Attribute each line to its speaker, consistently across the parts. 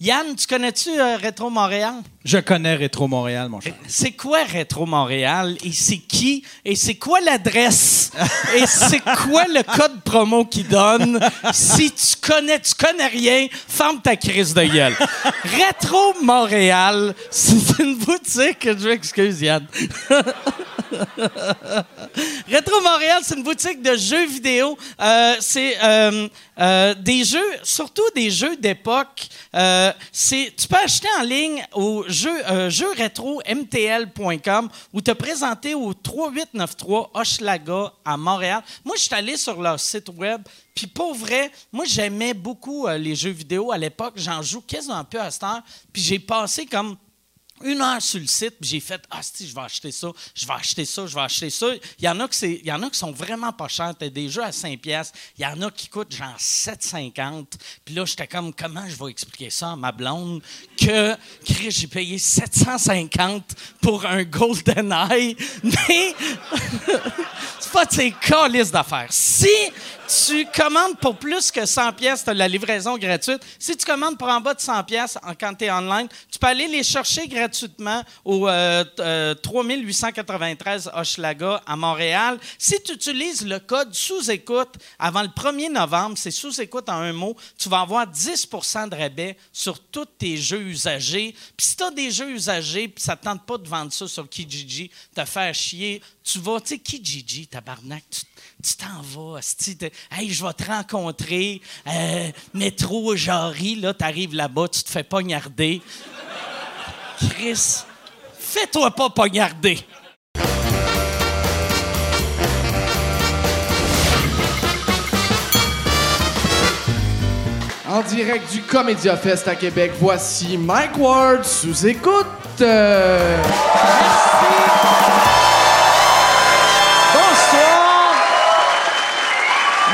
Speaker 1: Yann, tu connais-tu euh, Rétro Montréal?
Speaker 2: Je connais Rétro Montréal, mon cher.
Speaker 1: C'est quoi Rétro Montréal? Et c'est qui? Et c'est quoi l'adresse? Et c'est quoi le code promo qu'ils donnent? Si tu connais, tu connais rien, ferme ta crise de gueule. Rétro Montréal, c'est une boutique... Je m'excuse, Yann. Rétro Montréal, c'est une boutique de jeux vidéo. Euh, c'est euh, euh, des jeux, surtout des jeux d'époque. Euh, c'est- tu peux acheter en ligne au jeu, euh, jeuxretromtl.com ou te présenter au 3893 Hochelaga à Montréal. Moi, je suis allé sur leur site web. Puis pour vrai, moi j'aimais beaucoup euh, les jeux vidéo à l'époque. J'en joue quasiment plus à cette heure. Puis j'ai passé comme une heure sur le site, puis j'ai fait Ah, si, je vais acheter ça, je vais acheter ça, je vais acheter ça. Il y en a, que c'est- il y en a qui sont vraiment pas chers. T'as des jeux à 5$, piastres. il y en a qui coûtent genre 7,50$. Puis là, j'étais comme Comment je vais expliquer ça à ma blonde que Chris, j'ai payé 750$ pour un GoldenEye, mais c'est pas de ces calices d'affaires. Si tu commandes pour plus que 100 pièces, tu as la livraison gratuite. Si tu commandes pour en bas de 100 pièces quand tu es online, tu peux aller les chercher gratuitement au euh, t- euh, 3893 Hochelaga à Montréal. Si tu utilises le code sous-écoute avant le 1er novembre, c'est sous-écoute en un mot, tu vas avoir 10 de rabais sur tous tes jeux usagés. Puis si tu as des jeux usagés, puis ça ne tente pas de vendre ça sur Kijiji, te faire chier, tu vas, tu sais, Kijiji, tabarnak, tu tu t'en vas, asti, t'es- hey, je vais te rencontrer, euh, métro Jarry, là, t'arrives là-bas, tu te fais poignarder. Chris, fais-toi pas poignarder.
Speaker 3: En direct du Comédia Fest à Québec, voici Mike Ward sous écoute. Euh,
Speaker 2: Bonsoir!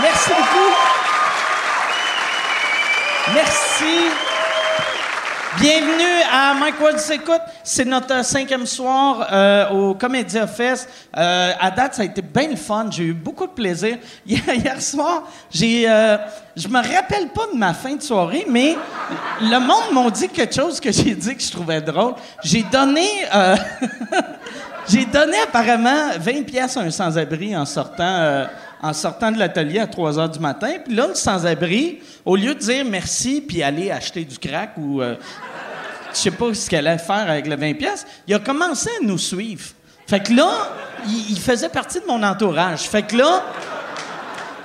Speaker 2: Merci beaucoup!
Speaker 1: Merci. Bienvenue à Mike Ward s'écoute. C'est notre euh, cinquième soir euh, au Comédia Fest. Euh, à date, ça a été bien le fun. J'ai eu beaucoup de plaisir. Hier, hier soir, j'ai, euh, je me rappelle pas de ma fin de soirée, mais le monde m'a dit quelque chose que j'ai dit que je trouvais drôle. J'ai donné... euh, J'ai donné apparemment 20 pièces à un sans-abri en sortant euh, en sortant de l'atelier à 3 heures du matin. Puis là, le sans-abri, au lieu de dire merci puis aller acheter du crack ou euh, je sais pas ce qu'elle allait faire avec le 20 pièces, il a commencé à nous suivre. Fait que là, il, il faisait partie de mon entourage. Fait que là,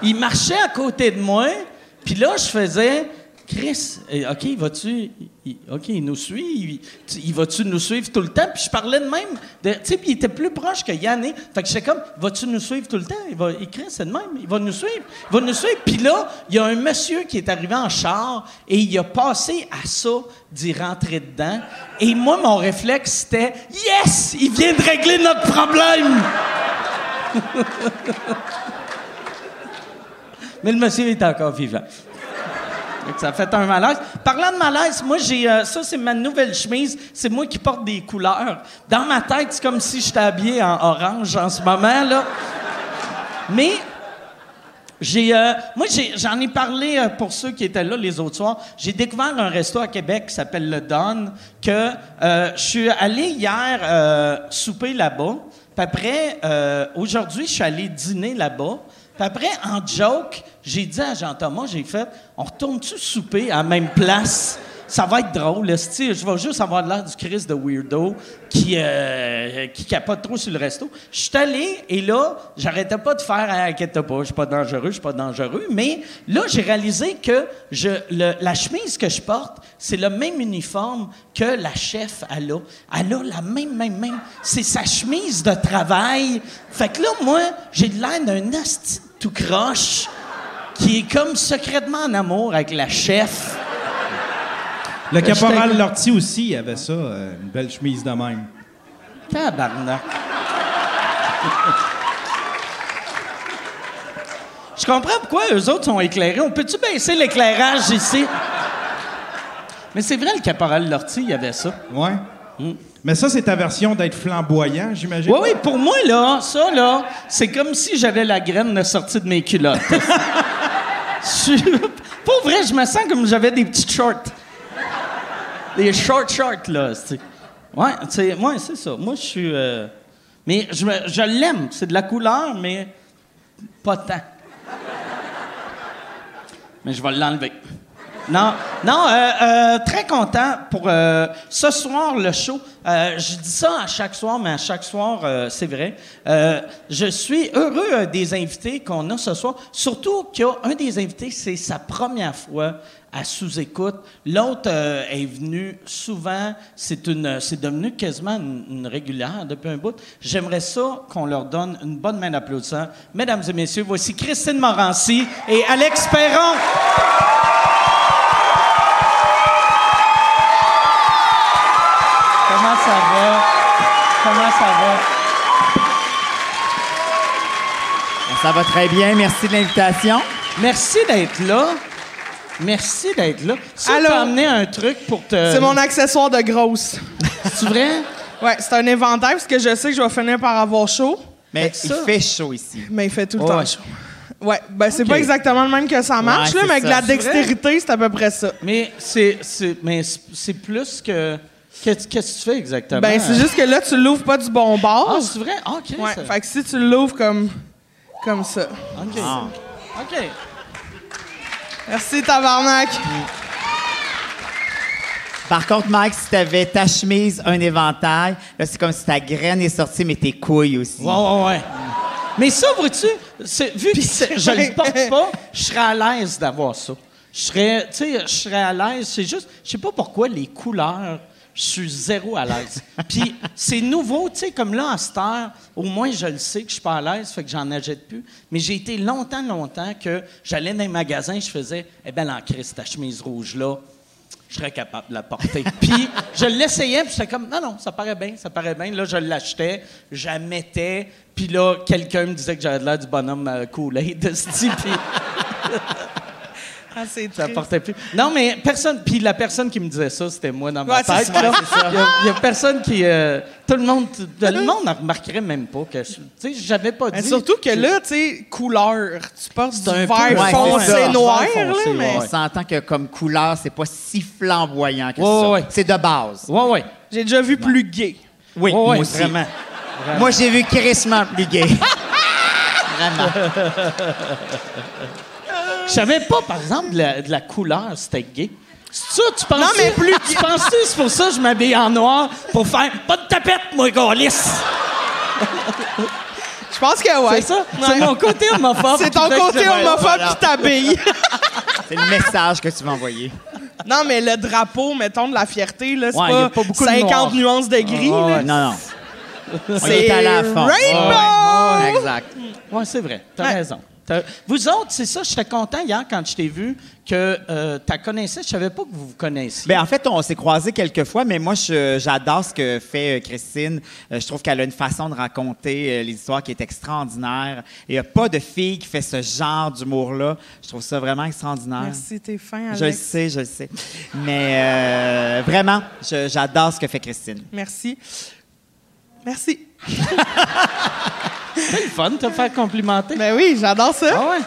Speaker 1: il marchait à côté de moi, puis là, je faisais Chris, eh, OK, vas-tu. il- OK, il nous suit. Il, tu- il va-tu nous suivre tout le temps? Puis je parlais de même. de- Tu sais, puis il était plus proche que Yann. et- Fait que j'étais comme, vas-tu nous suivre tout le temps? Il va, il, Chris, c'est de même. Il va nous suivre. Il va nous suivre. Puis là, il y a un monsieur qui est arrivé en char et il a passé à ça d'y rentrer dedans. Et moi, mon réflexe, c'était Yes! Il vient de régler notre problème! Mais le monsieur est encore vivant. Fait que Ça fait un malaise. Parlant de malaise, moi, j'ai. euh, ça, c'est ma nouvelle chemise. C'est moi qui porte des couleurs. Dans ma tête, c'est comme si j'étais habillé en orange en ce moment, là. Mais. J'ai, euh, moi, j'ai- j'en ai, parlé euh, pour ceux qui étaient là les autres soirs. J'ai découvert un resto à Québec qui s'appelle Le Don, que euh, je suis allé hier euh, souper là-bas. Puis après, euh, aujourd'hui, je suis allé dîner là-bas. Puis après, en joke, j'ai dit à Jean-Thomas, j'ai fait « On retourne-tu souper à la même place? » Ça va être drôle, esti. je vais juste avoir l'air du Chris de weirdo qui, euh, qui capote trop sur le resto. Je suis allé et là, j'arrêtais pas de faire Hey, inquiète-toi pas, je suis pas dangereux, je suis pas dangereux, mais là, j'ai réalisé que je, le- la chemise que je porte, c'est le même uniforme que la chef elle a. Elle a la même, même, même. C'est sa chemise de travail. Fait que là, moi, j'ai de l'air d'un asti de tout croche qui est comme secrètement en amour avec la chef.
Speaker 2: Le caporal
Speaker 1: Hashtag-
Speaker 2: Lortie aussi, il avait ça, euh, une belle chemise de même.
Speaker 1: Tabarnak. Je comprends pourquoi eux autres sont éclairés. On peut-tu baisser l'éclairage ici? Mais c'est vrai, le caporal Lortie, il y avait ça.
Speaker 2: Ouais. Mais ça, c'est ta version d'être flamboyant, j'imagine?
Speaker 1: Oui, oui, pour moi, là, ça, là, c'est comme si j'avais la graine de sortie de mes culottes. Je suis- pour vrai, je me sens comme si j'avais des petites shorts. Les short shorts, là. c'est- Ouais, tu sais, moi, c'est ça. Moi, je suis. euh, Mais je, me- je l'aime. C'est de la couleur, mais pas tant. Mais je vais l'enlever. Non, non, euh, euh, très content pour euh, ce soir, le show. Euh, je dis ça à chaque soir, mais à chaque soir, euh, c'est vrai. Euh, je suis heureux euh, des invités qu'on a ce soir. Surtout qu'un des invités, c'est sa première fois à sous-écoute. L'autre euh, est venu souvent. C'est une, c'est devenu quasiment une, une régulière depuis un bout. J'aimerais ça qu'on leur donne une bonne main d'applaudissement. Mesdames et messieurs, voici Christine Morancy et Alex Perron. Comment ça va? Comment ça va?
Speaker 4: Ça va très Eh bien, merci de l'invitation.
Speaker 1: Merci d'être là. Merci d'être là. Ça,
Speaker 5: Allô?
Speaker 1: t'as amené un truc pour te...
Speaker 5: C'est mon accessoire de grosse.
Speaker 1: C'est vrai?
Speaker 5: Ouais, c'est un inventaire parce que je sais que je vais finir par avoir chaud,
Speaker 4: Mais
Speaker 1: Fait que
Speaker 4: il
Speaker 1: ça-
Speaker 4: fait chaud ici.
Speaker 5: mais il fait tout le
Speaker 1: Oh,
Speaker 5: temps
Speaker 1: ouais.
Speaker 5: chaud. Ouais, ben c'est
Speaker 1: Ok.
Speaker 5: pas exactement le même que ça marche,
Speaker 4: Ouais,
Speaker 5: là, mais
Speaker 4: c'est
Speaker 5: avec
Speaker 4: ça.
Speaker 5: la
Speaker 4: C'est
Speaker 5: dextérité, c'est à peu près ça.
Speaker 1: Mais c'est, c'est, mais c'est c'est plus que... Qu'est- Qu'est-ce que tu fais exactement?
Speaker 5: Ben, c'est juste que là, tu l'ouvres pas du bon bord.
Speaker 1: Ah, c'est vrai? Ah, OK.
Speaker 5: ouais,
Speaker 1: ça-
Speaker 5: fait que si tu l'ouvres comme, comme ça.
Speaker 1: OK.
Speaker 4: Ah.
Speaker 1: OK.
Speaker 5: Merci, tabarnak.
Speaker 4: Par contre, Mike, si t'avais ta chemise, un éventail, là, c'est comme si ta graine est sortie, mais tes couilles aussi.
Speaker 1: Ouais, ouais, ouais. Mais ça, vois-tu, c'est- vu que c'est- je le porte pas, je serais à l'aise d'avoir ça. Je serais, tu sais, je serais à l'aise. C'est juste, je sais pas pourquoi les couleurs, je suis zéro à l'aise. Puis c'est nouveau, tu sais, comme là, à cette heure, au moins je le sais que je suis pas à l'aise, fait que j'en achète plus. Mais j'ai été longtemps, longtemps que j'allais dans les magasins, je faisais, eh ben, en crise, ta chemise rouge-là, je serais capable de la porter. Puis je l'essayais, puis j'étais comme, non, non, ça paraît bien, ça paraît bien. Là, je l'achetais, je la mettais, puis là, quelqu'un me disait que j'avais l'air du bonhomme euh, Kool-Aid, esti, puis
Speaker 5: Ah, c'est
Speaker 1: ça
Speaker 5: triste.
Speaker 1: portait plus. Non, mais personne, puis la personne qui me disait ça, c'était moi dans ma
Speaker 5: Ouais, c'est
Speaker 1: tête.
Speaker 5: ça,
Speaker 1: là. Il y a- il y, a personne qui, euh, tout le monde, tout le monde ne remarquerait même pas que, je- tu sais, j'avais pas
Speaker 5: Mais
Speaker 1: dit.
Speaker 5: Ben, surtout que là, tu sais, couleur. Tu portes du
Speaker 1: C'est un
Speaker 5: vert
Speaker 1: peu-
Speaker 4: ouais,
Speaker 5: foncé
Speaker 4: c'est ça.
Speaker 5: noir,
Speaker 1: Vert
Speaker 5: là,
Speaker 1: foncé,
Speaker 5: mais
Speaker 4: On
Speaker 1: ouais.
Speaker 4: s'entend que comme couleur, c'est pas si flamboyant que
Speaker 1: Ouais,
Speaker 4: ça.
Speaker 1: ouais.
Speaker 4: C'est de base.
Speaker 1: Ouais, ouais.
Speaker 5: j'ai déjà vu plus gay.
Speaker 1: Ouais,
Speaker 4: Oui,
Speaker 1: ouais,
Speaker 4: moi aussi.
Speaker 1: vraiment.
Speaker 4: Moi, j'ai vu crissement plus gay. vraiment.
Speaker 1: Je savais pas, par exemple, de la, de la couleur, c'était gay. C'est ça, tu penses?
Speaker 5: Non, mais plus
Speaker 1: Tu penses que c'est pour ça que je m'habille en noir pour faire pas de tapette, moi, gaullisse?
Speaker 5: Je pense que ouais.
Speaker 1: C'est ça? C'est mon côté homophobe.
Speaker 5: C'est
Speaker 1: qui
Speaker 5: ton
Speaker 1: fait que
Speaker 5: côté
Speaker 1: je- ouais,
Speaker 5: homophobe
Speaker 4: voilà.
Speaker 5: qui t'habille.
Speaker 4: C'est le message que tu m'as envoyé.
Speaker 5: Non, mais le drapeau, mettons, de la fierté, là, c'est
Speaker 4: Ouais, y
Speaker 5: pas
Speaker 4: a pas beaucoup de
Speaker 5: 50
Speaker 4: noir.
Speaker 5: nuances de gris.
Speaker 1: Ah,
Speaker 5: là.
Speaker 1: ouais.
Speaker 4: Non, non. On
Speaker 5: C'est
Speaker 4: est à la fin.
Speaker 5: Rainbow!
Speaker 4: Ouais, ouais. Exact.
Speaker 1: Ouais, c'est vrai. T'as
Speaker 5: Ouais.
Speaker 1: raison. T'as- Vous autres, c'est ça, j'étais content hier quand je t'ai vu que tu t'as connaissais. Je savais pas que vous vous connaissiez.
Speaker 4: Ben, en fait, on s'est croisés quelques fois, mais moi, je- j'adore ce que fait euh, Christine. Euh, Je trouve qu'elle a une façon de raconter euh, les histoires qui est extraordinaire. Il n'y a pas de fille qui fait ce genre d'humour-là. Je trouve ça vraiment extraordinaire.
Speaker 5: Merci, t'es fin,
Speaker 4: Je le
Speaker 5: Alex.
Speaker 4: sais, je le sais. Mais euh, vraiment, je- j'adore ce que fait Christine.
Speaker 5: Merci. Merci.
Speaker 1: c'est le fun de te faire complimenter.
Speaker 5: Ben oui, j'adore ça.
Speaker 1: Ah ouais.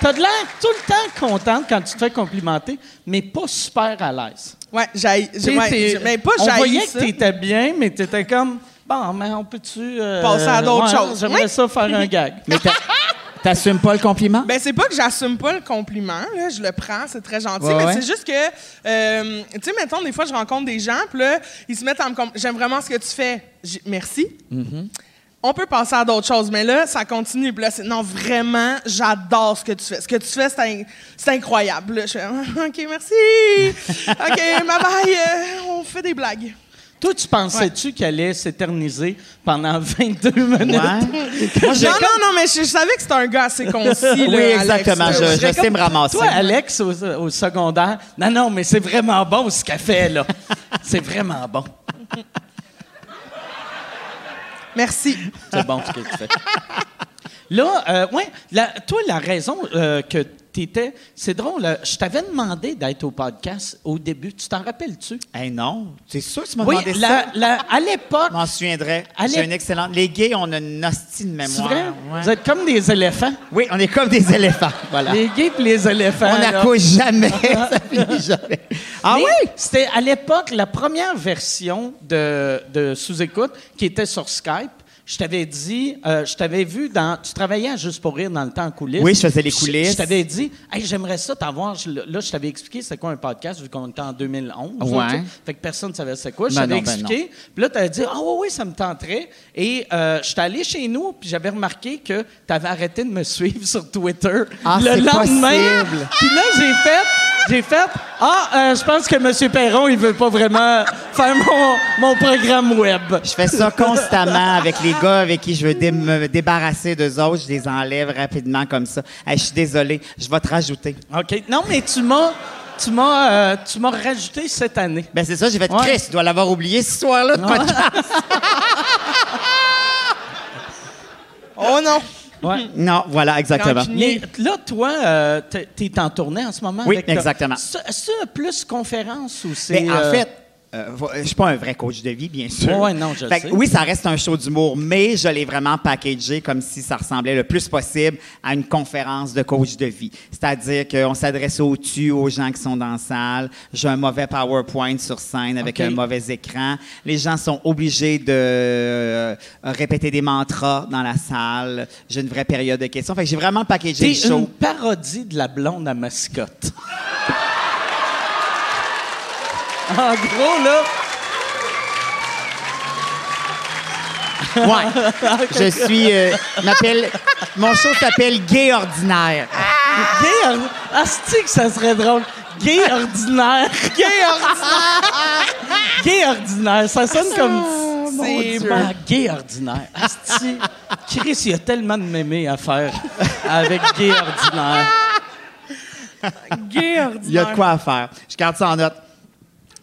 Speaker 1: T'as de l'air tout le temps contente quand tu te fais complimenter, mais pas super à l'aise.
Speaker 5: Ouais, j'ai.
Speaker 1: Tu sais, t'es-
Speaker 5: Mais pas
Speaker 1: On voyait
Speaker 5: j'ai
Speaker 1: que
Speaker 5: ça.
Speaker 1: t'étais bien, mais t'étais comme... Bon, mais on peut-tu... euh,
Speaker 5: Passer à d'autres
Speaker 1: ouais,
Speaker 5: choses.
Speaker 1: J'aimerais
Speaker 5: Oui.
Speaker 1: ça faire un gag.
Speaker 4: Mais t'a- t'assumes pas le compliment?
Speaker 5: Ben, c'est pas que j'assume pas le compliment, là. Je le prends, c'est très gentil.
Speaker 4: Ouais,
Speaker 5: mais
Speaker 4: ouais.
Speaker 5: c'est juste que, euh, tu sais, mettons, des fois, je rencontre des gens, puis là, ils se mettent à me. com- J'aime vraiment ce que tu fais. J'ai- Merci.
Speaker 4: Mm-hmm.
Speaker 5: On peut passer à d'autres choses, mais là, ça continue. Puis là, c'est non, vraiment, j'adore ce que tu fais. Ce que tu fais, c'est in- c'est incroyable. Là, je fais, OK, merci. OK, bye bye. Euh, on fait des blagues.
Speaker 1: Toi, tu pensais-tu qu'elle allait s'éterniser pendant 22 minutes?
Speaker 4: Ouais. Moi, je-
Speaker 5: Non, non, non, mais je, je savais que c'était un gars assez concis.
Speaker 4: oui, exactement.
Speaker 5: Alex, là.
Speaker 4: je je sais me ramasser.
Speaker 1: Toi, Alex, au, au secondaire, non, non, mais c'est vraiment bon ce qu'elle fait, là. c'est vraiment bon.
Speaker 5: Merci.
Speaker 1: C'est bon ce que tu fais. Là, euh, ouais, la- toi, la raison euh, que t'étais. C'est drôle, euh, je t'avais demandé d'être au podcast au début. Tu t'en rappelles-tu?
Speaker 4: Hey, non, c'est sûr que tu m'as
Speaker 1: Oui,
Speaker 4: demandé
Speaker 1: la-
Speaker 4: ça.
Speaker 1: la- à l'époque.
Speaker 4: Je m'en souviendrai.
Speaker 1: Allez.
Speaker 4: J'ai une excellente. Les gays, on a une hostie de mémoire.
Speaker 1: C'est vrai?
Speaker 4: Ouais.
Speaker 1: Vous êtes comme des éléphants.
Speaker 4: Oui, on est comme des éléphants. Voilà.
Speaker 1: Les gays pis les éléphants.
Speaker 4: on
Speaker 1: là.
Speaker 4: n'accouche jamais. ça finit jamais. Ah
Speaker 1: Mais
Speaker 4: oui?
Speaker 1: C'était à l'époque la première version de, de Sous-Écoute qui était sur Skype. Je t'avais dit, euh, je t'avais vu dans. Tu travaillais à Juste pour Rire dans le temps en coulisses.
Speaker 4: Oui, je faisais les
Speaker 1: Je-
Speaker 4: coulisses.
Speaker 1: Je, t'avais dit, hey, j'aimerais ça t'avoir. Je- là, je t'avais expliqué c'est quoi un podcast vu qu'on était en 2011. là,
Speaker 4: Ouais.
Speaker 1: tu sais. fait que personne ne savait c'est quoi. Je
Speaker 4: Ben
Speaker 1: t'avais
Speaker 4: non, ben
Speaker 1: expliqué. Puis là, tu dit, ah oui, oui, ça me tenterait. Et euh, je suis allé chez nous, puis j'avais remarqué que tu avais arrêté de me suivre sur Twitter
Speaker 4: Ah,
Speaker 1: le
Speaker 4: c'est
Speaker 1: lendemain.
Speaker 4: possible.
Speaker 1: Puis là, j'ai fait, j'ai fait, ah, euh, je pense que M. Perron, il veut pas vraiment faire mon, mon programme web.
Speaker 4: Je fais ça constamment avec les gars avec qui je veux dé- me débarrasser d'eux autres. Je les enlève rapidement comme ça. Hey, je suis désolée. Je vais te rajouter.
Speaker 1: OK. Non, mais tu m'as, tu m'as, euh, tu m'as rajouté cette année.
Speaker 4: Ben c'est ça, j'ai fait
Speaker 1: Ouais.
Speaker 4: Chris, tu dois l'avoir oublié ce soir-là. le podcast.
Speaker 5: Oh non!
Speaker 1: Ouais.
Speaker 4: Non, voilà, exactement.
Speaker 5: Quand
Speaker 1: Mais là, toi, euh, t'es- t'es en tournée en ce moment.
Speaker 4: Oui,
Speaker 1: avec ta-
Speaker 4: exactement.
Speaker 1: C'est c'est plus conférence ou c'est.
Speaker 4: Mais
Speaker 1: euh,
Speaker 4: Ben, en fait, euh, va- je suis pas un vrai coach de vie, bien sûr.
Speaker 1: Ouais, ouais, non, je
Speaker 4: Fait
Speaker 1: sais.
Speaker 4: que Oui, ça reste un show d'humour, mais je l'ai vraiment packagé comme si ça ressemblait le plus possible à une conférence de coach de vie. C'est-à-dire qu'on s'adresse au tu, aux gens qui sont dans la salle. J'ai un mauvais PowerPoint sur scène avec
Speaker 1: OK.
Speaker 4: un mauvais écran. Les gens sont obligés de euh, répéter des mantras dans la salle. J'ai une vraie période de questions. Fait que j'ai vraiment packagé
Speaker 1: T'es
Speaker 4: le show.
Speaker 1: une parodie de la blonde à mascotte. en gros, là.
Speaker 4: Ouais. Je suis. euh, m'appelle- mon show s'appelle Gay Ordinaire.
Speaker 1: Gay or- Asti que ça serait drôle. Gay ordinaire. Gay ordinaire. gay ordinaire. Ça sonne comme... C'est bon. Gay ordinaire. Asti. Chris, il y a tellement de mémés à faire avec gay ordinaire.
Speaker 5: Gay
Speaker 4: Il y a de quoi à faire. Je garde ça en note.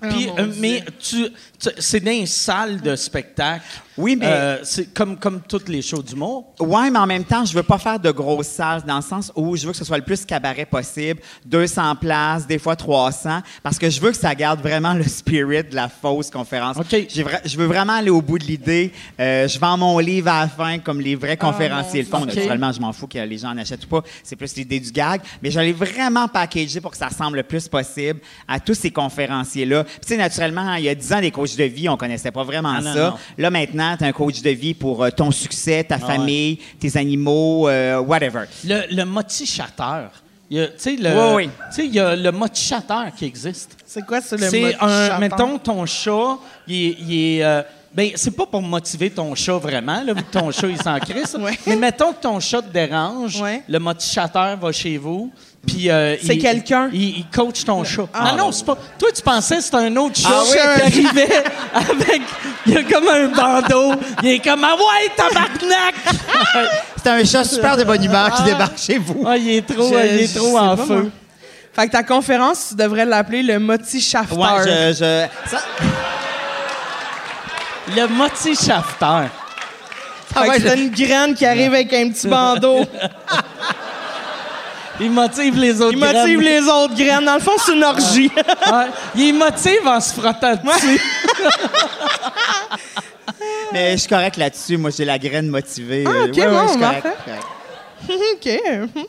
Speaker 1: Puis,
Speaker 5: mon
Speaker 1: euh,
Speaker 5: Dieu.
Speaker 1: mais tu, tu- c'est dans une salle de spectacle.
Speaker 4: Oui, mais-
Speaker 1: Euh, c'est comme, comme toutes les shows du monde.
Speaker 4: Ouais, mais en même temps, je veux pas faire de grosses salles dans le sens où je veux que ce soit le plus cabaret possible, 200 places, des fois 300, parce que je veux que ça garde vraiment le spirit de la fausse conférence.
Speaker 1: OK.
Speaker 4: J'ai vra- je veux vraiment aller au bout de l'idée. Euh, je vends mon livre à la fin comme les vrais conférenciers le font.
Speaker 1: Ah, Dieu.
Speaker 4: Naturellement, je m'en fous que les gens en achètent ou pas. C'est plus l'idée du gag. Mais j'allais vraiment packager pour que ça ressemble le plus possible à tous ces conférenciers-là. Puis, tu sais, naturellement, il y a 10 ans, les coachs de vie, on connaissait pas vraiment
Speaker 1: Ah, non,
Speaker 4: ça.
Speaker 1: non.
Speaker 4: Là, maintenant, tu es un coach de vie pour euh, ton succès, ta famille, tes animaux, euh, whatever.
Speaker 1: Le, le motichateur. Il y a- Tu sais, le-
Speaker 4: Oui, oui.
Speaker 1: tu sais, il y a le motichateur qui existe.
Speaker 5: C'est quoi ça, le
Speaker 1: C'est
Speaker 5: mot
Speaker 1: un,
Speaker 5: chantant?
Speaker 1: mettons, ton chat, il est. il est, euh, ben, c'est pas pour motiver ton chat vraiment, là, vu que ton chat, il s'en crisse.
Speaker 5: Ouais.
Speaker 1: Mais mettons que ton chat te dérange,
Speaker 5: Ouais.
Speaker 1: le motivateur va chez vous, puis. euh,
Speaker 5: C'est
Speaker 1: il-
Speaker 5: quelqu'un.
Speaker 1: Il, il coach ton chat.
Speaker 5: Ah.
Speaker 1: non, non, c'est pas. Toi, tu pensais que c'était un autre chat
Speaker 4: Ah oui,
Speaker 1: qui arrivait avec. Il a comme un bandeau. Il est comme Ah ouais, tabarnak!
Speaker 4: C'est un chat super de bonne humeur qui débarque chez vous.
Speaker 1: Ah, il est trop,
Speaker 5: Je-
Speaker 1: il est
Speaker 5: je
Speaker 1: trop
Speaker 5: sais
Speaker 1: en
Speaker 5: pas,
Speaker 1: feu.
Speaker 5: moi. Fait que ta conférence, tu devrais l'appeler le moti shafter.
Speaker 4: Ouais, je, je- ça,
Speaker 1: Le motichafteur.
Speaker 4: ah
Speaker 5: Fait
Speaker 4: ouais,
Speaker 5: que
Speaker 4: je-
Speaker 5: c'est une graine qui arrive avec un petit bandeau.
Speaker 1: Il motive les autres.
Speaker 5: Il motive
Speaker 1: graines.
Speaker 5: les autres graines. Dans le fond, c'est une orgie.
Speaker 1: Ouais, il motive en se frottant dessus.
Speaker 4: mais je suis correct là-dessus. Moi, j'ai la graine motivée.
Speaker 5: Ah,
Speaker 4: Euh,
Speaker 5: ok,
Speaker 4: ouais, ouais,
Speaker 5: bon,
Speaker 4: je suis
Speaker 5: parfait.
Speaker 4: correct, correct.
Speaker 5: OK.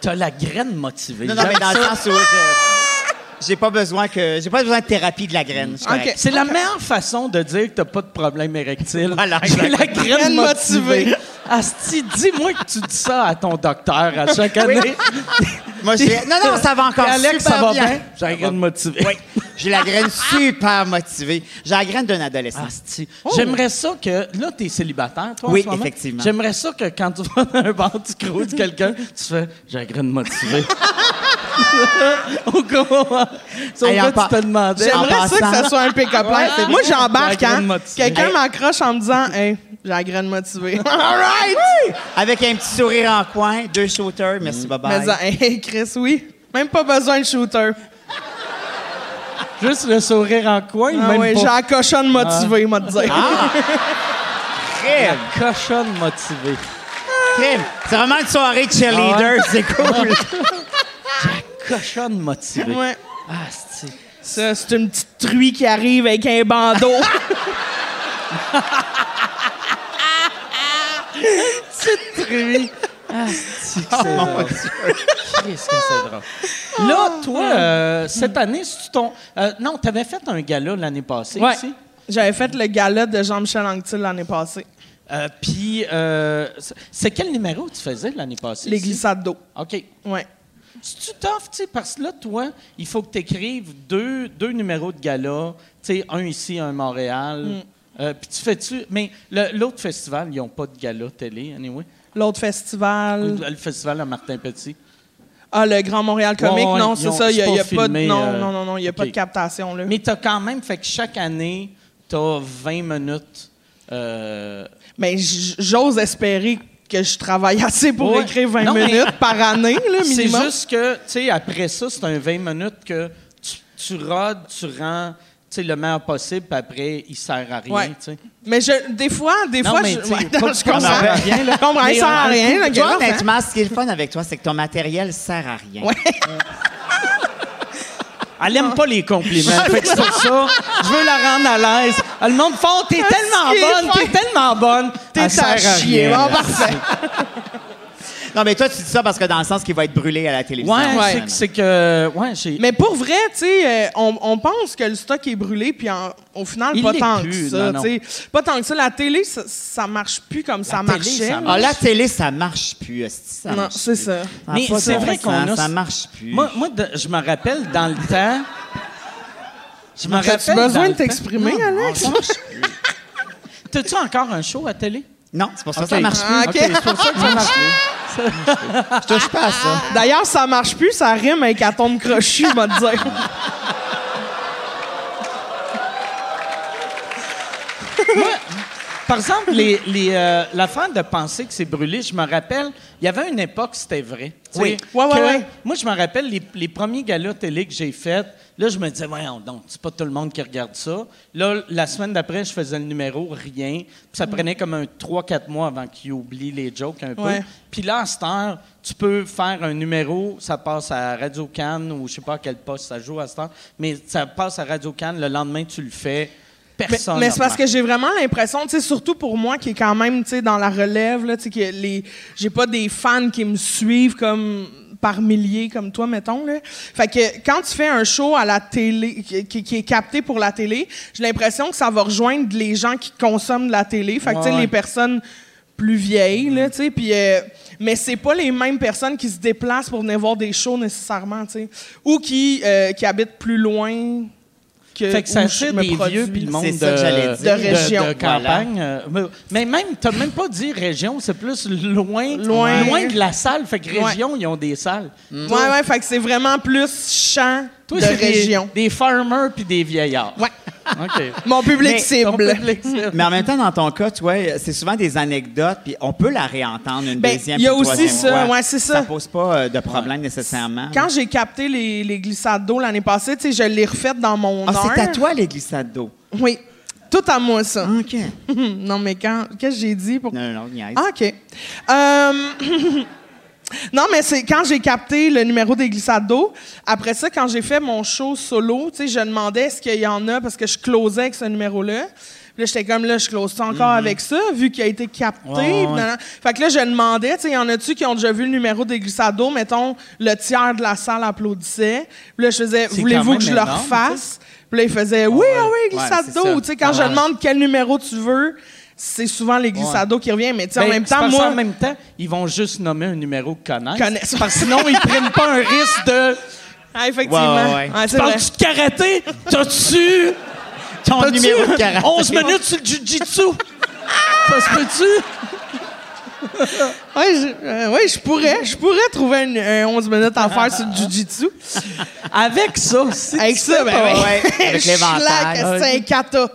Speaker 1: T'as la graine motivée.
Speaker 4: Non, non, mais
Speaker 1: J'aime
Speaker 4: dans le
Speaker 1: ça.
Speaker 4: sens où je- j'ai pas besoin que j'ai pas besoin de thérapie de la graine. Je suis correct.
Speaker 1: C'est la meilleure façon de dire que t'as pas de problème érectile.
Speaker 4: Voilà,
Speaker 1: J'ai la graine
Speaker 5: Graine motivée.
Speaker 1: motivée. Asti, dis-moi que tu dis ça à ton docteur à chaque année.
Speaker 4: Moi, j'ai- non, non, ça va encore
Speaker 1: Et Alex,
Speaker 4: super
Speaker 1: ça va
Speaker 4: bien.
Speaker 1: bien? J'ai la graine motivée.
Speaker 4: Oui, j'ai la graine super motivée. J'ai la graine d'un adolescent.
Speaker 1: Asti. J'aimerais ça que. Là, t'es célibataire, toi,
Speaker 4: Oh. Oui,
Speaker 1: en ce moment.
Speaker 4: effectivement.
Speaker 1: J'aimerais ça que quand tu vas dans un bar, tu croises quelqu'un, tu fais J'ai la graine motivée. Au courant. Sauf
Speaker 4: Hey, en
Speaker 1: que tu
Speaker 4: par-
Speaker 1: te demandais.
Speaker 4: En
Speaker 5: J'aimerais ça
Speaker 4: passant.
Speaker 5: que ça soit un pick-up line.
Speaker 1: c'est
Speaker 5: Moi,
Speaker 1: bien.
Speaker 5: j'embarque,
Speaker 1: La graine
Speaker 5: hein.
Speaker 1: motivée.
Speaker 5: Quelqu'un
Speaker 4: Hey.
Speaker 5: m'accroche en me disant, « Hey, j'ai la graine motivée. » All right!
Speaker 4: Avec un petit sourire en coin, deux shooters. Merci,
Speaker 5: Mais
Speaker 4: bye-bye.
Speaker 5: disant, « Hey, Chris, oui. Même pas besoin de shooter.
Speaker 1: Juste le sourire en coin,
Speaker 5: Ah
Speaker 1: même
Speaker 5: ouais, j'ai
Speaker 1: pas.
Speaker 5: la cochonne motivée, moi, te dire.
Speaker 4: Ah! Crème!
Speaker 1: La cochonne motivée.
Speaker 4: Crime. C'est vraiment une soirée cheerleader, c'est cool.
Speaker 1: Cochonne motivée.
Speaker 5: Ouais.
Speaker 1: Ah, c'est.
Speaker 5: Ça, c'est une petite truie qui arrive avec un bandeau. Oh
Speaker 1: Qu'est-ce que c'est drôle. Là, toi, euh, cette année, c'est ton. euh, non, t'avais fait un gala l'année passée
Speaker 5: Ouais.
Speaker 1: aussi.
Speaker 5: J'avais fait le gala de Jean-Michel Anctil l'année passée.
Speaker 1: Euh, Puis, euh, c'est- c'est quel numéro tu faisais l'année passée?
Speaker 5: Les
Speaker 1: ici?
Speaker 5: glissades d'eau.
Speaker 1: OK.
Speaker 5: Ouais.
Speaker 1: C'est-tu tough, tu sais, parce que là, toi, il faut que tu écrives deux, deux numéros de gala, tu sais, un ici, un à Montréal.
Speaker 5: Mm.
Speaker 1: Euh, Puis tu fais-tu. Mais le- l'autre festival, ils n'ont pas de gala télé, anyway.
Speaker 5: L'autre festival.
Speaker 1: Le festival à Martin Petit.
Speaker 5: Ah, le Grand Montréal Comique.
Speaker 1: Ouais, ouais,
Speaker 5: non,
Speaker 1: ils
Speaker 5: c'est
Speaker 1: ont-
Speaker 5: ça. Il n'y a,
Speaker 1: c'est
Speaker 5: y a
Speaker 1: pas
Speaker 5: pas de.
Speaker 1: filmé,
Speaker 5: Non,
Speaker 1: euh,
Speaker 5: non, non, non. Il n'y a pas
Speaker 1: ok.
Speaker 5: de captation, là.
Speaker 1: Mais tu as quand même fait que chaque année, tu as 20 minutes. euh,
Speaker 5: Mais j- j'ose espérer que je travaille assez pour
Speaker 1: Ouais.
Speaker 5: écrire 20
Speaker 1: Non, mais-
Speaker 5: minutes par année, là,
Speaker 1: C'est
Speaker 5: minimum.
Speaker 1: juste que, tu sais, après ça, c'est un 20 minutes que tu, tu rodes, tu rends, tu sais, le meilleur possible, puis après, il sert à rien,
Speaker 5: Ouais.
Speaker 1: tu sais.
Speaker 5: Mais je, des fois, des
Speaker 1: Non,
Speaker 5: fois,
Speaker 1: mais
Speaker 5: je,
Speaker 1: tu sais,
Speaker 5: ouais,
Speaker 1: pas-
Speaker 5: non, je
Speaker 1: pas
Speaker 5: comprends
Speaker 1: ça va
Speaker 5: rien. Je comprends, il sert à rien, le gars,
Speaker 4: Toi,
Speaker 5: hein.
Speaker 4: honnêtement, ce qui est le fun avec toi, c'est que ton matériel sert à rien.
Speaker 1: Elle aime pas les compliments. fait que c'est pour ça, je veux la rendre à l'aise. Ah, Le monde fait « t'es tellement
Speaker 5: qu'il est
Speaker 1: bonne, t'es tellement bonne,
Speaker 5: T'es
Speaker 1: Elle sert
Speaker 5: à chier.
Speaker 1: rien.
Speaker 5: Bon, ben, parfait.
Speaker 4: Non, mais toi, tu dis ça parce que dans le sens qu'il va être brûlé à la télévision.
Speaker 1: Ouais,
Speaker 5: Ouais.
Speaker 1: c'est que- c'est que, ouais, j'ai...
Speaker 5: Mais pour vrai, tu sais, euh, on, on pense que le stock est brûlé, puis en- au final,
Speaker 1: Il
Speaker 5: pas
Speaker 1: l'est
Speaker 5: tant
Speaker 1: plus,
Speaker 5: que ça.
Speaker 1: non, non.
Speaker 5: tu sais. Pas tant que ça. La télé, ça, ça marche plus comme ça
Speaker 1: télé,
Speaker 5: marchait.
Speaker 1: ça marche.
Speaker 4: Ah, la télé, ça marche plus. hostie, ça
Speaker 5: non,
Speaker 4: marche
Speaker 5: c'est
Speaker 4: plus.
Speaker 5: ça.
Speaker 4: Ça a
Speaker 1: Mais
Speaker 4: pas de
Speaker 1: c'est
Speaker 4: bon
Speaker 1: vrai
Speaker 4: sens,
Speaker 1: qu'on a-
Speaker 4: Ça marche plus.
Speaker 1: Moi, moi, de- je me rappelle dans le temps... Je me rappelle
Speaker 5: As-tu
Speaker 1: dans
Speaker 5: besoin
Speaker 1: le
Speaker 5: de
Speaker 1: temps-
Speaker 5: t'exprimer,
Speaker 1: Non, non,
Speaker 5: Alex?
Speaker 1: ça marche plus. T'as-tu encore un show à télé?
Speaker 4: Non, c'est pour ça que
Speaker 1: Ok.
Speaker 4: ça marche plus.
Speaker 5: Ah,
Speaker 1: Ok, c'est pour ça que ça marche plus.
Speaker 4: Je touche pas à ça.
Speaker 5: D'ailleurs, ça marche plus, ça rime avec « tombe crochu », m'a dire.
Speaker 1: Par exemple, les, les, euh, la fin de penser que c'est brûlé, je me rappelle, il y avait une époque, c'était vrai. Tu
Speaker 5: Oui.
Speaker 1: sais,
Speaker 5: Ouais, ouais,
Speaker 1: que-
Speaker 5: ouais.
Speaker 1: Moi, je me rappelle les, les premiers galas télé que j'ai faits. Là, je me disais, voyons donc, c'est pas tout le monde qui regarde ça. Là, la semaine d'après, je faisais le numéro, rien. Puis
Speaker 5: Mm.
Speaker 1: ça prenait comme un 3-4 mois avant qu'ils oublient les jokes un peu.
Speaker 5: Ouais.
Speaker 1: Puis là, à cette heure, tu peux faire un numéro, ça passe à Radio Cannes ou je sais pas à quel poste ça joue à cette heure, mais ça passe à Radio Cannes, le lendemain, tu le fais.
Speaker 5: Mais,
Speaker 1: Personne.
Speaker 5: mais c'est parce
Speaker 1: remarque.
Speaker 5: que j'ai vraiment l'impression, tu sais, surtout pour moi qui est quand même, tu sais, dans la relève, là, tu sais, que les, j'ai pas des fans qui me suivent comme par milliers comme toi, mettons, là. Fait que quand tu fais un show à la télé, qui, qui- qui est capté pour la télé, j'ai l'impression que ça va rejoindre les gens qui consomment de la télé. Fait que, tu sais,
Speaker 1: Ouais. Mm.
Speaker 5: les personnes plus vieilles, là, tu sais, puis... euh, mais c'est pas les mêmes personnes qui se déplacent pour venir voir des shows nécessairement, tu sais. Ou qui, euh, qui habitent plus loin que
Speaker 1: Fait que ça
Speaker 5: où je
Speaker 1: fait
Speaker 5: me
Speaker 1: des
Speaker 5: produis.
Speaker 1: vieux puis le monde
Speaker 4: C'est
Speaker 1: de,
Speaker 4: ça que j'allais
Speaker 1: de-
Speaker 4: dire.
Speaker 5: De région.
Speaker 1: de campagne. Euh, mais- Mais même, t'as même pas dit région, c'est plus loin,
Speaker 5: Loin.
Speaker 1: de la salle. Fait que région, ils ont des salles.
Speaker 5: Ouais, ouais, fait que c'est vraiment plus champ
Speaker 1: Toi,
Speaker 5: de
Speaker 1: c'est des-
Speaker 5: région.
Speaker 1: Des, farmers puis des vieillards.
Speaker 5: Ouais.
Speaker 1: OK.
Speaker 5: Mon public
Speaker 4: Mais
Speaker 1: Ton
Speaker 5: cible.
Speaker 1: public, c'est-
Speaker 4: Mais en même temps, dans ton cas, tu vois, c'est souvent des anecdotes, puis on peut la réentendre une
Speaker 5: Ben,
Speaker 4: deuxième
Speaker 5: il y a
Speaker 4: puis une
Speaker 5: aussi
Speaker 4: troisième
Speaker 5: ça,
Speaker 4: fois.
Speaker 5: ouais, c'est ça.
Speaker 4: Ça pose pas euh, de problème nécessairement.
Speaker 5: Quand j'ai capté les, les glissades d'eau l'année passée, tu sais, je l'ai refaite dans mon
Speaker 4: Ah,
Speaker 5: heure. Ah,
Speaker 4: c'est à toi, les glissades d'eau.
Speaker 5: Oui. Tout à moi, ça.
Speaker 4: OK.
Speaker 5: non, mais quand... Qu'est-ce que j'ai dit pour...
Speaker 4: Non, non, niaise.
Speaker 5: Ah, OK. Euh, non, mais c'est quand j'ai capté le numéro des glissades d'eau. Après ça, quand j'ai fait mon show solo, tu sais, je demandais est-ce qu'il y en a parce que je closais avec ce numéro-là. Puis Là, j'étais comme là, je close ça encore avec ça, vu qu'il a été capté.
Speaker 1: Mm-hmm. Ouais, ouais,
Speaker 5: Puis nan, nan. Fait que là, je demandais, tu sais, y en a-tu qui ont déjà vu le numéro des glissades d'eau? Mettons, le tiers de la salle applaudissait. Puis là, je faisais,
Speaker 1: C'est
Speaker 5: voulez-vous
Speaker 1: quand
Speaker 5: que je
Speaker 1: même
Speaker 5: le
Speaker 1: énorme,
Speaker 5: refasse? Puis là, il faisait, oui, ah oui, glissade
Speaker 4: c'est
Speaker 5: d'eau.
Speaker 4: ça.
Speaker 5: Tu sais, quand je demande quel numéro tu veux, c'est souvent les glissades d'eau qui revient. Mais tu sais, en
Speaker 1: Ben,
Speaker 5: même
Speaker 1: c'est
Speaker 5: temps,
Speaker 1: parce
Speaker 5: moi.
Speaker 1: qu'en même temps, ils vont juste nommer un numéro que connaissent.
Speaker 5: Connaissent.
Speaker 1: Parce que sinon, ils prennent pas un risque de...
Speaker 5: Ah, effectivement.
Speaker 4: Ouais, ouais, ouais.
Speaker 5: Ouais, c'est vrai.
Speaker 1: Parles-tu de karaté? T'as-tu...
Speaker 4: Ton
Speaker 1: T'as-tu
Speaker 4: numéro de karaté.
Speaker 1: 11 minutes sur le jujitsu? Ça se peut-tu?
Speaker 5: Ouais, je, euh, ouais, je pourrais, je pourrais trouver une- un 11 minutes à faire sur le jujitsu.
Speaker 1: Avec ça, si
Speaker 5: Avec
Speaker 1: tu
Speaker 5: ça,
Speaker 1: fais
Speaker 5: ben
Speaker 1: pas-
Speaker 5: ouais.
Speaker 4: ouais, avec l'éventail.
Speaker 5: Schlack,
Speaker 1: Ouais.
Speaker 5: c'est un kata.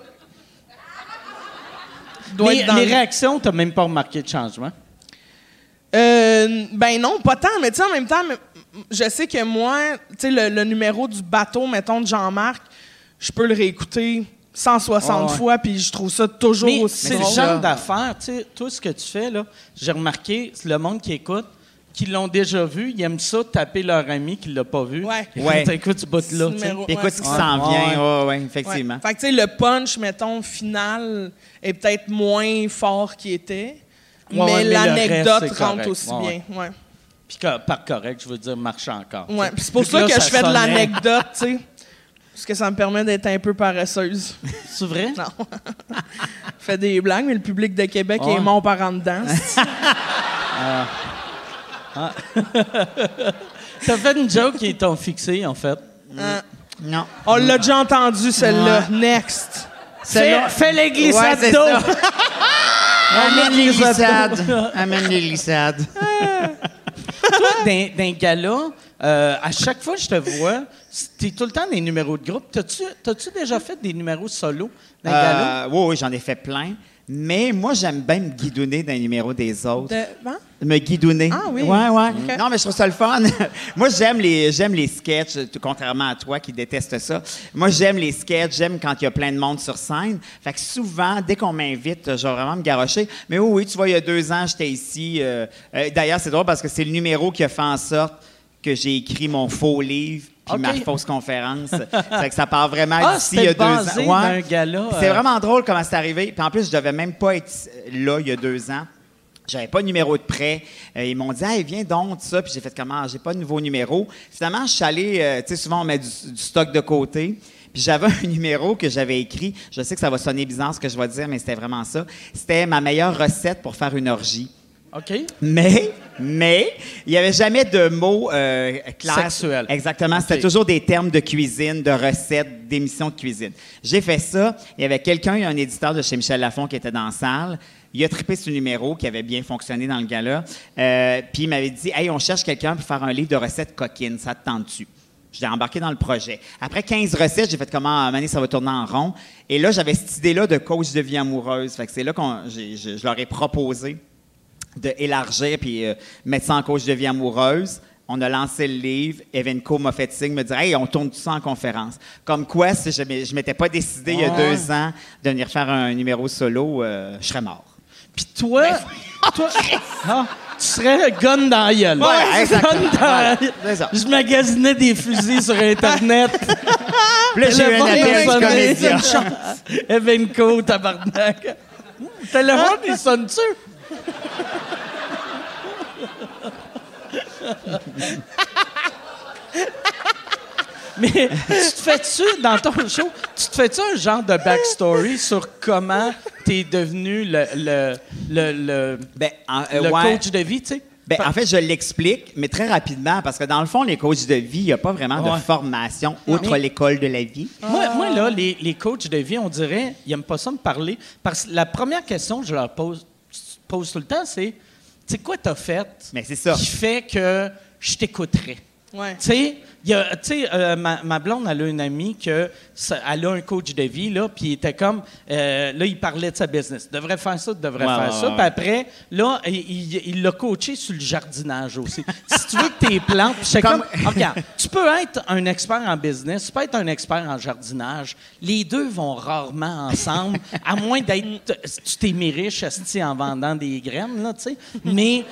Speaker 5: Doit
Speaker 1: les,
Speaker 5: être dans
Speaker 1: les
Speaker 5: le-
Speaker 1: réactions, t'as même pas remarqué de changement.
Speaker 5: Euh, ben non, pas tant, mais tu sais, en même temps, mais- je sais que moi, tu sais, le, le numéro du bateau, mettons, de Jean-Marc, je peux le réécouter 160
Speaker 4: Ouais, ouais.
Speaker 5: fois, puis je trouve ça toujours
Speaker 1: Mais
Speaker 5: aussi
Speaker 1: c'est le
Speaker 5: drôle.
Speaker 1: genre d'affaires, tu sais, toi, ce que tu fais, là, j'ai remarqué, c'est le monde qui écoute, qui l'ont déjà vu, ils aiment ça taper leur ami qui l'a pas vu.
Speaker 5: Ouais.
Speaker 1: Et
Speaker 4: Ouais.
Speaker 1: quand t'écoutes ce bout-là, tu sais.
Speaker 5: Numéro-
Speaker 4: Puis
Speaker 5: Ouais,
Speaker 4: écoute ce qui
Speaker 5: ouais.
Speaker 1: Ouais.
Speaker 4: s'en vient. Ouais, ouais,
Speaker 5: Ouais.
Speaker 4: effectivement.
Speaker 5: Fait que, tu sais, le punch, mettons, final est peut-être moins fort qu'il était,
Speaker 1: Ouais,
Speaker 5: mais
Speaker 1: ouais, mais le
Speaker 5: l'anecdote
Speaker 1: reste, c'est
Speaker 5: rentre
Speaker 1: correct.
Speaker 5: aussi
Speaker 1: Ouais,
Speaker 5: bien. Ouais.
Speaker 1: Puis que- par correct, je veux dire, marche encore. tu sais.
Speaker 5: Ouais. Puis C'est pour
Speaker 1: Puis
Speaker 5: ça
Speaker 1: là,
Speaker 5: que je fais de
Speaker 1: sonnait.
Speaker 5: l'anecdote, tu sais. Parce que ça me permet d'être un peu paresseuse.
Speaker 1: C'est vrai?
Speaker 5: Non. Je fais des blagues, mais le public de Québec
Speaker 1: Ouais.
Speaker 5: est mort par en dedans.
Speaker 1: T'as fait une joke qui t'ont fixé, en fait.
Speaker 5: Hein?
Speaker 4: Non.
Speaker 5: On l'a déjà entendu, celle-là. Next.
Speaker 1: Fais, fais les glissades
Speaker 4: Ouais, c'est
Speaker 1: d'eau!
Speaker 4: ça. Amène les
Speaker 1: glissades.
Speaker 4: glissades. Amène les glissades.
Speaker 1: d'un, d'un gala, euh, à chaque fois que je te vois, c'est- t'es tout le temps dans les numéros de groupe. T'as-tu, t'as-tu déjà fait des numéros solo d'un gala?
Speaker 4: Euh, oui, oui, j'en ai fait plein. Mais moi, j'aime bien me guidonner d'un numéro des autres.
Speaker 5: De- hein?
Speaker 4: Me guidonner.
Speaker 5: Ah oui.
Speaker 4: Ouais, ouais.
Speaker 5: Ok.
Speaker 4: Non, mais je trouve ça le fun. Moi, j'aime les, j'aime les sketchs, tout contrairement à toi qui déteste ça. Moi, j'aime les sketchs, j'aime quand il y a plein de monde sur scène. Fait que souvent, dès qu'on m'invite, je vais vraiment me garrocher. Mais oui, oui, tu vois, il y a deux ans, j'étais ici. euh, euh, d'ailleurs, c'est drôle parce que c'est le numéro qui a fait en sorte que j'ai écrit mon faux livre puis
Speaker 1: Ok.
Speaker 4: ma fausse conférence. fait que ça part vraiment
Speaker 1: Ah,
Speaker 4: d'ici il y a
Speaker 1: c'était
Speaker 4: deux ans.
Speaker 1: basé d'un gala,
Speaker 4: C'est
Speaker 1: euh,
Speaker 4: vraiment vraiment drôle comment c'est arrivé. Puis en plus, je devais même pas être là il y a deux ans. J'avais pas de numéro de prêt. Euh, ils m'ont dit, hey, viens donc, tout ça. Puis j'ai fait comment? J'ai pas de nouveau numéro. Finalement, je suis allé, euh, tu sais, souvent, on met du, du stock de côté. Puis j'avais un numéro que j'avais écrit. Je sais que ça va sonner bizarre ce que je vais dire, mais c'était vraiment ça. C'était ma meilleure recette pour faire une orgie.
Speaker 1: OK.
Speaker 4: Mais, mais, il n'y avait jamais de mots euh, clairs.
Speaker 1: Sexuels.
Speaker 4: Exactement. C'était
Speaker 1: Ok.
Speaker 4: toujours des termes de cuisine, de recettes, d'émissions de cuisine. J'ai fait ça. Il y avait quelqu'un, il y a un éditeur de chez Michel Lafon qui était dans la salle. Il a trippé ce numéro qui avait bien fonctionné dans le gala. Euh, puis il m'avait dit Hey, on cherche quelqu'un pour faire un livre de recettes coquines. Ça te tente-tu? J'ai embarqué dans le projet. Après 15 recettes, j'ai fait comment Mané, ça va tourner en rond. Et là, j'avais cette idée-là de coach de vie amoureuse. Fait que c'est là que je, je leur ai proposé de élargir puis euh, mettre ça en cause de vie amoureuse. On a lancé le livre. Evenco m'a fait signe, me dire Hey, on tourne tout ça en conférence. Comme quoi, si je ne m'étais pas décidé il y a deux ans de venir faire un numéro solo, euh, je serais mort.
Speaker 1: Puis toi, toi Ah, tu serais gun dans la gueule.
Speaker 4: Ouais, exactement.
Speaker 1: Gun dans la
Speaker 4: Ouais, c'est ça.
Speaker 1: Je magasinais des fusils sur Internet. Ah,
Speaker 4: Puis là, j'ai eu un appel du comédien.
Speaker 1: Evenco, tabarnak. Le Téléphone,
Speaker 5: Hein?
Speaker 1: il sonne-tu? Mais tu te fais-tu, dans ton show, tu te fais-tu un genre de backstory sur comment t'es devenu le, le, le, le,
Speaker 4: Ben, en- euh,
Speaker 1: le
Speaker 4: ouais.
Speaker 1: coach de vie, tu sais?
Speaker 4: Ben, en fait, je l'explique, mais très rapidement, parce que dans le fond, les coachs de vie, il n'y a pas vraiment
Speaker 1: Ouais.
Speaker 4: de formation, outre
Speaker 1: Mais-
Speaker 4: l'école de la vie.
Speaker 1: Moi, moi,
Speaker 4: Ah.
Speaker 1: là, les, les coachs de vie, on dirait, ils n'aiment pas ça me parler. Parce que la première question que je leur pose, pose tout le temps, c'est Tu sais, quoi t'as fait
Speaker 4: Mais c'est ça.
Speaker 1: qui fait que je t'écouterais?
Speaker 5: Ouais.
Speaker 1: Tu sais, il y a- tu sais, euh, ma, ma blonde, elle a une amie que ça- elle a un coach de vie, là, puis il était comme, euh, là, il parlait de sa business. Devrait faire ça, devrait
Speaker 4: Ouais,
Speaker 1: faire
Speaker 4: ouais,
Speaker 1: ça.
Speaker 4: ouais.
Speaker 1: Puis après, là, il- il il l'a coaché sur le jardinage aussi. si tu veux que tes plantes, puis j'étais comme,
Speaker 4: Comme-
Speaker 1: Ah, regarde, tu peux être un expert en business, tu peux être un expert en jardinage. Les deux vont rarement ensemble, à moins d'être, tu t'es mis riche esti, en vendant des graines, là, tu sais. Mais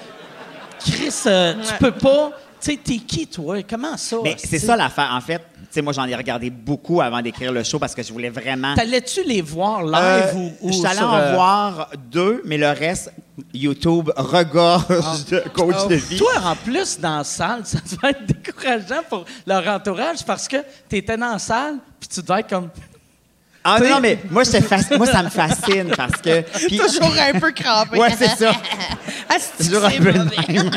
Speaker 1: Chris, euh, tu
Speaker 5: Ouais.
Speaker 1: peux pas. Tu sais, t'es qui, toi? Comment ça?
Speaker 4: Mais c'est ça l'affaire. En fait, tu sais, moi, j'en ai regardé beaucoup avant d'écrire le show parce que je voulais vraiment.
Speaker 1: T'allais-tu les voir live
Speaker 4: Euh,
Speaker 1: ou, ou
Speaker 4: Je suis allé
Speaker 1: sur,
Speaker 4: en
Speaker 1: euh,
Speaker 4: voir deux, mais le reste, YouTube regorge de coach de vie.
Speaker 1: Ah. Oh. Toi, en plus, dans la salle, ça devait être décourageant pour leur entourage parce que t'étais dans la salle puis tu devais être comme.
Speaker 4: ah non, non, mais moi, j'étais fasc- moi, ça me fascine parce que. puis-
Speaker 5: Toujours un peu crampé.
Speaker 4: ouais, c'est ça.
Speaker 1: Ah,
Speaker 5: Asti,
Speaker 4: Toujours un
Speaker 5: c'est
Speaker 4: peu de
Speaker 5: mauvais.
Speaker 4: même.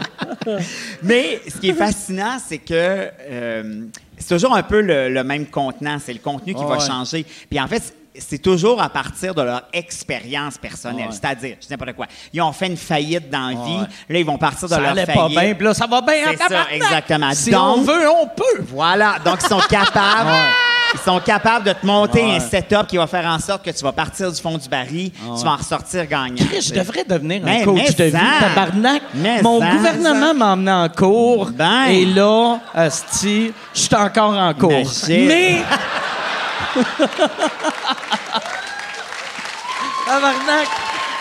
Speaker 4: mais ce qui est fascinant, c'est que euh, c'est toujours un peu le, le même contenant. C'est le contenu qui
Speaker 1: Ah
Speaker 4: va
Speaker 1: ouais.
Speaker 4: changer. Puis en fait, c'est toujours à partir de leur expérience personnelle.
Speaker 1: Ah ouais.
Speaker 4: C'est-à-dire, je dis n'importe quoi. Ils ont fait une faillite dans la
Speaker 1: Ah
Speaker 4: vie.
Speaker 1: ouais.
Speaker 4: Là, ils vont partir de
Speaker 1: Ça
Speaker 4: leur
Speaker 1: allait
Speaker 4: faillite.
Speaker 1: pas bien, puis là, ça va bien. en
Speaker 4: C'est ça,
Speaker 1: tabarnak.
Speaker 4: exactement.
Speaker 1: Si
Speaker 4: Donc-
Speaker 1: on veut, on peut.
Speaker 4: Voilà, donc ils sont capables. Ils sont capables de te monter
Speaker 1: Ouais.
Speaker 4: un setup qui va faire en sorte que tu vas partir du fond du baril, tu vas en ressortir gagnant.
Speaker 1: Chris, je devrais devenir un
Speaker 4: Mais-
Speaker 1: coach
Speaker 4: mais
Speaker 1: de vie,
Speaker 4: ça.
Speaker 1: tabarnak.
Speaker 4: Mais
Speaker 1: Mon
Speaker 4: ça.
Speaker 1: gouvernement m'a emmené en cours.
Speaker 4: Ben.
Speaker 1: Et là, asti, je suis encore en cours.
Speaker 4: Imagine.
Speaker 1: Mais Tabarnak.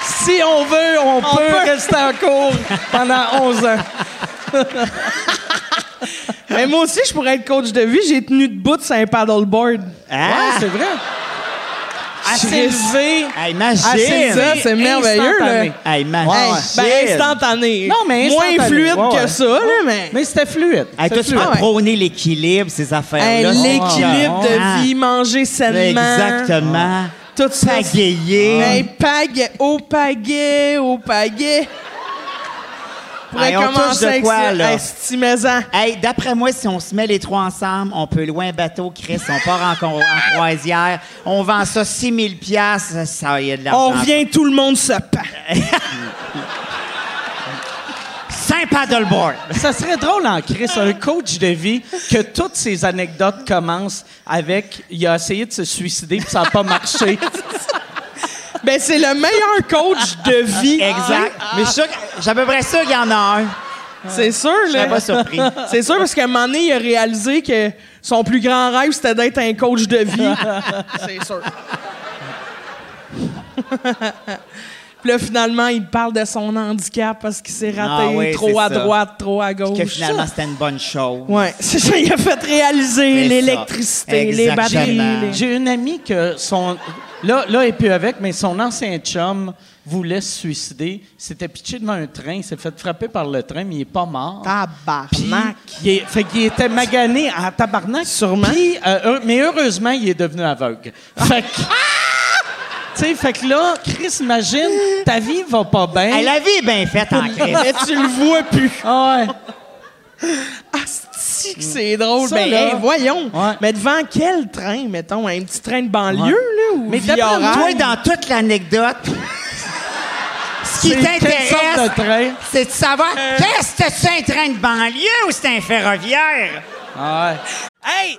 Speaker 1: Si on veut, on, peut,
Speaker 5: peut.
Speaker 1: rester en cours pendant 11 ans.
Speaker 5: Mais moi aussi, je pourrais être coach de vie. J'ai tenu debout sur un
Speaker 1: Ouais,
Speaker 5: paddleboard.
Speaker 4: Ah!
Speaker 1: c'est vrai. À
Speaker 4: Chris.
Speaker 1: s'élever.
Speaker 4: Hey,
Speaker 5: Ah, c'est
Speaker 4: imagine!
Speaker 5: ça, c'est merveilleux. Là.
Speaker 1: instantané.
Speaker 4: Hey, imagine!
Speaker 5: Ben, instantané.
Speaker 1: Non, mais
Speaker 5: Moins
Speaker 1: instantané.
Speaker 5: fluide
Speaker 1: Ouais,
Speaker 5: que
Speaker 1: ouais.
Speaker 5: ça, là, mais...
Speaker 1: Mais c'était fluide.
Speaker 4: Hey, toi, tu
Speaker 5: Ah,
Speaker 4: vas
Speaker 5: ouais.
Speaker 4: prôner l'équilibre, ces
Speaker 5: Hey,
Speaker 4: affaires-là.
Speaker 5: L'équilibre de vie, manger sainement.
Speaker 4: Exactement.
Speaker 5: Tout ça.
Speaker 4: Pagayer.
Speaker 5: Hey, oh, pagaie, au pagaie, au pagaie. oh, Pour
Speaker 4: Hey, on touche de
Speaker 5: commencer avec
Speaker 4: quoi,
Speaker 5: ça.
Speaker 4: là?
Speaker 5: Hey, c'est-tu maison?
Speaker 4: Hey, d'après moi, si on se met les trois ensemble, on peut louer un bateau, Chris, on part en, con- en croisière, on vend ça 6 000 piastres, ça y a de l'argent.
Speaker 5: On revient, tout le monde se pend.
Speaker 4: Saint paddleboard.
Speaker 1: Ça serait drôle en Chris, un coach de vie, que toutes ses anecdotes commencent avec il a essayé de se suicider puis ça n'a pas marché.
Speaker 5: Ben, c'est le meilleur coach de
Speaker 4: Ah,
Speaker 5: vie.
Speaker 4: Exact.
Speaker 1: Ah.
Speaker 4: Mais je suis sûr que- j'ai à peu près sûr qu'il y en a un.
Speaker 5: C'est sûr,
Speaker 4: Je
Speaker 5: là.
Speaker 4: serais pas surpris.
Speaker 5: C'est sûr, parce qu'à un moment donné, il a réalisé que son plus grand rêve, c'était d'être un coach de vie. C'est sûr. Puis là, finalement, il parle de son handicap parce qu'il s'est raté
Speaker 4: Ah oui,
Speaker 5: trop
Speaker 4: c'est
Speaker 5: à
Speaker 4: ça.
Speaker 5: droite, trop à
Speaker 1: Oh,
Speaker 5: gauche.
Speaker 4: Que finalement, c'était une bonne chose.
Speaker 5: Ouais, c'est ça, il a fait
Speaker 4: C'est
Speaker 5: réaliser
Speaker 4: ça.
Speaker 5: l'électricité, les
Speaker 4: Exactement.
Speaker 5: batteries. les-
Speaker 1: J'ai une amie que son. Là, là, elle est plus avec, mais son ancien chum voulait se suicider. Il s'était pitché devant un train, il s'est fait frapper par le train, mais il est pas mort. Puis,
Speaker 5: Tabarnak.
Speaker 1: il est- fait qu'il était magané à tabarnak.
Speaker 5: Sûrement.
Speaker 1: Puis, euh, heu- mais heureusement, il est devenu aveugle. Fait que...
Speaker 5: Ah!
Speaker 1: Tu sais, fait que là, Chris, imagine, ta vie va pas bien.
Speaker 4: Hey, la vie est bien faite en Chris.
Speaker 5: Mais tu le vois plus.
Speaker 1: Ah ouais.
Speaker 5: Asti Ah, que c'est drôle.
Speaker 1: Ça,
Speaker 5: ben,
Speaker 1: là.
Speaker 5: hey, voyons.
Speaker 1: Ouais.
Speaker 5: Mais devant quel train, mettons? Un petit train de banlieue,
Speaker 1: Ouais.
Speaker 5: là? Ou
Speaker 1: Mais
Speaker 5: via
Speaker 1: d'après
Speaker 5: Orange?
Speaker 4: Toi, dans toute l'anecdote, ce qui
Speaker 1: C'est quelle sorte
Speaker 4: t'intéresse,
Speaker 1: de Euh. train?
Speaker 4: c'est de savoir qu'est-ce que c'est un train de banlieue ou c'est un ferroviaire?
Speaker 1: Ah ouais. Hey,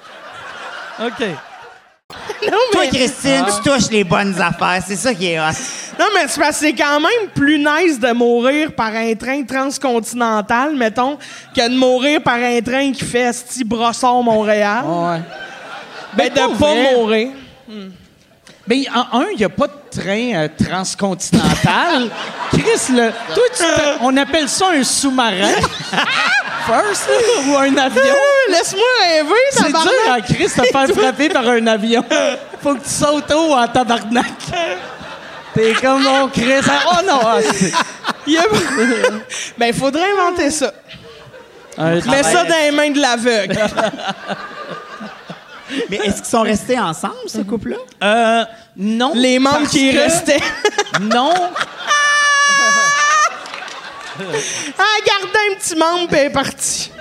Speaker 1: ha! OK.
Speaker 5: Non,
Speaker 4: Toi,
Speaker 5: mais,
Speaker 4: Christine, tu
Speaker 1: Ah.
Speaker 4: touches les bonnes affaires. C'est ça qui est hot.
Speaker 5: non, mais c'est parce que c'est quand même plus nice de mourir par un train transcontinental, mettons, que de mourir par un train qui fait Sti Brossard Montréal.
Speaker 1: Ouais.
Speaker 5: Ben,
Speaker 1: pas
Speaker 5: de pas
Speaker 1: vrai. hmm.
Speaker 5: mourir.
Speaker 1: Ben, en un, il n'y a pas de train euh, transcontinental. Chris, le, toi, tu t'a- on appelle ça un sous-marin. First, là, ou un avion.
Speaker 5: Ah, Laisse-moi rêver,
Speaker 1: C'est dur,
Speaker 5: tabarnak.
Speaker 1: hein, Chris, de faire frapper par un avion. Faut que tu sautes haut en tabarnak. T'es comme mon Chris. hein. Oh non! ah, c'est-
Speaker 5: Il y a- ben, il faudrait inventer ça.
Speaker 1: Un-
Speaker 5: Mets ça dans les mains de l'aveugle.
Speaker 4: Mais est-ce qu'ils sont restés ensemble, ce couple-là?
Speaker 1: Euh, non.
Speaker 5: Les membres
Speaker 1: parce
Speaker 5: qui
Speaker 1: que-
Speaker 5: restaient.
Speaker 1: Non.
Speaker 5: Ah, gardez un petit membre, puis elle est partie.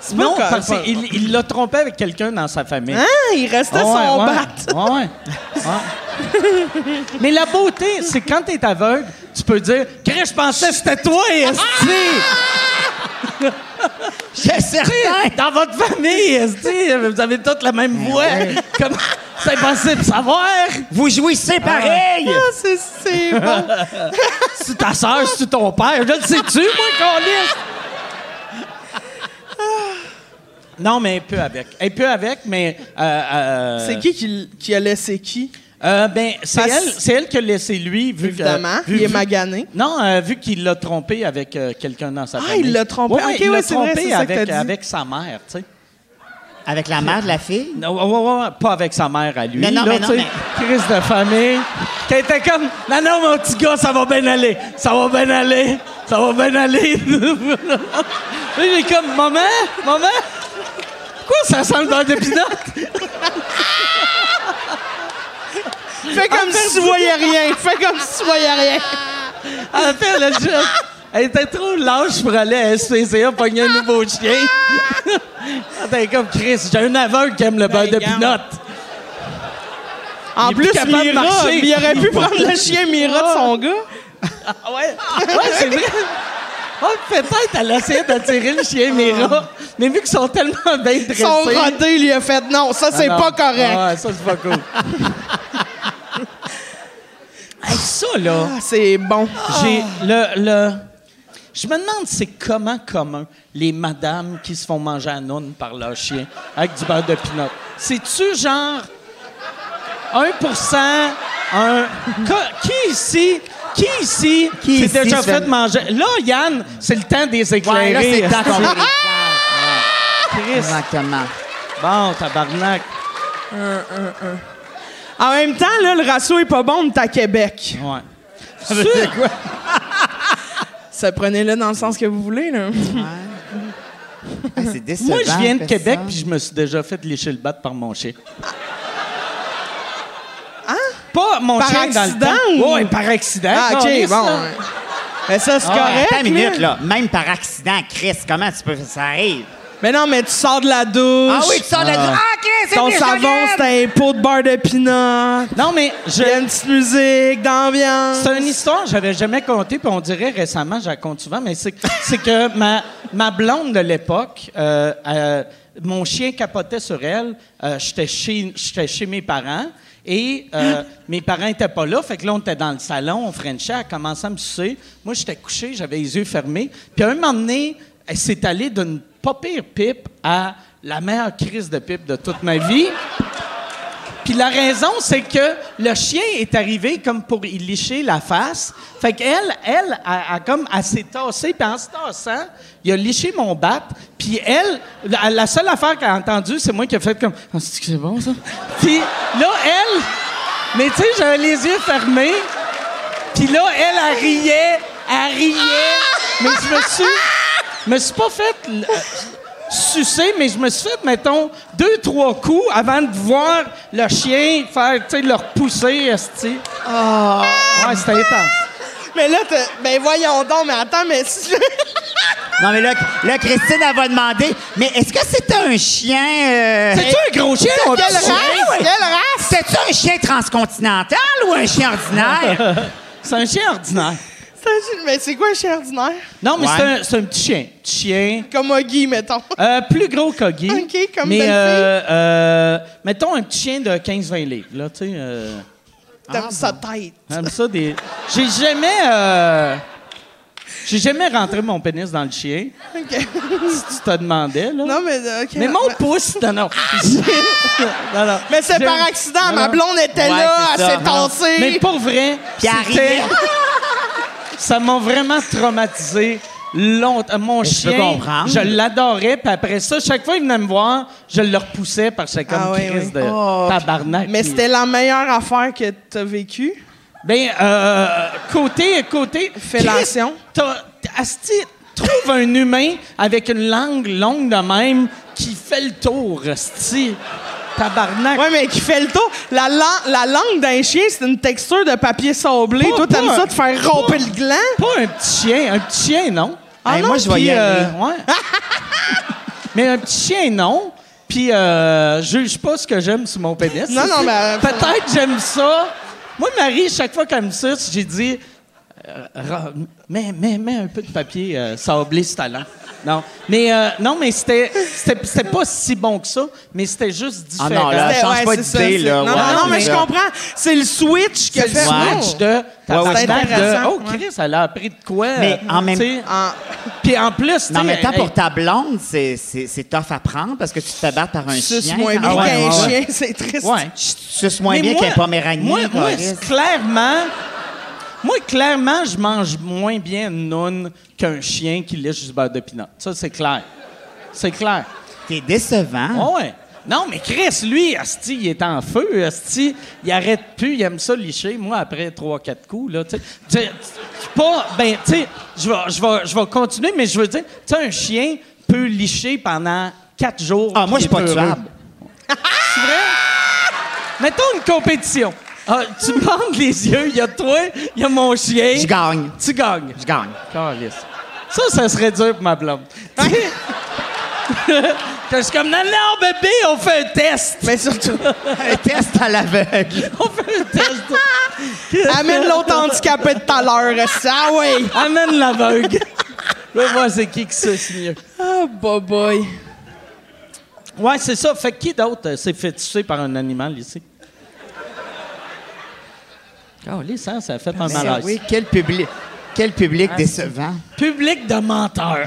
Speaker 5: C'est pas
Speaker 1: Non,
Speaker 5: correct.
Speaker 1: parce qu'il il l'a trompé avec quelqu'un dans sa famille.
Speaker 5: Hein? Il restait son
Speaker 1: Ah ouais,
Speaker 5: bat.
Speaker 1: ouais, Ah ouais. Ouais. Mais la beauté, c'est quand t'es aveugle, tu peux dire Chris, je pensais que c'était toi, Esti!
Speaker 4: C'est certain!
Speaker 1: Dans votre famille, Esti, vous avez toutes la même voix. Comment c'est impossible de savoir?
Speaker 4: Vous jouissez pareil!
Speaker 5: Ah, c'est- c'est bon.
Speaker 1: C'est ta soeur, c'est ton père. Je le sais-tu, moi, qu'on Non, mais peu avec. Et peu avec, mais. euh, euh,
Speaker 5: C'est qui, qui l- qui a laissé qui?
Speaker 1: Euh, ben, c'est
Speaker 5: Parce-
Speaker 1: elle, c'est elle qui a laissé lui, vu que-
Speaker 5: Évidemment.
Speaker 1: vu-
Speaker 5: il est
Speaker 1: vu-
Speaker 5: magané.
Speaker 1: Non, euh, vu qu'il l'a trompé avec euh, quelqu'un dans sa
Speaker 5: Ah,
Speaker 1: famille.
Speaker 5: il l'a trompé.
Speaker 1: Ouais, ouais,
Speaker 5: Ok,
Speaker 1: il
Speaker 5: ouais,
Speaker 1: l'a
Speaker 5: c'est vrai,
Speaker 1: trompé
Speaker 5: c'est ça que
Speaker 1: avec,
Speaker 5: t'as dit.
Speaker 1: avec sa mère, tu sais.
Speaker 4: Avec la mère de la fille?
Speaker 1: Non, ouais, ouais, ouais, pas avec sa mère à lui.
Speaker 4: Mais non,
Speaker 1: là,
Speaker 4: mais non,
Speaker 1: tu sais, Crise de famille. Qui était comme, non, non, mon petit gars, ça va bien aller. Ça va bien aller. Ça va bien aller. Là, il est comme, maman, maman, pourquoi ça sent le beurre de pinot?
Speaker 5: Fais comme si tu voyais rien. Fais comme si tu voyais rien.
Speaker 1: Elle fait le jeu. Elle était trop lâche pour aller à SPCA pogner un nouveau chien. Attends, comme Chris, j'ai un aveugle qui aime le beurre de
Speaker 5: Ben, regarde.
Speaker 1: pinotte.
Speaker 5: En
Speaker 1: est
Speaker 5: plus,
Speaker 1: plus capable de
Speaker 5: Mira,
Speaker 1: marcher.
Speaker 5: il aurait pu prendre le chien Mira de son gars.
Speaker 1: Ah ouais, ouais c'est vrai. Ah, peut-être elle essayait d'attirer le chien Mira, mais vu qu'ils sont tellement bien dressés...
Speaker 5: Son rodé lui a fait non, ça c'est
Speaker 1: Ah non.
Speaker 5: pas correct.
Speaker 1: Ah ouais, ça, c'est pas cool. Hey, ça, là,
Speaker 5: Ah, c'est bon.
Speaker 1: j'ai
Speaker 4: Ah.
Speaker 1: le... le... Je me demande c'est comment commun les madames qui se font manger à noun par leur chien avec du beurre de pinot. C'est-tu genre 1 un... Co- Qui ici... Qui ici
Speaker 4: Qui
Speaker 1: s'est
Speaker 4: ici
Speaker 1: déjà
Speaker 4: se
Speaker 1: fait
Speaker 4: fait-
Speaker 1: manger? Là, Yann, c'est le temps des éclairés.
Speaker 4: Ouais, là, c'est le temps qu'on
Speaker 1: esti. Chris.
Speaker 4: Exactement.
Speaker 1: Bon, tabarnak.
Speaker 5: En même temps, là, le ratio est pas bon, on est à Québec.
Speaker 1: Ouais.
Speaker 5: Ça prenez-le dans le sens que vous voulez, là.
Speaker 4: Ah, c'est décevant.
Speaker 1: Mhm. Moi, je viens de
Speaker 4: fait
Speaker 1: Québec,
Speaker 4: ça.
Speaker 1: puis je me suis déjà fait lécher le bat par mon chien. Hein? Pas mon
Speaker 5: Par
Speaker 1: chien
Speaker 5: accident
Speaker 1: dans le temps.
Speaker 5: ou-
Speaker 1: Ouais, par accident.
Speaker 5: Ah,
Speaker 1: Calisse,
Speaker 5: ok, bon.
Speaker 1: là.
Speaker 5: ouais. Mais ça, c'est
Speaker 4: Ah,
Speaker 5: correct.
Speaker 4: Attends une
Speaker 5: là.
Speaker 4: minute, là. Même par accident, Chris, comment tu peux. Ça arrive.
Speaker 1: Ah
Speaker 5: Mais non, mais tu sors de la douche.
Speaker 4: Ah oui, tu sors de la. Ah, Chris, c'est
Speaker 5: Ton
Speaker 4: bien,
Speaker 5: savon,
Speaker 4: Joliette!
Speaker 5: c'est un pot de beurre de pinot.
Speaker 1: Non, mais je-
Speaker 5: Il y a une petite musique d'ambiance.
Speaker 1: c'est une histoire que j'avais jamais contée, puis on dirait récemment, je la compte souvent, mais c'est c'est que ma, ma blonde de l'époque, euh, euh, mon chien capotait sur elle. Euh, J'étais chez, j'étais chez mes parents. Et euh, mes parents étaient pas là. Fait que là, on était dans le salon, on frenchait, elle commençait à me sucer. Moi, j'étais couché, j'avais les yeux fermés. Puis à un moment donné, elle s'est allée d'une pas pire pipe à la meilleure crise de pipe de toute ma vie. Puis la raison, c'est que le chien est arrivé comme pour y licher la face. Fait qu'elle, elle, a, a comme, elle s'est tassée, puis en se tassant, il a liché mon bat. Puis elle, la, la seule affaire qu'elle a entendue, c'est moi qui ai fait comme, Ah, c'est-tu que c'est bon, ça? Puis là, elle, mais tu sais, j'avais les yeux fermés. Puis là, elle, elle riait, elle riait. Mais je me suis, je me suis pas fait euh, sucer, mais je me suis fait, mettons, deux, trois coups avant de voir le chien faire, tu sais, le repousser, esti.
Speaker 5: Ah.
Speaker 1: Ouais, c'était intense.
Speaker 5: Mais là, t'as- ben voyons donc, mais attends, mais si-
Speaker 4: Non, mais là, là, Christine, elle va demander Mais est-ce que c'était un chien. euh,
Speaker 1: C'est-tu un gros chien, mon
Speaker 4: Quelle
Speaker 1: petit chien?
Speaker 4: race?
Speaker 5: Quelle race?
Speaker 4: C'est-tu un chien transcontinental ou un chien ordinaire?
Speaker 1: C'est un chien ordinaire.
Speaker 5: Ça, je- Mais c'est quoi un chien ordinaire?
Speaker 1: Non, mais
Speaker 4: Ouais.
Speaker 1: c'est un- c'est un, petit chien. Petit chien.
Speaker 5: Comme Oggy, mettons.
Speaker 1: Euh, plus gros qu'Oggy.
Speaker 5: Ok, comme
Speaker 1: Mais,
Speaker 5: belle-fille.
Speaker 1: euh, euh, mettons un petit chien de 15-20 livres, là, tu sais. euh,
Speaker 5: Dans sa tête.
Speaker 1: J'aime ça des. J'ai jamais. euh, J'ai jamais rentré mon pénis dans le chien,
Speaker 5: OK.
Speaker 1: si tu te demandais, là.
Speaker 5: Non, mais euh, OK.
Speaker 1: mais mon pouce, non, non. Non, non.
Speaker 5: Ah! Mais c'est
Speaker 1: J'ai-
Speaker 5: par accident.
Speaker 1: Non,
Speaker 5: Ma
Speaker 1: non.
Speaker 5: blonde
Speaker 4: Ouais,
Speaker 5: était là,
Speaker 4: c'est
Speaker 5: elle
Speaker 4: ça.
Speaker 5: s'est tassée.
Speaker 1: Mais pour vrai,
Speaker 4: Puis
Speaker 1: c'était-
Speaker 4: arrivé.
Speaker 1: ça m'a vraiment traumatisé longtemps. Euh, Mon
Speaker 4: je peux
Speaker 1: chien,
Speaker 4: comprendre.
Speaker 1: je l'adorais, puis après ça, chaque fois qu'il venait me voir, je le repoussais parce que j'étais comme
Speaker 5: Ah oui,
Speaker 1: crise
Speaker 5: oui.
Speaker 1: de
Speaker 5: Oh,
Speaker 1: tabarnak.
Speaker 5: Mais
Speaker 1: Puis-
Speaker 5: c'était la meilleure affaire que t'as vécue.
Speaker 1: Ben, euh, côté, côté.
Speaker 5: Fellation.
Speaker 1: Chris, t'as- Asti, trouve un humain avec une langue longue de même qui fait le tour, Asti. Tabarnak.
Speaker 5: Ouais, mais qui fait le tour. La, la- la langue d'un chien, c'est une texture de papier sablé.
Speaker 1: Pas-
Speaker 5: Toi, t'aimes
Speaker 1: pas un-
Speaker 5: ça te faire romper
Speaker 1: pas-
Speaker 5: le gland?
Speaker 1: Pas un petit chien, un petit chien, non.
Speaker 4: Ah Hey, non, moi, je vais
Speaker 1: puis,
Speaker 4: y aller.
Speaker 1: ouais. mais un petit chien, non. Puis, euh, juge pas ce que j'aime sur mon pénis.
Speaker 5: Non, non, mais, euh,
Speaker 1: Peut-être que j'aime ça. Moi, Marie, chaque fois qu'elle me suce, j'ai dit. euh, ra- Mets, mets- mets un peu de papier euh, sablé sur ta langue. Non, mais, euh, non, mais c'était, c'était, c'était pas si bon que ça, mais c'était juste différent.
Speaker 4: Ah non, là,
Speaker 5: C'était-
Speaker 4: change
Speaker 5: ouais,
Speaker 4: pas
Speaker 5: c'est ça,
Speaker 4: d'idée,
Speaker 5: c'est-
Speaker 4: là.
Speaker 5: Non,
Speaker 4: Ouais,
Speaker 5: non, non,
Speaker 4: c'est
Speaker 5: mais je
Speaker 4: ça.
Speaker 5: comprends. C'est le switch qui a
Speaker 1: C'est le
Speaker 5: fait
Speaker 1: switch
Speaker 5: wow.
Speaker 1: de.
Speaker 5: ouais,
Speaker 1: tabarnak
Speaker 5: c'est
Speaker 1: de,
Speaker 5: intéressant,
Speaker 1: Oh,
Speaker 5: ouais.
Speaker 1: Chris, elle a appris de quoi.
Speaker 4: Mais
Speaker 1: euh,
Speaker 4: en même-
Speaker 1: tu sais.
Speaker 5: En-
Speaker 1: Puis en plus,
Speaker 4: Non,
Speaker 1: tu sais,
Speaker 4: mais tant
Speaker 1: hey,
Speaker 4: pour ta blonde, c'est- c'est c'est tough à prendre parce que tu te fais battre par un
Speaker 5: Suce
Speaker 4: chien.
Speaker 5: moins bien
Speaker 4: Ah ouais,
Speaker 5: qu'un
Speaker 4: ouais, ouais.
Speaker 5: chien, c'est triste.
Speaker 1: Ouais.
Speaker 4: Suce moins
Speaker 1: Mais
Speaker 4: bien
Speaker 1: moi-
Speaker 4: qu'un poméranie.
Speaker 1: Moi, moi,
Speaker 4: Maurice.
Speaker 1: c'est clairement, moi, clairement, je mange moins bien une noune qu'un chien qui lèche du beurre de pinot. Ça, c'est clair. C'est clair.
Speaker 4: T'es décevant.
Speaker 1: Ah ouais. Non, mais Chris, lui, Asti, il est en feu. Asti, il arrête plus, il aime ça licher. Moi, après 3-4 coups, là, tu sais. tu sais, c'est pas. Ben, tu sais, je vais je vais- je vais continuer, mais je veux dire, tu sais, un chien peut licher pendant 4 jours.
Speaker 4: Ah, moi, je
Speaker 1: puis
Speaker 4: suis pas
Speaker 1: il est heureux.
Speaker 4: tuable.
Speaker 1: C'est vrai? Mettons une compétition. Ah, tu me bandes les yeux, il y a toi, il y a mon chien.
Speaker 4: Je gagne.
Speaker 1: Tu gagnes.
Speaker 4: Je gagne.
Speaker 5: Hein?
Speaker 1: Calisse. Ça, ça serait dur pour ma blonde. Tu sais, Je suis comme, non, non, bébé, on fait un test.
Speaker 5: Mais surtout,
Speaker 4: Un test à l'aveugle.
Speaker 1: On fait un test.
Speaker 5: amène l'autre handicapé de tout à l'heure. Ça, oui.
Speaker 1: Amène l'aveugle. Je vais voir c'est qui qui se signe.
Speaker 5: Ah, boy boy.
Speaker 1: Ouais, c'est ça. Fait que qui d'autre euh, s'est fait tuer par un animal ici? Oh, les ça, ça a
Speaker 4: Ah,
Speaker 1: fait
Speaker 5: Ben
Speaker 1: un malaise.
Speaker 4: Oui, quel public, quel public décevant.
Speaker 1: Public de menteurs.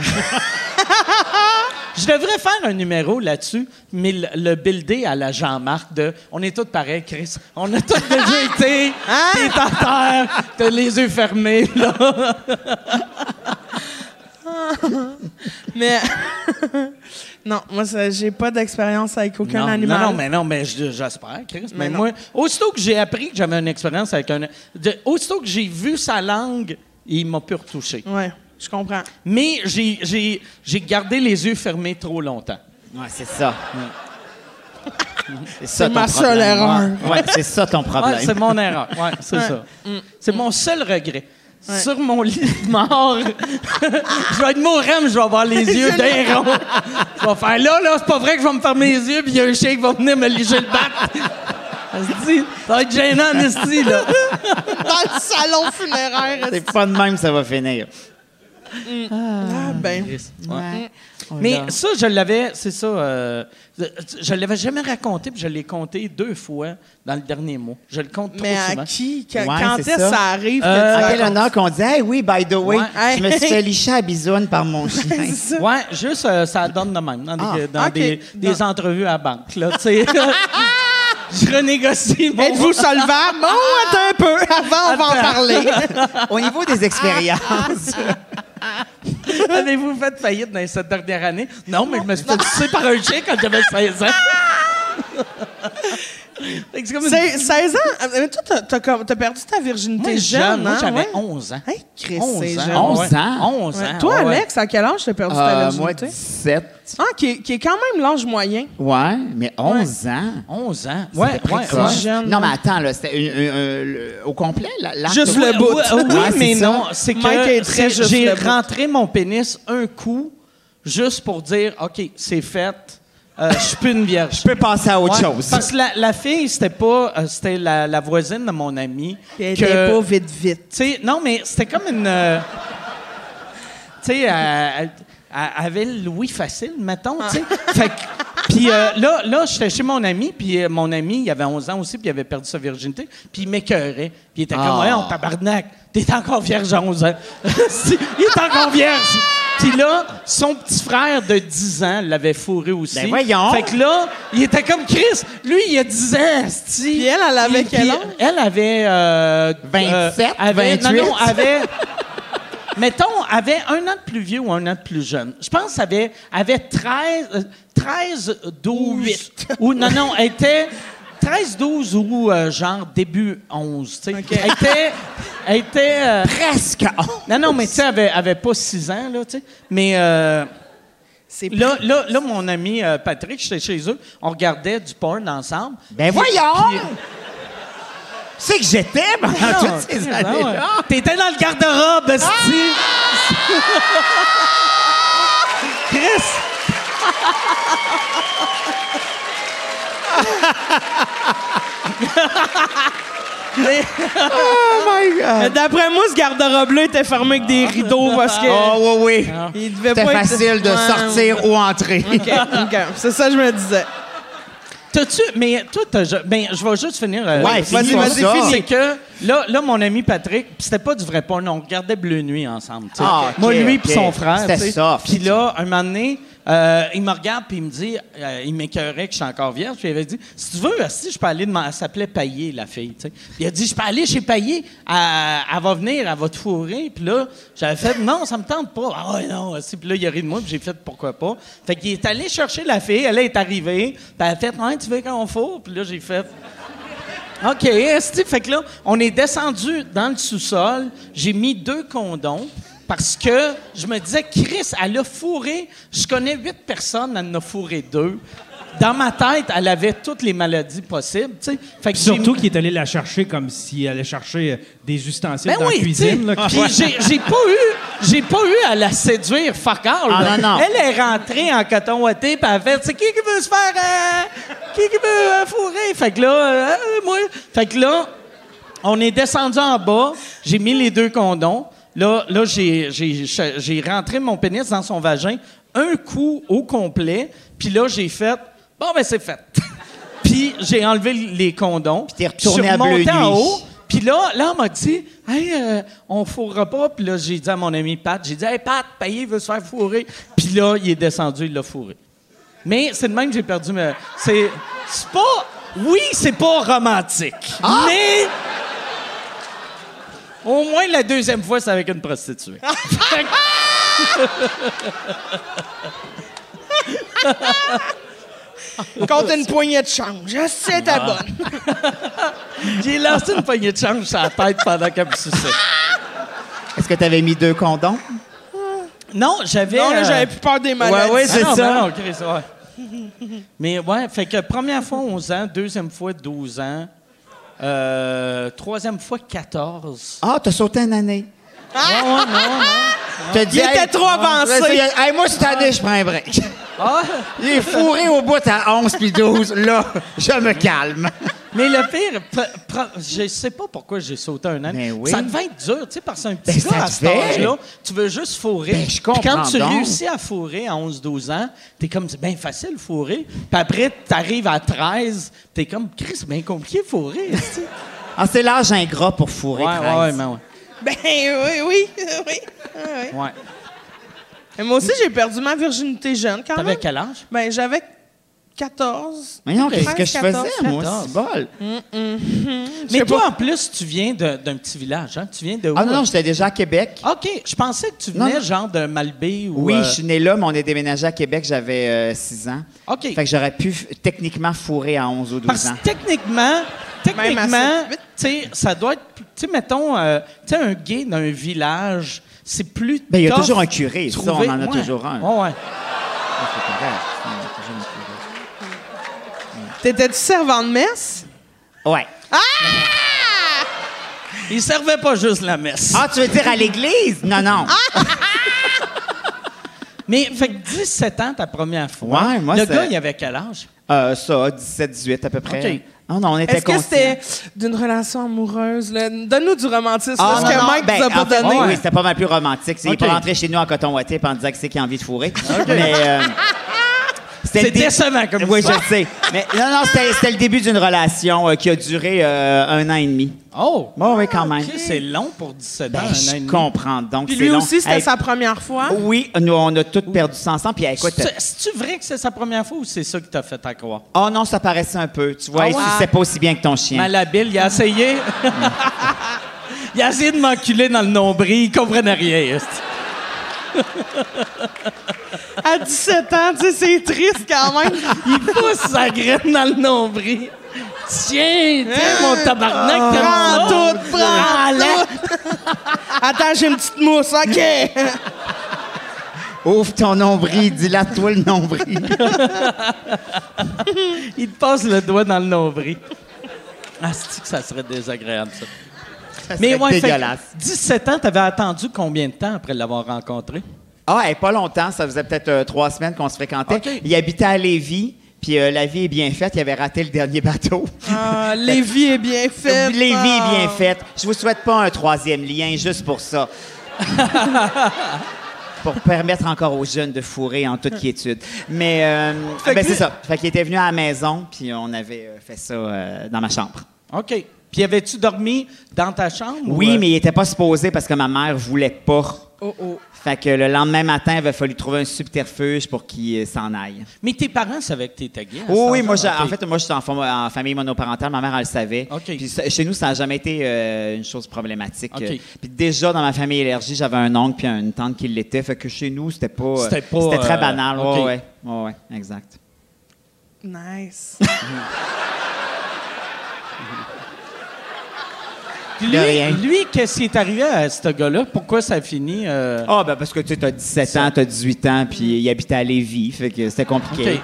Speaker 1: Je devrais faire un numéro là-dessus, mais le, le builder à la Jean-Marc de On est tous pareils, Chris. On a tous déjà été.
Speaker 5: Hein?
Speaker 1: T'es à terre, t'as les yeux fermés, là.
Speaker 5: Mais. non, moi, ça- j'ai pas d'expérience avec aucun
Speaker 1: non,
Speaker 5: animal.
Speaker 1: Non, non, mais non, mais je- j'espère, Chris. Mais,
Speaker 5: Mais non.
Speaker 1: moi, aussitôt que j'ai appris que j'avais une expérience avec un. de- aussitôt que j'ai vu sa langue, il m'a pu retoucher.
Speaker 5: Ouais, je comprends.
Speaker 1: Mais j'ai- j'ai j'ai gardé les yeux fermés trop longtemps.
Speaker 4: Ouais, c'est ça. C'est
Speaker 5: C'est
Speaker 4: ça
Speaker 5: ma
Speaker 4: ton
Speaker 5: seule
Speaker 4: problème.
Speaker 5: erreur.
Speaker 4: Ouais, Ouais, c'est ça ton
Speaker 1: Ouais, Ah, c'est
Speaker 4: problème.
Speaker 1: mon erreur. Ouais, c'est ça. C'est mon seul regret. Sur mon lit de mort, je vais être mourant, mais je vais avoir les yeux d'un rond. Je vais faire là, là, c'est pas vrai que je vais me fermer les yeux, puis il y a un chien qui va venir me liger le bat. Asti, Ça va être gênant, Esti, là.
Speaker 5: Dans le salon funéraire.
Speaker 4: C'est pas de même que ça va finir.
Speaker 5: Ah, ben.
Speaker 4: Ouais.
Speaker 1: Mais
Speaker 4: Mais
Speaker 1: ça, je l'avais, c'est ça, euh, je l'avais jamais raconté, puis je l'ai compté deux fois dans le dernier mois. Je le compte trop
Speaker 5: Mais à
Speaker 1: souvent.
Speaker 5: qui? Quand,
Speaker 4: Ouais,
Speaker 5: quand
Speaker 4: c'est
Speaker 5: est-ce que
Speaker 4: ça.
Speaker 5: ça arrive? que
Speaker 1: Euh,
Speaker 5: tu
Speaker 4: à quel
Speaker 5: racontes-
Speaker 4: honneur qu'on dit, hey, oui, by the way,
Speaker 5: Ouais.
Speaker 4: je me suis fait licher à bisoune par mon chien.
Speaker 5: C'est ça.
Speaker 1: Ouais, juste euh, ça donne de même dans des, euh,
Speaker 4: Ah,
Speaker 1: dans
Speaker 5: ok.
Speaker 1: des, des
Speaker 5: Dans-
Speaker 1: entrevues à la banque. Là, tu sais. je renégocie mon.
Speaker 5: Êtes-vous solvable? Non, attends un peu. Avant, on va en parler.
Speaker 4: Au niveau des expériences,
Speaker 1: Avez-vous fait faillite dans cette dernière année? Non, mais je me suis fait tuer par un chien quand j'avais 16 ans. Fait que c'est comme une-
Speaker 5: C'est- 16 ans? Ah, Mais toi, t'as- t'as comme- t'as perdu ta virginité
Speaker 1: Moi, jeune,
Speaker 5: jeune,
Speaker 1: moi
Speaker 5: hein?
Speaker 1: j'avais
Speaker 5: ouais?
Speaker 1: 11 ans.
Speaker 5: Hey, Chris,
Speaker 1: 11
Speaker 5: c'est
Speaker 1: ans.
Speaker 5: jeune.
Speaker 4: 11
Speaker 1: ouais.
Speaker 4: ans.
Speaker 1: 11
Speaker 5: Ouais.
Speaker 1: ans.
Speaker 5: Toi,
Speaker 1: ouais, ouais.
Speaker 5: Alex, à quel âge t'as perdu ta
Speaker 4: euh, moi,
Speaker 5: virginité?
Speaker 4: 17.
Speaker 5: Ah, qui, est- qui est quand même l'âge moyen.
Speaker 4: Ouais, mais 11 ans.
Speaker 1: 11 ans. Ouais,
Speaker 4: Après
Speaker 1: ouais,
Speaker 4: que ça-
Speaker 1: ouais.
Speaker 5: jeune,
Speaker 4: Non, mais
Speaker 5: là.
Speaker 4: attends, là, c'était une- une- un- le- au complet, là. l'arc
Speaker 5: Juste
Speaker 4: de-
Speaker 5: le
Speaker 1: Oui,
Speaker 5: bout.
Speaker 1: oui, oui,
Speaker 4: Ouais,
Speaker 1: mais
Speaker 4: c'est ça.
Speaker 1: non, c'est
Speaker 5: Mike est
Speaker 1: que
Speaker 5: très
Speaker 1: c'est-
Speaker 5: juste
Speaker 1: j'ai
Speaker 5: le bout.
Speaker 1: rentré mon pénis un coup juste pour dire OK, c'est fait. Euh, je suis plus une vierge.
Speaker 4: Je peux passer à autre
Speaker 1: Ouais,
Speaker 4: chose.
Speaker 1: Parce que la, la fille, c'était pas. euh, c'était la, la voisine de mon ami.
Speaker 5: T'es
Speaker 1: que-
Speaker 5: pas vite, vite.
Speaker 1: tu sais, non, mais c'était comme une. euh, tu sais, elle, elle- elle avait le oui facile, mettons, tu sais.
Speaker 5: Ah.
Speaker 1: Fait que- Puis euh, là, là j'étais chez mon ami, puis euh, mon ami, il avait 11 ans aussi, puis il avait perdu sa virginité, puis il m'écœurait. Puis il était comme,
Speaker 4: Ah.
Speaker 1: ouais, on tabarnak, t'es encore vierge à 11 ans. Si, il est encore vierge. Puis là, son petit frère de 10 ans l'avait fourré aussi.
Speaker 4: Ben voyons.
Speaker 1: Fait que là, il était comme Chris. Lui, il a 10 ans, asti.
Speaker 5: Puis elle, elle avait
Speaker 1: Puis-
Speaker 5: quel
Speaker 1: puis
Speaker 5: âge?
Speaker 1: Elle avait... euh,
Speaker 4: 27,
Speaker 1: avait- non,
Speaker 4: 28.
Speaker 1: non, avait. mettons, avait un an de plus vieux ou un an de plus jeune. Je pense qu'elle avait, avait 13, euh, 13, 12. Ou non, non, elle était 13, 12 ou euh, genre début 11. tu sais. Elle était. Elle était euh,
Speaker 4: Presque.
Speaker 1: non, non, mais tu sais, elle avait, elle avait pas 6 ans, là, tu sais. Mais. euh,
Speaker 5: C'est
Speaker 1: Là, là, là, mon ami euh, Patrick, j'étais chez eux, on regardait du porn ensemble.
Speaker 4: Ben
Speaker 1: Puis-
Speaker 4: voyons!
Speaker 1: puis-
Speaker 4: C'est que j'étais pendant
Speaker 1: Non,
Speaker 4: toutes ces
Speaker 1: non,
Speaker 4: années-là. Ah!
Speaker 1: ouais. T'étais dans le garde-robe, esti. Chris! Mais-
Speaker 4: Oh
Speaker 5: Mais D'après moi, ce garde-robe-là était fermé avec des rideaux parce que.
Speaker 4: Oh oui,
Speaker 1: Ah.
Speaker 4: oui.
Speaker 5: Il devait
Speaker 4: C'était
Speaker 5: pas être-
Speaker 4: facile de
Speaker 5: Ouais.
Speaker 4: sortir ou entrer.
Speaker 5: OK, OK. C'est ça que je me disais.
Speaker 1: T'as-tu. Mais toi, t'as. je- Ben, je vais juste finir. euh,
Speaker 4: Ouais,
Speaker 1: le
Speaker 4: finis
Speaker 1: film.
Speaker 4: pas
Speaker 1: C'est
Speaker 4: ça.
Speaker 1: fini. C'est que là, là, mon ami Patrick, pis c'était pas du vrai porn, on regardait Bleu Nuit ensemble. tu sais.
Speaker 4: Ah, ok,
Speaker 1: Moi, lui,
Speaker 4: ok.
Speaker 1: puis son frère.
Speaker 4: C'était
Speaker 1: tu sais.
Speaker 4: soft.
Speaker 1: Puis là, un moment donné, euh, il me regarde, puis il me dit, euh, il m'écœurait que je suis encore vierge, puis il avait dit Si tu veux, si je peux aller. demain- Elle s'appelait Paillé, la fille. tu sais. Puis il a dit Je peux aller chez Paillé, elle, elle va venir, elle va te fourrer. Puis là, j'avais fait Non, ça me tente pas. Ah ouais, non, esti. Puis là, il a ri de moi, puis j'ai fait Pourquoi pas. Fait qu'il est allé chercher la fille, elle est arrivée, puis elle a fait Ouais, tu veux qu'on fourre Puis là, j'ai fait OK, esti. Fait que là, on est descendu dans le sous-sol. J'ai mis deux condoms parce que je me disais, Chris, elle a fourré. Je connais huit personnes, elle en a fourré deux. dans ma tête, elle avait toutes les maladies possibles, tu sais. Fait que j'ai-
Speaker 2: Surtout qu'il est allé la chercher comme s'il allait chercher euh, des ustensiles
Speaker 1: Ben
Speaker 2: dans
Speaker 1: oui,
Speaker 2: la cuisine. là,
Speaker 1: tu sais.
Speaker 2: qui-
Speaker 1: Puis j'ai- j'ai pas eu, j'ai pas eu à la séduire, fuck all,
Speaker 4: Ah,
Speaker 1: là.
Speaker 4: non, non.
Speaker 1: Elle est rentrée en coton ouaté, puis elle fait, c'est qui qui veut se faire, euh, qui qui veut euh, fourrer, fait que là, euh, euh, moi, fait que là, on est descendu en bas, j'ai mis les deux condoms, là, là j'ai- j'ai j'ai rentré mon pénis dans son vagin, un coup au complet, puis là j'ai fait, bon ben c'est fait. Puis j'ai enlevé les condoms.
Speaker 4: t'es retourné à
Speaker 1: mon
Speaker 4: Bleu
Speaker 1: en
Speaker 4: Nuit.
Speaker 1: haut. Puis là, là, on m'a dit, hey, euh, on fourra pas. Puis là, j'ai dit à mon ami Pat, j'ai dit, hey, Pat, Payé veut se faire fourrer. Puis là, il est descendu, il l'a fourré. Mais c'est de même que j'ai perdu ma. C'est c'est pas. Oui, c'est pas romantique.
Speaker 4: Ah!
Speaker 1: Mais. Au moins, la deuxième fois, c'est avec une prostituée. Fait
Speaker 5: Quand t'as une poignée de change, hein, c'est ta bonne.
Speaker 1: que J'ai lancé une poignée de change sur la tête pendant qu'elle me suçait.
Speaker 4: Est-ce que tu avais mis deux condoms?
Speaker 1: Non, j'avais.
Speaker 5: Non, là,
Speaker 1: euh,
Speaker 5: j'avais plus peur des maladies.
Speaker 1: Ouais, ouais, c'est
Speaker 4: Ah non,
Speaker 1: ça.
Speaker 4: ben
Speaker 1: non, Chris, ouais. Mais ouais, fait que première fois 11 ans, deuxième fois 12 ans, euh, troisième fois 14.
Speaker 4: Ah, t'as sauté une année. Ah!
Speaker 1: Ouais, ouais, ouais, ouais.
Speaker 4: T'as dit, ah,
Speaker 5: Il était trop avancé.
Speaker 4: vas-y, hey, moi, cette année, je prends un break.
Speaker 1: Ah,
Speaker 4: Il est fourré au bout à 11 puis 12. Là, je me calme.
Speaker 1: mais le pire, pr- pr- je sais pas pourquoi j'ai sauté un an.
Speaker 4: Mais oui.
Speaker 1: Ça devait être dur, tu sais, parce qu'un
Speaker 4: Ben,
Speaker 1: petit
Speaker 4: ça
Speaker 1: gars à
Speaker 4: te
Speaker 1: cet
Speaker 4: fait.
Speaker 1: âge-là, tu veux juste fourrer.
Speaker 4: Ben, je
Speaker 1: Puis
Speaker 4: comprends
Speaker 1: Quand tu
Speaker 4: donc.
Speaker 1: réussis à fourrer à 11-12 ans, t'es comme, c'est bien facile fourrer. Puis après, t'arrives à 13, t'es comme, Chris, c'est bien compliqué fourrer. tu sais.
Speaker 4: Ah, c'est l'âge ingrat pour fourrer.
Speaker 1: ouais, ouais,
Speaker 4: 13.
Speaker 1: ouais, mais ouais.
Speaker 5: Ben oui, oui, oui. Ah, oui.
Speaker 1: ouais.
Speaker 5: Mais moi aussi, j'ai perdu ma virginité jeune quand
Speaker 1: T'avais
Speaker 5: même.
Speaker 1: quel âge?
Speaker 5: Ben j'avais 14.
Speaker 4: Mais non, qu'est-ce que je
Speaker 5: 13,
Speaker 4: faisais, moi,
Speaker 1: 14.
Speaker 4: c'est bol.
Speaker 1: Mais toi, en plus, tu viens de- d'un petit village, hein? Tu viens de où?
Speaker 4: Ah non, non, j'étais déjà à Québec.
Speaker 1: OK, je pensais que tu
Speaker 4: Non,
Speaker 1: venais
Speaker 4: non.
Speaker 1: genre de Malbé ou...
Speaker 4: Oui,
Speaker 1: euh,
Speaker 4: je suis né là, mais on est déménagé à Québec, j'avais 6 ans.
Speaker 1: OK.
Speaker 4: Fait que j'aurais pu f- techniquement fourrer à 11 ou 12
Speaker 1: Parce
Speaker 4: ans.
Speaker 1: que techniquement, techniquement,
Speaker 5: Même
Speaker 1: tu
Speaker 5: assez
Speaker 1: sais, ça doit être... Tu sais, mettons, euh, tu sais, un gay d'un village, c'est plus
Speaker 4: Ben, il y a
Speaker 1: tough
Speaker 4: toujours un curé, ça,
Speaker 1: trouver-
Speaker 4: on en a
Speaker 1: Ouais.
Speaker 4: toujours un.
Speaker 1: Ouais, ouais.
Speaker 4: Ah, c'est correct. Il y a toujours un curé.
Speaker 5: T'étais-tu servant de messe?
Speaker 4: Ouais.
Speaker 1: Il servait pas juste la messe.
Speaker 4: Ah, tu veux dire à l'église? Non, non.
Speaker 1: Mais, fait que 17 ans, ta première fois.
Speaker 4: Ouais, moi,
Speaker 1: Le
Speaker 4: c'est-
Speaker 1: gars, il avait quel âge?
Speaker 4: Euh, ça, 17, 18 à peu près.
Speaker 1: OK.
Speaker 4: Ah non, on était
Speaker 5: Ah! Est-ce que
Speaker 4: conscients.
Speaker 5: c'était d'une relation amoureuse? là? Donne-nous du romantisme, là,
Speaker 4: Ah,
Speaker 5: ce que
Speaker 4: non, non,
Speaker 5: Mike
Speaker 4: ben,
Speaker 5: nous a pas
Speaker 4: en fait,
Speaker 5: donné.
Speaker 4: Oui, c'était pas mal plus romantique. C'est- Il est
Speaker 1: OK.
Speaker 4: pas rentré chez nous en coton ouaté puis en disant que c'est qui a envie de fourrer. Mais, euh, c'était
Speaker 1: C'est
Speaker 4: le dé-
Speaker 1: décevant comme
Speaker 4: Oui,
Speaker 1: histoire.
Speaker 4: je sais. Mais non, non, c'était c'était le début d'une relation euh, qui a duré euh, un an et demi.
Speaker 1: Oh!
Speaker 4: Bon, oui, quand même.
Speaker 1: OK, C'est long pour 17 ans,
Speaker 4: Ben,
Speaker 1: Ah, un an et
Speaker 4: je
Speaker 1: demi.
Speaker 4: comprends donc.
Speaker 5: Puis
Speaker 4: c'est
Speaker 5: lui
Speaker 4: long.
Speaker 5: aussi, c'était
Speaker 4: Hey,
Speaker 5: sa première fois.
Speaker 4: Oui, nous, on a tous perdu ça ensemble. Puis, hey, écoute,
Speaker 1: C'est- C'est-tu vrai que c'est sa première fois ou c'est ça qui t'a fait à croire?
Speaker 4: oh non, ça paraissait un peu. Tu vois,
Speaker 1: Ah
Speaker 4: il
Speaker 1: ouais?
Speaker 4: suçait pas aussi bien que ton chien.
Speaker 1: Malhabile, il a essayé. il a essayé de m'enculer dans le nombril, il comprenait rien. esti.
Speaker 5: À 17 ans, tu sais, c'est triste quand même.
Speaker 1: Il pousse sa graine dans le nombril. Tiens, tiens,
Speaker 4: Hein?
Speaker 1: mon
Speaker 4: Ah,
Speaker 1: tabarnak, t'aimes ça?
Speaker 5: prends tout, prends tout. Attends, j'ai une petite mousse, OK.
Speaker 4: Ouvre ton nombril, dilate-toi le nombril.
Speaker 1: Il te passe le doigt dans le nombril. Ah, que ça serait désagréable, ça.
Speaker 4: Ça
Speaker 1: Mais
Speaker 4: serait
Speaker 1: ouais, fait que
Speaker 4: dégueulasse.
Speaker 1: 17 ans, t'avais attendu combien de temps après l'avoir rencontré?
Speaker 4: Ah, hey, pas longtemps. Ça faisait peut-être euh, trois semaines qu'on se fréquentait.
Speaker 1: OK.
Speaker 4: Il habitait à Lévis. Puis euh, la vie est bien faite. Il avait raté le dernier bateau.
Speaker 5: Ah, Lévi est bien fait. euh, Ah.
Speaker 4: Lévis est bien faite. Je vous souhaite pas un troisième lien juste pour ça. pour permettre encore aux jeunes de fourrer en toute quiétude. Mais euh,
Speaker 5: Fait
Speaker 4: ben,
Speaker 5: que
Speaker 4: c'est
Speaker 5: lui-
Speaker 4: ça. Fait qu'il était venu à la maison, puis on avait euh, fait ça euh, dans ma chambre.
Speaker 1: OK. Puis avais-tu dormi dans ta chambre?
Speaker 4: Oui,
Speaker 1: ou, euh,
Speaker 4: mais il était pas supposé parce que ma mère voulait pas.
Speaker 5: Oh, oh.
Speaker 4: Fait que le lendemain matin, il avait fallu trouver un subterfuge pour qu'il euh, s'en aille.
Speaker 1: Mais tes parents savaient que t'étais gay. à
Speaker 4: Oui,
Speaker 1: cet
Speaker 4: oui,
Speaker 1: âge-là?
Speaker 4: moi, j'ai- en
Speaker 1: Ah, OK.
Speaker 4: fait, moi, je suis en, fam- en famille monoparentale. Ma mère, elle le savait.
Speaker 1: OK.
Speaker 4: Puis ça- chez nous, ça n'a jamais été euh, une chose problématique.
Speaker 1: OK.
Speaker 4: Euh, Puis déjà, dans ma famille élargie, j'avais un oncle puis une tante qui l'était. Fait que chez nous, c'était pas. euh,
Speaker 1: C'était pas,
Speaker 4: C'était très
Speaker 1: euh,
Speaker 4: banal. Oui,
Speaker 1: OK.
Speaker 4: oui. Ouais, ouais, exact.
Speaker 5: Nice.
Speaker 1: Puis
Speaker 4: De rien.
Speaker 1: lui, lui, qu'est-ce qui est arrivé à ce gars-là? Pourquoi ça a fini? euh,
Speaker 4: Ah, ben parce que tu sais, t'as 17 ans, t'as 18 ans, puis il habitait à Lévis. Fait que c'était compliqué.
Speaker 1: OK.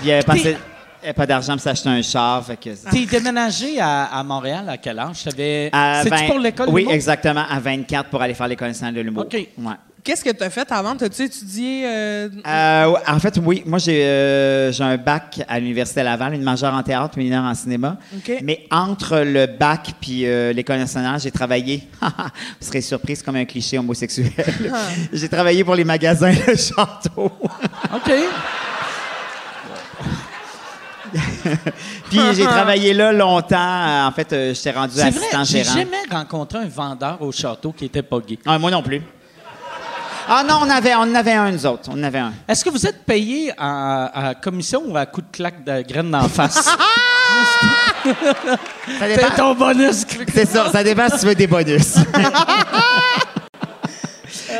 Speaker 4: Puis elle
Speaker 1: Puis t'es-
Speaker 4: pensait- elle avait pas d'argent pour s'acheter un char. Fait que
Speaker 1: T'es déménagé à, à Montréal à quel âge? T'avais-
Speaker 4: À
Speaker 1: C'est-tu
Speaker 4: 20
Speaker 1: pour l'école
Speaker 4: Euh, ben, Oui,
Speaker 1: d'humour?
Speaker 4: exactement, à 24 pour aller faire l'école nationale de l'humour.
Speaker 1: OK.
Speaker 4: Ouais.
Speaker 5: Qu'est-ce que t'as fait avant? T'as-tu étudié... euh,
Speaker 4: Euh, en fait, oui. Moi, j'ai euh, j'ai un bac à l'Université Laval, une majeure en théâtre, puis une mineure en cinéma.
Speaker 5: OK.
Speaker 4: Mais entre le bac puis euh, l'École nationale, j'ai travaillé. Vous serez surprise comme un cliché homosexuel.
Speaker 1: Ah.
Speaker 4: j'ai travaillé pour les magasins Le Château.
Speaker 1: OK.
Speaker 4: puis j'ai travaillé là longtemps. En fait, euh, j'étais rendu
Speaker 1: C'est vrai,
Speaker 4: assistant
Speaker 1: j'ai
Speaker 4: gérant.
Speaker 1: jamais rencontré un vendeur au château qui était pas gay.
Speaker 4: Ah, moi non plus. Ah non, on avait, on en avait un, nous autres. On en avait un.
Speaker 1: Est-ce que vous êtes payé à, à commission ou à coup de claque de graine d'en face?
Speaker 4: Ça dépend-
Speaker 1: C'est ton bonus.
Speaker 4: C'est ça, ça dépend si tu veux des bonus.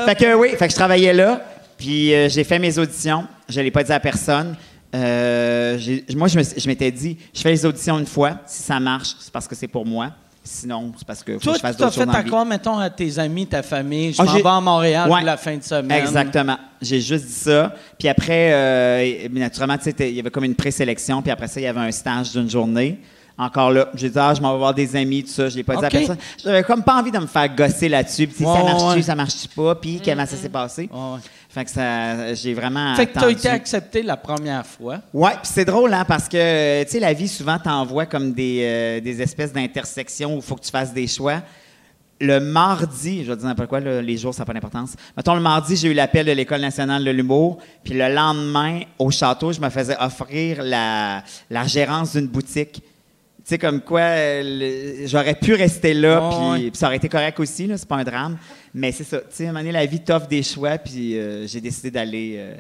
Speaker 4: fait que euh, oui, fait que je travaillais là, puis euh, j'ai fait mes auditions. Je l'ai pas dit à personne. Euh, j'ai- moi, je me suis- je m'étais dit, je fais les auditions une fois. Si ça marche, c'est parce que c'est pour moi. Sinon, c'est parce que faut que
Speaker 1: Toi,
Speaker 4: je fasse
Speaker 1: tu as
Speaker 4: d'autres
Speaker 1: fait
Speaker 4: choses dans la vie.
Speaker 1: d'accord, mettons, à tes amis, ta famille, je
Speaker 4: Ah,
Speaker 1: m'en
Speaker 4: j'ai-
Speaker 1: vais à Montréal
Speaker 4: Ouais.
Speaker 1: pour la fin de semaine.
Speaker 4: Exactement. J'ai juste dit ça. Puis après, euh, et- mais naturellement, tu sais, t'es- il y avait comme une présélection. Puis après ça, il y avait un stage d'une journée. Encore là, j'ai dit, ah, je m'en vais voir des amis, tout ça. Je l'ai pas
Speaker 1: OK.
Speaker 4: dit à personne. J'avais comme pas envie de me faire gosser là-dessus. Puis tu sais,
Speaker 1: Ouais,
Speaker 4: ça marche-tu,
Speaker 1: ouais. Mm-hmm.
Speaker 4: ça marche-tu pas. Puis comment ça s'est passé.
Speaker 1: Ouais, ouais.
Speaker 4: Fait que ça, j'ai vraiment.
Speaker 1: Fait que tu as
Speaker 4: attendu.
Speaker 1: été accepté la première fois.
Speaker 4: Ouais, puis c'est drôle, hein, parce que, euh, tu sais, la vie, souvent, t'envoie comme des, euh, des espèces d'intersections où il faut que tu fasses des choix. Le mardi, je vais te dire n'importe quoi, là, les jours, ça n'a pas d'importance. Mettons, le mardi, j'ai eu l'appel de l'École nationale de l'humour, puis le lendemain, au château, je me faisais offrir la, la gérance d'une boutique. Tu sais, comme quoi, euh, le- j'aurais pu rester là,
Speaker 1: Ouais,
Speaker 4: puis
Speaker 1: ouais.
Speaker 4: puis ça aurait été correct aussi, là, c'est pas un drame. Mais c'est ça, tu sais, à un moment donné, la vie t'offre des choix, puis euh, j'ai décidé d'aller euh,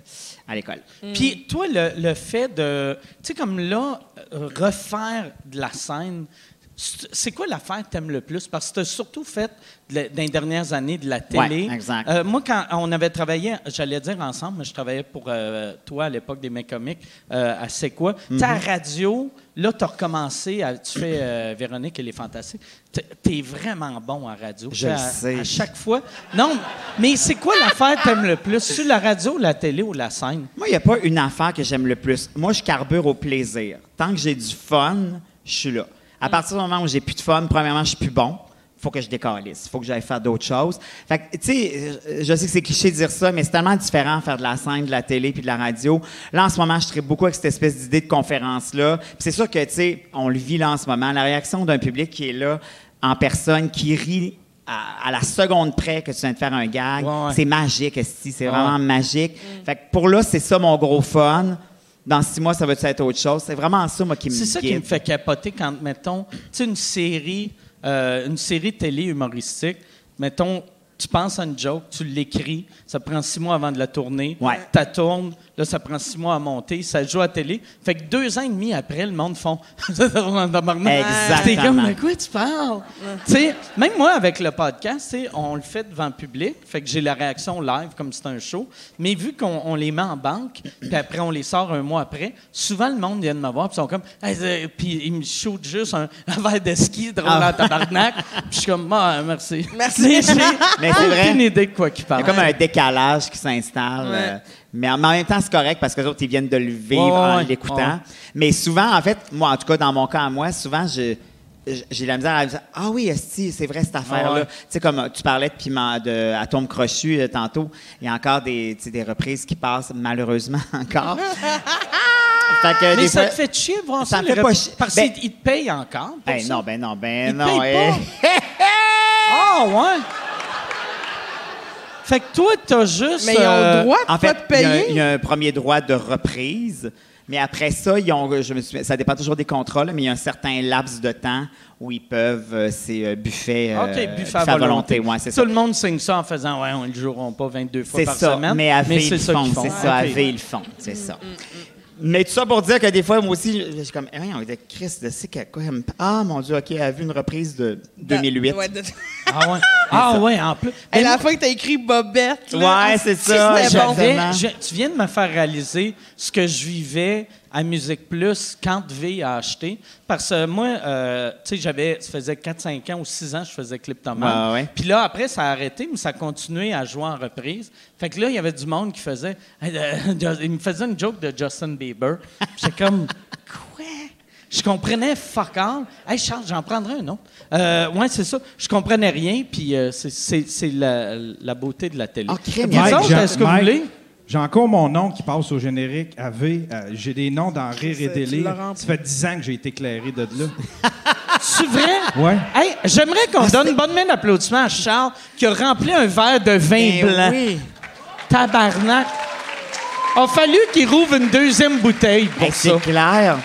Speaker 4: à l'école.
Speaker 1: Puis toi, le, le fait de, tu sais, comme là, euh, refaire de la scène, c'est c'est quoi l'affaire que t'aimes le plus? Parce que tu surtout fait, de la- dans les dernières années, de la télé.
Speaker 4: Ouais, exact.
Speaker 1: Euh, moi, quand on avait travaillé, j'allais dire ensemble, mais je travaillais pour euh, toi à l'époque des mecs comiques, euh, à C'est quoi?
Speaker 4: Mm-hmm.
Speaker 1: Ta radio, là, t'as recommencé, à- tu fais euh, Véronique et les Fantastiques. T'es- T'es vraiment bon à radio.
Speaker 4: Je
Speaker 1: Puis à-
Speaker 4: le sais.
Speaker 1: À chaque fois. Non, mais c'est quoi l'affaire que t'aimes le plus? Sur la radio, la télé ou la scène?
Speaker 4: Moi, il n'y a pas une affaire que j'aime le plus. Moi, je carbure au plaisir. Tant que j'ai du fun, je suis là.
Speaker 1: Mm.
Speaker 4: À partir du moment où j'ai plus de fun, premièrement, je suis plus bon. Faut que je décalisse. Faut que j'aille faire d'autres choses. Fait que, tu sais, euh, je sais que c'est cliché de dire ça, mais c'est tellement différent faire de la scène, de la télé puis de la radio. Là, en ce moment, je traite beaucoup avec cette espèce d'idée de conférence-là. Puis c'est sûr que, tu sais, on le vit là en ce moment. La réaction d'un public qui est là, en personne, qui rit à, à la seconde près que tu viens de faire un gag,
Speaker 1: Ouais, ouais.
Speaker 4: c'est magique, esti.
Speaker 1: Ah.
Speaker 4: C'est vraiment magique.
Speaker 1: Mm.
Speaker 4: Fait que pour là, c'est ça mon gros fun. Dans six mois, ça va être autre chose. C'est vraiment ça, moi, qui me
Speaker 1: C'est ça qui
Speaker 4: guide.
Speaker 1: me fait capoter quand, mettons, tu sais, une série, euh, une série télé humoristique, mettons, tu penses à une joke, tu l'écris, ça prend six mois avant de la tourner,
Speaker 4: Ouais.
Speaker 1: tu tournes, là, ça prend six mois à monter, ça joue à télé. Fait que deux ans et demi après, le monde font Exactement. T'es comme,
Speaker 4: Exactement.
Speaker 1: de quoi tu parles? Tu sais, même moi, avec le podcast, tu sais, on le fait devant le public, fait que j'ai la réaction live comme c'est un show, mais vu qu'on on les met en banque, puis après, on les sort un mois après, souvent, le monde vient de me voir, puis ils sont comme, Hey, euh, puis ils me shootent juste un, un verre de ski drôle
Speaker 4: Ah.
Speaker 1: en tabarnak, puis je suis comme, ah, merci.
Speaker 5: Merci.
Speaker 1: Mais j'ai
Speaker 4: Mais c'est vrai.
Speaker 1: aucune idée de quoi qu'ils
Speaker 4: Il y
Speaker 1: parlent.
Speaker 4: a comme un décalage qui s'installe. euh, mais en mais en même temps, c'est correct parce que les autres, ils viennent de le vivre
Speaker 1: Ouais,
Speaker 4: en
Speaker 1: ouais,
Speaker 4: l'écoutant.
Speaker 1: ouais.
Speaker 4: Mais souvent, en fait, moi, en tout cas, dans mon cas à moi, souvent, je- je- j'ai la misère à me dire Ah oui, esti, c'est vrai cette affaire-là.
Speaker 1: Ah ouais.
Speaker 4: Tu sais, comme euh, tu parlais de piment, de Atome Crochu euh, tantôt, il y a encore des, tu sais, des reprises qui passent, malheureusement encore. Fait que
Speaker 1: Mais
Speaker 4: des
Speaker 1: ça
Speaker 4: fois-
Speaker 1: te fait chier de voir
Speaker 4: Ça
Speaker 1: ça.
Speaker 4: me
Speaker 1: les
Speaker 4: fait pas
Speaker 1: rep-
Speaker 4: chier.
Speaker 1: Parce
Speaker 4: Ben-
Speaker 1: qu'ils te payent encore. pour
Speaker 4: Ben
Speaker 1: ça.
Speaker 4: non, ben non, ben
Speaker 1: Ils
Speaker 4: non.
Speaker 1: payent
Speaker 4: hey.
Speaker 1: Ah, ouais. Fait que toi, t'as juste.
Speaker 5: Mais ils ont
Speaker 1: euh,
Speaker 5: le droit de
Speaker 4: en
Speaker 5: pas
Speaker 4: fait,
Speaker 5: te
Speaker 4: il y a un-
Speaker 5: payer.
Speaker 4: Il y, a un premier droit de reprise, mais après ça, ils ont, je me souviens- ça dépend toujours des contrôles, mais il y a un certain laps de temps où ils peuvent, euh, c'est euh, buffet, euh,
Speaker 1: OK, buffet à volonté.
Speaker 4: ouais, c'est
Speaker 1: Tout
Speaker 4: ça.
Speaker 1: le monde signe ça en faisant Ouais, on ne le joueront pas 22 fois
Speaker 4: C'est
Speaker 1: par
Speaker 4: ça,
Speaker 1: semaine.
Speaker 4: mais à V, ils
Speaker 1: c'est
Speaker 4: le
Speaker 1: ça
Speaker 4: font,
Speaker 1: qu'ils
Speaker 4: c'est
Speaker 1: font.
Speaker 4: ça, à
Speaker 1: OK.
Speaker 4: V, ils le font, c'est ça. Mais tout ça pour dire que des fois, moi aussi, je- je suis comme, on dit, Chris, de c'est que quoi? elle me- Ah, mon Dieu, OK, elle a vu une reprise de
Speaker 1: Ben,
Speaker 4: 2008.
Speaker 5: Ouais, de-
Speaker 1: Ah, ouais. Ah, ouais, en plus.
Speaker 5: Hey,
Speaker 1: Mais
Speaker 5: la fois que t'as écrit Bobette. là,
Speaker 4: Ouais,
Speaker 5: ah,
Speaker 4: c'est
Speaker 5: si
Speaker 4: ça,
Speaker 5: c'était
Speaker 1: J'avais-
Speaker 5: bon.
Speaker 4: exactement.
Speaker 1: je- tu viens de me faire réaliser ce que je vivais à Musique Plus quand V a acheté. Parce que moi, euh, tu sais, j'avais, ça faisait 4-5 ans ou 6 ans que je faisais Cliptomane.
Speaker 4: Ouais, ouais.
Speaker 1: Puis là, après, ça a arrêté, mais ça continuait à jouer en reprise. Fait que là, il y avait du monde qui faisait. il me faisait une joke de Justin Bieber. Puis J'étais comme, quoi? Je comprenais fuck all. Hey Charles, j'en prendrai un autre. Euh, ouais, c'est ça. Je comprenais rien, puis euh, c'est- c'est c'est la, la beauté de la télé.
Speaker 4: Ah, crème,
Speaker 1: Vous
Speaker 4: Mike,
Speaker 1: autres,
Speaker 2: j'ai-
Speaker 1: est-ce que vous
Speaker 2: Mike,
Speaker 1: voulez?
Speaker 2: J'ai encore mon nom qui passe au générique à V. Euh, j'ai des noms dans Rire et
Speaker 5: tu l'as
Speaker 2: Délire.
Speaker 5: rempli.
Speaker 2: Ça fait 10 ans que j'ai été éclairé de là.
Speaker 1: C'est vrai?
Speaker 2: Ouais.
Speaker 1: Hey, j'aimerais qu'on donne une bonne main d'applaudissement à Charles qui a rempli un verre de vin
Speaker 4: Ben
Speaker 1: blanc.
Speaker 4: oui.
Speaker 1: Tabarnak. A fallu qu'il rouvre une deuxième bouteille pour
Speaker 4: Hey,
Speaker 1: ça.
Speaker 4: Ben, c'est clair.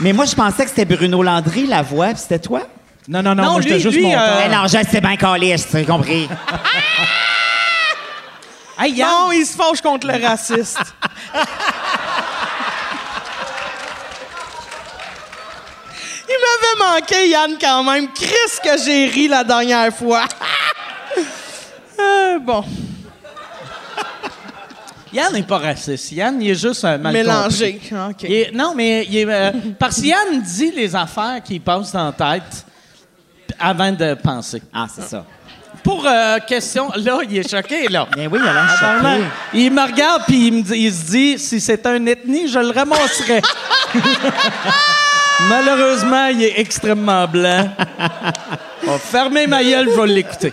Speaker 4: Mais moi, je pensais que c'était Bruno Landry, la voix, puis c'était toi.
Speaker 2: Non, non, non,
Speaker 1: Non,
Speaker 2: moi, j'étais
Speaker 1: lui-
Speaker 2: juste
Speaker 1: lui,
Speaker 2: mon
Speaker 1: euh,
Speaker 4: Mais non, je sais bien calé, j'ai compris.
Speaker 1: Hey, Yann,
Speaker 5: Non, il se fâche contre le raciste. il m'avait manqué, Yann, quand même. Chris, que j'ai ri la dernière fois. Euh, bon,
Speaker 1: Yann n'est pas raciste. Yann, il est juste un mal compris.
Speaker 5: mélangé. OK.
Speaker 1: Il est- non, mais il est, euh, parce que Yann dit les affaires qui passent dans la tête avant de penser.
Speaker 4: Ah, c'est ça.
Speaker 1: Pour euh, question, là, il est choqué, là.
Speaker 4: Mais Ben oui, il a l'air
Speaker 1: Apparemment,
Speaker 4: choqué.
Speaker 1: il me regarde puis il, me dit- il se dit si c'était un ethnie, je le ramasserais. Malheureusement, il est extrêmement blanc. On va fermer ma gueule, je vais l'écouter.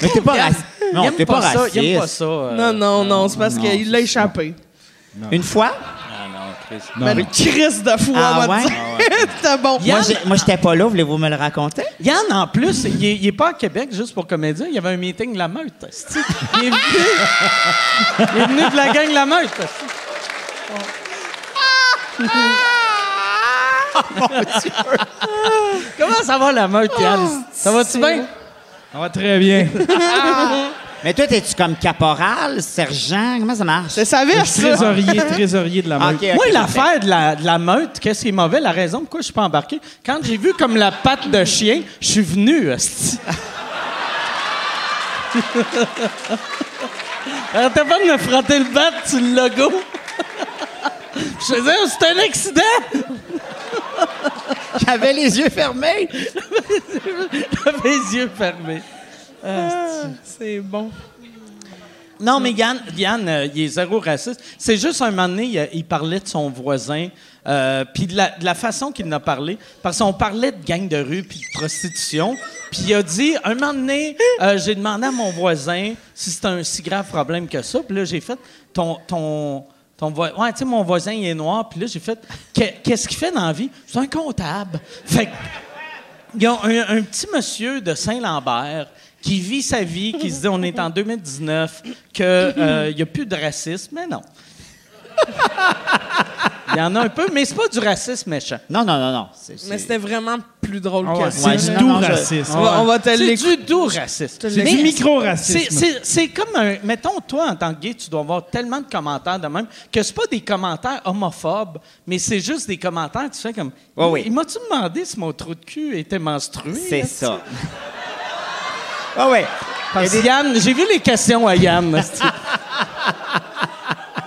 Speaker 4: Mais t'es pas raciste.
Speaker 1: Il
Speaker 4: Non,
Speaker 1: aime
Speaker 4: t'es pas,
Speaker 1: ça,
Speaker 4: raciste.
Speaker 1: il aime pas ça. euh,
Speaker 5: Non, non, non, c'est parce qu'il l'a échappé.
Speaker 4: Une fois,
Speaker 5: Mais le Chris de foi,
Speaker 4: Ah,
Speaker 5: on va
Speaker 4: ouais?
Speaker 5: dire. C'était bon.
Speaker 1: Yann-
Speaker 4: moi, j'ai- moi, j'étais pas là, voulez-vous me le raconter?
Speaker 1: Yann, en plus, il est, il est pas à Québec juste pour comédien. Il y avait un meeting de la meute. esti. Il est venu. il est venu de la gang de la meute. esti. Comment ça va la meute, Yann? Ça va-tu bien?
Speaker 2: Ça va très bien.
Speaker 4: Mais toi, t'es-tu comme caporal, sergent? Comment ça marche?
Speaker 5: C'est sa
Speaker 2: Je
Speaker 5: verse,
Speaker 2: suis
Speaker 5: ça.
Speaker 2: trésorier, trésorier de la
Speaker 4: Ah,
Speaker 2: meute.
Speaker 4: ok, ok,
Speaker 1: Moi,
Speaker 4: parfait.
Speaker 1: l'affaire de la, de la meute, qu'est-ce qui est mauvais? La raison pourquoi je suis pas embarqué, quand j'ai vu comme la patte de chien, je suis venu. esti. Arrêtez pas de me frotter le bat sur le logo. Je te dis, c'est un accident!
Speaker 4: J'avais les yeux fermés.
Speaker 1: J'avais les yeux fermés.
Speaker 5: C'est bon.
Speaker 1: Non, mais Yann, Yann, euh, il est zéro raciste. C'est juste un moment donné, il, a- il parlait de son voisin, euh, puis de la, de la façon qu'il en a parlé, parce qu'on parlait de gang de rue puis de prostitution, puis il a dit, un moment donné, euh, j'ai demandé à mon voisin si c'était un si grave problème que ça, puis là, j'ai fait, ton... ton ton voi- ouais, tu sais, mon voisin, il est noir. Puis là, j'ai fait, Qu'est- qu'est-ce qu'il fait dans la vie? C'est un comptable. Fait que, il y a un, un petit monsieur de Saint-Lambert qui vit sa vie, qui se dit on est en 2019, qu'il n'y euh, a plus de racisme, mais non. Il y en a un peu, mais c'est pas du racisme méchant.
Speaker 4: Non, non, non, non. C'est- c'est-
Speaker 5: Mais c'était vraiment plus drôle
Speaker 2: Ah, Ouais,
Speaker 5: que ça.
Speaker 2: c'est
Speaker 4: non,
Speaker 2: du doux
Speaker 4: non, je-
Speaker 2: racisme.
Speaker 5: On va- on va te
Speaker 1: C'est
Speaker 5: l'écouter.
Speaker 1: du doux raciste.
Speaker 2: C'est du micro-racisme.
Speaker 1: C'est- C'est c'est comme un. Mettons, toi, en tant que gay, tu dois avoir tellement de commentaires de même que c'est pas des commentaires homophobes, mais c'est juste des commentaires, tu fais comme.
Speaker 4: Ouais, oui.
Speaker 1: Il m'a-tu demandé si mon trou de cul était menstrué?
Speaker 4: C'est
Speaker 1: là,
Speaker 4: ça. Ah ouais.
Speaker 1: Parce que Yann, j'ai vu les questions à Yann.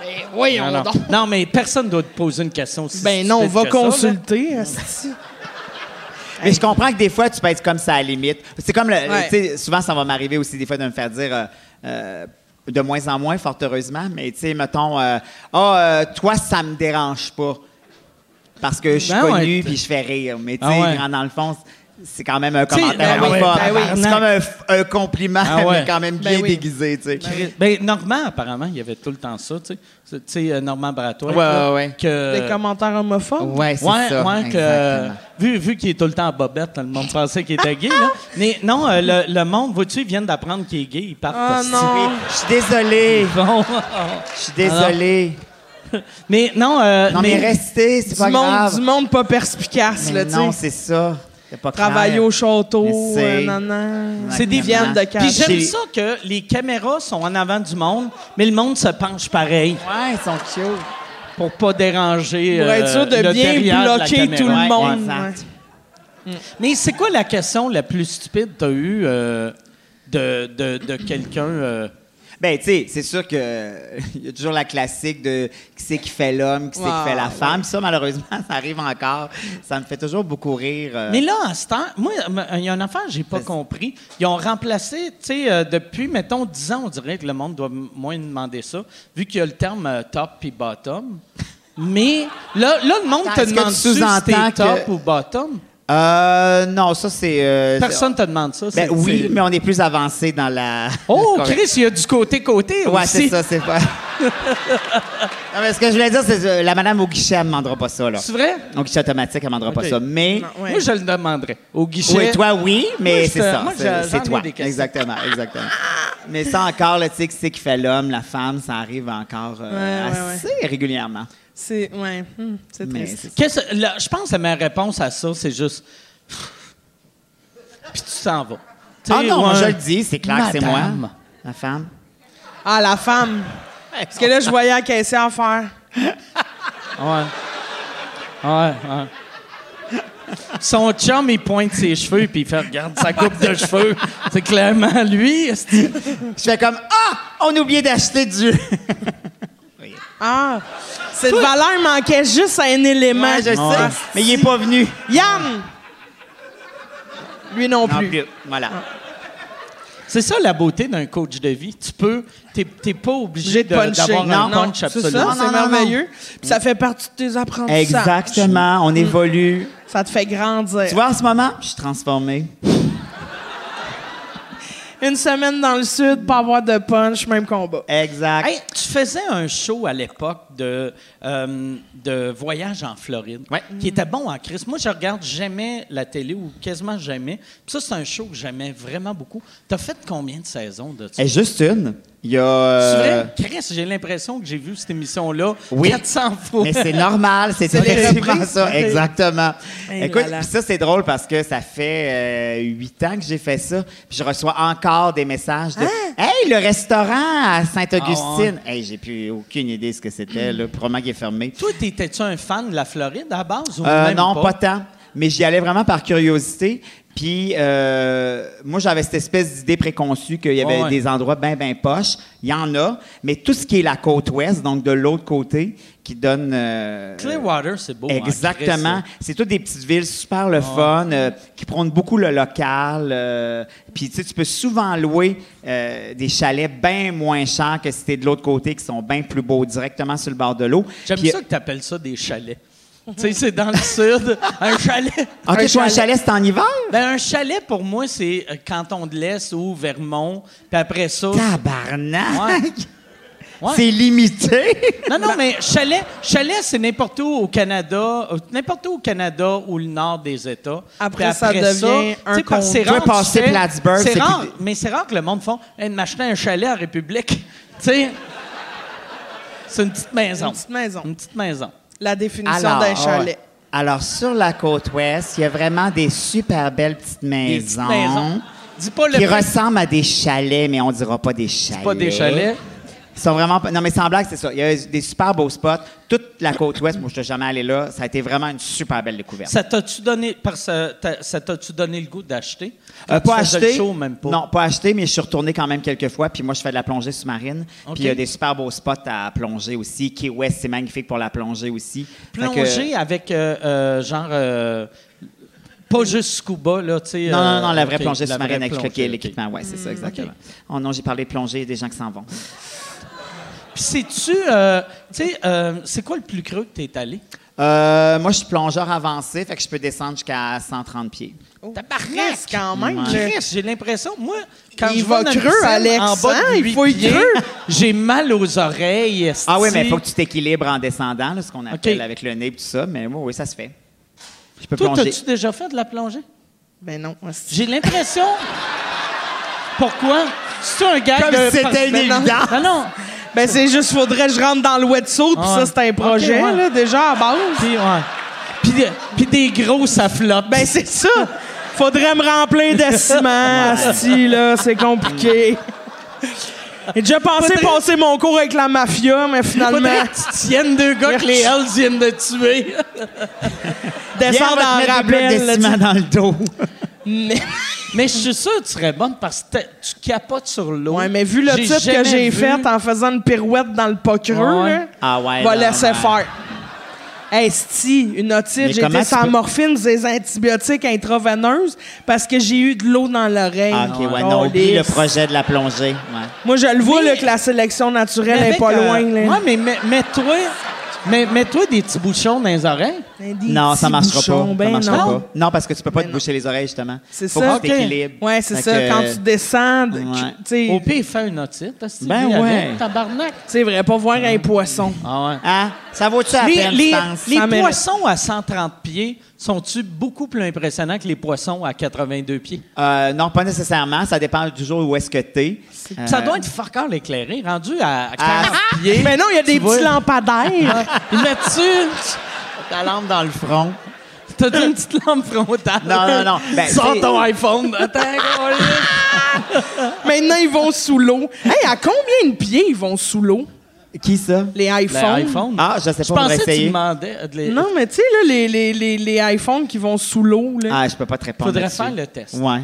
Speaker 5: Ben, Voyons
Speaker 1: non, non.
Speaker 5: donc.
Speaker 1: Non, mais personne ne doit te poser une question. aussi
Speaker 5: Ben
Speaker 1: stupide
Speaker 5: non, on va
Speaker 1: que ça, là.
Speaker 5: consulter. esti.
Speaker 4: Mais je comprends que des fois, tu peux être comme ça à la limite. C'est comme, le-
Speaker 5: Ouais.
Speaker 4: tu sais, souvent, ça va m'arriver aussi des fois de me faire dire. euh, euh, de moins en moins, fort heureusement, mais tu sais, mettons, euh, ah, euh, toi, ça me dérange pas. Parce que je suis
Speaker 1: Ben ouais,
Speaker 4: connu
Speaker 1: t'es-
Speaker 4: puis je fais rire. Mais tu sais,
Speaker 1: Ah ouais.
Speaker 4: dans- dans le fond, c'est quand même un
Speaker 1: Tu sais,
Speaker 4: commentaire.
Speaker 1: ben oui,
Speaker 4: homophobe.
Speaker 1: ben oui.
Speaker 4: c'est comme un, f- un compliment,
Speaker 1: Ah ouais.
Speaker 4: mais quand même bien
Speaker 5: Ben oui.
Speaker 4: déguisé, tu sais.
Speaker 1: Ben, Normand, apparemment, il y avait tout le temps ça, tu sais. C'est- Tu sais, euh, Normand Bratois.
Speaker 4: Ouais,
Speaker 1: là,
Speaker 4: ouais, ouais. Ben,
Speaker 1: Que...
Speaker 5: Des commentaires homophobes.
Speaker 4: Ouais, c'est
Speaker 1: Euh, ouais,
Speaker 4: ça.
Speaker 1: ouais, que,
Speaker 4: exactement.
Speaker 1: vu vu qu'il est tout le temps à bobette, le monde pensait qu'il était gay. Là. Mais non, euh, le, le monde, vois-tu, ils viennent d'apprendre qu'il est gay. Ils partent.
Speaker 5: Ah,
Speaker 1: parce-
Speaker 5: non.
Speaker 4: Je suis désolée.
Speaker 1: Bon.
Speaker 4: Je suis désolée.
Speaker 1: mais non, euh,
Speaker 4: non, mais, restez, c'est
Speaker 5: Du
Speaker 4: pas
Speaker 5: monde,
Speaker 4: grave.
Speaker 5: du monde pas perspicace,
Speaker 4: Mais
Speaker 5: là, tu
Speaker 4: non,
Speaker 5: sais.
Speaker 4: c'est ça. C'est pas
Speaker 5: Travailler
Speaker 4: clair.
Speaker 5: au château,
Speaker 4: Mais c'est-
Speaker 5: euh, nanan.
Speaker 1: C'est des
Speaker 5: viandes de cage.
Speaker 1: Puis j'aime
Speaker 4: J'ai-
Speaker 1: ça que les caméras sont en avant du monde, mais le monde se penche pareil
Speaker 4: Ouais, ils sont cute.
Speaker 1: pour pas déranger.
Speaker 5: Pour
Speaker 1: euh,
Speaker 5: être sûr de
Speaker 1: le
Speaker 5: bien
Speaker 1: derrière de la
Speaker 5: bloquer
Speaker 1: caméra.
Speaker 5: tout le
Speaker 1: Ouais.
Speaker 5: monde.
Speaker 4: exact.
Speaker 1: Mais c'est quoi la question la plus stupide que tu as eue euh, de, de, de quelqu'un? euh,
Speaker 4: Ben, tu sais, c'est sûr que il y a toujours la classique de qui c'est qui fait l'homme, qui c'est qui fait la femme. Ça, malheureusement, ça arrive encore. Ça me fait toujours beaucoup rire. euh,
Speaker 1: Mais là, en ce temps, moi, m- il y a une affaire que j'ai pas
Speaker 4: Vas-y.
Speaker 1: compris. Ils ont remplacé, tu sais, euh, depuis, mettons, 10 ans, on dirait que le monde doit m- moins demander ça, vu qu'il y a le terme euh, top puis bottom. Mais là, là, le monde te
Speaker 4: Est-ce que
Speaker 1: demande
Speaker 4: tu
Speaker 1: si
Speaker 4: sous-entends
Speaker 1: t'es top
Speaker 4: que-
Speaker 1: ou bottom.
Speaker 4: Euh, non, ça, c'est. euh,
Speaker 1: Personne te demande ça.
Speaker 4: Ben
Speaker 1: c'est-
Speaker 4: oui,
Speaker 1: c'est-
Speaker 4: mais on est plus avancé dans la.
Speaker 1: Oh,
Speaker 4: Correct.
Speaker 1: Chris, il y a du côté-côté
Speaker 4: Ouais, c'est
Speaker 1: aussi.
Speaker 4: ça, c'est pas. non, mais ce que je voulais dire, c'est que la madame au guichet, elle ne demandera pas ça, là.
Speaker 1: C'est vrai?
Speaker 4: Au guichet automatique, elle ne demandera
Speaker 1: Ok.
Speaker 4: pas ça. Mais.
Speaker 5: Non, ouais.
Speaker 1: Moi, je le demanderais au guichet.
Speaker 4: Oui, toi, oui, mais
Speaker 1: Moi, je
Speaker 4: c'est
Speaker 1: te-
Speaker 4: ça.
Speaker 1: moi,
Speaker 4: c'est-
Speaker 1: j'en- j'en
Speaker 4: c'est
Speaker 1: ai
Speaker 4: toi.
Speaker 1: des questions.
Speaker 4: Exactement, exactement. mais ça encore, là, tu sais, qui c'est qui fait l'homme, la femme, ça arrive encore euh,
Speaker 5: Ouais, ouais,
Speaker 4: assez régulièrement.
Speaker 5: C'est. Ouais. hum, c'est
Speaker 4: Mais
Speaker 5: triste.
Speaker 4: c'est ça.
Speaker 1: Qu'est-ce- là, je pense que ma réponse à ça, c'est juste. Puis tu t'en vas. Tu sais,
Speaker 4: Ah non, moi,
Speaker 1: ouais.
Speaker 4: je le dis, c'est clair que c'est moi.
Speaker 1: Madame.
Speaker 4: La femme.
Speaker 5: Ah, la femme. Parce que là, je voyais la caissière faire.
Speaker 1: Ouais. Ouais, ouais. Son chum, il pointe ses cheveux puis il fait Regarde sa coupe de cheveux. C'est clairement lui. esti.
Speaker 4: Je fais comme Ah, on a oublié d'acheter du.
Speaker 5: Ah, cette valeur manquait juste à un élément.
Speaker 4: Ouais, je
Speaker 5: Ah,
Speaker 4: sais. Mais il est pas venu.
Speaker 5: Yann! Lui
Speaker 4: Non
Speaker 5: non plus.
Speaker 4: plus. Voilà.
Speaker 1: Ah. C'est ça la beauté d'un coach de vie. Tu peux. T'es t'es pas obligé
Speaker 5: J'ai
Speaker 1: de-
Speaker 5: de puncher.
Speaker 1: d'avoir un punch
Speaker 5: c'est
Speaker 1: absolu.
Speaker 5: ça,
Speaker 4: Non,
Speaker 5: c'est
Speaker 4: non, non,
Speaker 5: merveilleux. Puis ça fait partie de tes apprentissages.
Speaker 4: Exactement.
Speaker 1: Mm.
Speaker 4: On évolue.
Speaker 5: Ça te fait grandir.
Speaker 4: Tu vois, en ce moment, je suis transformée.
Speaker 5: Une semaine dans le sud, pas avoir de punch, même combat.
Speaker 4: Exact.
Speaker 1: Hey, tu faisais un show à l'époque de, euh, de voyage en Floride,
Speaker 4: Ouais.
Speaker 1: qui était bon en crise. Moi, je regarde jamais la télé ou quasiment jamais. Puis ça, c'est un show que j'aimais vraiment beaucoup. T'as fait combien de saisons de ça?
Speaker 4: Hey, juste une. Il y a.
Speaker 1: C'est
Speaker 4: euh,
Speaker 1: vrai? Chris, j'ai l'impression que j'ai vu cette émission-là
Speaker 4: Oui.
Speaker 1: 400 fois.
Speaker 4: Mais c'est normal, c'est
Speaker 5: C'est les
Speaker 4: effectivement
Speaker 5: reprises.
Speaker 4: ça, exactement.
Speaker 5: Hey
Speaker 4: Écoute,
Speaker 5: là là.
Speaker 4: puis ça c'est drôle parce que ça fait euh, huit ans que j'ai fait ça, puis je reçois encore des messages de Hey, le restaurant à Sainte-Augustine! Hey, j'ai plus aucune idée de ce que c'était, là, probablement qu'il est fermé.
Speaker 1: Toi, t'étais-tu un fan de la Floride à la base ou
Speaker 4: Euh,
Speaker 1: même
Speaker 4: non, pas.
Speaker 1: pas
Speaker 4: tant. Mais j'y allais vraiment par curiosité. Puis, euh, moi, j'avais cette espèce d'idée préconçue qu'il y avait
Speaker 1: Ouais, ouais.
Speaker 4: des endroits bien, bien poches. Il y en a. Mais tout ce qui est la côte ouest, donc de l'autre côté, qui donne. euh,
Speaker 1: Clearwater, c'est beau. hein, en crise,
Speaker 4: Exactement.
Speaker 1: ça.
Speaker 4: C'est toutes des petites villes super
Speaker 1: Ah.
Speaker 4: le fun, euh, qui prônent beaucoup le local. euh, Puis, tu sais, tu peux souvent louer euh, des chalets bien moins chers que si t'es de l'autre côté, qui sont bien plus beaux, directement sur le bord de l'eau.
Speaker 1: J'aime
Speaker 4: Puis- euh,
Speaker 1: ça que t'appelles ça des chalets. tu sais, c'est dans le sud, un chalet.
Speaker 4: OK,
Speaker 1: un
Speaker 4: je vois un chalet, c'est en hiver?
Speaker 1: Ben, un chalet, pour moi, c'est euh, Canton de l'Est ou Vermont. Puis après ça.
Speaker 4: Tabarnak!
Speaker 1: Ouais. Ouais.
Speaker 4: C'est limité!
Speaker 1: Non, non, mais chalet, chalet c'est n'importe où au Canada, euh, n'importe où au Canada ou le nord des États.
Speaker 5: Après,
Speaker 1: Puis
Speaker 5: ça devient
Speaker 1: tu sais,
Speaker 5: un
Speaker 1: parce que c'est
Speaker 4: condo.
Speaker 1: rare
Speaker 4: Tu peux passer
Speaker 1: tu fais-
Speaker 4: Plattsburgh,
Speaker 1: c'est
Speaker 4: c'est
Speaker 1: rare,
Speaker 4: plus-
Speaker 1: mais c'est rare que le monde font hey, de m'acheter un chalet en République. tu sais, c'est une petite maison.
Speaker 5: Une petite maison.
Speaker 1: Une petite maison.
Speaker 5: La définition
Speaker 1: ah
Speaker 5: d'un chalet.
Speaker 4: ouais. alors, sur la côte ouest, il y a vraiment des super belles petites
Speaker 1: Des
Speaker 4: maisons,
Speaker 1: petites maisons. Dis pas le
Speaker 4: qui
Speaker 1: prix,
Speaker 4: ressemblent à des chalets, mais on dira pas des chalets.
Speaker 1: pas des chalets.
Speaker 4: Ils sont vraiment pas- Non, mais sans blague, c'est ça. Il y a des super beaux spots. Toute la côte ouest, moi, je suis jamais allé là. Ça a été vraiment une super belle découverte.
Speaker 1: Ça t'a-tu donné, parce que euh, t'as- ça t'a-tu donné le goût d'acheter?
Speaker 4: Euh,
Speaker 1: Quand
Speaker 4: pas
Speaker 1: tu faisais
Speaker 4: acheté.
Speaker 1: le show, même pas.
Speaker 4: Non, pas acheté, mais je suis retourné quand même quelques fois. Puis moi, je fais de la plongée sous-marine.
Speaker 1: OK.
Speaker 4: Puis il y a des super beaux spots à plonger aussi. Key West, c'est magnifique pour la plongée aussi. Fait que-
Speaker 1: Plonger avec, euh, euh, genre, euh, pas juste scuba, là, tu sais.
Speaker 4: Non, non,
Speaker 1: euh,
Speaker 4: non, la vraie
Speaker 1: ok,
Speaker 4: plongée
Speaker 1: la
Speaker 4: sous-marine
Speaker 1: vraie
Speaker 4: avec le-
Speaker 1: plongée, ok.
Speaker 4: l'équipement. Oui, c'est ça, exactement. Oh non, j'ai parlé de plongée, des gens qui s'en vont.
Speaker 1: Puis sais-tu, euh, tu sais, euh, c'est quoi le plus creux que t'es allé?
Speaker 4: Euh, moi, je suis plongeur avancé, fait que je peux descendre jusqu'à 130 pieds.
Speaker 5: Tabarnak! Oh, quand même.
Speaker 4: Ouais.
Speaker 5: là.
Speaker 1: Chris, j'ai l'impression, moi, quand
Speaker 5: Il
Speaker 1: je
Speaker 5: va
Speaker 1: vais dans une
Speaker 5: creux,
Speaker 1: piscine
Speaker 5: Alex,
Speaker 1: en bas de
Speaker 5: hein, il
Speaker 1: huit
Speaker 5: faut y
Speaker 1: pieds,
Speaker 5: creux.
Speaker 1: J'ai mal aux oreilles. esti.
Speaker 4: Ah oui, mais il faut que tu t'équilibres en descendant, là, ce qu'on appelle
Speaker 1: OK.
Speaker 4: avec le nez et tout ça. Mais oui, oui, ça se fait. Je peux
Speaker 1: Toi,
Speaker 4: plonger.
Speaker 1: t'as-tu déjà fait de la plongée?
Speaker 5: Ben non. hostie.
Speaker 1: J'ai l'impression. Pourquoi? C'est un gars
Speaker 4: Comme
Speaker 1: de.
Speaker 4: si c'était une
Speaker 1: Ben non.
Speaker 4: évidence.
Speaker 1: Non, non.
Speaker 5: Ben c'est juste, faudrait que je rentre dans le wetsuit, puis
Speaker 1: Ah ouais.
Speaker 5: ça, c'est un projet,
Speaker 1: Ok, ouais.
Speaker 5: là, déjà à base.
Speaker 1: Puis, ouais. Puis, de- puis des gros, ça flotte.
Speaker 5: Ben c'est ça! Faudrait me remplir de ciment, si là, c'est compliqué. J'ai déjà pensé
Speaker 1: Faudrait-
Speaker 5: passer mon cours avec la mafia, mais
Speaker 1: Faudrait
Speaker 5: finalement,
Speaker 1: que tu tiennes deux gars que les Hells viennent de tuer.
Speaker 4: Viens, on
Speaker 5: descendre
Speaker 4: va te
Speaker 5: en
Speaker 4: mettre des blocs
Speaker 5: rappel.
Speaker 4: de
Speaker 5: là, tu-
Speaker 4: ciment dans le dos.
Speaker 5: Mais-
Speaker 1: Mais je suis sûr que tu serais bonne parce que t'as- tu capotes sur l'eau.
Speaker 5: Ouais, mais vu le type que
Speaker 1: jamais
Speaker 5: j'ai
Speaker 1: vu-
Speaker 5: fait en faisant une pirouette dans le pas creux,
Speaker 1: Ouais.
Speaker 5: là,
Speaker 4: Ah ouais,
Speaker 5: va
Speaker 4: non,
Speaker 5: laisser
Speaker 4: ouais.
Speaker 5: faire. Hey, sti, une otite,
Speaker 4: Mais
Speaker 5: j'ai
Speaker 4: comment
Speaker 5: été
Speaker 4: tu
Speaker 5: sans
Speaker 4: peux-
Speaker 5: morphine, des antibiotiques intraveineuses parce que j'ai eu de l'eau dans l'oreille.
Speaker 4: Ah, OK, ouais, non,
Speaker 5: Oh,
Speaker 4: oublie le
Speaker 5: lisse.
Speaker 4: projet de la plongée. Ouais.
Speaker 5: Moi, je le vois,
Speaker 1: Mais-
Speaker 5: là, que la sélection naturelle
Speaker 1: Avec,
Speaker 5: est pas
Speaker 1: euh,
Speaker 5: loin, là.
Speaker 1: Ouais, mais mets- mets-toi mets- mets-toi des petits bouchons dans les oreilles.
Speaker 5: Mais des
Speaker 4: Non, ça
Speaker 5: petits
Speaker 4: marchera
Speaker 5: bouchons,
Speaker 4: pas.
Speaker 5: ben
Speaker 4: ça marchera
Speaker 5: non.
Speaker 4: pas. Non, parce que tu peux pas
Speaker 5: Mais
Speaker 4: te
Speaker 5: non.
Speaker 4: boucher les oreilles, justement.
Speaker 5: C'est
Speaker 4: Faut
Speaker 5: ça,
Speaker 4: que tu
Speaker 1: OK.
Speaker 4: t'équilibres.
Speaker 5: Ouais, c'est
Speaker 4: Fait
Speaker 5: ça.
Speaker 4: que-
Speaker 5: Quand tu descends, de-
Speaker 4: Ouais.
Speaker 5: tu sais,
Speaker 1: Au pire, fais une otite. t'as stylé
Speaker 4: Ben
Speaker 1: avec,
Speaker 4: ouais.
Speaker 1: Tabarnak.
Speaker 5: c'est vrai, pas voir un poisson.
Speaker 1: Ah ouais.
Speaker 4: Hein? Ça vaut-tu la
Speaker 1: Les,
Speaker 4: peine,
Speaker 1: les-
Speaker 4: tu penses?
Speaker 1: les
Speaker 5: Ça mérite.
Speaker 1: poissons à 130 pieds sont-ils beaucoup plus impressionnants que les poissons à 82 pieds?
Speaker 4: Euh, non, pas nécessairement. Ça dépend toujours où est-ce que t'es. Euh,
Speaker 1: Ça doit être fucker l'éclairé, rendu à 40
Speaker 4: Ah.
Speaker 1: pieds.
Speaker 5: Mais non, il y a des
Speaker 1: vois.
Speaker 5: petits lampadaires.
Speaker 1: Il met-tu
Speaker 4: ta lampe dans le front.
Speaker 1: T'as dit une petite lampe frontale?
Speaker 4: Non, non, non. Ben,
Speaker 1: Sors
Speaker 4: c'est-
Speaker 1: ton iPhone. Attends, câlisse.
Speaker 5: Maintenant, ils vont sous l'eau. Hey, à combien de pieds ils vont sous l'eau,
Speaker 4: Qui ça?
Speaker 5: les
Speaker 1: Le
Speaker 5: iPhones?
Speaker 1: Ben, iPhone.
Speaker 4: Ah, je sais
Speaker 1: Je
Speaker 4: pas, on va
Speaker 1: pensais que tu
Speaker 4: essayer.
Speaker 1: demandais. de les-
Speaker 5: Non, mais tu sais, là, les, les, les, les iPhones qui vont sous l'eau, là.
Speaker 4: Ah, je peux pas te répondre.
Speaker 1: Faudrait
Speaker 4: là-dessus.
Speaker 1: faire le test.
Speaker 4: Ouais.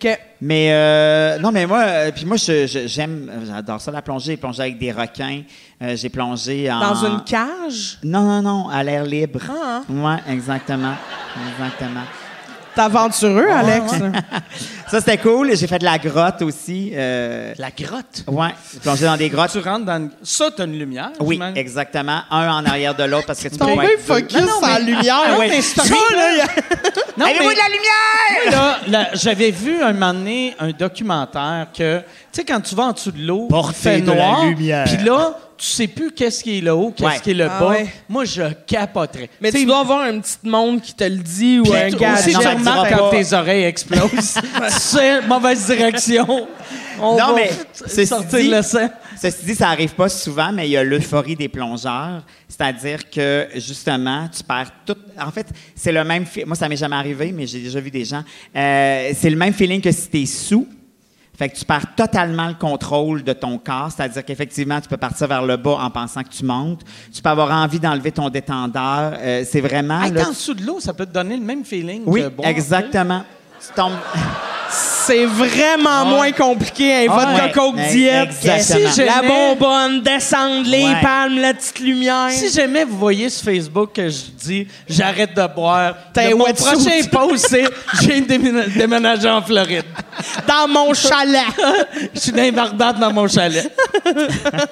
Speaker 5: que-
Speaker 4: Mais euh, non, mais moi, euh, puis moi, je- je- j'aime, euh, j'adore ça la plongée. J'ai plongé avec des requins. Euh, j'ai plongé en.
Speaker 5: dans une cage,
Speaker 4: Non, non, non, à l'air libre.
Speaker 5: Ah.
Speaker 4: Ouais, exactement, exactement.
Speaker 5: t'es aventureux,
Speaker 4: Ah,
Speaker 5: Alex.
Speaker 4: Ça c'était cool. J'ai fait de la grotte aussi. Euh,
Speaker 1: La grotte.
Speaker 4: ouais, j'ai plongé dans des grottes.
Speaker 1: Tu rentres dans une... Ça, t'as une lumière.
Speaker 4: Oui,
Speaker 1: j'imagine.
Speaker 4: exactement. Un en arrière de l'autre parce que tu peux
Speaker 5: Ton
Speaker 4: pas
Speaker 5: gars,
Speaker 4: être
Speaker 5: il
Speaker 4: deux.
Speaker 5: focus sur la lumière,
Speaker 4: Ah ouais.
Speaker 1: mais c'est
Speaker 4: Ça,
Speaker 1: horrible.
Speaker 4: là, il y a-
Speaker 1: Non,
Speaker 4: Avez-vous
Speaker 1: mais-
Speaker 4: de la lumière?
Speaker 1: là, là, j'avais vu un moment donné un documentaire que, tu sais, quand tu vas en dessous de l'eau,
Speaker 4: Portez
Speaker 1: fait
Speaker 4: de la
Speaker 1: noir,
Speaker 4: lumière.
Speaker 1: Puis là, tu sais plus qu'est-ce qui est le haut, qu'est-ce
Speaker 4: Ouais.
Speaker 1: qui est le
Speaker 5: Ah
Speaker 1: bas.
Speaker 5: ouais.
Speaker 1: Moi, je capoterais.
Speaker 5: Mais tu dois avoir un petit monde qui te le dit ou
Speaker 1: Puis
Speaker 5: un
Speaker 1: tu-
Speaker 5: gars.
Speaker 1: aussi,
Speaker 4: non,
Speaker 1: tu
Speaker 4: ça le dira
Speaker 1: remarques quand
Speaker 4: pas.
Speaker 1: tes oreilles explosent. tu sais, mauvaise direction. On
Speaker 4: Non,
Speaker 1: va
Speaker 4: mais ceci
Speaker 1: sortir
Speaker 4: dit-
Speaker 1: le sang.
Speaker 4: Ceci dit, ça arrive pas souvent, mais il y a l'euphorie des plongeurs. C'est-à-dire que, justement, tu perds tout. En fait, c'est le même. fi- Moi, ça m'est jamais arrivé, mais j'ai déjà vu des gens. Euh, c'est le même feeling que si tu es sous. Fait que tu perds totalement le contrôle de ton corps, c'est-à-dire qu'effectivement, tu peux partir vers le bas en pensant que tu montes. Tu peux avoir envie d'enlever ton détendeur. Euh, c'est vraiment.
Speaker 1: Hey,
Speaker 4: là,
Speaker 1: t'es en dessous de l'eau, ça peut te donner le même feeling
Speaker 4: oui,
Speaker 1: que bon.
Speaker 4: exactement. Tu tombes.
Speaker 5: C'est vraiment moins compliqué. Un
Speaker 4: Ah
Speaker 5: vote
Speaker 4: ouais.
Speaker 5: de coke
Speaker 4: Ouais,
Speaker 5: diète.
Speaker 4: exactement.
Speaker 5: Si la
Speaker 1: j'aimais-
Speaker 5: bonbonne, descendre les
Speaker 4: Ouais.
Speaker 5: palmes, la petite lumière.
Speaker 1: Si jamais vous voyez sur Facebook que je dis j'arrête de boire,
Speaker 5: T'as
Speaker 1: le-
Speaker 5: un
Speaker 1: mon
Speaker 5: wetsuit.
Speaker 1: prochain post c'est j'ai déména- déménagé en Floride.
Speaker 5: Dans mon chalet.
Speaker 1: Je suis dans les barbades dans mon chalet.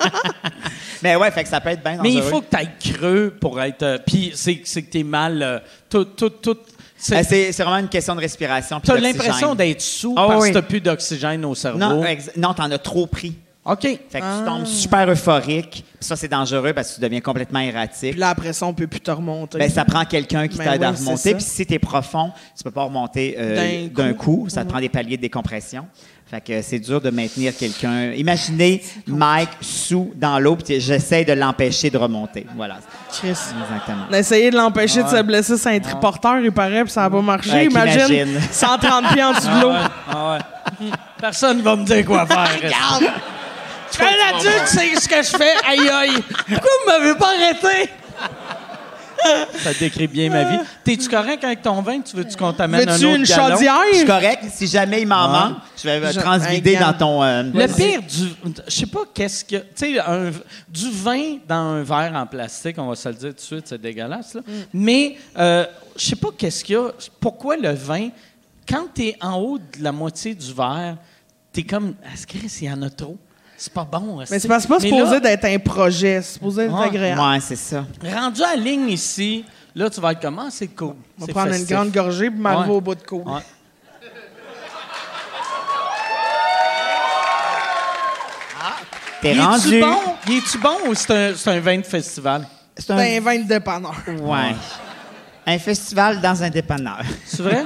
Speaker 4: Mais ouais, fait que ça peut être bien
Speaker 1: Mais il
Speaker 4: dangereux.
Speaker 1: faut que t'ailles creux pour être. euh, Puis c'est c'est que t'es mal. euh, tout, tout, tout.
Speaker 4: Euh,
Speaker 1: c'est-
Speaker 4: C'est c'est vraiment une question de respiration. puis
Speaker 1: T'as
Speaker 4: d'oxygène.
Speaker 1: l'impression d'être sous
Speaker 4: Ah
Speaker 1: parce
Speaker 4: oui.
Speaker 1: que t'as plus d'oxygène au cerveau.
Speaker 4: Non, ex- non t'en as trop pris.
Speaker 1: OK.
Speaker 4: Fait que
Speaker 5: Ah.
Speaker 4: tu tombes super euphorique. Puis ça, c'est dangereux parce que tu deviens complètement
Speaker 5: Puis
Speaker 4: erratique.
Speaker 5: là, après ça, on peut plus te remonter.
Speaker 4: Ben, ça prend quelqu'un qui
Speaker 5: Ben
Speaker 4: t'aide à
Speaker 5: oui, c'est
Speaker 4: remonter.
Speaker 5: ça.
Speaker 4: Puis si t'es profond, tu peux pas remonter euh,
Speaker 5: D'un Mhm.
Speaker 4: d'un coup. Ça te prend des paliers de décompression. Fait que c'est dur de maintenir quelqu'un. Imaginez Mike sous dans l'eau, puis t'es- j'essaie de l'empêcher de remonter. Voilà.
Speaker 5: Chris.
Speaker 4: Exactement.
Speaker 5: On a essayé de l'empêcher de se blesser sur un triporteur, il paraît, puis ça n'a pas marché.
Speaker 4: Ouais,
Speaker 5: imagine,
Speaker 4: qu'imagine.
Speaker 5: 130 pieds en dessous de l'eau.
Speaker 1: Ah ouais. Personne va me dire quoi faire.
Speaker 5: Ah,
Speaker 1: Regarde! Je suis un adulte, c'est ce que je fais. Aïe, aïe. Pourquoi vous m'avez pas arrêté? Ça décrit bien ma vie. T'es-tu correct avec ton vin? Tu veux-tu qu'on t'amène un autre
Speaker 5: Veux-tu une
Speaker 1: galon?
Speaker 4: Je suis
Speaker 5: chaudière?
Speaker 4: correct. Si jamais il m'en manque, je vais
Speaker 5: Je-
Speaker 4: transvider
Speaker 5: Ben,
Speaker 4: dans
Speaker 5: regarde.
Speaker 4: ton... euh,
Speaker 1: Le pire du... Je sais pas qu'est-ce que... Tu sais, un- du vin dans un verre en plastique, on va se le dire tout de suite, c'est dégueulasse. là.
Speaker 5: Mm.
Speaker 1: Mais euh, je sais pas qu'est-ce qu'il y a... Pourquoi le vin, quand t'es en haut de la moitié du verre, t'es comme... Est-ce qu'il y en a trop? C'est pas bon. est-ce
Speaker 5: Mais
Speaker 1: que-
Speaker 5: c'est parce que c'est
Speaker 1: Mais
Speaker 5: pas supposé
Speaker 1: là,
Speaker 5: d'être un projet, c'est supposé être
Speaker 1: Ouais.
Speaker 5: agréable.
Speaker 4: Ouais, c'est ça.
Speaker 1: Rendu à la ligne ici, là, tu vas être comment? C'est cool.
Speaker 5: On va
Speaker 1: C'est
Speaker 5: prendre
Speaker 1: festif.
Speaker 5: une grande gorgée puis m'arriver
Speaker 1: Ouais.
Speaker 5: au bout de cours.
Speaker 1: Ouais.
Speaker 4: T'es
Speaker 1: Il
Speaker 4: rendu.
Speaker 1: est-tu bon? Il est-tu bon ou c'est un, c'est un vin de festival?
Speaker 4: C'est un-
Speaker 5: Ben, 20 dépanneurs.
Speaker 4: Ouais. Un festival dans un dépanneur.
Speaker 1: C'est vrai?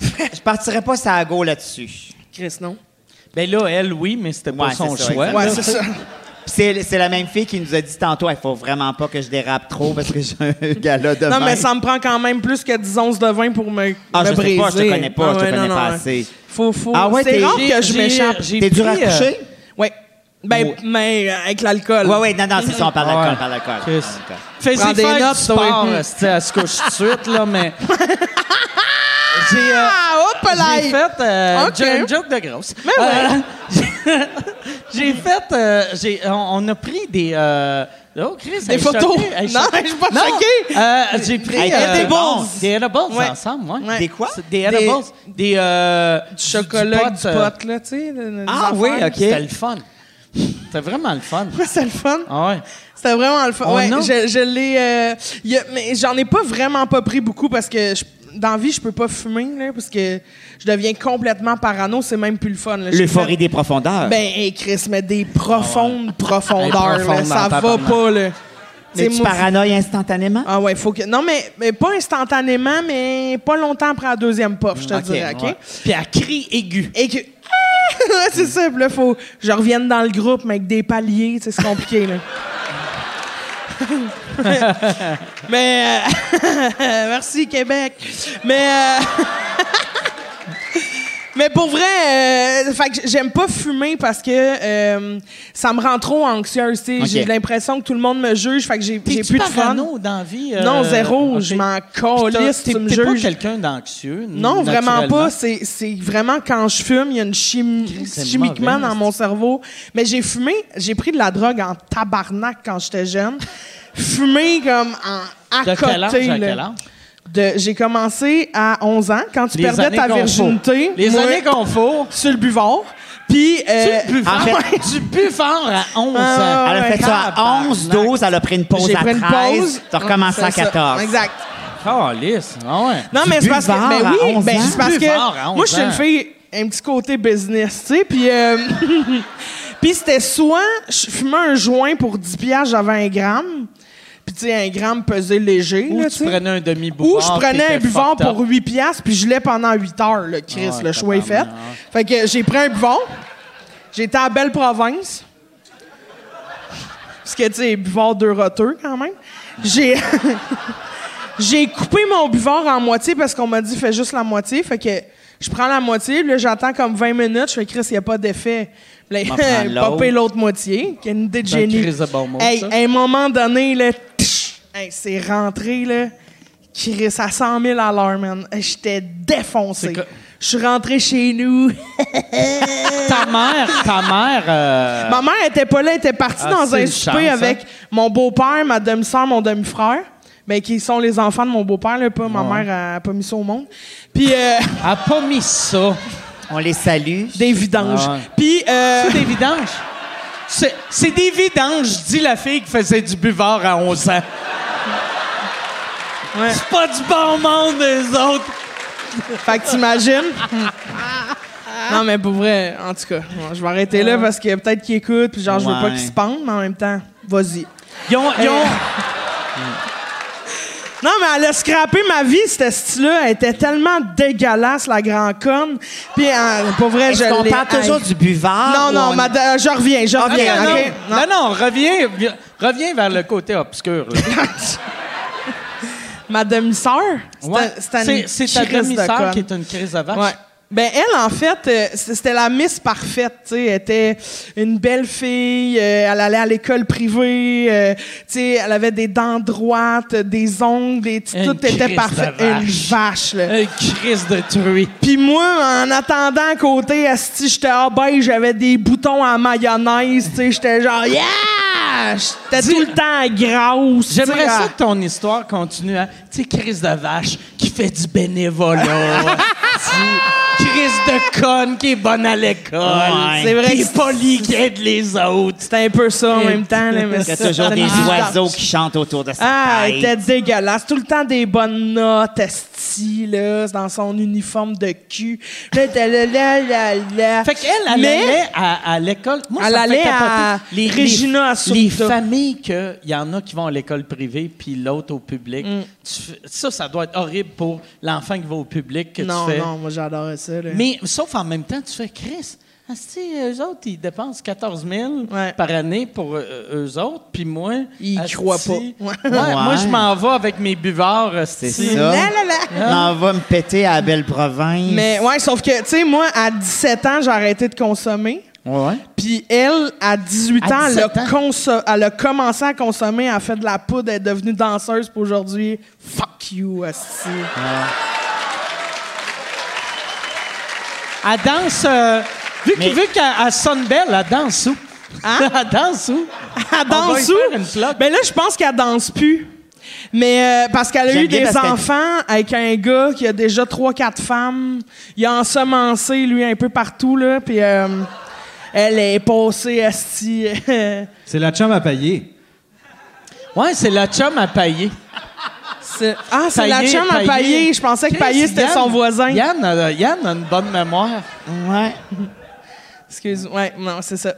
Speaker 4: Je partirais pas ça à go là-dessus.
Speaker 5: Chris, non?
Speaker 1: ben là, elle, oui, mais c'était pas
Speaker 4: Ouais,
Speaker 1: son
Speaker 4: c'est ça,
Speaker 1: choix.
Speaker 5: Ouais,
Speaker 1: là.
Speaker 5: c'est ça.
Speaker 4: Puis C'est c'est la même fille qui nous a dit tantôt, il faut vraiment pas que je dérape trop parce que j'ai un gala demain.
Speaker 5: Non, mais ça me prend quand même plus que 10 onces de vin pour me,
Speaker 4: Ah,
Speaker 5: me
Speaker 4: je sais
Speaker 5: briser. Ah
Speaker 4: pas, je te connais pas, je te
Speaker 5: ouais,
Speaker 4: connais
Speaker 5: non,
Speaker 4: pas
Speaker 5: non,
Speaker 4: assez.
Speaker 5: ouais. Faut, faut.
Speaker 4: Ah ouais,
Speaker 5: c'est
Speaker 4: t'es-
Speaker 5: rare
Speaker 1: J'ai-
Speaker 5: que je
Speaker 1: j'ai-
Speaker 5: m'échappe.
Speaker 1: j'ai
Speaker 4: T'es dur à
Speaker 1: pris, euh,
Speaker 4: coucher?
Speaker 5: Ouais. Ben, mais euh, avec l'alcool.
Speaker 4: Ouais, ouais, non, non, c'est ça, on parle
Speaker 1: Ouais.
Speaker 4: d'alcool, on parle d'alcool.
Speaker 1: Chris.
Speaker 4: On parle d'alcool.
Speaker 1: Fais-y
Speaker 5: Prends des
Speaker 1: faire
Speaker 5: notes,
Speaker 1: du
Speaker 5: toi.
Speaker 1: sport,
Speaker 5: Mm.
Speaker 1: esti, elle se couche tout de suite, là, mais... J'ai euh,
Speaker 5: Ah, hop là!
Speaker 1: j'ai fait euh,
Speaker 5: Ok. Ben
Speaker 1: jo- une joke de grosse.
Speaker 5: Mais
Speaker 1: Euh,
Speaker 5: ouais.
Speaker 1: j'ai fait. euh, j'ai- on, on a pris des. euh, oh, Chris, elle
Speaker 5: Des
Speaker 1: est
Speaker 5: photos.
Speaker 1: choquée, elle est
Speaker 5: Non,
Speaker 1: choquée.
Speaker 5: je suis pas
Speaker 1: Non,
Speaker 5: choquée.
Speaker 1: euh, j'ai pris
Speaker 4: Hey,
Speaker 1: euh,
Speaker 4: edibles.
Speaker 1: Des edibles
Speaker 5: Ouais.
Speaker 1: ensemble, ouais.
Speaker 5: Ouais.
Speaker 4: Des quoi?
Speaker 1: C'est Des edibles. Des, euh,
Speaker 5: Du chocolat, du pot,
Speaker 1: euh,
Speaker 5: là, tu sais. de- de-
Speaker 4: Ah
Speaker 5: des
Speaker 4: oui,
Speaker 5: affaires.
Speaker 4: ok.
Speaker 1: C'était le fun. C'était vraiment le fun.
Speaker 5: Ouais, C'était le fun.
Speaker 1: Ah ouais.
Speaker 5: C'était vraiment le fun.
Speaker 1: On
Speaker 5: ouais,
Speaker 1: a-
Speaker 5: je, je l'ai. euh, y a- mais j'en ai pas vraiment pas pris beaucoup parce que je, dans la vie, je peux pas fumer, là, parce que je deviens complètement parano. C'est même plus le fun. là. J'ai
Speaker 4: L'euphorie
Speaker 5: fait-
Speaker 4: des profondeurs.
Speaker 5: Ben, hey, Chris, mais des profondes profondeurs,
Speaker 1: Ah Des profondes
Speaker 5: là, ça
Speaker 1: dans
Speaker 5: va
Speaker 1: le tabarnak.
Speaker 5: pas, là.
Speaker 4: mais
Speaker 5: T'sais,
Speaker 4: tu
Speaker 5: moi,
Speaker 4: paranoïes instantanément?
Speaker 5: Ah ouais, faut que. Non, mais, mais pas instantanément, mais pas longtemps après la deuxième puff, je te
Speaker 1: Ok,
Speaker 5: dirais, OK?
Speaker 1: ouais. Puis à cri aigu.
Speaker 5: Et que. Ah! c'est ça, puis là, faut. que Je revienne dans le groupe, mais avec des paliers, tu sais, c'est compliqué, là. mais. euh, Merci, Québec. Mais. euh, Mais pour vrai, euh, fait que j'aime pas fumer parce que euh, ça me rend trop anxieuse. tu sais.
Speaker 4: Ok.
Speaker 5: J'ai l'impression que tout le monde me juge, fait que j'ai j'ai
Speaker 1: T'es-tu
Speaker 5: plus de fun.
Speaker 1: parano dans la vie?
Speaker 5: Non,
Speaker 1: euh,
Speaker 5: zéro,
Speaker 1: ok.
Speaker 5: je m'en
Speaker 1: Puis t'as-
Speaker 5: calisse,
Speaker 1: t'es-
Speaker 5: tu me
Speaker 1: T'es pas
Speaker 5: juges.
Speaker 1: quelqu'un d'anxieux.
Speaker 5: Non, vraiment
Speaker 1: naturellement.
Speaker 5: pas. C'est c'est vraiment quand je fume, il y a une chimie
Speaker 1: c'est
Speaker 5: chimiquement
Speaker 1: mauvais,
Speaker 5: dans mon cerveau. Mais j'ai fumé, j'ai pris de la drogue en tabarnak quand j'étais jeune. Fumé comme en à
Speaker 1: De
Speaker 5: côté.
Speaker 1: quel âge à
Speaker 5: là.
Speaker 1: quel âge?
Speaker 5: De- J'ai commencé à 11 ans quand tu
Speaker 1: Les
Speaker 5: perdais
Speaker 1: années
Speaker 5: ta
Speaker 1: qu'on
Speaker 5: virginité.
Speaker 1: faut. Les
Speaker 5: moi,
Speaker 1: années qu'on faut.
Speaker 5: sur le buvard. Puis euh,
Speaker 1: du buvard.
Speaker 4: en fait-
Speaker 1: du buvard à 11
Speaker 5: Ah,
Speaker 1: ans.
Speaker 4: Elle a
Speaker 5: ouais,
Speaker 4: fait ça à 11, 12, elle a pris une pause
Speaker 5: j'ai
Speaker 4: à
Speaker 5: pris une
Speaker 4: 13,
Speaker 5: pause.
Speaker 4: t'as recommencé
Speaker 5: C'est
Speaker 4: à
Speaker 5: ça,
Speaker 4: 14.
Speaker 5: Exact.
Speaker 1: Calisse. Ah ouais.
Speaker 5: Non, mais c'est parce que.
Speaker 4: buvard
Speaker 5: Ben
Speaker 4: à
Speaker 5: oui,
Speaker 4: 11
Speaker 5: ben,
Speaker 4: ans.
Speaker 5: c'est parce
Speaker 1: Du buvard à
Speaker 5: que.
Speaker 1: 11
Speaker 5: Moi, je suis
Speaker 1: ans.
Speaker 5: une fille, un petit côté business, tu sais. Puis. euh, puis c'était soit je fumais un joint pour 10 piastres, j'avais un gramme. Puis, tu sais, un gramme pesé léger.
Speaker 1: Ou
Speaker 5: là,
Speaker 1: tu
Speaker 5: sais.
Speaker 1: prenais un demi-buvard.
Speaker 5: Ou je prenais
Speaker 1: t'étais
Speaker 5: un buvard
Speaker 1: fucked up.
Speaker 5: pour 8 piastres, puis je l'ai pendant 8 heures, le Chris,
Speaker 1: Ah,
Speaker 5: le choix est fait.
Speaker 1: tabarnak,
Speaker 5: Fait que j'ai pris un buvard, j'étais à Belle Province, parce que, tu sais, buvard deux roteux, quand même. J'ai... j'ai coupé mon buvard en moitié parce qu'on m'a dit fais juste la moitié. Fait que je prends la moitié, puis là j'attends comme 20 minutes, je fais Chris, il n'y a pas d'effet. Puis
Speaker 4: On va
Speaker 5: Là,
Speaker 4: prendre l'autre.
Speaker 5: popper l'autre moitié, qui est une idée de
Speaker 1: C'est un
Speaker 5: génie.
Speaker 1: crise de bon mot,
Speaker 5: Hey,
Speaker 1: ça.
Speaker 5: à un moment donné, là, tch, hey, c'est rentré, là, Chris, à 100 000 à l'heure, man. J'étais défoncé.
Speaker 1: C'est Euh, que-
Speaker 5: Je suis rentré chez nous.
Speaker 1: Ta mère, ta mère. euh,
Speaker 5: Ma mère était pas là, elle était partie
Speaker 1: Ah,
Speaker 5: dans
Speaker 1: c'est
Speaker 5: un
Speaker 1: une
Speaker 5: souper
Speaker 1: chance,
Speaker 5: avec
Speaker 1: hein.
Speaker 5: mon beau-père, ma demi-sœur, mon demi-frère. Mais qui sont les enfants de mon beau-père, là, pas ma mère elle a pas mis ça au monde. Puis euh,
Speaker 1: a pas mis ça.
Speaker 4: On les salue.
Speaker 5: des vidanges.
Speaker 1: Ah ouais.
Speaker 5: Puis euh,
Speaker 1: C'est des vidanges. C'est- C'est des vidanges, dit la fille qui faisait du buvard à 11 ans.
Speaker 5: Ouais.
Speaker 1: C'est pas du bon monde, les autres.
Speaker 5: Fait que t'imagines? non, mais pour vrai, en tout cas, bon, je vais arrêter là parce que peut-être qu'il écoute, puis genre, je veux pas
Speaker 4: Ouais.
Speaker 5: qu'il se pende, mais en même temps, vas-y.
Speaker 1: Ils ont. ils ont-
Speaker 5: Non, mais elle a scrappé ma vie, cette style-là. Elle était tellement dégueulasse, la grand conne. Puis, euh, pour vrai,
Speaker 4: Est-ce
Speaker 5: je
Speaker 4: qu'on
Speaker 5: l'ai
Speaker 4: parle toujours
Speaker 5: haï.
Speaker 4: du buvard?
Speaker 5: Non, non,
Speaker 4: ou on-
Speaker 5: mad- euh, je reviens, je
Speaker 1: Ah,
Speaker 5: reviens,
Speaker 1: non,
Speaker 5: OK?
Speaker 1: non, non, non, reviens, vi- reviens vers le côté obscur. là.
Speaker 5: Ma demi-sœur, c'était-
Speaker 1: Ouais.
Speaker 5: c'était une
Speaker 1: C'est c'est ta
Speaker 5: crise de
Speaker 1: demi-sœur
Speaker 5: conne.
Speaker 1: qui est une crise de vache.
Speaker 5: Ouais. Ben elle, en fait, euh, c- c'était la Miss parfaite. tu sais. Elle était une belle fille. euh, elle allait à l'école privée. euh, tu sais, elle avait des dents droites, euh, des ongles, des, tu-
Speaker 1: Une
Speaker 5: tout était
Speaker 1: crise
Speaker 5: parfait.
Speaker 1: de vache.
Speaker 5: Une vache. Là.
Speaker 1: Une Euh, crise de truie.
Speaker 5: Puis moi, en attendant à côté, asti, j'étais ah ben, j'avais des boutons à mayonnaise. tu sais, J'étais genre yeah, j'étais tout le temps grosse. tu sais,
Speaker 1: J'aimerais
Speaker 5: à-
Speaker 1: ça que ton histoire continue à. Tu sais, crise de vache qui fait du bénévolat. Tu- crise de conne qui est bonne à l'école.
Speaker 4: Ouais.
Speaker 5: ah, C'est vrai
Speaker 1: Qui
Speaker 5: que
Speaker 1: est polie, qui aide les autres.
Speaker 5: C'était un peu ça en même temps. Là, mais
Speaker 4: Il y a
Speaker 5: ça,
Speaker 4: toujours
Speaker 5: c'était
Speaker 4: des
Speaker 5: une
Speaker 4: oiseaux
Speaker 5: vache.
Speaker 4: qui chantent autour de sa
Speaker 5: Ah, elle
Speaker 4: tête.
Speaker 5: était dégueulasse. Tout le temps des bonnes notes, esti, là, dans son uniforme de cul. Là, là, là, là, là, là.
Speaker 1: Fait qu'elle, elle
Speaker 5: Mais-
Speaker 1: allait à, à l'école. Moi, ça
Speaker 5: Elle
Speaker 1: me fait
Speaker 5: allait
Speaker 1: capoter.
Speaker 5: à Regina Assunta.
Speaker 1: Les familles qu'il y en a qui vont à l'école privée, puis l'autre au public.
Speaker 5: Mm.
Speaker 1: Tu fais- ça, ça doit être horrible pour l'enfant qui va au public que
Speaker 5: Non,
Speaker 1: tu fais.
Speaker 5: non, moi j'adorais ça. là.
Speaker 1: Mais sauf en même temps, tu fais Chris. Asti, eux autres, ils dépensent 14 000
Speaker 5: Ouais.
Speaker 1: par année pour euh, eux autres, puis moi.
Speaker 5: Ils
Speaker 1: asti,
Speaker 5: croient pas.
Speaker 1: ouais,
Speaker 5: Ouais.
Speaker 1: Moi, je m'en vais avec mes buvards. asti.
Speaker 4: C'est
Speaker 5: Là,
Speaker 4: ça.
Speaker 5: là, là.
Speaker 4: On va me péter à la belle province.
Speaker 5: Mais ouais, sauf que, tu sais, moi, à 17 ans, j'ai arrêté de consommer.
Speaker 4: Ouais, ouais.
Speaker 5: Puis elle, à 18
Speaker 1: À
Speaker 5: ans, elle, a
Speaker 1: 17 ans.
Speaker 5: conso- elle a commencé à consommer, elle a fait de la poudre, elle
Speaker 1: Ah.
Speaker 5: est devenue danseuse, pour aujourd'hui, fuck you, esti.
Speaker 1: Elle danse. euh, vu que-
Speaker 4: Mais-
Speaker 1: vu qu'elle elle sonne belle, elle danse où?
Speaker 5: Hein?
Speaker 1: elle danse où?
Speaker 5: Elle
Speaker 1: On va
Speaker 5: danse
Speaker 1: y
Speaker 5: où?
Speaker 1: faire une plug.
Speaker 5: Ben là, je pense qu'elle danse plus. Mais euh, parce qu'elle a
Speaker 4: J'aime
Speaker 5: eu
Speaker 4: bien
Speaker 5: des
Speaker 4: parce qu'elle-
Speaker 5: enfants avec un gars qui a déjà trois, quatre femmes. Il a ensemencé, lui, un peu partout, là. Puis euh, elle est passée à
Speaker 2: C'est la chambre à pailler.
Speaker 1: Ben, Ouais, c'est la chum à pailler.
Speaker 5: Ah, c'est la
Speaker 1: Paillé,
Speaker 5: chum à
Speaker 1: Paillé.
Speaker 5: Paillé. Je pensais que Paillé, c'était
Speaker 1: Yann-
Speaker 5: son voisin.
Speaker 1: Yann a, Yann a une bonne mémoire.
Speaker 4: Ouais.
Speaker 5: Excuse, ouais, non, c'est ça.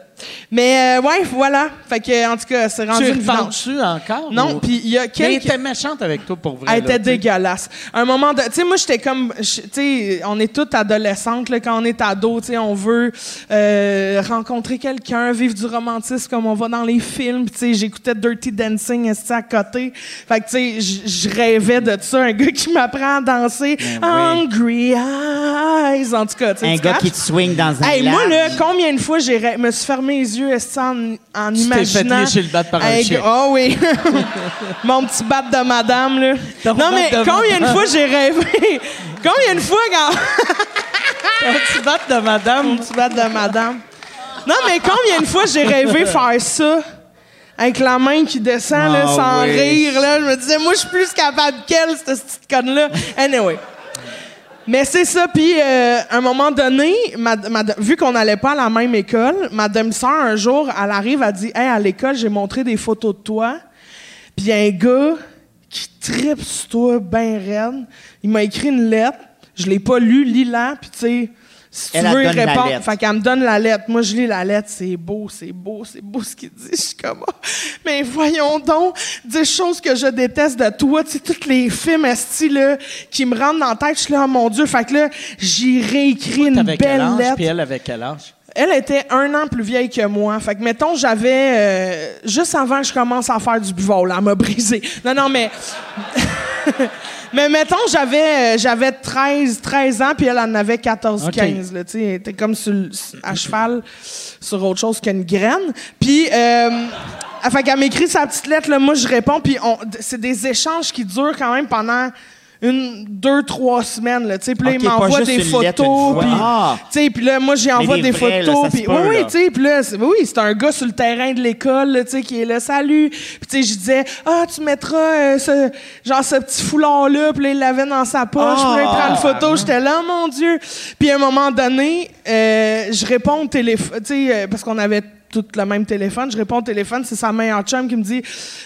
Speaker 5: Mais euh, ouais, voilà. Fait que, en tout cas, c'est rendu
Speaker 1: Tu
Speaker 5: une
Speaker 1: le
Speaker 5: vidange.
Speaker 1: dessus encore?
Speaker 5: Non,
Speaker 1: ou-
Speaker 5: puis il y a
Speaker 1: Mais elle
Speaker 5: quelques... Ah,
Speaker 1: était méchante avec toi pour vrai. là,
Speaker 5: Elle était
Speaker 1: tu sais.
Speaker 5: dégueulasse. À un moment de. Tu sais, moi, j'étais comme. je- Tu sais, on est toutes adolescentes, là, quand on est ado, tu sais, on veut euh, rencontrer quelqu'un, vivre du romantisme comme on va dans les films. Puis, Tu sais, j'écoutais Dirty Dancing esti, à côté. Fait que, tu sais, j- je rêvais de ça, un gars qui m'apprend à danser.
Speaker 4: Ben
Speaker 5: Hungry Eyes. En tout cas, tu sais.
Speaker 4: Un
Speaker 5: tu
Speaker 4: gars
Speaker 5: catches?
Speaker 4: qui te swing dans un
Speaker 5: Hey,
Speaker 4: lac.
Speaker 5: moi, là, combien de fois j'ai rê- me suis fermé les yeux esti, en, en
Speaker 1: t'es
Speaker 5: imaginant.
Speaker 1: fait lécher le bat par un
Speaker 5: Hey,
Speaker 1: chien.
Speaker 5: Oh oui. Mon petit bat de madame, là.
Speaker 1: Ton bat
Speaker 5: non, mais
Speaker 1: de
Speaker 5: combien de
Speaker 1: madame.
Speaker 5: fois j'ai rêvé? combien de fois quand.
Speaker 1: Un petit bat de madame.
Speaker 5: Mon petit bat de madame. Non, mais combien de fois j'ai rêvé faire ça? Avec la main qui descend, là,
Speaker 4: Ah
Speaker 5: sans
Speaker 4: oui.
Speaker 5: rire, là. Je me disais, moi, je suis plus capable qu'elle, cette petite conne-là. Anyway. Mais c'est ça, puis euh, à un moment donné, ma- ma- vu qu'on n'allait pas à la même école, ma demi-sœur, un jour, elle arrive, elle dit « Hey, à l'école, j'ai montré des photos de toi, puis il y a un gars qui tripe sur toi, ben raide. Il m'a écrit une lettre, je l'ai pas lue, lis-la, puis tu sais, si tu
Speaker 4: Elle, elle
Speaker 5: veux,
Speaker 4: donne la
Speaker 5: répondre.
Speaker 4: lettre.
Speaker 5: Fait qu'elle me donne la lettre. Moi, je lis la lettre, c'est beau, c'est beau, c'est beau ce qu'il dit. Je suis comme Ah, mais voyons donc, des choses que je déteste de toi, tu sais, tous les films esti, là, qui me rentrent dans la tête, je suis là, oh mon Dieu. Fait que là, j'ai réécrit une
Speaker 1: T'avais quel
Speaker 5: belle
Speaker 1: âge? Puis
Speaker 5: lettre.
Speaker 1: elle avait quel âge?
Speaker 5: Elle était un an plus vieille que moi. Fait que, mettons, j'avais... euh, juste avant que je commence à faire du buvol, là, elle m'a brisé. Non, non, mais... mais mettons, j'avais euh, j'avais 13, 13 ans, puis elle en avait 14,
Speaker 1: Ok.
Speaker 5: 15. Là, tu sais, elle était comme sur le- à cheval sur autre chose qu'une graine. Puis... Euh, fait qu'elle m'écrit sa petite lettre, là, moi, je réponds, puis on- c'est des échanges qui durent quand même pendant... Une, deux, trois semaines, là, tu sais. Puis là,
Speaker 4: Ok,
Speaker 5: il
Speaker 4: pas
Speaker 5: m'envoie
Speaker 4: juste
Speaker 5: des
Speaker 4: une
Speaker 5: photos.
Speaker 4: lettre une fois.
Speaker 5: puis-
Speaker 4: Ah.
Speaker 5: tu sais, puis là, moi, j'y envoie des,
Speaker 4: des vrais, là,
Speaker 5: photos.
Speaker 4: ça se
Speaker 5: puis-
Speaker 4: peut,
Speaker 5: oui, oui,
Speaker 4: là.
Speaker 5: tu sais, puis là, c'est, oui, c'est un gars sur le terrain de l'école, là, tu sais, qui est là, salut. Puis, tu sais, je disais, ah, tu mettras, euh, ce, genre, ce petit foulard-là, puis là, il l'avait dans sa poche,
Speaker 4: Ah,
Speaker 5: puis là, il prend une photo. J'étais là, oh, mon Dieu. Puis, à un moment donné, euh, je réponds au téléphone, tu sais, euh, parce qu'on avait tout le même téléphone. Je réponds au téléphone, c'est sa meilleure chum qui me dit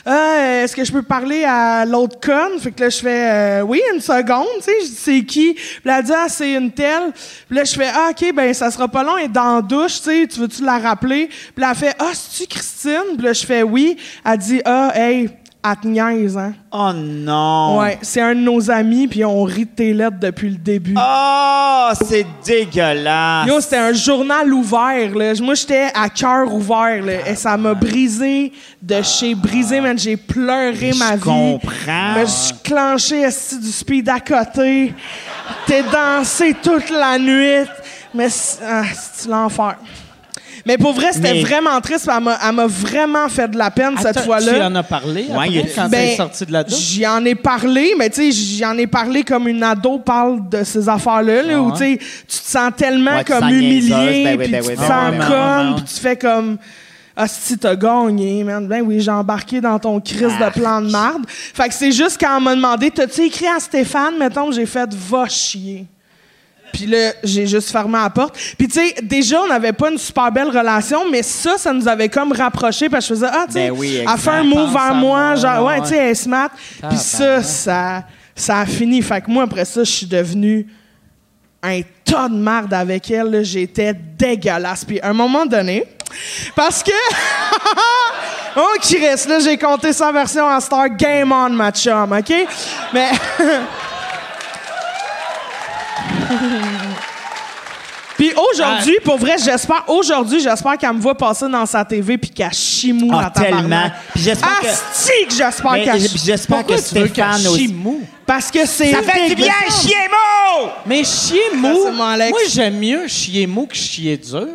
Speaker 5: Ah, Est-ce que je peux parler à l'autre conne Fait que là, je fais Euh, Oui, une seconde, tu sais, je dis C'est qui Puis là, elle dit Ah, c'est une telle. Puis là, je fais Ah, OK, ben ça sera pas long, elle est dans la douche, tu sais, tu veux-tu la rappeler Puis là, elle fait Ah, c'est-tu Christine Puis là, je fais Oui. Elle dit Ah, hey, elle te niaise, hein.
Speaker 4: Oh non!
Speaker 5: Ouais, c'est un de nos amis, puis on rit de tes lettres depuis le début.
Speaker 4: Oh, c'est dégueulasse!
Speaker 5: Yo, c'était un journal ouvert, là. Moi, j'étais à cœur ouvert, là. Et ça m'a brisé de chez brisé, man. J'ai pleuré
Speaker 4: Je
Speaker 5: ma vie.
Speaker 4: comprends.
Speaker 5: Mais je suis clenché esti du speed à côté. T'es dansé toute la nuit. Mais c'est ah, c'est l'enfer. Mais pour vrai, c'était
Speaker 4: Mais-
Speaker 5: vraiment triste. Elle m'a elle m'a vraiment fait de la peine cette
Speaker 1: Attends,
Speaker 5: fois-là.
Speaker 1: Tu en as parlé après,
Speaker 4: Ouais, y a-
Speaker 1: quand
Speaker 5: Ben,
Speaker 1: t'es sorti de la douche?
Speaker 5: J'y en ai parlé, mais tu sais, j'y en ai parlé comme une ado parle de ces affaires-là, là,
Speaker 1: Ah.
Speaker 5: où tu sais, tu te sens tellement
Speaker 4: Ouais, tu te
Speaker 5: comme
Speaker 4: sens
Speaker 5: humilié,
Speaker 4: niaiseuse, ben oui,
Speaker 5: puis
Speaker 4: ben
Speaker 5: tu
Speaker 4: oui,
Speaker 5: te
Speaker 4: ben
Speaker 5: sens
Speaker 4: oui, ben
Speaker 5: conne,
Speaker 4: oui.
Speaker 5: puis tu fais comme... Ah, si t'as gagné, man. Ben oui, j'ai embarqué dans ton crise
Speaker 1: Ah.
Speaker 5: de plan de marde. Fait que c'est juste quand on m'a demandé, t'as-tu écrit à Stéphane, mettons, j'ai fait va chier. Puis là, j'ai juste fermé la porte. Puis tu sais, déjà, on n'avait pas une super belle relation, mais ça, ça nous avait comme rapprochés parce que je faisais, ah, tu sais,
Speaker 4: Ben oui,
Speaker 5: elle fait un
Speaker 4: exact.
Speaker 5: move
Speaker 1: Pense à
Speaker 5: vers moi,
Speaker 1: moi,
Speaker 5: genre, ouais,
Speaker 1: ouais.
Speaker 5: tu sais, elle est smart. Puis ça, ça, ça a fini. Fait que moi, après ça, je suis devenue un tas de marde avec elle. là. J'étais dégueulasse. Puis à un moment donné, parce que... oh, qui reste là, j'ai compté sa version à Star Game On, ma chum, OK? Mais... Puis aujourd'hui, pour vrai, j'espère, aujourd'hui, j'espère qu'elle me voit passer dans sa TV puis qu'elle chimoue
Speaker 4: Ah,
Speaker 5: dans ta
Speaker 4: tellement. Puis j'espère que-
Speaker 5: Asti que j'espère
Speaker 4: Mais
Speaker 5: qu'elle
Speaker 4: j- j'espère que
Speaker 1: Pourquoi tu veux qu'elle
Speaker 4: Stéphane
Speaker 1: chie
Speaker 4: aussi.
Speaker 1: mou?
Speaker 5: Parce que c'est.
Speaker 4: Ça fait du bien, chier mot!
Speaker 1: Mais chier mou,
Speaker 5: c'est mon Alex.
Speaker 1: moi j'aime mieux chier mou que chier dur.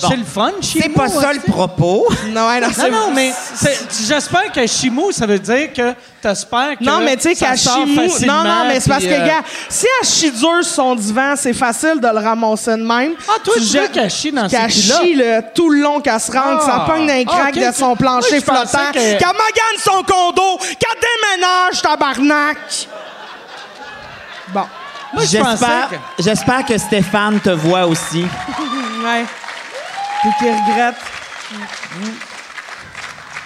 Speaker 4: Bon.
Speaker 1: C'est le fun, Chimou.
Speaker 4: C'est pas ça le
Speaker 1: aussi.
Speaker 4: propos.
Speaker 5: Non, ouais, non,
Speaker 1: Non,
Speaker 5: c'est-
Speaker 1: non, mais c'est- j'espère qu'à Chimou, ça veut dire que t'espères que.
Speaker 5: Non, mais tu sais
Speaker 1: ça
Speaker 5: qu'à
Speaker 1: sort
Speaker 5: Chimou.
Speaker 1: facilement,
Speaker 5: Non, non, mais c'est parce que,
Speaker 1: puis, euh,
Speaker 5: gars, si elle chie dur sur son divan, c'est facile de le ramasser de même.
Speaker 1: Ah, toi, tu veux
Speaker 5: jettes-
Speaker 1: qu'elle chie dans ses
Speaker 5: Qu'elle
Speaker 1: culottes?
Speaker 5: chie, là, tout le long qu'elle se rentre, ça
Speaker 1: Ah.
Speaker 5: pogne dans les
Speaker 1: Ah,
Speaker 5: craques
Speaker 1: ok,
Speaker 5: de son
Speaker 1: tu- Moi,
Speaker 5: plancher
Speaker 1: je pensais
Speaker 5: flottant,
Speaker 1: que-
Speaker 5: qu'elle magane son condo, qu'elle déménage, tabarnak! Bon.
Speaker 1: Moi, je
Speaker 4: J'espère
Speaker 1: pensais que-
Speaker 4: j'espère que Stéphane te voit aussi.
Speaker 5: Ouais. Puis qu'il regrette.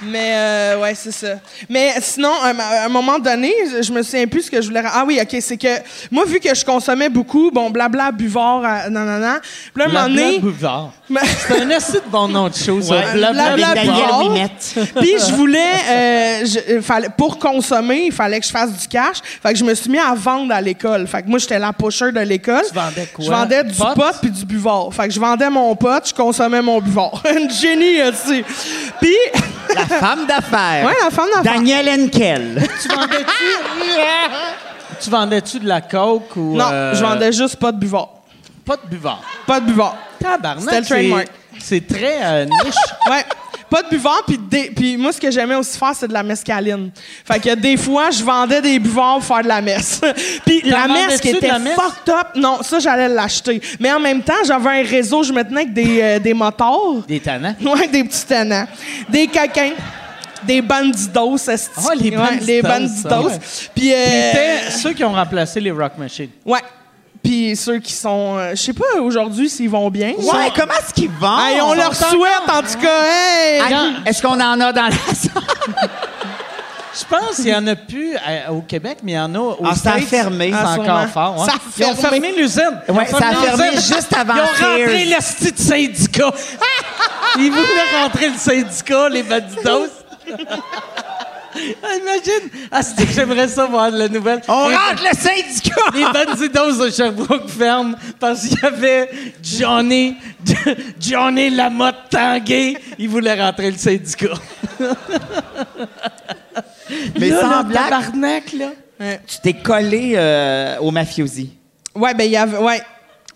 Speaker 5: Mais, euh, ouais, c'est ça. Mais sinon, à un- à un moment donné, je- je me souviens plus ce que je voulais. ra- Ah oui, OK, c'est que moi, vu que je consommais beaucoup, bon, blabla, buvard, euh, nanana. Puis là, un moment
Speaker 1: Blabla
Speaker 5: donné.
Speaker 1: Bouvard.
Speaker 5: Mais-
Speaker 1: C'est un assez de bon nom de show, ça.
Speaker 4: Ouais.
Speaker 1: Blabla
Speaker 5: Blabla
Speaker 1: Bouvard.
Speaker 4: D'ailleurs,
Speaker 5: Bouvard.
Speaker 4: Mimette.
Speaker 5: Puis je voulais, euh, je- euh, fallait- pour consommer, il fallait que je fasse du cash. Fait que je me suis mis à vendre à l'école. Fait que moi, j'étais la pusher de l'école.
Speaker 1: Tu vendais quoi?
Speaker 5: Je vendais du
Speaker 1: Pot?
Speaker 5: pot, puis du buvard. Fait que je vendais mon pot, je consommais mon buvard. Une génie aussi. Puis
Speaker 4: La femme d'affaires.
Speaker 5: Ouais, la femme d'affaires.
Speaker 4: Daniel Henkel.
Speaker 1: Tu vendais-tu... tu vendais-tu de la coke ou...
Speaker 5: non,
Speaker 1: euh,
Speaker 5: je vendais juste pas de buvard.
Speaker 1: Pas de buvard.
Speaker 5: Pas de buvard.
Speaker 1: Tabarnak,
Speaker 5: C'était le
Speaker 1: c'est-
Speaker 5: trademark.
Speaker 1: C'est très euh, niche.
Speaker 5: Ouais. Pas de buvard, puis des- puis moi, ce que j'aimais aussi faire, c'est de la mescaline. Fait que des fois, je vendais des buvards pour faire de la messe. puis la
Speaker 1: vendais-tu
Speaker 5: messe qui
Speaker 1: de
Speaker 5: était
Speaker 1: la messe?
Speaker 5: fucked up, non, ça, j'allais l'acheter. Mais en même temps, j'avais un réseau, je me tenais avec des, euh, des motards.
Speaker 1: Des tannants.
Speaker 4: Euh.
Speaker 5: Ouais, des petits tenants. Des coquins. Des bandidos, esti.
Speaker 1: Ah, les
Speaker 5: Ouais, les
Speaker 1: bandidos, ça,
Speaker 5: bandidos.
Speaker 1: ouais.
Speaker 5: Puis, euh,
Speaker 1: C'était ceux qui ont remplacé les Rock Machines.
Speaker 5: Ouais. Puis ceux qui sont, euh, je sais pas aujourd'hui s'ils vont bien.
Speaker 4: Ouais, comment est-ce qu'ils vont?
Speaker 5: Hey,
Speaker 1: Ah,
Speaker 5: on leur souhaite en tout cas. Hey!
Speaker 4: Hey, Est-ce qu'on en a dans la salle?
Speaker 1: Je pense qu'il y en a plus euh, au Québec, mais il y en a au
Speaker 4: Ah, ça a
Speaker 1: States.
Speaker 4: fermé.
Speaker 1: C'est
Speaker 5: Ah,
Speaker 1: encore
Speaker 5: sûrement.
Speaker 1: fort. ouais.
Speaker 5: Ça a
Speaker 1: Ils ont
Speaker 5: fermé.
Speaker 1: fermé l'usine. Ils ont
Speaker 4: Ouais, ça a fermé
Speaker 1: l'usine.
Speaker 4: juste avant
Speaker 1: Ils ont rentré
Speaker 4: Sears.
Speaker 1: l'hostie de syndicat. Ils voulaient rentrer le syndicat, les banditos. Imagine, asti, j'aimerais ça voir la nouvelle.
Speaker 4: On
Speaker 1: Les-
Speaker 4: rentre le syndicat!
Speaker 1: Les bandidos de Sherbrooke ferment parce qu'il y avait Johnny, Johnny Lamotte Tanguay. Il voulait rentrer le syndicat.
Speaker 4: Mais
Speaker 1: là,
Speaker 4: sans
Speaker 1: là,
Speaker 4: blague.
Speaker 1: tabarnak, là.
Speaker 4: Tu t'es collé euh, au mafiosi.
Speaker 5: Ouais, ben il y avait, ouais.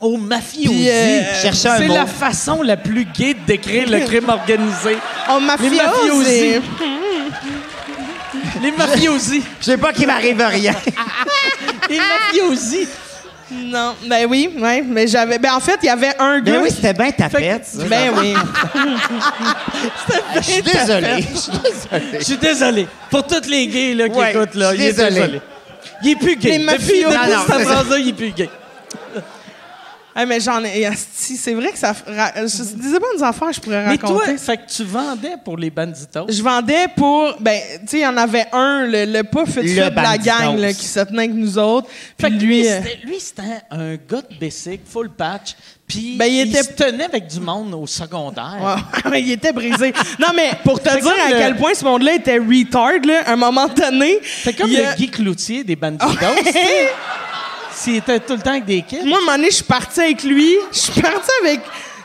Speaker 1: Au mafiosi.
Speaker 5: Puis, euh,
Speaker 4: Je cherchais un
Speaker 1: C'est
Speaker 4: mot.
Speaker 1: la façon la plus gaie de décrire le crime organisé.
Speaker 5: On
Speaker 1: Les mafiosi.
Speaker 5: mafiosi.
Speaker 1: Les mafiosi.
Speaker 4: Je sais pas qu'il m'arrive rien.
Speaker 1: Les mafiosi.
Speaker 5: Non, ben oui, ouais, mais j'avais, ben en fait il y avait un gars.
Speaker 4: Ben oui, c'était bien ta fête. ça.
Speaker 5: Ben oui.
Speaker 4: Je suis désolée. Je suis
Speaker 1: Je
Speaker 4: désolée.
Speaker 1: suis désolé. Pour toutes les gays là, qui
Speaker 4: Ouais,
Speaker 1: écoutent, là,
Speaker 4: je
Speaker 1: il
Speaker 4: suis
Speaker 1: est
Speaker 4: désolé.
Speaker 1: désolé. Il est plus gay.
Speaker 5: Les
Speaker 1: Depuis, depuis
Speaker 5: mafiosi.
Speaker 4: Non, non,
Speaker 1: cette
Speaker 4: c'est ça.
Speaker 1: phrase-là, il est plus gay.
Speaker 5: Ah, mais j'en ai, et asti, c'est vrai que ça, ra- je disais bonnes affaires, je pourrais
Speaker 1: Mais
Speaker 5: raconter.
Speaker 1: toi, fait que tu vendais pour les banditos.
Speaker 5: Je vendais pour. Ben, tu sais, il y en avait un, le, le pas fit
Speaker 4: Le
Speaker 5: fit de la
Speaker 4: bandidos.
Speaker 5: gang, là, qui se tenait avec nous autres.
Speaker 1: Fait
Speaker 5: Puis
Speaker 1: que
Speaker 5: lui.
Speaker 1: lui,
Speaker 5: euh,
Speaker 1: c'était- lui, c'était un gars de basic, full patch, puis
Speaker 5: Ben, il
Speaker 1: il,
Speaker 5: était-
Speaker 1: se tenait avec du monde au secondaire.
Speaker 5: Ouais, ouais, il était brisé. Non, mais pour te
Speaker 1: C'est
Speaker 5: dire
Speaker 1: comme
Speaker 5: à
Speaker 1: le-
Speaker 5: quel point ce monde-là était retard, là, à un moment donné.
Speaker 1: C'est comme
Speaker 5: il y a-
Speaker 1: le Guy Cloutier des Bandidos, tu sais. S'il était tout le temps avec des kids.
Speaker 5: Moi, à un moment donné, je suis partie avec lui. Je suis partie avec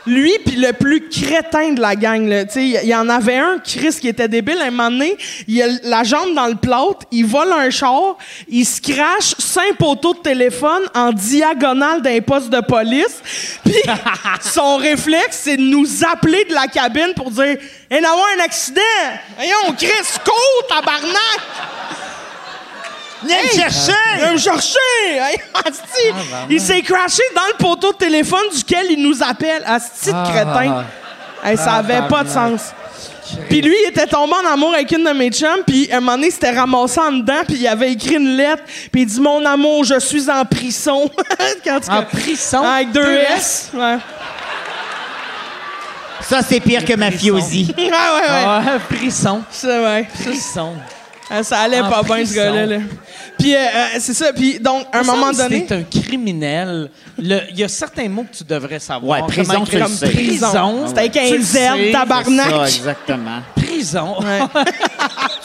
Speaker 5: lui, puis le plus crétin de la gang, là. Tu sais, il y en avait un, Chris, qui était débile. À un moment donné, il a la jambe dans le plâtre, il vole un char, il se crache cinq poteaux de téléphone en diagonale d'un poste de police. Puis son réflexe, c'est de nous appeler de la cabine pour dire « Il y en a eu un accident! Voyons, Chris, cours, tabarnak! »
Speaker 4: Viens me chercher!
Speaker 5: Ah, Viens me chercher! Hey, asti!
Speaker 1: Ah, bah.
Speaker 5: il s'est crashé dans le poteau de téléphone duquel il nous appelle. Asti
Speaker 1: Ah.
Speaker 5: de crétin. Hey, ça
Speaker 1: bah,
Speaker 5: avait pas de sens. Puis lui, il était tombé en amour avec une de mes chums, puis à un moment donné, il s'était ramassé en dedans, puis il avait écrit une lettre, puis il dit « Mon amour, je suis en prison. » En tout
Speaker 1: En
Speaker 5: cas,
Speaker 1: prison.
Speaker 5: Avec deux,
Speaker 1: deux
Speaker 5: S. Ouais.
Speaker 4: Ça, c'est pire que mafiosi.
Speaker 5: ouais, ouais, ouais.
Speaker 1: Ah, prison.
Speaker 5: Ça, ouais.
Speaker 1: Prison.
Speaker 5: Ah, Ça allait
Speaker 1: En
Speaker 5: pas bien, ce
Speaker 1: prison.
Speaker 5: gars-là. là. Puis euh, euh, c'est ça. Puis donc, à un moment donné...
Speaker 1: C'était un criminel. Le- Il y a certains mots que tu devrais savoir.
Speaker 4: Ouais, prison,
Speaker 1: Comment
Speaker 4: tu le
Speaker 1: écrire-
Speaker 4: sais.
Speaker 1: Prison.
Speaker 5: C'était avec
Speaker 1: Tu le
Speaker 5: un
Speaker 1: sais.
Speaker 5: Z, tabarnak.
Speaker 4: Ça, exactement.
Speaker 1: Prison.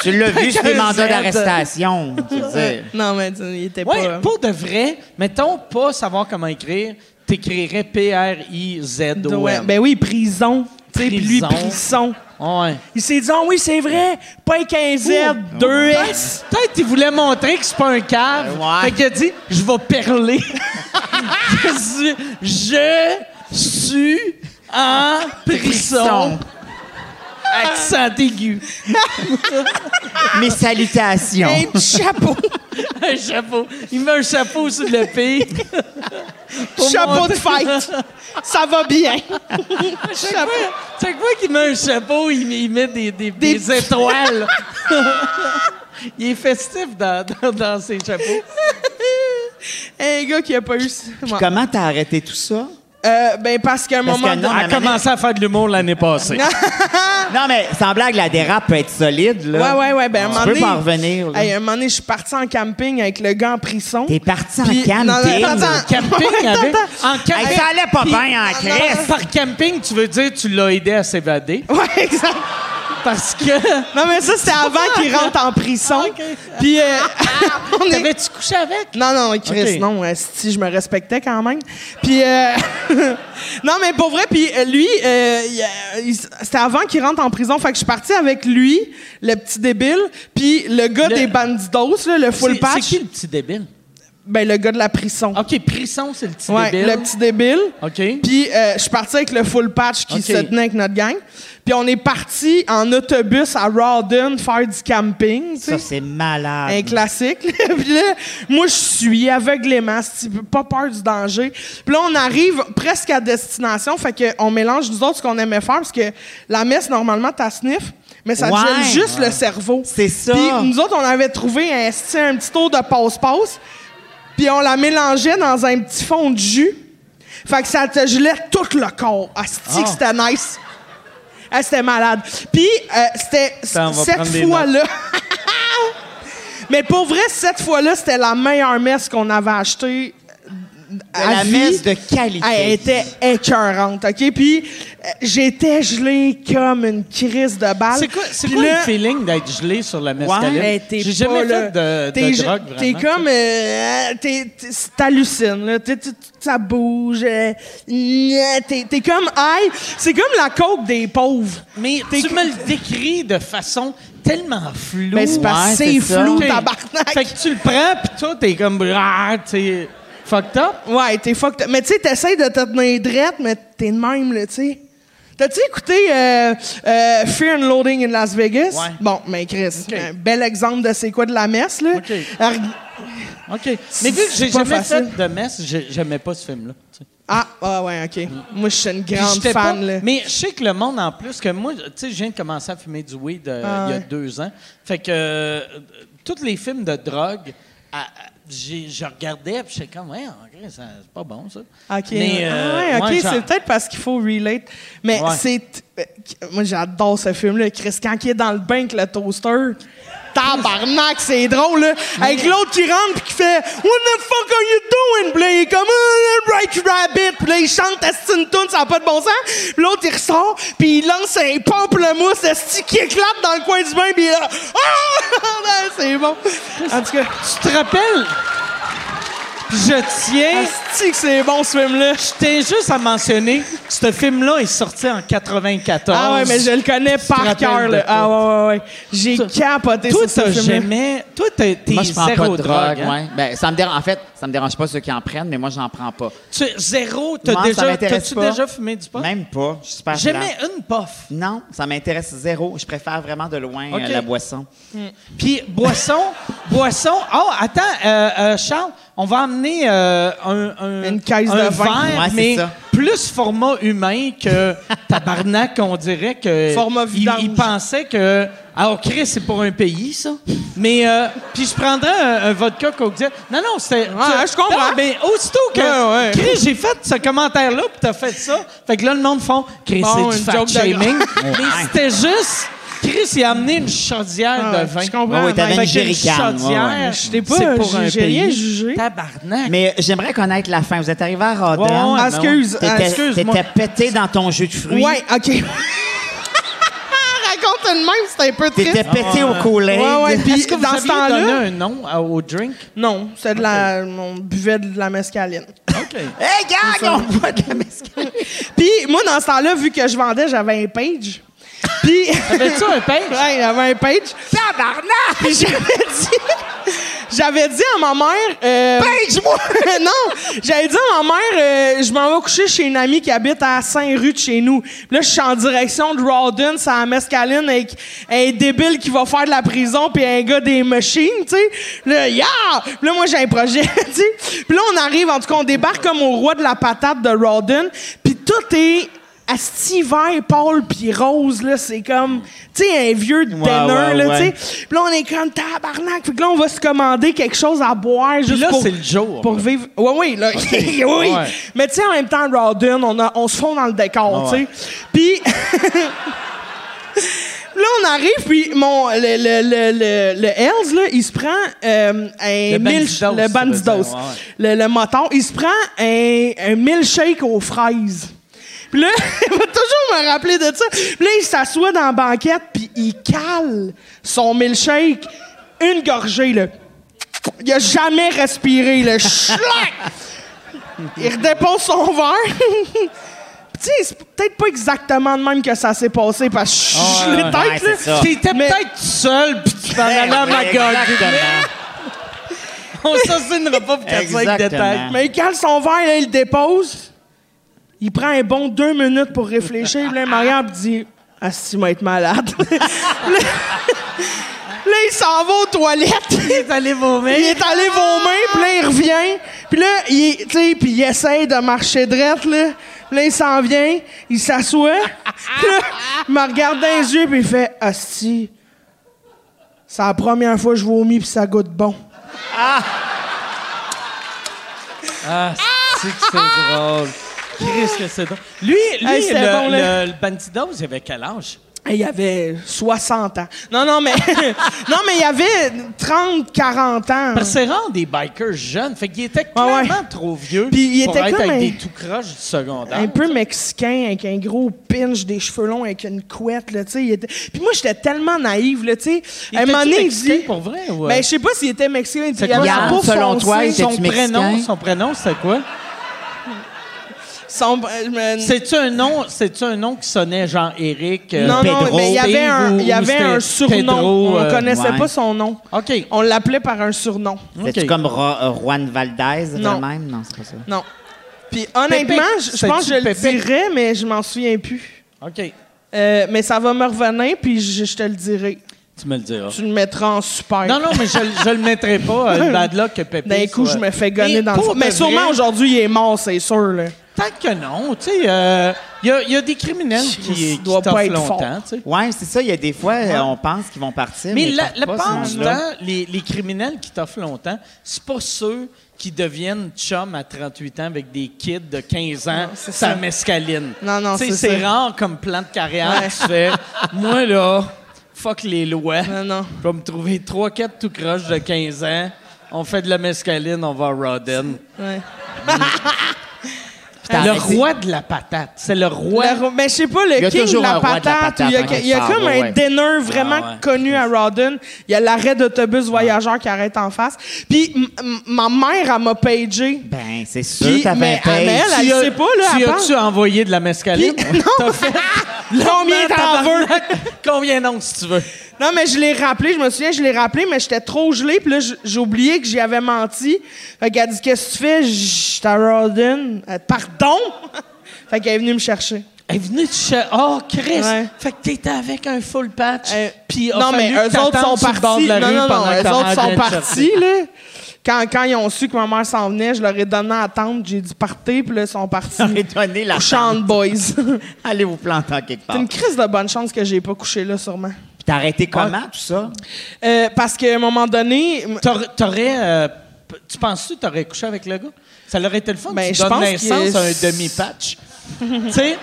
Speaker 4: Tu l'as vu sur les mandats
Speaker 1: Z.
Speaker 4: d'arrestation. tu sais.
Speaker 5: Non, mais tu- il était
Speaker 1: Ouais,
Speaker 5: pas...
Speaker 1: pour de vrai, mettons pas savoir comment écrire, t'écrirais P-R-I-Z-O-N.
Speaker 5: Ouais, ben oui, prison. Tu sais, puis lui,
Speaker 1: Prison.
Speaker 5: prison.
Speaker 1: Ouais.
Speaker 5: Il s'est dit, ah oui, c'est vrai, pas un 15
Speaker 1: Ouh.
Speaker 5: 2 S.
Speaker 1: Peut-être qu'il voulait montrer que c'est pas un cave.
Speaker 4: Euh, ouais.
Speaker 1: Fait qu'il a dit Je vais perler. je suis. Je suis. en périsson.
Speaker 5: Ah.
Speaker 1: Accent aigu.
Speaker 4: Mes salutations.
Speaker 5: Un chapeau.
Speaker 1: Un chapeau. Il met un chapeau sur le pied. Pour
Speaker 5: chapeau de
Speaker 1: montrer-
Speaker 5: fête. Ça va bien.
Speaker 1: Chaque fois- chaque fois qu'il met un chapeau, il, met- il met des, des- des étoiles. il est festif dans, dans- dans ses chapeaux.
Speaker 5: Un gars qui a pas eu. ça. Ouais.
Speaker 4: Comment t'as arrêté tout ça?
Speaker 5: Euh, ben parce qu'à un
Speaker 4: Parce
Speaker 5: moment
Speaker 4: que non,
Speaker 5: donné-
Speaker 4: mais-
Speaker 1: à faire de l'humour l'année passée.
Speaker 4: Non, mais sans blague, la dérape peut être solide, là.
Speaker 5: Ouais, ouais, ouais. Ben, à un moment
Speaker 4: Tu peux
Speaker 5: donné-
Speaker 4: pas en revenir, là.
Speaker 5: Hey, un moment donné, je suis parti en camping avec le gars en prison.
Speaker 4: T'es parti en
Speaker 5: Puis-
Speaker 4: camping.
Speaker 5: Non, non, attends,
Speaker 1: Camping avec. En
Speaker 4: Hey,
Speaker 1: camping.
Speaker 4: ça allait pas
Speaker 1: Puis-
Speaker 4: bien en
Speaker 1: Chris,
Speaker 4: crise.
Speaker 1: Par camping, tu veux dire tu l'as aidé à s'évader
Speaker 5: Ouais, exact.
Speaker 1: parce que
Speaker 5: Non, mais ça, c'était avant qu'il rentre en prison.
Speaker 1: Ah, ok.
Speaker 5: Puis, euh,
Speaker 4: ah.
Speaker 5: on est-
Speaker 1: t'avais-tu couché avec?
Speaker 5: Non, non, Chris,
Speaker 1: Ok.
Speaker 5: non, euh, si je me respectais quand même. Puis, euh, non, mais pour vrai, puis euh, lui, euh, il, euh, il s- c'était avant qu'il rentre en prison. Fait que je suis partie avec lui, le petit débile, puis le gars
Speaker 1: Le-
Speaker 5: des bandidos, là, le full
Speaker 1: C'est c'est
Speaker 5: patch.
Speaker 1: qui le petit débile?
Speaker 5: Ben, le gars de la prison.
Speaker 1: OK, Prisson, c'est le petit
Speaker 5: Ouais,
Speaker 1: débile.
Speaker 5: le petit débile.
Speaker 1: OK.
Speaker 5: Puis euh, je suis partie avec le full patch qui
Speaker 1: Ok.
Speaker 5: se tenait avec notre gang. Puis on est parti en autobus à Rawdon faire du camping, tu
Speaker 4: Ça,
Speaker 5: sais.
Speaker 4: c'est malade.
Speaker 5: Un classique. là. Puis là, moi, je suis aveuglément, si tu veux, pas peur du danger. Puis là, on arrive presque à destination. Fait qu'on mélange, nous autres, ce qu'on aimait faire, parce que la messe, normalement, t'as sniff, mais ça te
Speaker 4: Ouais.
Speaker 5: gèle juste le cerveau.
Speaker 4: C'est ça.
Speaker 5: Puis nous autres, on avait trouvé un, esti- un petit tour de passe-passe, puis on la mélangeait dans un petit fond de jus. Fait que ça te gelait tout le corps. Asti, que c'était nice. Ah, c'était malade. Puis, euh, c'était
Speaker 1: Attends, on va
Speaker 5: cette
Speaker 1: prendre des
Speaker 5: fois-là. Mais pour vrai, cette fois-là, c'était la meilleure messe qu'on avait achetée. à
Speaker 4: la
Speaker 5: vie.
Speaker 4: messe de qualité.
Speaker 5: Elle était écœurante, OK? Puis, euh, j'étais gelée comme une crise de balle.
Speaker 1: C'est quoi, c'est
Speaker 5: Puis
Speaker 1: quoi
Speaker 5: là-
Speaker 1: le feeling d'être gelé sur la mescaline?
Speaker 5: Ouais, mais t'es
Speaker 1: J'ai
Speaker 5: pas
Speaker 1: jamais
Speaker 5: là.
Speaker 1: fait de, de
Speaker 5: T'es ju-
Speaker 1: drogue,
Speaker 5: T'es
Speaker 1: vraiment.
Speaker 5: comme... euh, t'es- t'es- T'hallucines, là. T'es- t'es- Ça bouge. euh, gna, T'es t'es comme... Aïe! C'est comme la coke des pauvres.
Speaker 1: Mais
Speaker 5: t'es-
Speaker 1: tu me le décris de façon tellement floue.
Speaker 5: Ben, c'est parce que
Speaker 4: ouais,
Speaker 5: c'est
Speaker 4: c'est ça.
Speaker 5: flou,
Speaker 1: Ok.
Speaker 5: tabarnak.
Speaker 1: Fait que tu le prends, pis toi, t'es comme... Ah, t'es fucked up.
Speaker 5: Ouais, t'es fucked up. Mais tu sais, t'essayes de te tenir drette, mais t'es de même, là, tu sais. T'as-tu écouté euh, euh, Fear and Loading in Las Vegas?
Speaker 4: Ouais.
Speaker 5: Bon, mais Chris, un bel exemple de c'est quoi de la messe, là.
Speaker 1: Ok.
Speaker 5: Alors,
Speaker 1: OK. Mais vu que j'ai
Speaker 5: C'est pas
Speaker 1: jamais
Speaker 5: facile.
Speaker 1: fait de messe, j'ai- j'aimais pas ce film-là. tu sais.
Speaker 5: Ah, ah ouais, OK. Moi, je suis une
Speaker 1: Puis
Speaker 5: grande
Speaker 1: j'étais
Speaker 5: fan,
Speaker 1: pas-
Speaker 5: là.
Speaker 1: Mais je sais que le monde, en plus, que moi, tu sais, je viens de commencer à fumer du weed euh,
Speaker 5: Ah
Speaker 1: il y a
Speaker 5: ouais.
Speaker 1: deux ans. Fait que euh, tous les films de drogue, à- à- j'ai- je regardais, puis j'étais comme, ouais, en vrai, ça- c'est pas bon, ça.
Speaker 5: OK.
Speaker 1: Mais, euh,
Speaker 5: ah ouais, OK,
Speaker 1: ouais, genre-
Speaker 5: c'est peut-être parce qu'il faut relate. Mais
Speaker 1: Ouais.
Speaker 5: c'est... euh, Moi, j'adore ce film-là. Chris, quand il est dans le bain avec le toaster... Tabarnak, c'est drôle, là. Avec l'autre qui rentre puis qui fait « What the fuck are you doing? » Puis là, il est comme Ah, Right Rabbit ». Puis là, il chante Astin Toon, ça n'a pas de bon sens. Puis l'autre, il ressort, puis il lance un pamplemousse esti qui éclate dans le coin du bain, puis il est là « Ah! » C'est bon. En tout cas,
Speaker 1: Tu te rappelles? Je tiens...
Speaker 5: esti que c'est bon, ce film-là.
Speaker 1: Je tiens juste à mentionner que ce film-là est sorti en 94.
Speaker 5: Ah ouais, mais je le connais par
Speaker 1: rappelles
Speaker 5: cœur,
Speaker 1: de
Speaker 5: là.
Speaker 1: tout.
Speaker 5: Ah ouais, ouais, ouais. J'ai
Speaker 1: Toi-
Speaker 5: capoté
Speaker 1: Toi,
Speaker 5: sur ce
Speaker 1: t'as
Speaker 5: film-là.
Speaker 1: jamais... Toi, t'es t'es
Speaker 4: Moi, je prends
Speaker 1: zéro
Speaker 4: pas de drogue.
Speaker 1: hein?
Speaker 4: ouais. Ben, ça me dérange. En fait, ça me dérange pas ceux qui en prennent, mais moi, j'en prends pas.
Speaker 1: Tu, zéro, t'as
Speaker 4: Moi, ça
Speaker 1: déjà...
Speaker 4: m'intéresse
Speaker 1: T'as-tu
Speaker 4: pas. Ben,
Speaker 1: déjà fumé du pot?
Speaker 4: Même pas. Je suis super
Speaker 1: Jamais
Speaker 4: blanc.
Speaker 1: une puff.
Speaker 4: Non, ça m'intéresse zéro. Je préfère vraiment de loin euh,
Speaker 1: Ok.
Speaker 4: la boisson.
Speaker 1: Puis boisson, boisson. Oh, attends, euh, euh, Charles, on va emmener euh, un, un-
Speaker 5: Une caisse
Speaker 1: un
Speaker 5: de vin.
Speaker 1: verre,
Speaker 4: Ouais, c'est
Speaker 1: mais
Speaker 4: ça.
Speaker 1: plus format humain que tabarnak. on dirait que
Speaker 5: Format
Speaker 1: il,
Speaker 5: vidange.
Speaker 1: il pensait que ah, oh, Chris, c'est pour un pays ça. Mais euh, puis je prendrais un, un vodka coke Zero. Non non, c'était.
Speaker 5: Ouais, je comprends.
Speaker 1: Non, mais aussitôt que
Speaker 5: Ouais, ouais.
Speaker 1: Chris, j'ai fait ce commentaire là, puis t'as fait ça. Fait que là le monde font Chris,
Speaker 5: Bon,
Speaker 1: c'est du
Speaker 5: une
Speaker 1: fat
Speaker 5: joke de gars.
Speaker 1: shaming. mais c'était juste. Chris, il a amené une chaudière
Speaker 5: Ah ouais,
Speaker 1: de vin.
Speaker 5: Je comprends.
Speaker 4: Ouais, ouais, t'avais
Speaker 5: mais-
Speaker 1: Fait
Speaker 4: une
Speaker 1: que une
Speaker 4: jerrycan, ouais,
Speaker 1: chaudière,
Speaker 4: ouais.
Speaker 5: Je t'ai pas
Speaker 1: c'est pour un
Speaker 5: jugé, rien
Speaker 1: pays.
Speaker 5: jugé.
Speaker 1: Tabarnak.
Speaker 4: Mais euh, j'aimerais connaître la fin. Vous êtes arrivé à Rodin.
Speaker 1: Ouais, ouais,
Speaker 5: excuse,
Speaker 4: T'étais-
Speaker 5: excuse-moi.
Speaker 4: T'étais pété dans ton jus de fruits.
Speaker 5: Ouais, OK. Raconte le même, c'était un peu
Speaker 4: T'étais
Speaker 5: triste.
Speaker 4: pété au collège.
Speaker 5: Ouais, ouais, puis
Speaker 1: Est-ce que vous
Speaker 5: dans ce
Speaker 1: aviez
Speaker 5: temps-là...
Speaker 1: donné un nom à- au drink?
Speaker 5: Non, c'est de la... On buvait de la mescaline.
Speaker 1: OK.
Speaker 4: Hey, gang, on boit de la mescaline.
Speaker 5: Puis moi, dans ce temps-là, vu que je vendais, j'avais un page. Puis...
Speaker 1: T'avais-tu un page?
Speaker 5: Ouais, j'avais un page.
Speaker 4: Tabarnak!
Speaker 5: Puis j'avais dit... J'avais dit à ma mère. euh,
Speaker 4: Page-moi!
Speaker 5: non, j'avais dit à ma mère, euh, je m'en vais coucher chez une amie qui habite à Saint-Rue de chez nous. Puis là, je suis en direction de Rawdon, c'est à Mescaline, avec un débile qui va faire de la prison, puis un gars des machines, tu sais. Puis Là, yeah! Puis là, moi, j'ai un projet, tu sais. Puis là, on arrive, en tout cas, on débarque comme au roi de la patate de Rawdon, puis tout est... À cet hiver, Paul puis Rose, là, c'est comme, tu sais, un vieux dinner,
Speaker 4: ouais,
Speaker 5: là,
Speaker 4: ouais.
Speaker 5: tu sais. Puis là, on est comme tabarnak. Puis que là, on va se commander quelque chose à boire juste
Speaker 1: là,
Speaker 5: pour-
Speaker 1: c'est le jour,
Speaker 5: Pour
Speaker 1: là.
Speaker 5: vivre. Oui, oui, là. oui. Mais tu sais, en même temps, Rawdon, on, a- on se fond dans le
Speaker 1: Ah
Speaker 5: décor, tu sais. Puis. Là, on arrive, puis mon, le, le, le, le, le Hells, là, il se prend euh, un
Speaker 1: Le
Speaker 5: mil-
Speaker 1: Bandidos,
Speaker 5: le
Speaker 1: tu veux dire,
Speaker 5: bandidos,
Speaker 1: ouais,
Speaker 5: le, le moton, il se prend un, un milkshake aux fraises. Puis là, il va toujours me rappeler de ça. Puis là, il s'assoit dans la banquette, puis il cale son milkshake, une gorgée, là. Il a jamais respiré, là. Schlac! Il redépose son verre. Puis tu sais, c'est peut-être pas exactement de même que ça s'est passé, parce que je l'ai
Speaker 4: Ah, ouais,
Speaker 5: tête, là.
Speaker 4: c'est ça.
Speaker 1: T'étais
Speaker 5: Mais-
Speaker 1: peut-être tout seul, puis tu t'en allais à Magog.
Speaker 4: Exactement.
Speaker 1: On s'assinera pas pour 4-5
Speaker 4: Exactement.
Speaker 1: détails.
Speaker 5: Mais il cale son verre, là, il le dépose. Il prend un bon deux minutes pour réfléchir. Puis là, Marianne me dit Ah, si, il va être malade. là, là, il s'en va aux toilettes.
Speaker 1: Il est allé vomir.
Speaker 5: Il est allé vomir, puis là, il revient. Puis là, il, est- tu sais, puis il essaie de marcher drette, là. Puis là, il s'en vient, il s'assoit. Puis là, il me regarde dans les yeux, puis il fait « Asti, c'est la première fois que je vomis, puis ça goûte bon.
Speaker 1: Ah, c'est que c'est drôle. Chris, que c'est drôle. Lui, lui
Speaker 5: Hey, c'était
Speaker 1: le,
Speaker 5: bon, là.
Speaker 1: le- le bandidos, il avait quel âge? »
Speaker 5: Il avait 60 ans. Non, non, mais... non, mais il avait 30, 40 ans.
Speaker 1: Parce que c'est rare des bikers jeunes. Fait qu'il était
Speaker 5: Ouais, Ah ouais.
Speaker 1: clairement trop vieux
Speaker 5: Puis il
Speaker 1: pour
Speaker 5: était
Speaker 1: être
Speaker 5: comme
Speaker 1: avec
Speaker 5: un-
Speaker 1: des tout croches du secondaire.
Speaker 5: Un peu mexicain, avec un gros pinch, des cheveux longs, avec une couette, là, tu sais. il était- Puis moi, j'étais tellement naïve, là, tu sais.
Speaker 1: Il
Speaker 5: À un
Speaker 1: était-tu
Speaker 5: moment donné, il
Speaker 1: mexicain
Speaker 5: dit...
Speaker 1: pour vrai, ou, euh,
Speaker 5: Ben, je sais pas s'il était mexicain. Il dit,
Speaker 1: C'est
Speaker 5: il avait
Speaker 1: quoi
Speaker 5: la
Speaker 1: son-
Speaker 5: peau
Speaker 4: selon toi,
Speaker 5: foncée,
Speaker 4: Ah, il était-
Speaker 1: son
Speaker 4: t'es-tu mexicain?
Speaker 1: prénom, son prénom, c'était quoi?
Speaker 5: son- euh, je me-
Speaker 1: C'est-tu un nom, c'est-tu un nom qui sonnait genre Eric, euh,
Speaker 5: non,
Speaker 1: Pedro,
Speaker 5: non, mais il y avait
Speaker 1: Steve
Speaker 5: un,
Speaker 1: ou-
Speaker 5: il y
Speaker 1: ou
Speaker 5: avait
Speaker 1: c'était
Speaker 5: un surnom.
Speaker 1: Pedro,
Speaker 5: on
Speaker 1: euh,
Speaker 5: connaissait
Speaker 4: ouais.
Speaker 5: pas son nom.
Speaker 1: OK.
Speaker 5: On l'appelait par un surnom.
Speaker 4: C'est-tu
Speaker 1: Ok.
Speaker 4: comme Ro- euh, Juan Valdez, de
Speaker 5: Non.
Speaker 4: même? Non, c'est pas ça.
Speaker 5: Non. Puis honnêtement,
Speaker 1: Pépé.
Speaker 5: je- je
Speaker 1: C'est-tu
Speaker 5: pense que je le
Speaker 1: Pépé?
Speaker 5: dirais, mais je m'en souviens plus.
Speaker 1: OK.
Speaker 5: Euh, mais ça va me revenir, puis je, je te le dirai.
Speaker 1: Tu me le diras.
Speaker 5: Tu le mettras en super.
Speaker 1: Non, non, mais je, je le mettrai pas, euh, le bad luck que Pépé.
Speaker 5: D'un coup,
Speaker 1: soit-
Speaker 5: Ben, je me fais gonner
Speaker 1: Mais
Speaker 5: dans le
Speaker 1: pour
Speaker 5: fond.
Speaker 1: de
Speaker 5: Mais sûrement
Speaker 1: vrai,
Speaker 5: aujourd'hui, il est mort, c'est sûr. Là.
Speaker 1: Tant que non, tu sais, euh, il y, a- y a des criminels qui, qui
Speaker 5: doit pas
Speaker 1: t'offrent
Speaker 5: être fort.
Speaker 1: longtemps, tu sais.
Speaker 4: Ouais, c'est ça. Il y a des fois, euh, on pense qu'ils vont partir.
Speaker 1: Mais
Speaker 4: ils
Speaker 1: la,
Speaker 4: partent
Speaker 1: la
Speaker 4: pas,
Speaker 1: part
Speaker 4: ces
Speaker 1: du
Speaker 4: gens-là.
Speaker 1: temps, les, les criminels qui t'offrent longtemps, c'est pas ceux qui deviennent chums à 38 ans avec des kids de 15 ans,
Speaker 5: c'est
Speaker 1: ça,
Speaker 5: ça.
Speaker 1: mescaline.
Speaker 5: Non, non,
Speaker 1: Tu sais,
Speaker 5: c'est
Speaker 1: c'est
Speaker 5: ça.
Speaker 1: rare comme plan de carrière.
Speaker 5: Ouais.
Speaker 1: Tu fais, moi là, fuck les lois.
Speaker 5: Non, non.
Speaker 1: Je vais me trouver 3-4 tout croche de 15 ans. On fait de la mescaline, on va à Rodden.
Speaker 5: Ouais.
Speaker 4: Putain,
Speaker 1: Le
Speaker 4: mais c'est-
Speaker 1: roi de la patate. C'est le roi.
Speaker 5: Le ro- ben, je sais pas, le
Speaker 4: Il y a
Speaker 5: king de
Speaker 4: toujours
Speaker 5: la
Speaker 4: un roi de la
Speaker 5: patate.
Speaker 4: patate,
Speaker 5: il y a,
Speaker 4: hein,
Speaker 5: il y a
Speaker 4: quelque
Speaker 5: comme
Speaker 4: part,
Speaker 5: un
Speaker 4: ouais.
Speaker 5: dinner vraiment
Speaker 1: Ah ouais.
Speaker 5: connu à Rawdon. Il y a l'arrêt d'autobus voyageur qui arrête en face. Puis m- m- ma mère, elle m'a pagé.
Speaker 4: Ben, c'est
Speaker 5: Puis-
Speaker 4: sûr, t'avais
Speaker 5: mais
Speaker 4: un page.
Speaker 5: elle, elle, elle-
Speaker 1: Tu as-
Speaker 5: sait pas, là,
Speaker 1: Tu
Speaker 5: elle
Speaker 1: as-tu envoyé de la mescaline?
Speaker 5: Puis-
Speaker 1: T'as fait
Speaker 5: Combien t'en veux?
Speaker 1: tabarnak. Combien donc, si tu veux?
Speaker 5: Non, mais je l'ai rappelé, je me souviens, je l'ai rappelé, mais j'étais trop gelé, puis là, j- j'ai oublié que j'y avais menti. Fait qu'elle a dit, qu'est-ce que tu fais? J'étais à Rawdon. Elle dit, Pardon? fait qu'elle est venue me chercher.
Speaker 1: Elle est venue de chez. Oh, Chris!
Speaker 5: Ouais.
Speaker 1: Fait que t'étais avec un full patch.
Speaker 5: Euh,
Speaker 1: Puis
Speaker 5: non, mais eux autres sont partis. Non, non, non, eux autres sont partis, là. Quand, quand ils ont su que ma mère s'en venait, je leur ai donné à attendre. J'ai dit partez, puis là, ils sont partis.
Speaker 4: Elle donné la
Speaker 5: Couchant
Speaker 4: chance.
Speaker 5: de boys. C'est
Speaker 4: Allez vous planter en quelque part.
Speaker 5: une crise de bonne chance que j'ai pas couché là, sûrement.
Speaker 4: Puis t'as arrêté comment, tout ça?
Speaker 5: Euh, parce qu'à un moment donné, m-
Speaker 1: T'aurais. t'aurais, euh, p- tu penses-tu que t'aurais couché avec le gars? Ça leur aurait été le fun.
Speaker 5: Ben,
Speaker 1: tu
Speaker 5: je
Speaker 1: donnes
Speaker 5: pense
Speaker 1: naissance
Speaker 5: que-
Speaker 1: à un demi-patch. tu sais?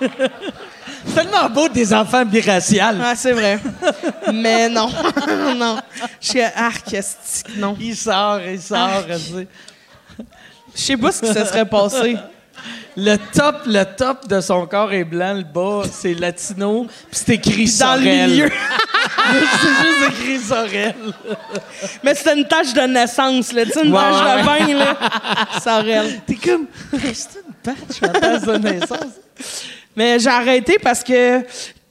Speaker 1: C'est tellement beau des enfants biraciales.
Speaker 5: ah, c'est vrai. Mais non, non. Je suis arc, esti que non.
Speaker 1: Il sort, il sort. tu sais.
Speaker 5: Je sais pas ce qui se serait passé.
Speaker 1: Le top, le top de son corps est blanc, le bas, c'est latino, puis c'est écrit
Speaker 5: Dans le
Speaker 1: Sorel.
Speaker 5: milieu.
Speaker 1: c'est juste écrit Sorel.
Speaker 5: Mais c'était une tache de naissance, là. Tu sais, une
Speaker 1: Ouais,
Speaker 5: tache
Speaker 1: ouais,
Speaker 5: de bain, là. Sorel.
Speaker 1: T'es comme, reste une patch en place de naissance.
Speaker 5: Mais j'ai arrêté parce que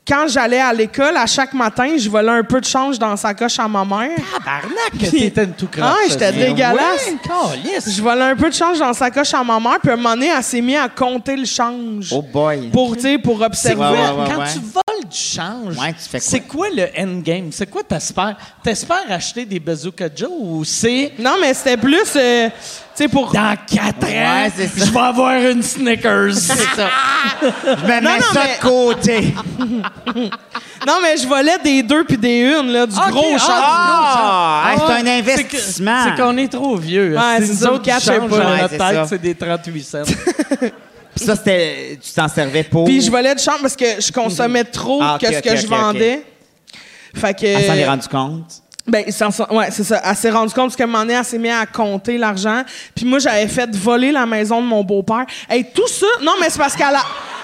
Speaker 5: quand j'allais à l'école, à chaque matin, je volais un peu de change dans sa coche à ma mère.
Speaker 1: Tabarnak!
Speaker 6: Que t'étais une tout croche.
Speaker 5: Ah, j'étais dégueulasse.
Speaker 1: Ouais, calisse.
Speaker 5: Je volais un peu de change dans sa coche à ma mère, puis à un moment donné, elle s'est mise à compter le change.
Speaker 4: Oh boy.
Speaker 5: Pour, tu sais, pour
Speaker 1: C'est
Speaker 5: observer.
Speaker 1: quoi,
Speaker 4: Ouais, ouais, ouais,
Speaker 1: quand
Speaker 4: ouais.
Speaker 1: tu voles du change,
Speaker 4: Ouais, tu fais quoi?
Speaker 1: c'est quoi le endgame? C'est quoi t'espères? T'espères acheter des Bazooka Joe ou c'est
Speaker 5: Non, mais c'était plus, euh, tu sais, pour...
Speaker 1: dans 4 ans,
Speaker 4: Ouais, c'est ça.
Speaker 1: je vais avoir une Snickers? c'est ça.
Speaker 4: Je me mets
Speaker 5: non,
Speaker 4: ça
Speaker 5: mais-
Speaker 4: de côté.
Speaker 5: Non, mais je volais des deux puis des une, là, du
Speaker 1: Ok,
Speaker 5: gros
Speaker 1: ah,
Speaker 5: change.
Speaker 4: Ah,
Speaker 1: du gros change.
Speaker 4: hey, c'est un
Speaker 1: ouais.
Speaker 4: investissement.
Speaker 1: C'est que- C'est qu'on est trop vieux.
Speaker 5: Ouais,
Speaker 1: c'est
Speaker 5: c'est
Speaker 1: nous
Speaker 5: ça, vous
Speaker 1: autres qui
Speaker 5: catchez
Speaker 1: changent
Speaker 5: pas.
Speaker 1: dans
Speaker 4: Ouais,
Speaker 1: la
Speaker 4: c'est
Speaker 1: tête,
Speaker 4: ça.
Speaker 1: c'est des 38 cents.
Speaker 4: Puis ça, c'était, tu t'en servais pour.
Speaker 5: Puis je volais de chambre parce que je consommais trop
Speaker 4: Ah, ok,
Speaker 5: que ce que
Speaker 4: ok,
Speaker 5: je
Speaker 4: ok, Ah, ok.
Speaker 5: vendais. Fait que.
Speaker 4: Elle s'en est rendue compte.
Speaker 5: Ben, ils s'en sont- ouais, c'est ça. Elle s'est rendue compte parce qu'à un moment donné, elle s'est mise à compter l'argent. Puis moi, j'avais fait voler la maison de mon beau-père. Hey, tout ça. Non, mais c'est parce qu'elle a.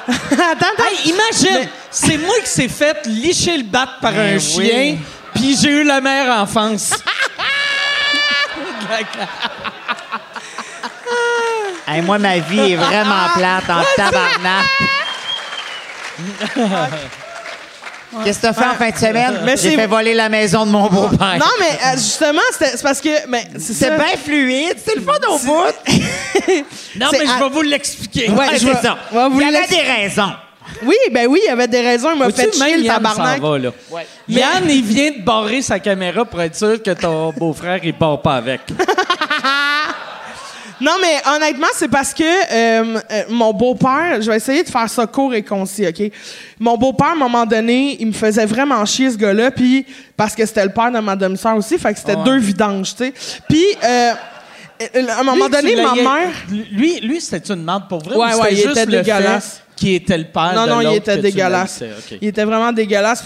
Speaker 5: attends, attends.
Speaker 1: Hey, imagine, c'est moi qui s'est fait licher le bat par
Speaker 4: Ben
Speaker 1: un
Speaker 4: oui.
Speaker 1: chien, puis j'ai eu la meilleure enfance.
Speaker 4: Hey, moi, ma vie est vraiment plate en tabarnak. Qu'est-ce que t'as fait en fin de semaine?
Speaker 5: Mais c'est-
Speaker 4: J'ai fait voler la maison de mon beau-père.
Speaker 5: Non, mais euh, justement, c'était- c'est parce que. Mais c'est
Speaker 4: C'est
Speaker 5: ça.
Speaker 4: bien fluide, c'est le fun au bout.
Speaker 1: Non,
Speaker 5: C'est
Speaker 1: mais je
Speaker 5: à-
Speaker 1: vais vous l'expliquer.
Speaker 4: Ouais,
Speaker 5: je
Speaker 4: c'est
Speaker 5: vais-
Speaker 4: ça.
Speaker 5: ouais, vous
Speaker 4: Il y avait
Speaker 5: laissez-
Speaker 4: des raisons.
Speaker 5: Oui, ben oui, il y avait des raisons. Il m'a fait
Speaker 1: Vois-tu,
Speaker 5: chier le
Speaker 1: Yann
Speaker 5: tabarnak.
Speaker 1: s'en va, là. Yann, il vient de barrer sa caméra pour être sûr que ton beau-frère, il part pas avec.
Speaker 5: Non, mais honnêtement, c'est parce que euh, euh, mon beau-père, je vais essayer de faire ça court et concis, OK? Mon beau-père, à un moment donné, il me faisait vraiment chier, ce gars-là, puis parce que c'était le père de ma demi-sœur aussi, fait que c'était deux vidanges, tu sais. Puis, euh, euh, à un moment
Speaker 1: Lui, tu
Speaker 5: donné, ma
Speaker 1: l'as-
Speaker 5: mère...
Speaker 1: Lui, lui c'était une merde pour vrai.
Speaker 5: Ouais,
Speaker 1: ou c'était
Speaker 5: ouais, il
Speaker 1: juste
Speaker 5: était
Speaker 1: le fait
Speaker 5: dégueulasse.
Speaker 1: Qui était le père
Speaker 5: Non,
Speaker 1: de
Speaker 5: non, il
Speaker 1: l'autre
Speaker 5: était
Speaker 1: que tu
Speaker 5: dégueulasse.
Speaker 1: l'haïssais, ok.
Speaker 5: Il était vraiment dégueulasse.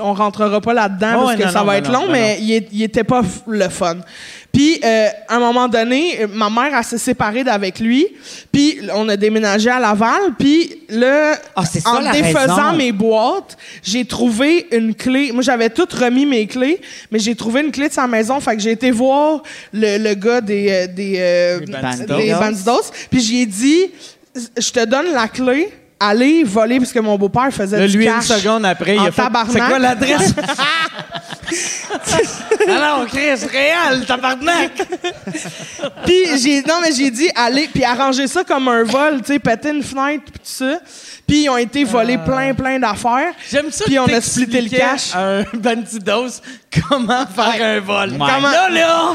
Speaker 5: On rentrera pas là-dedans
Speaker 1: Ouais,
Speaker 5: parce que
Speaker 1: non,
Speaker 5: ça
Speaker 1: non,
Speaker 5: va
Speaker 1: non,
Speaker 5: être
Speaker 1: non, ben
Speaker 5: long,
Speaker 1: non,
Speaker 5: mais il, est- il était pas f- le fun. Puis, euh, à un moment donné, euh, ma mère, elle s'est séparée d'avec lui. Puis, on a déménagé à Laval. Puis, là,
Speaker 4: Ah, c'est ça,
Speaker 5: en
Speaker 4: la
Speaker 5: défaisant
Speaker 4: raison.
Speaker 5: mes boîtes, j'ai trouvé une clé. Moi, j'avais tout remis mes clés, mais j'ai trouvé une clé de sa maison. Fait que j'ai été voir le, le gars des, euh, des, euh,
Speaker 4: Bandidos.
Speaker 5: des Bandidos. Puis, j'ai dit, je te donne la clé. Allez voler, parce que mon beau-père faisait
Speaker 1: Là,
Speaker 5: du
Speaker 1: lui, une
Speaker 5: cash.
Speaker 1: seconde après, il
Speaker 5: en
Speaker 1: a fait.
Speaker 5: tabarnak.
Speaker 1: C'est quoi l'adresse? Alors, Chris, réel, tabarnak!
Speaker 5: Puis j'ai non mais j'ai dit allez puis arranger ça comme un vol, tu sais péter une fenêtre puis tout ça. Puis ils ont été volés plein plein d'affaires.
Speaker 1: Ah. J'aime ça
Speaker 5: Puis
Speaker 1: que
Speaker 5: on a splitté le
Speaker 1: t'expliquais
Speaker 5: cash.
Speaker 1: à Un bandidos, comment faire un vol.
Speaker 5: Comment-
Speaker 1: Là, là!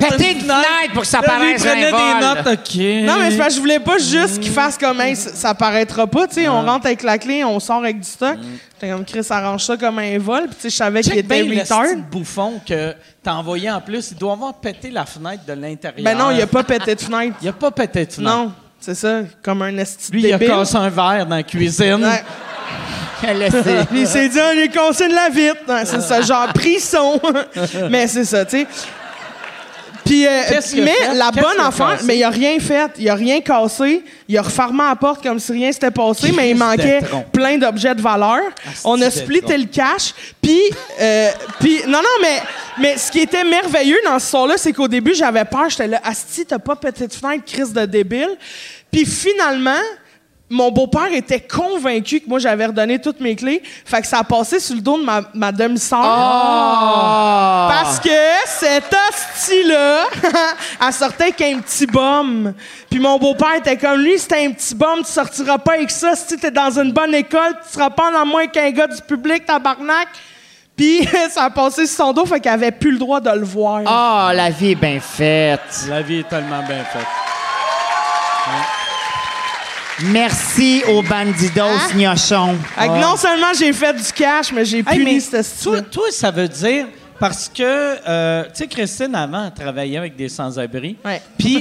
Speaker 4: Péter une fenêtre pour que ça
Speaker 1: Là, lui, il
Speaker 4: paraisse
Speaker 1: prenait
Speaker 4: un
Speaker 1: des
Speaker 4: vol.
Speaker 1: notes, OK.
Speaker 5: Non mais c'est
Speaker 1: Mm-hmm.
Speaker 5: parce que je voulais pas juste qu'ils fassent comme Hey, ça, ça paraîtra pas, tu sais, on rentre avec la clé, on sort avec du stock. J'étais comme Chris arrange ça comme un vol, puis tu sais je savais qu'il
Speaker 1: Mm. Check
Speaker 5: était
Speaker 1: bien le
Speaker 5: retard.
Speaker 1: petit bouffon que t'as envoyé en plus. Il doit avoir pété la fenêtre de l'intérieur.
Speaker 5: Ben non, il a pas pété de fenêtre.
Speaker 1: Il a pas pété de fenêtre.
Speaker 5: Non, c'est ça, comme un esti de
Speaker 1: Lui, il a
Speaker 5: débile.
Speaker 1: cassé un verre dans la cuisine.
Speaker 5: Ouais. Puis il s'est dit, Ah, j'ai cassé de la vitre. Ouais, c'est ça, genre prisson. mais c'est ça, tu sais. Puis, euh,
Speaker 1: Qu'est-ce qu'il a
Speaker 5: mais
Speaker 1: fait?
Speaker 5: la
Speaker 1: Qu'est-ce
Speaker 5: bonne
Speaker 1: qu'il a
Speaker 5: affaire,
Speaker 1: cassé?
Speaker 5: mais il a rien fait, il a rien cassé, il a refermé la porte comme si rien s'était passé, mais il
Speaker 1: Christ
Speaker 5: manquait
Speaker 1: de tronc. Ah,
Speaker 5: plein d'objets de valeur. On a
Speaker 1: de
Speaker 5: splitté
Speaker 1: tronc.
Speaker 5: le cash, puis, euh, puis non, non, mais, mais ce qui était merveilleux dans ce soir-là, c'est qu'au début, j'avais peur, j'étais là, Asti, t'as pas petite fenêtre, crise de débile. Puis finalement, mon beau-père était convaincu que moi, j'avais redonné toutes mes clés. Fait que ça a passé sur le dos de ma, ma demi-sœur.
Speaker 4: Oh,
Speaker 5: Parce que cette hostie-là, elle sortait avec un petit bum. Puis mon beau-père était comme lui, c'était un petit bum, tu sortiras pas avec ça. Si t'es dans une bonne école, tu seras pas en moins qu'un gars du public, tabarnak. Puis ça a passé sur son dos, fait qu'elle avait plus le droit de le voir.
Speaker 4: Ah, la vie est bien faite.
Speaker 1: La vie est tellement bien faite.
Speaker 4: Merci aux bandidos gnochons.
Speaker 5: Fait que non seulement j'ai fait du cash, mais j'ai
Speaker 1: Hey,
Speaker 5: puni
Speaker 1: mais
Speaker 5: cette
Speaker 1: toi,
Speaker 5: hostie-là.
Speaker 1: toi, ça veut dire parce que euh, tu sais Christine avant elle travaillait avec des sans-abri.
Speaker 5: Ouais.
Speaker 1: Puis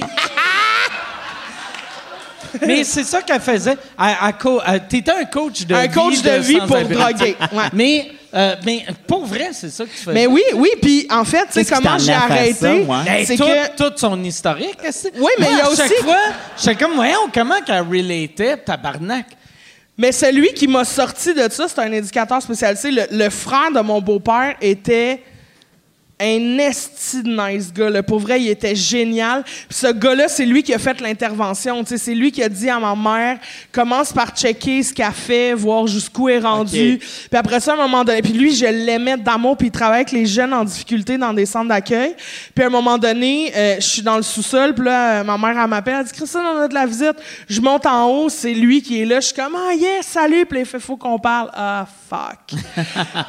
Speaker 1: Mais c'est ça qu'elle faisait. Elle- elle co- elle- T'étais un coach de
Speaker 5: Un
Speaker 1: vie
Speaker 5: coach de vie pour
Speaker 1: sans-abri.
Speaker 5: droguer. Ouais.
Speaker 1: Mais, euh, mais pour vrai, c'est ça que tu faisais.
Speaker 5: Mais oui, oui, puis en fait, tu sais
Speaker 4: Qu'est-ce qui
Speaker 5: comment
Speaker 4: t'amène
Speaker 5: j'ai
Speaker 4: à faire
Speaker 5: arrêté,
Speaker 4: ça, moi?
Speaker 1: Hey,
Speaker 5: c'est
Speaker 1: tout,
Speaker 5: que
Speaker 1: tout son historique. est-ce que-
Speaker 5: Oui, mais
Speaker 1: Moi,
Speaker 5: il y a
Speaker 1: à chaque
Speaker 5: aussi-
Speaker 1: fois, j'étais comme, voyons, comment qu'elle relatait, tabarnak.
Speaker 5: Mais celui qui m'a sorti de ça, c'est un éducateur spécialisé. Le, le frère de mon beau-père était un esti de nice gars. Là. Pour vrai, il était génial. Puis ce gars-là, c'est lui qui a fait l'intervention. tu sais. C'est lui qui a dit à ma mère, commence par checker ce qu'elle fait, voir jusqu'où est rendu.
Speaker 4: Ok.
Speaker 5: Puis après ça, à un moment donné, puis lui, je l'aimais d'amour, puis il travaille avec les jeunes en difficulté dans des centres d'accueil. Puis à un moment donné, euh, je suis dans le sous-sol, puis là, euh, ma mère, elle m'appelle, elle dit « Christine, on a de la visite. » Je monte en haut, c'est lui qui est là. Je suis comme « Ah, yes, salut! » Puis là, il fait « Faut qu'on parle. » Ah, fuck!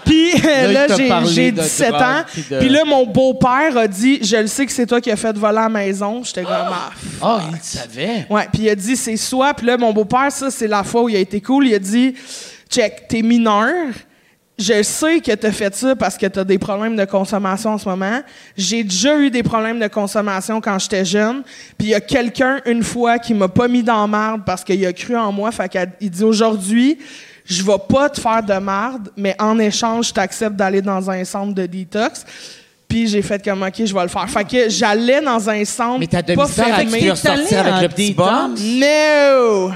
Speaker 5: Puis euh,
Speaker 3: Là, il
Speaker 5: là,
Speaker 3: t'a
Speaker 5: j'ai-
Speaker 3: parlé
Speaker 5: j'ai
Speaker 3: de
Speaker 5: 17
Speaker 3: drogue,
Speaker 5: ans.
Speaker 3: puis
Speaker 5: Puis
Speaker 3: de-
Speaker 5: là, mon beau-père a dit « Je le sais que c'est toi qui as fait voler la maison. » J'étais comme « Ah,
Speaker 3: Ah, il le savait.
Speaker 5: Ouais, puis il a dit c'est soit. Puis là, mon beau-père, ça, c'est la fois où il a été cool. Il a dit check, t'es mineur. Je sais que t'as fait ça parce que t'as des problèmes de consommation en ce moment. J'ai déjà eu des problèmes de consommation quand j'étais jeune. Puis il y a quelqu'un, une fois, qui m'a pas mis dans la marde parce qu'il a cru en moi. Fait qu'il dit aujourd'hui, je vais pas te faire de marde, mais en échange, je t'accepte d'aller dans un centre de détox. Puis j'ai fait comme, OK, je vais le faire. Fait que j'allais dans un centre
Speaker 3: Mais ta
Speaker 5: pas
Speaker 3: demi-sœur a
Speaker 5: fermé.
Speaker 3: dû
Speaker 1: allé
Speaker 3: ressortir avec le
Speaker 1: en
Speaker 3: petit
Speaker 1: détox?
Speaker 3: bon.
Speaker 5: No!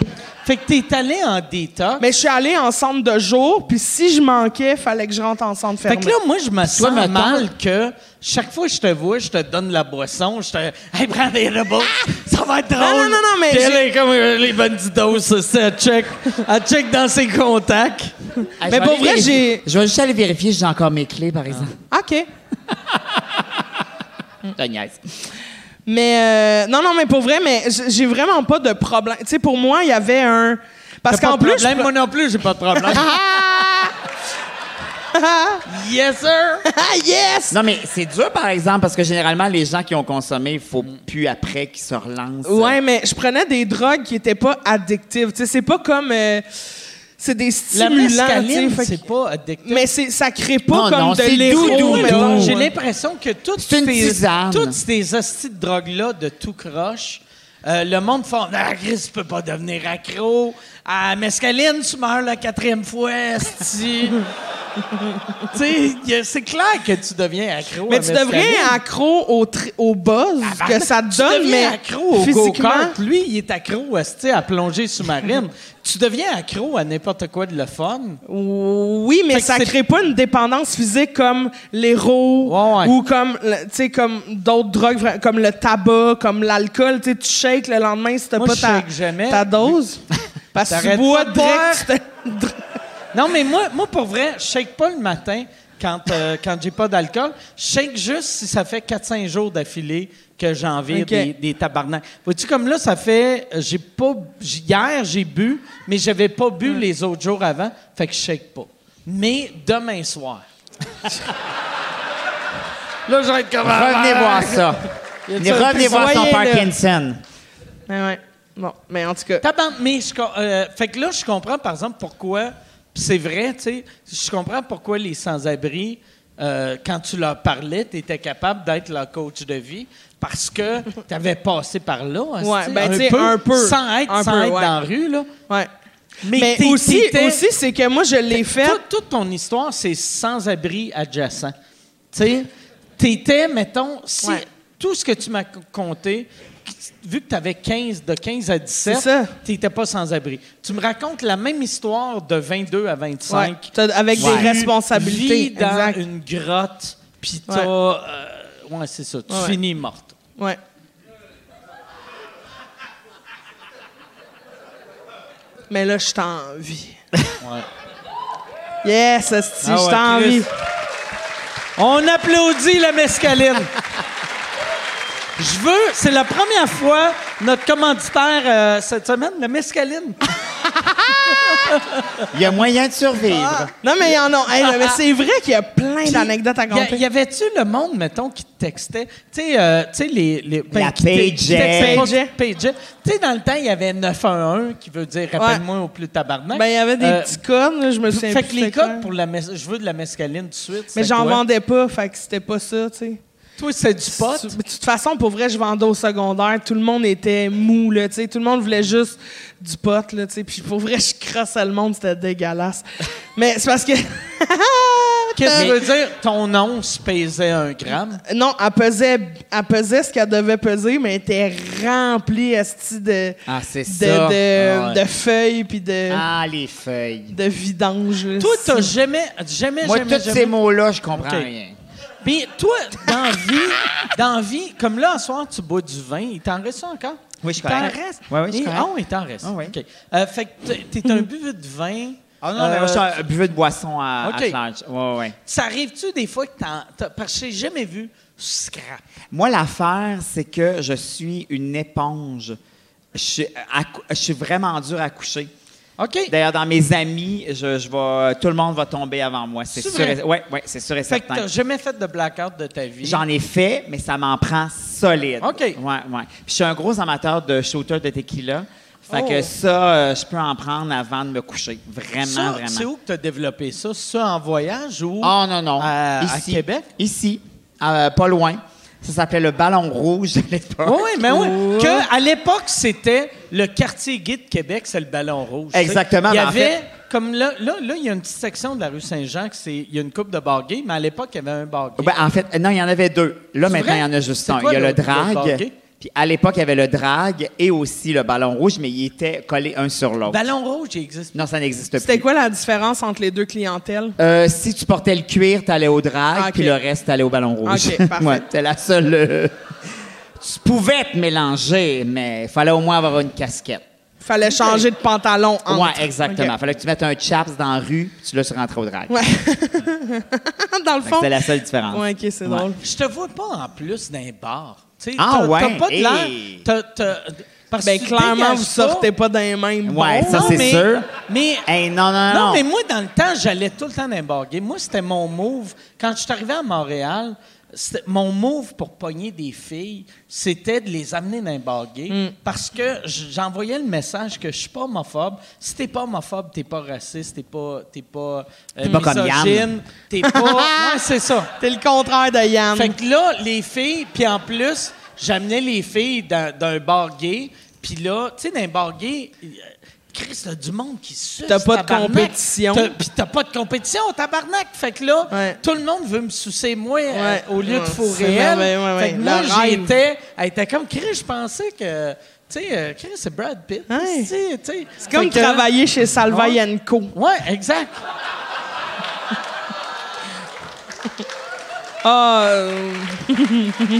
Speaker 1: Fait que t'es allé en détox.
Speaker 5: Mais je suis allée en centre de jour, puis si je manquais, fallait que je rentre en centre fermé.
Speaker 1: Fait que là, moi, je me sens
Speaker 3: mettons-
Speaker 1: mal que chaque fois que je te vois, je te donne la boisson, je te. Hey, prends des rebonds, ça va être drôle.
Speaker 5: non, non, non, mais
Speaker 1: Puis Elle
Speaker 5: j'ai-
Speaker 1: est comme euh, les bandidos, ça, c'est elle check. Elle check dans ses contacts.
Speaker 3: Ah, je
Speaker 5: Mais
Speaker 3: vais
Speaker 5: pour
Speaker 3: aller
Speaker 5: vrai,
Speaker 3: vérifier.
Speaker 5: j'ai-
Speaker 3: Je vais juste aller vérifier si j'ai encore mes clés, par exemple.
Speaker 5: OK.
Speaker 3: Je niaise.
Speaker 5: Mais euh, non, non, mais pour vrai, mais j- j'ai vraiment pas de problème. Tu sais, pour moi, il y avait un. Parce
Speaker 1: T'as pas
Speaker 5: qu'en
Speaker 1: de
Speaker 5: plus. je
Speaker 1: problème,
Speaker 5: pre-
Speaker 1: moi non plus, j'ai pas de problème. yes, sir.
Speaker 5: Ah, yes!
Speaker 4: Non, mais c'est dur, par exemple, parce que généralement, les gens qui ont consommé, il faut plus après qu'ils se relancent.
Speaker 5: Ouais, mais je prenais des drogues qui étaient pas addictives. Tu sais, c'est pas comme. euh, c'est des
Speaker 1: La
Speaker 5: stimulants.
Speaker 1: mescaline,
Speaker 5: tu sais, fait que-
Speaker 1: c'est pas addictif.
Speaker 5: Mais c'est, ça crée pas
Speaker 4: Non,
Speaker 5: comme
Speaker 4: non,
Speaker 5: de
Speaker 4: c'est
Speaker 5: l'héros.
Speaker 4: doux, doux,
Speaker 5: mettons.
Speaker 4: doux.
Speaker 1: J'ai
Speaker 5: Ouais.
Speaker 1: l'impression que toutes
Speaker 4: C'est une
Speaker 1: ces,
Speaker 4: tisane.
Speaker 1: toutes ces hosties de drogue-là, de tout croche, euh, le monde fait Ah, Chris, tu peux pas devenir accro. À mescaline, tu meurs la quatrième fois, esti. Tu sais, y a- c'est clair que tu deviens accro. à
Speaker 5: Mais tu devrais
Speaker 1: mescaline. Ah,
Speaker 5: être accro au, tri- au buzz que ça te
Speaker 1: Tu
Speaker 5: donne, mais
Speaker 1: deviens accro au
Speaker 5: physiquement,
Speaker 1: go-kart. Lui, il est accro esti, à plongée sous-marine. tu deviens accro à n'importe quoi de le fun.
Speaker 5: Oui, mais
Speaker 1: Fait que
Speaker 5: ça
Speaker 1: c'est-
Speaker 5: crée pas une dépendance physique comme l'héros
Speaker 1: Ouais, ouais.
Speaker 5: ou comme le- tu sais comme d'autres drogues vra- comme le tabac, comme l'alcool, tu sais, tu shakes le lendemain si t'as
Speaker 1: Moi,
Speaker 5: pas
Speaker 1: je
Speaker 5: ta,
Speaker 1: shake jamais.
Speaker 5: ta dose. Parce que tu
Speaker 1: T'arrêtes
Speaker 5: bois
Speaker 1: pas de
Speaker 5: direct, tu te-
Speaker 1: Non, mais moi, moi pour vrai, je shake pas le matin quand, euh, quand j'ai pas d'alcool. Je shake juste si ça fait 4-5 jours d'affilée que j'en vire
Speaker 5: Ok.
Speaker 1: des, des tabarnaks. Vois-tu, comme là, ça fait... euh, J'ai pas... j- Hier, j'ai bu, mais j'avais pas bu les autres jours avant, fait que je shake pas. Mais demain soir... là, je vais être comme...
Speaker 4: Revenez voir ça. Revenez voir son
Speaker 5: Soyez le-
Speaker 4: Parkinson.
Speaker 5: Mais ouais. Bon, mais en tout cas,
Speaker 1: Tabarn- mais je com- euh, fait que là, je comprends, par exemple, pourquoi... pis C'est vrai, tu sais, je comprends pourquoi les sans-abri, euh, quand tu leur parlais, tu étais capable d'être leur coach de vie parce que tu avais passé par là, hein,
Speaker 5: Ouais,
Speaker 1: c'est-tu?
Speaker 5: ben, tu sais, un peu.
Speaker 1: sans être,
Speaker 5: Un
Speaker 1: sans
Speaker 5: peu,
Speaker 1: être
Speaker 5: ouais.
Speaker 1: dans la rue, là.
Speaker 5: ouais.
Speaker 1: Mais
Speaker 5: Mais
Speaker 1: t'es-
Speaker 5: aussi,
Speaker 1: t'étais-
Speaker 5: aussi c'est que moi je l'ai fait.
Speaker 1: Toute, toute ton histoire, c'est sans-abri adjacent. Tu sais, t'étais, mettons, si
Speaker 5: Ouais.
Speaker 1: tout ce que tu m'as conté, vu que tu avais 15, de 15 à 17,
Speaker 5: C'est ça.
Speaker 1: t'étais pas sans-abri. Tu me racontes la même histoire de 22 à 25.
Speaker 5: Ouais. T'as- avec
Speaker 1: Tu
Speaker 5: des responsabilités.
Speaker 1: vis dans
Speaker 5: Exact.
Speaker 1: une grotte, puis t'as...
Speaker 5: Ouais.
Speaker 1: euh, ouais, c'est ça. Tu
Speaker 5: Ouais.
Speaker 1: finis morte.
Speaker 5: Ouais. Mais là, je suis en vie. Yes, esti,
Speaker 1: Ah
Speaker 5: je
Speaker 1: ouais,
Speaker 5: suis en
Speaker 1: Chris.
Speaker 5: vie.
Speaker 1: On applaudit la mescaline. Je veux, c'est la première fois notre commanditaire euh, cette semaine, la mescaline.
Speaker 4: Il y a moyen de survivre.
Speaker 5: Non, mais il y en a. Hey, là, mais c'est vrai qu'il y a plein d'anecdotes Ah, à
Speaker 1: Y, a- y
Speaker 5: compter.
Speaker 1: avait-tu le monde, mettons, qui te textait? Tu sais, euh, tu sais, les. les ben, qui te-
Speaker 4: Payjet.
Speaker 1: qui textait pas-
Speaker 5: Payjet.
Speaker 1: Payjet. Tu sais, dans le temps, il y avait 911 qui veut dire rappelle-moi au plus tabarnak.
Speaker 5: Ben, il y avait des
Speaker 1: Euh,
Speaker 5: petits codes, là, je me souviens
Speaker 1: Fait
Speaker 5: plus
Speaker 1: que les
Speaker 5: c'était quoi.
Speaker 1: codes pour la. mes- Je veux de la mescaline tout de suite.
Speaker 5: Mais
Speaker 1: c'est
Speaker 5: j'en
Speaker 1: quoi?
Speaker 5: vendais pas, fait que c'était pas ça, tu sais.
Speaker 1: Toi, c'est du pot.
Speaker 5: Tu- De toute façon, pour vrai, je vendais au secondaire. Tout le monde était mou, là, tu sais. Tout le monde voulait juste du pot, là, tu sais. Puis pour vrai, je crassais le monde, c'était dégueulasse. Mais c'est parce que...
Speaker 1: Qu'est-ce que ça veut dire? Ton once pesait un gramme.
Speaker 5: Non, elle pesait, elle pesait ce qu'elle devait peser, mais elle était remplie esti, de,
Speaker 4: Ah, c'est
Speaker 5: de,
Speaker 4: ça.
Speaker 5: de-
Speaker 4: Ah ouais.
Speaker 5: de feuilles puis de,
Speaker 4: Ah, les feuilles.
Speaker 5: de vidanges. là.
Speaker 1: Toi, t'as jamais, jamais,
Speaker 4: Moi,
Speaker 1: jamais,
Speaker 4: tous
Speaker 1: jamais-
Speaker 4: ces mots-là, je comprends
Speaker 1: Ok.
Speaker 4: rien.
Speaker 1: Puis toi, dans vie, dans vie, comme là, ce soir, tu bois du vin, il t'en reste encore?
Speaker 4: Oui, je suis
Speaker 1: Il t'en
Speaker 4: correct.
Speaker 1: reste?
Speaker 4: Oui, oui, je suis
Speaker 1: Et-
Speaker 4: correct.
Speaker 1: Ah oui, il t'en reste.
Speaker 4: Ah oui.
Speaker 1: OK. Euh, fait que t'es- t'es un buveur de vin.
Speaker 4: Ah non, mais moi, je suis
Speaker 1: Euh,
Speaker 4: un buveur de boisson à,
Speaker 1: OK.
Speaker 4: à Clarge. Ouais, ouais.
Speaker 1: Ça arrive-tu des fois que t'en... t'as- Parce que j'ai jamais vu scrap.
Speaker 4: Moi, l'affaire, c'est que je suis une éponge. Je suis, à cou- je suis vraiment dur à coucher.
Speaker 1: OK.
Speaker 4: D'ailleurs, dans mes amis, je, je vais, tout le monde va tomber avant moi. C'est
Speaker 1: C'est
Speaker 4: sûr,
Speaker 1: vrai?
Speaker 4: et- ouais, ouais, c'est sûr et
Speaker 1: Fait que t'as
Speaker 4: certain.
Speaker 1: jamais fait de blackout de ta vie.
Speaker 4: J'en ai fait, mais ça m'en prend solide.
Speaker 1: OK.
Speaker 4: Ouais, ouais. Puis je suis un gros amateur de shooter de tequila. Fait
Speaker 1: Oh.
Speaker 4: que ça, euh, je peux en prendre avant de me coucher. Vraiment,
Speaker 1: Ça,
Speaker 4: vraiment.
Speaker 1: C'est où que t'as développé ça? Ça en voyage ou...
Speaker 4: Oh non, non.
Speaker 1: Euh, À- à
Speaker 4: Ici.
Speaker 1: Québec?
Speaker 4: Ici, Euh, pas loin. Ça s'appelait le Ballon Rouge à l'époque.
Speaker 1: Oui, oui, mais oui. ben Que, à l'époque, c'était le quartier gay de Québec, c'est le Ballon Rouge. tu sais.
Speaker 4: Exactement,
Speaker 1: Il y
Speaker 4: mais en
Speaker 1: avait,
Speaker 4: fait-
Speaker 1: comme là, là, là, il y a une petite section de la rue Saint-Jean, que c'est- il y a une coupe de bar gay, mais à l'époque, il y avait un bar gay.
Speaker 4: Ben, en fait, non, il y en avait deux. Là,
Speaker 1: C'est
Speaker 4: maintenant,
Speaker 1: vrai?
Speaker 4: il y en a juste
Speaker 1: C'est
Speaker 4: un.
Speaker 1: quoi
Speaker 4: il y a
Speaker 1: le-
Speaker 4: le,
Speaker 1: le
Speaker 4: drag.
Speaker 1: parquet?
Speaker 4: Puis à l'époque, il y avait le drag et aussi le ballon rouge, mais ils étaient collés un sur l'autre.
Speaker 1: Ballon Rouge, il existe.
Speaker 4: Non, ça n'existe
Speaker 5: C'était
Speaker 4: plus.
Speaker 5: quoi la différence entre les deux clientèles?
Speaker 4: Euh, si tu portais le cuir, t'allais au drag,
Speaker 5: Ah, OK.
Speaker 4: puis le reste, t'allais au ballon rouge.
Speaker 5: OK, parfait.
Speaker 4: Ouais, t'es la seule. euh, Tu pouvais te mélanger, mais il fallait au moins avoir une casquette.
Speaker 5: Fallait changer de pantalon.
Speaker 4: Oui,
Speaker 5: entre.
Speaker 4: exactement.
Speaker 5: Ah, Ok.
Speaker 4: fallait que tu mettes un chaps dans la rue, puis tu l'as rentré au drag.
Speaker 5: Ouais. Dans le
Speaker 4: Fait que
Speaker 5: fond.
Speaker 4: C'était la seule différence.
Speaker 5: Ouais, ok, c'est
Speaker 4: Ouais.
Speaker 5: drôle.
Speaker 1: Je te vois pas en plus d'un bar. Tu sais,
Speaker 4: Ah
Speaker 1: t'as-
Speaker 4: ouais,
Speaker 1: T'as pas de l'air.
Speaker 4: hey.
Speaker 1: t'as- t'as- Parce
Speaker 5: Ben,
Speaker 1: que Ah, tu
Speaker 5: clairement,
Speaker 1: dégages
Speaker 5: vous
Speaker 1: pas.
Speaker 5: sortez pas d'un même.
Speaker 4: Ouais,
Speaker 5: bon.
Speaker 4: ça,
Speaker 1: Non,
Speaker 4: c'est
Speaker 1: mais-
Speaker 4: sûr.
Speaker 1: Mais
Speaker 4: Hey, non, non,
Speaker 1: Non,
Speaker 4: non.
Speaker 1: mais moi, dans le temps, j'allais tout le temps dans les bars gays. Moi, c'était mon move. Quand je suis arrivé à Montréal, c'était- mon move pour pogner des filles, c'était de les amener dans les bars gays
Speaker 4: Mm.
Speaker 1: parce que j- j'envoyais le message que je suis pas homophobe. Si t'es pas homophobe, t'es pas raciste, t'es pas, t'es pas, euh,
Speaker 4: T'es pas comme Yann.
Speaker 1: misogyne, T'es pas... ouais, c'est ça.
Speaker 5: T'es le contraire de Yann.
Speaker 1: Fait que là, les filles, puis en plus, j'amenais les filles dans- d'un bar gay, puis là, tu sais, d'un bar gay, euh, Chris, t'as du monde qui suce.
Speaker 5: T'as pas de
Speaker 1: tabarnak.
Speaker 5: compétition.
Speaker 1: T'as- Puis t'as pas de compétition, tabarnak. Fait que là,
Speaker 5: Ouais.
Speaker 1: tout le monde veut me sucer, moi, euh,
Speaker 5: Ouais.
Speaker 1: au lieu de
Speaker 5: Ouais,
Speaker 1: fourrer
Speaker 5: c'est
Speaker 1: elle.
Speaker 5: merveilleux, ouais,
Speaker 1: Fait que
Speaker 5: ouais.
Speaker 1: moi,
Speaker 5: Le rêve.
Speaker 1: j'étais... Elle était comme, Chris, je pensais que... Tu sais, euh, Chris, c'est Brad Pitt.
Speaker 5: Ouais.
Speaker 1: C'est
Speaker 5: C'est comme travailler chez Salvayanco.
Speaker 1: Ouais, exact.
Speaker 5: Ah, euh,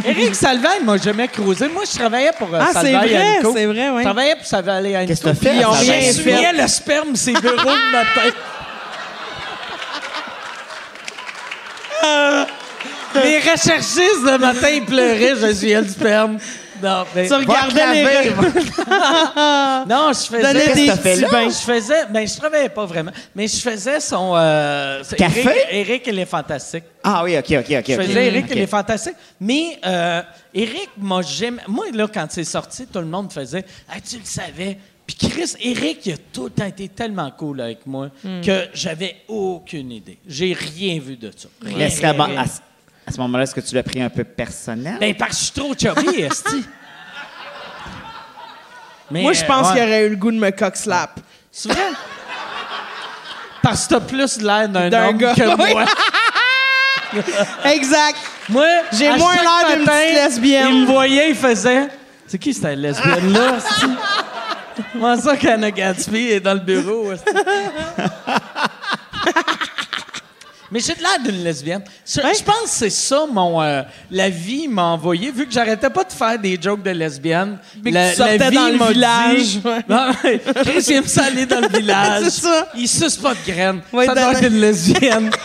Speaker 1: Éric Salvaille m'a jamais croisé. Moi, je travaillais pour euh,
Speaker 5: Ah, c'est
Speaker 1: Salvaille
Speaker 5: vrai,
Speaker 1: Anco.
Speaker 5: c'est vrai, oui.
Speaker 1: Je travaillais pour Salvaille Anco.
Speaker 4: Qu'est-ce que t'as fait
Speaker 1: puis
Speaker 4: à
Speaker 1: Ils ont
Speaker 4: Salvaille
Speaker 1: rien
Speaker 4: Anco?
Speaker 1: fait. le sperme ses bureaux de ma tête. Euh, les recherchistes le matin, ils pleuraient, je suis le sperme. Non, mais...
Speaker 5: tu regardais
Speaker 4: regarder
Speaker 5: les
Speaker 4: la veille.
Speaker 1: Non, je faisais
Speaker 5: Donnez
Speaker 4: des
Speaker 1: Qu'est-ce que t'as fait
Speaker 4: petits
Speaker 1: là?
Speaker 4: bains.
Speaker 1: Je faisais, ben je travaillais pas vraiment, mais je faisais son euh, c'est
Speaker 4: Café?
Speaker 1: Éric- Éric, il est fantastique.
Speaker 4: Ah oui, OK, OK, OK.
Speaker 1: Je
Speaker 4: ok.
Speaker 1: faisais Eric,
Speaker 4: OK.
Speaker 1: il est fantastique. Mais euh, Eric m'a jamais. Moi, là, quand c'est sorti, tout le monde faisait Ah, tu le savais. Puis Chris, Eric, il a tout le temps été tellement cool avec moi que j'avais aucune idée. J'ai rien vu de ça. Rien,
Speaker 4: Mais est-ce qu'à
Speaker 1: rien,
Speaker 4: mo-
Speaker 1: rien.
Speaker 4: à, ce- à ce moment-là, est-ce que tu l'as pris un peu personnel?
Speaker 1: Ben, parce que je suis trop chubby, esti. Mais,
Speaker 5: Moi, je
Speaker 1: euh,
Speaker 5: pense
Speaker 1: ouais.
Speaker 5: qu'il aurait eu le goût de me cock-slap.
Speaker 1: C'est vrai? Parce que t'as plus l'air d'un
Speaker 5: D'un
Speaker 1: homme
Speaker 5: gars.
Speaker 1: que
Speaker 5: Oui.
Speaker 1: moi.
Speaker 5: Exact.
Speaker 1: Moi,
Speaker 5: J'ai
Speaker 1: à
Speaker 5: moins
Speaker 1: chaque
Speaker 5: l'air d'une
Speaker 1: matin,
Speaker 5: petite lesbienne.
Speaker 1: Il me voyait, il faisait. C'est qui cette lesbienne-là? c'est-tu? Comment ça qu'Anna Gatsby est dans le bureau? c'est-tu? Mais j'ai de l'air d'une lesbienne. Je, je pense que c'est ça, mon, euh, la vie m'a envoyé. Vu que j'arrêtais pas de faire des jokes de lesbienne,
Speaker 5: Mais que
Speaker 1: la,
Speaker 5: tu sortais
Speaker 1: la vie
Speaker 5: dans le
Speaker 1: m'a
Speaker 5: village,
Speaker 1: dit- Ah,
Speaker 5: ouais.
Speaker 1: Non, mais Chris, il aime ça aller dans le village.
Speaker 5: C'est ça.
Speaker 1: Il suce pas de graines.
Speaker 5: Ouais,
Speaker 1: ça
Speaker 5: dans
Speaker 1: doit
Speaker 5: la-
Speaker 1: être une lesbienne.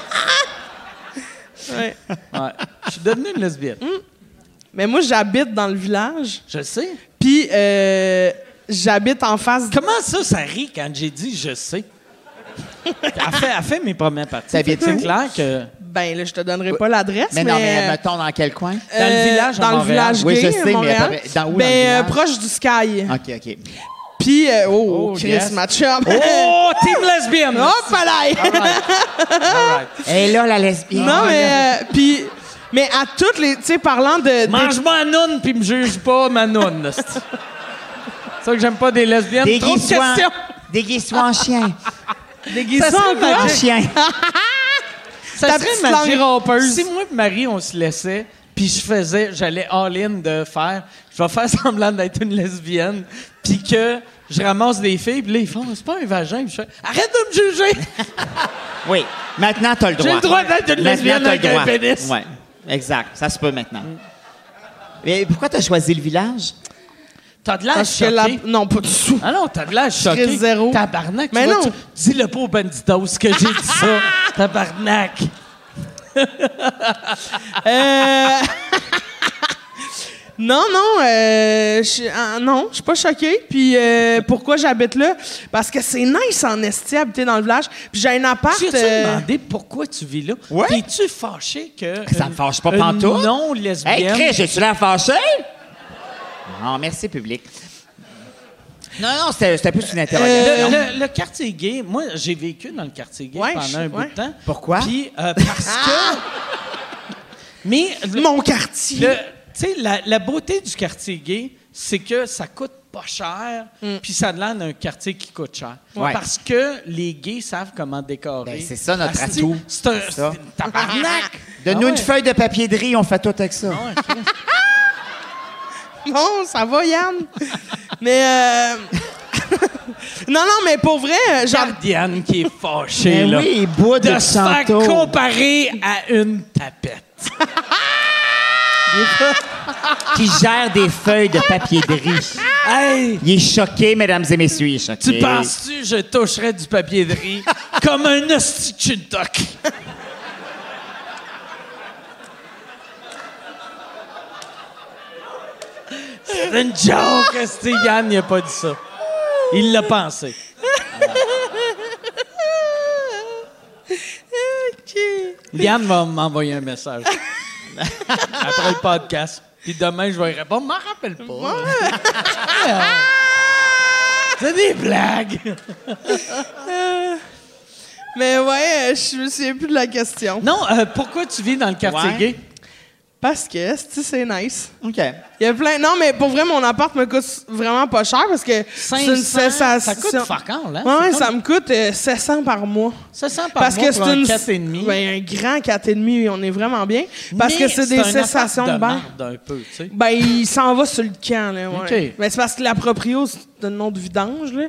Speaker 5: Ouais. Hmm?
Speaker 1: Ouais. Je suis devenue une lesbienne.
Speaker 5: Mais moi, j'habite dans le village.
Speaker 1: Je le sais.
Speaker 5: Puis, euh, j'habite en face.
Speaker 1: Comment ça, ça rit quand j'ai dit je sais? Elle fait, elle fait mes premières parties.
Speaker 4: Ça vient
Speaker 1: Fait que C'est
Speaker 4: d'où?
Speaker 1: clair que.
Speaker 5: Ben, là, je te donnerai pas l'adresse.
Speaker 4: mais,
Speaker 5: Mais,
Speaker 4: non, mais
Speaker 5: euh,
Speaker 4: mettons dans quel coin?
Speaker 1: Dans le village à
Speaker 5: Dans le
Speaker 1: Montréal.
Speaker 5: village
Speaker 4: Oui, je
Speaker 5: gay,
Speaker 4: sais,
Speaker 5: à
Speaker 4: mais
Speaker 5: Montréal.
Speaker 4: après, dans où, dans
Speaker 5: Ben,
Speaker 4: le
Speaker 5: euh,
Speaker 4: village?
Speaker 5: proche du Sky.
Speaker 4: OK, OK.
Speaker 5: Puis, euh, oh,
Speaker 1: Ah. Oh,
Speaker 5: Chris,
Speaker 1: yes.
Speaker 5: ma chum.
Speaker 1: Oh, Ah, team lesbienne!
Speaker 5: Hop, à l'ail.
Speaker 1: Alright.
Speaker 4: Et là, la lesbienne.
Speaker 5: Non,
Speaker 1: Ah,
Speaker 5: mais... euh, puis... Mais à toutes les... Tu sais, parlant de... des-
Speaker 1: Mange-moi une noune puis me juge pas ma noune. C'est ça que j'aime pas des lesbiennes. Trop de
Speaker 4: Déguise-toi
Speaker 1: questions.
Speaker 4: en- déguise-toi en chien.
Speaker 5: Ça
Speaker 1: ça
Speaker 5: serait
Speaker 1: en
Speaker 5: magique.
Speaker 4: En chien.
Speaker 1: Ça
Speaker 5: Ta
Speaker 1: serait
Speaker 5: petite
Speaker 1: magique.
Speaker 5: langue rompeuse.
Speaker 1: Si moi et Marie, on se laissait, puis je faisais, j'allais all-in de faire, je vais faire semblant d'être une lesbienne, puis que je ramasse des filles, puis là, ils font, c'est pas un vagin. Puis je fais, arrête de me juger!
Speaker 4: Oui. Maintenant, t'as le droit.
Speaker 1: J'ai le droit d'être une
Speaker 4: Maintenant,
Speaker 1: lesbienne
Speaker 4: t'as
Speaker 1: avec
Speaker 4: le
Speaker 1: un
Speaker 4: droit.
Speaker 1: pénis.
Speaker 4: Ouais. Exact, ça se peut maintenant. Mais pourquoi t'as choisi le village?
Speaker 1: T'as de l'air
Speaker 5: Parce que
Speaker 1: choqué.
Speaker 5: la... Non, pas du tout.
Speaker 1: Ah non, t'as de l'air choqué.
Speaker 5: serais zéro.
Speaker 1: Tabarnak.
Speaker 5: Mais
Speaker 1: tu vois,
Speaker 5: non.
Speaker 1: tu- Dis-le pas aux banditos que j'ai dit ça. Tabarnak.
Speaker 5: Euh, non, non, euh, je suis- ah, non, je suis pas choquée. Puis euh, pourquoi j'habite là? Parce que c'est nice en esti habiter dans le village. Puis j'ai un appart.
Speaker 1: Tu as-tu
Speaker 5: euh,
Speaker 1: demandé pourquoi tu vis là?
Speaker 4: Ouais.
Speaker 1: T'es-tu fâché que...
Speaker 4: Ça me fâche pas pantoute.
Speaker 1: pantoute? Non,
Speaker 4: Hey,
Speaker 1: lesbienne.
Speaker 4: Chris, j'ai-tu l'air fâché? Non, merci, public. Non, non, c'était c'était plus une interrogation.
Speaker 1: Euh, le, le quartier gay, moi, j'ai vécu dans le quartier gay
Speaker 5: Ouais, je
Speaker 1: pendant
Speaker 5: sais,
Speaker 1: un bout
Speaker 5: ouais.
Speaker 1: de temps.
Speaker 4: Pourquoi?
Speaker 1: Puis, euh, parce que. Mais. le-
Speaker 5: euh, mon quartier.
Speaker 1: le- Tu sais, la, la beauté du quartier gay, c'est que ça coûte pas cher, puis ça a l'air d'un quartier qui coûte cher.
Speaker 4: Ouais.
Speaker 1: Parce que les gays savent comment décorer.
Speaker 4: Ben, c'est ça, notre
Speaker 1: Asti,
Speaker 4: atout.
Speaker 1: C'est un
Speaker 4: C'est
Speaker 1: c'est
Speaker 4: ça.
Speaker 1: un tabarnak.
Speaker 4: Donne-nous
Speaker 1: Ah ouais.
Speaker 4: une feuille de papier de riz, on fait tout avec ça.
Speaker 5: Non, ça va, Yann. mais. euh, non, non, mais pour vrai, euh, genre.
Speaker 1: Jardiane qui est fâchée,
Speaker 4: Mais
Speaker 1: là.
Speaker 4: Ben oui, il boit
Speaker 1: Ben de
Speaker 4: de
Speaker 1: se faire
Speaker 4: Santo.
Speaker 1: comparer à une tapette.
Speaker 4: Qui gère des feuilles de papier de riz.
Speaker 1: Hey!
Speaker 4: Il est choqué, mesdames et messieurs, il est
Speaker 1: Tu
Speaker 4: choqué.
Speaker 1: penses-tu je toucherais du papier de riz comme un ostichutoc? C'est une joke, esti. Yann, il a pas dit ça. Il l'a pensé.
Speaker 5: OK.
Speaker 1: Yann va m'envoyer un message après le podcast. Puis demain, je vais lui répondre. M'en rappelle pas. C'est des blagues.
Speaker 5: Mais ouais, euh, je me souviens plus de la question.
Speaker 1: Non, euh, pourquoi tu vis dans le quartier
Speaker 4: Ouais.
Speaker 1: gay?
Speaker 5: Parce que, esti, c'est nice.
Speaker 4: OK.
Speaker 5: Il y a plein. Non, mais pour vrai, mon appart me coûte vraiment pas cher parce que. c'est
Speaker 1: 500,
Speaker 5: cessa-
Speaker 1: ça coûte fuck all, hein?
Speaker 5: Ouais, ouais,
Speaker 1: C'est
Speaker 5: ça
Speaker 1: comme-
Speaker 5: me coûte euh, 700 par mois.
Speaker 1: Ça sent par
Speaker 5: Parce
Speaker 1: mois
Speaker 5: que
Speaker 1: pour
Speaker 5: c'est une.
Speaker 1: un 4,5.
Speaker 5: Ben, un grand 4,5, on est vraiment bien. Parce
Speaker 1: Mais
Speaker 5: que c'est des
Speaker 1: un appart
Speaker 5: cessations de bain.
Speaker 1: merde un peu, tu sais.
Speaker 5: Ben, il s'en va sur le camp, là. Ouais.
Speaker 1: OK.
Speaker 5: Ben, c'est parce que la proprio, c'est un nom de vidange, là.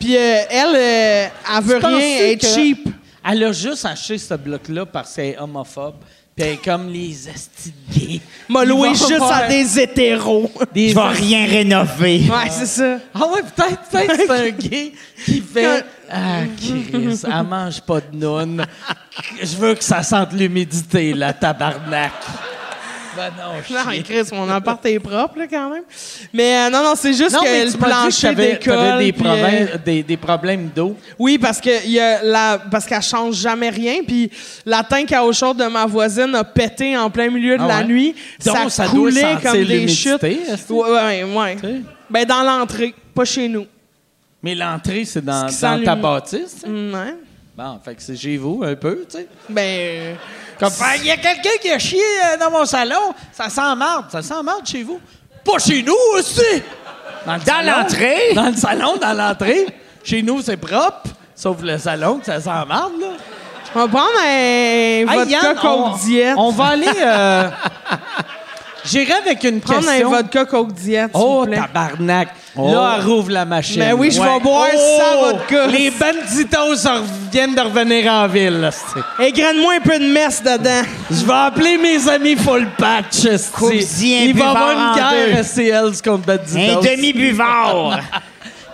Speaker 5: Puis euh, elle, euh, elle veut rien,
Speaker 1: Penses-tu
Speaker 5: elle est
Speaker 1: que-
Speaker 5: cheap.
Speaker 1: Elle a juste acheté ce bloc-là parce qu'elle est homophobe. Puis elle est comme les astis de gays.
Speaker 5: M'a
Speaker 1: Ils
Speaker 5: loué
Speaker 1: vont
Speaker 5: juste
Speaker 1: voir-
Speaker 5: à des hétéros.
Speaker 1: des
Speaker 4: Je vais rien rénover.
Speaker 5: ouais, c'est ça.
Speaker 1: Ah ouais, peut-être peut-être que c'est un gay qui fait
Speaker 5: Que-
Speaker 1: Ah, Chris, elle mange pas de noun. Je veux que ça sente l'humidité, la tabarnak. Ben non,
Speaker 5: Non, mais
Speaker 1: chier.
Speaker 5: Chris, mon appart est propre, là, quand même. Mais euh, non, non, c'est juste
Speaker 1: Non, mais
Speaker 5: que
Speaker 1: tu
Speaker 5: le
Speaker 1: m'as dit que
Speaker 5: plancher
Speaker 1: t'avais-
Speaker 5: d'école.
Speaker 1: t'avais des,
Speaker 5: puis, euh,
Speaker 1: problèmes- des, des problèmes d'eau.
Speaker 5: Oui, parce que il y a la, parce qu'elle change jamais rien. Puis la tank à eau chaude de ma voisine a pété en plein milieu de
Speaker 1: Ah
Speaker 5: la
Speaker 1: ouais?
Speaker 5: nuit.
Speaker 1: Donc, ça
Speaker 5: ça
Speaker 1: doit
Speaker 5: coulait
Speaker 1: sentir
Speaker 5: comme des
Speaker 1: l'humidité,
Speaker 5: chutes.
Speaker 1: est-ce que-
Speaker 5: Ouais, ouais, ouais.
Speaker 1: Tu sais.
Speaker 5: Ben dans l'entrée, pas chez nous.
Speaker 1: Mais l'entrée, c'est dans,
Speaker 5: Ce qui
Speaker 1: dans
Speaker 5: sent
Speaker 1: ta
Speaker 5: l'humi-
Speaker 1: bâtisse. tu sais.
Speaker 5: Mm, ouais.
Speaker 1: Bon, fait que c'est chez vous un peu, tu sais.
Speaker 5: Ben euh,
Speaker 1: Comme, Ah, il y a quelqu'un qui a chié euh, dans mon salon, ça sent marde, ça sent marde chez vous. Pas chez nous aussi! Dans, le salon.
Speaker 4: l'entrée?
Speaker 1: Dans le salon, dans l'entrée. chez nous, c'est propre, sauf le salon que ça sent marde, là.
Speaker 5: on va prendre un
Speaker 1: Hey,
Speaker 5: vodka
Speaker 1: Yann,
Speaker 5: coke diète.
Speaker 1: on va aller. euh, J'irai avec une
Speaker 5: prendre
Speaker 1: question.
Speaker 5: un vodka coke diète, s'il
Speaker 1: Oh,
Speaker 5: vous plaît. Oh.
Speaker 1: tabarnak! Là, elle rouvre la machine. Oh.
Speaker 5: Ben oui, je vais boire ça, vodka.
Speaker 1: Les banditos en viennent de revenir en ville, là, c'est-
Speaker 5: Égrène-moi un peu de messe dedans.
Speaker 1: Je vais appeler mes amis full patch. esti.
Speaker 4: Coupe-y un
Speaker 1: Il va y
Speaker 4: buvard
Speaker 1: avoir une
Speaker 4: en deux.
Speaker 1: guerre SCL contre Bandidos.
Speaker 4: Un demi-buvard.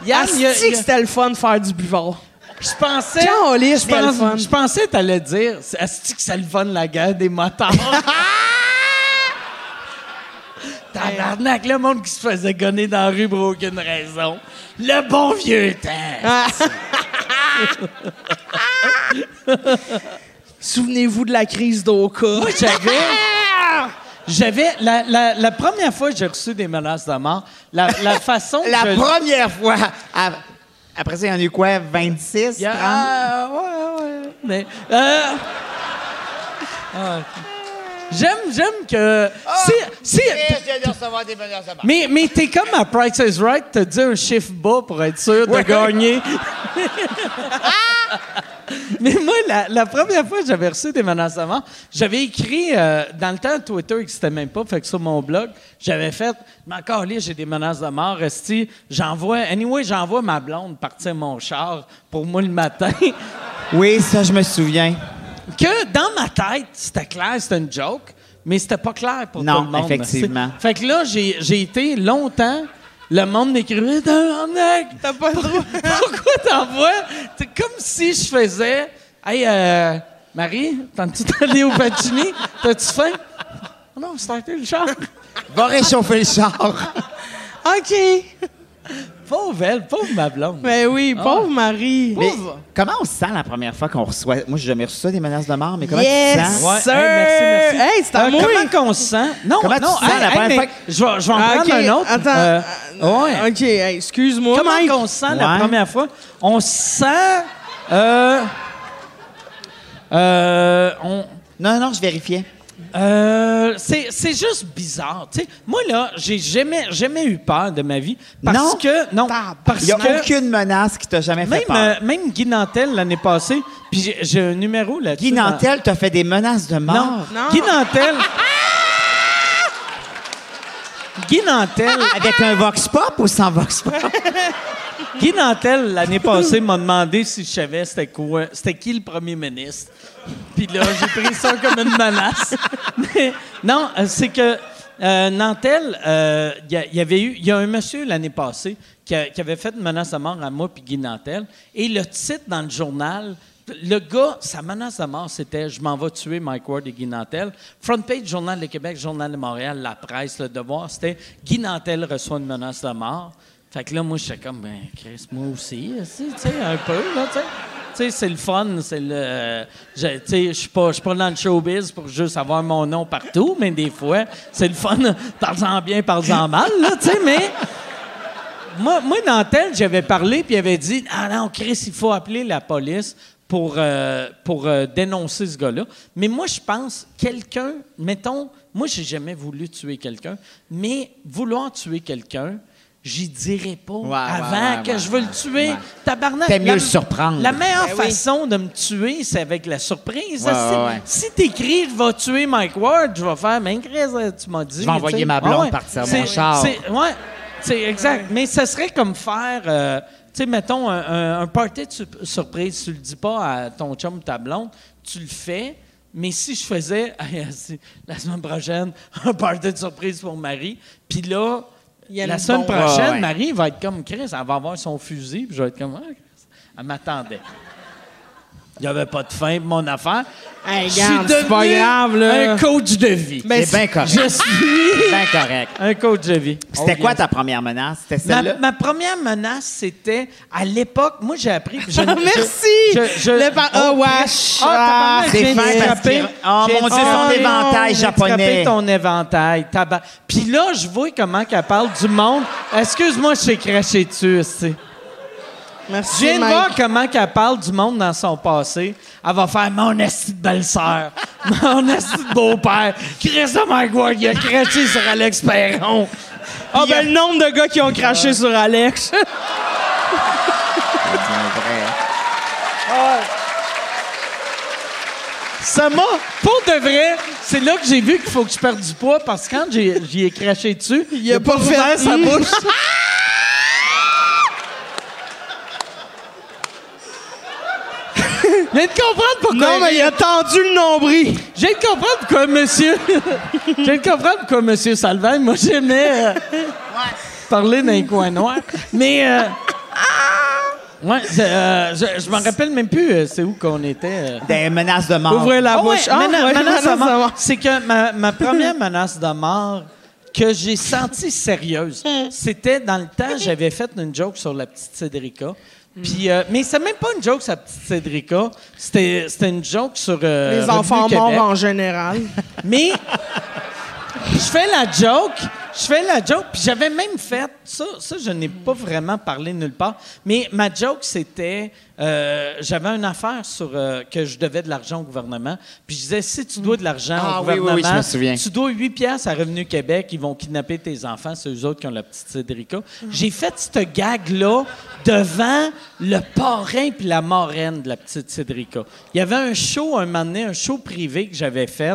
Speaker 1: Yann, il y a-
Speaker 5: Asti
Speaker 1: il y
Speaker 5: que
Speaker 1: a-
Speaker 5: c'était le fun de faire du buvard.
Speaker 1: je pensais.
Speaker 5: Caliste,
Speaker 1: Je
Speaker 5: c'était le fun.
Speaker 1: pense- je pensais que t'allais dire c'est- Asti que ça le fun la guerre des motards. Tabarnak, le monde qui se faisait gonner dans la rue pour aucune raison. Le bon vieux temps.
Speaker 5: Ah. Souvenez-vous de la crise d'Oka.
Speaker 1: Moi,
Speaker 4: Ah!
Speaker 1: j'avais. J'avais. La, la- la première fois que j'ai reçu des menaces de mort, la, la façon. que
Speaker 4: La
Speaker 1: je-
Speaker 4: première fois. à- Après ça, il y en a eu quoi? 26?
Speaker 1: Il y a-
Speaker 4: 30?
Speaker 1: Ah, ouais, ouais. Mais. euh, ah, j'aime, j'aime que. c'est-
Speaker 5: Oh,
Speaker 1: c'est- mais, mais t'es comme à Price is Right, t'as dit un chiffre bas pour être sûr de
Speaker 4: Ouais.
Speaker 1: gagner. mais moi, la, la première fois que j'avais reçu des menaces de mort, j'avais écrit, euh, dans le temps, Twitter n'existait même pas, fait que sur mon blog, j'avais fait, « Mais encore là, j'ai des menaces de mort, esti, j'envoie, anyway, j'envoie ma blonde partir mon char pour moi le matin. »
Speaker 4: Oui, ça, je me souviens.
Speaker 1: que dans ma tête, c'était clair, c'était une joke. mais c'était pas clair pour
Speaker 4: Non,
Speaker 1: tout le monde.
Speaker 4: effectivement.
Speaker 1: Fait que là, j'ai j'ai été longtemps. Le monde m'écrivait Tabarnak,
Speaker 5: T'as pas le droit.
Speaker 1: Pourquoi t'envoies? C'est comme si je faisais Hey, euh, Marie, t'as-tu allé au Pacini? T'as-tu faim? Ah non, starter le char.
Speaker 4: Va réchauffer le char.
Speaker 5: OK.
Speaker 1: Pauvre elle, pauvre ma blonde.
Speaker 5: Ben oui, pauvre Marie.
Speaker 4: Mais
Speaker 5: Pauvre.
Speaker 4: comment on se sent la première fois qu'on reçoit... Moi, j'ai jamais reçu ça, des menaces de mort, mais comment tu te
Speaker 5: Yes!
Speaker 4: sens?
Speaker 1: Ouais, hey,
Speaker 5: Sir!
Speaker 1: merci, merci.
Speaker 5: Hey, c'est à
Speaker 1: Euh,
Speaker 5: moi.
Speaker 1: Comment qu'on se sent? Non,
Speaker 4: Comment tu
Speaker 1: non,
Speaker 4: te sens la première
Speaker 1: mais
Speaker 4: fois que-
Speaker 1: Je vais, je vais en
Speaker 5: Ah,
Speaker 1: prendre
Speaker 5: ok,
Speaker 1: un autre.
Speaker 5: Attends.
Speaker 1: Euh, ouais.
Speaker 5: OK, hey, excuse-moi.
Speaker 1: Comment
Speaker 5: Mike.
Speaker 1: qu'on se sent la
Speaker 4: Ouais.
Speaker 1: première fois? On se sent... euh, euh, on,
Speaker 4: Non, non, je vérifiais.
Speaker 1: Euh, c'est c'est juste bizarre. tu sais. Moi, là, j'ai jamais, jamais eu peur de ma vie. Parce
Speaker 4: Non?
Speaker 1: que. Non. Parce
Speaker 4: Il n'y a
Speaker 1: que.
Speaker 4: aucune menace qui t'a jamais fait
Speaker 1: Même,
Speaker 4: peur.
Speaker 1: euh, même Guy Nantel, l'année passée, puis j'ai- j'ai un numéro là-dessus.
Speaker 4: Guy Nantel t'a fait des menaces de
Speaker 1: dans-
Speaker 4: mort.
Speaker 1: Non.
Speaker 5: Non.
Speaker 1: Guy Nantel. Guy Nantel.
Speaker 4: Avec un vox pop ou sans vox pop?
Speaker 1: Guy Nantel, l'année passée, m'a demandé si je savais c'était quoi, c'était qui le premier ministre. Puis là, j'ai pris ça comme une menace. Mais non, euh, c'est que euh, Nantel, euh, il y a- il y avait eu, il y a un monsieur l'année passée qui, a- qui avait fait une menace à mort à moi puis Guy Nantel. Et le titre dans le journal, le gars, sa menace à mort, c'était Je m'en vais tuer Mike Ward et Guy Nantel. Front page, Journal de Québec, Journal de Montréal, La Presse, Le Devoir, c'était Guy Nantel reçoit une menace de mort. Fait que là, moi, j'étais comme, ben, Chris, moi aussi, euh, si, tu sais, un peu, là, tu sais. Tu sais, c'est le fun, c'est le. euh, je- Tu sais, je suis pas, je suis pas dans le showbiz pour juste avoir mon nom partout, mais des fois, c'est le fun. Parle-en bien, parle-en mal, là, tu sais, mais. Moi, moi Nantel, j'avais parlé, puis il avait dit Ah non, Chris, il faut appeler la police pour, euh, pour euh, dénoncer ce gars-là. Mais moi, je pense, quelqu'un, mettons, moi, j'ai jamais voulu tuer quelqu'un, mais vouloir tuer quelqu'un, j'y dirais pas avant
Speaker 4: ouais,
Speaker 1: que
Speaker 4: ouais,
Speaker 1: je veux le tuer. Tabarnak.
Speaker 4: T'aimes
Speaker 1: la-
Speaker 4: mieux le surprendre.
Speaker 1: La meilleure
Speaker 5: oui.
Speaker 1: façon de me tuer, c'est avec la surprise.
Speaker 4: Ouais,
Speaker 1: Si-
Speaker 4: ouais, ouais.
Speaker 1: Si t'écris, je vais tuer Mike Ward, je vais faire, mais Chris, tu m'as dit.
Speaker 4: Je vais envoyer
Speaker 1: tu sais.
Speaker 4: ma blonde
Speaker 1: Ah ouais.
Speaker 4: partir mon
Speaker 1: C'est-
Speaker 4: char.
Speaker 1: c'est- Ouais, c'est exact. Mais ça serait comme faire, euh, tu sais, mettons, un, un- un party de sup- surprise. Tu le dis pas à ton chum ou ta blonde, tu le fais. Mais si je faisais hey, si, la semaine prochaine un party de surprise pour Marie, puis là,
Speaker 5: Il y a
Speaker 1: la
Speaker 5: une
Speaker 1: semaine
Speaker 5: bombe.
Speaker 1: prochaine,
Speaker 4: Ouais, ouais.
Speaker 1: Marie va être comme Chris, elle va avoir son fusil, puis je vais être comme, Ah, Chris. elle m'attendait. Il n'y avait pas de fin pour mon affaire.
Speaker 5: Hey,
Speaker 1: Je suis
Speaker 5: garde, c'est pas
Speaker 1: devenu
Speaker 5: grave, là.
Speaker 1: un coach de vie.
Speaker 5: Ben,
Speaker 4: C'est bien correct.
Speaker 1: Je suis
Speaker 4: bien correct.
Speaker 1: un coach de vie. Oh,
Speaker 4: C'était quoi ta première menace? C'était
Speaker 1: Ma,
Speaker 4: celle-là?
Speaker 1: ma première menace, c'était à l'époque. Moi, j'ai appris. je-
Speaker 5: Ah,
Speaker 1: je-
Speaker 5: merci!
Speaker 1: je- je-
Speaker 5: Le par... Oh, wesh!
Speaker 1: Chris. Ah, tabarnak,
Speaker 4: c'est
Speaker 1: je viens de
Speaker 4: fin parce
Speaker 1: scraper.
Speaker 4: qu'il- Oh,
Speaker 1: J'ai-
Speaker 4: mon Dieu, son
Speaker 1: non,
Speaker 4: éventail
Speaker 1: j'ai scrapé
Speaker 4: japonais.
Speaker 1: ton éventail, tabac. Puis là, je vois comment qu'elle parle du monde. Excuse-moi, je t'ai craché dessus, c'est. Je
Speaker 5: Merci,
Speaker 1: viens de
Speaker 5: Mike.
Speaker 1: voir comment qu'elle parle du monde dans son passé. Elle va faire mon esti de belle-sœur, mon esti de beau-père, Chris de Mike Ward, il a craché sur Alex Perron.
Speaker 5: Ah,
Speaker 1: Il y a-
Speaker 5: ben, le nombre de gars qui ont craché sur Alex.
Speaker 4: C'est vrai.
Speaker 1: Ça m'a, pour de vrai, c'est là que j'ai vu qu'il faut que je perde du poids parce que quand j'ai- j'y ai craché dessus, il
Speaker 5: a pas fait-
Speaker 1: ouvert sa
Speaker 5: Mm.
Speaker 1: bouche. Je viens de comprendre pourquoi.
Speaker 5: Non, mais il a Euh, tendu le nombril.
Speaker 1: Je viens de comprendre pourquoi monsieur. Je viens de comprendre pourquoi monsieur Salvain, moi, j'aimais euh, parler d'un coin noir. Mais. euh, ouais, c'est, euh, je, je m'en rappelle même plus, euh, c'est où qu'on était. euh.
Speaker 4: Des menaces de mort.
Speaker 5: Ouvrez la
Speaker 1: Ah ouais,
Speaker 5: bouche. Ah,
Speaker 1: mena-
Speaker 5: ouais,
Speaker 1: menace de mort.
Speaker 5: à mort.
Speaker 1: C'est que ma, ma première menace de mort que j'ai sentie sérieuse, c'était dans le temps, j'avais fait une joke sur la petite Cédrica. Puis, euh, mais c'est même pas une joke sur la petite Cédrica. C'était c'était une joke sur. euh,
Speaker 5: Les
Speaker 1: Revenu
Speaker 5: enfants morts
Speaker 1: Québec.
Speaker 5: en général.
Speaker 1: Mais je fais la joke, je fais la joke, puis j'avais même fait ça, ça je n'ai pas vraiment parlé nulle part. Mais ma joke c'était, euh, j'avais une affaire sur euh, que je devais de l'argent au gouvernement, puis je disais si tu dois de l'argent
Speaker 4: Ah
Speaker 1: au
Speaker 4: oui, oui, oui,
Speaker 1: gouvernement,
Speaker 4: je me souviens.
Speaker 1: tu dois 8 pièces à Revenu Québec, ils vont kidnapper tes enfants, c'est eux autres qui ont la petite Cédrica. J'ai fait cette gag-là devant le parrain puis la marraine de la petite Cédrica. Il y avait un show, un moment donné, un show privé que j'avais fait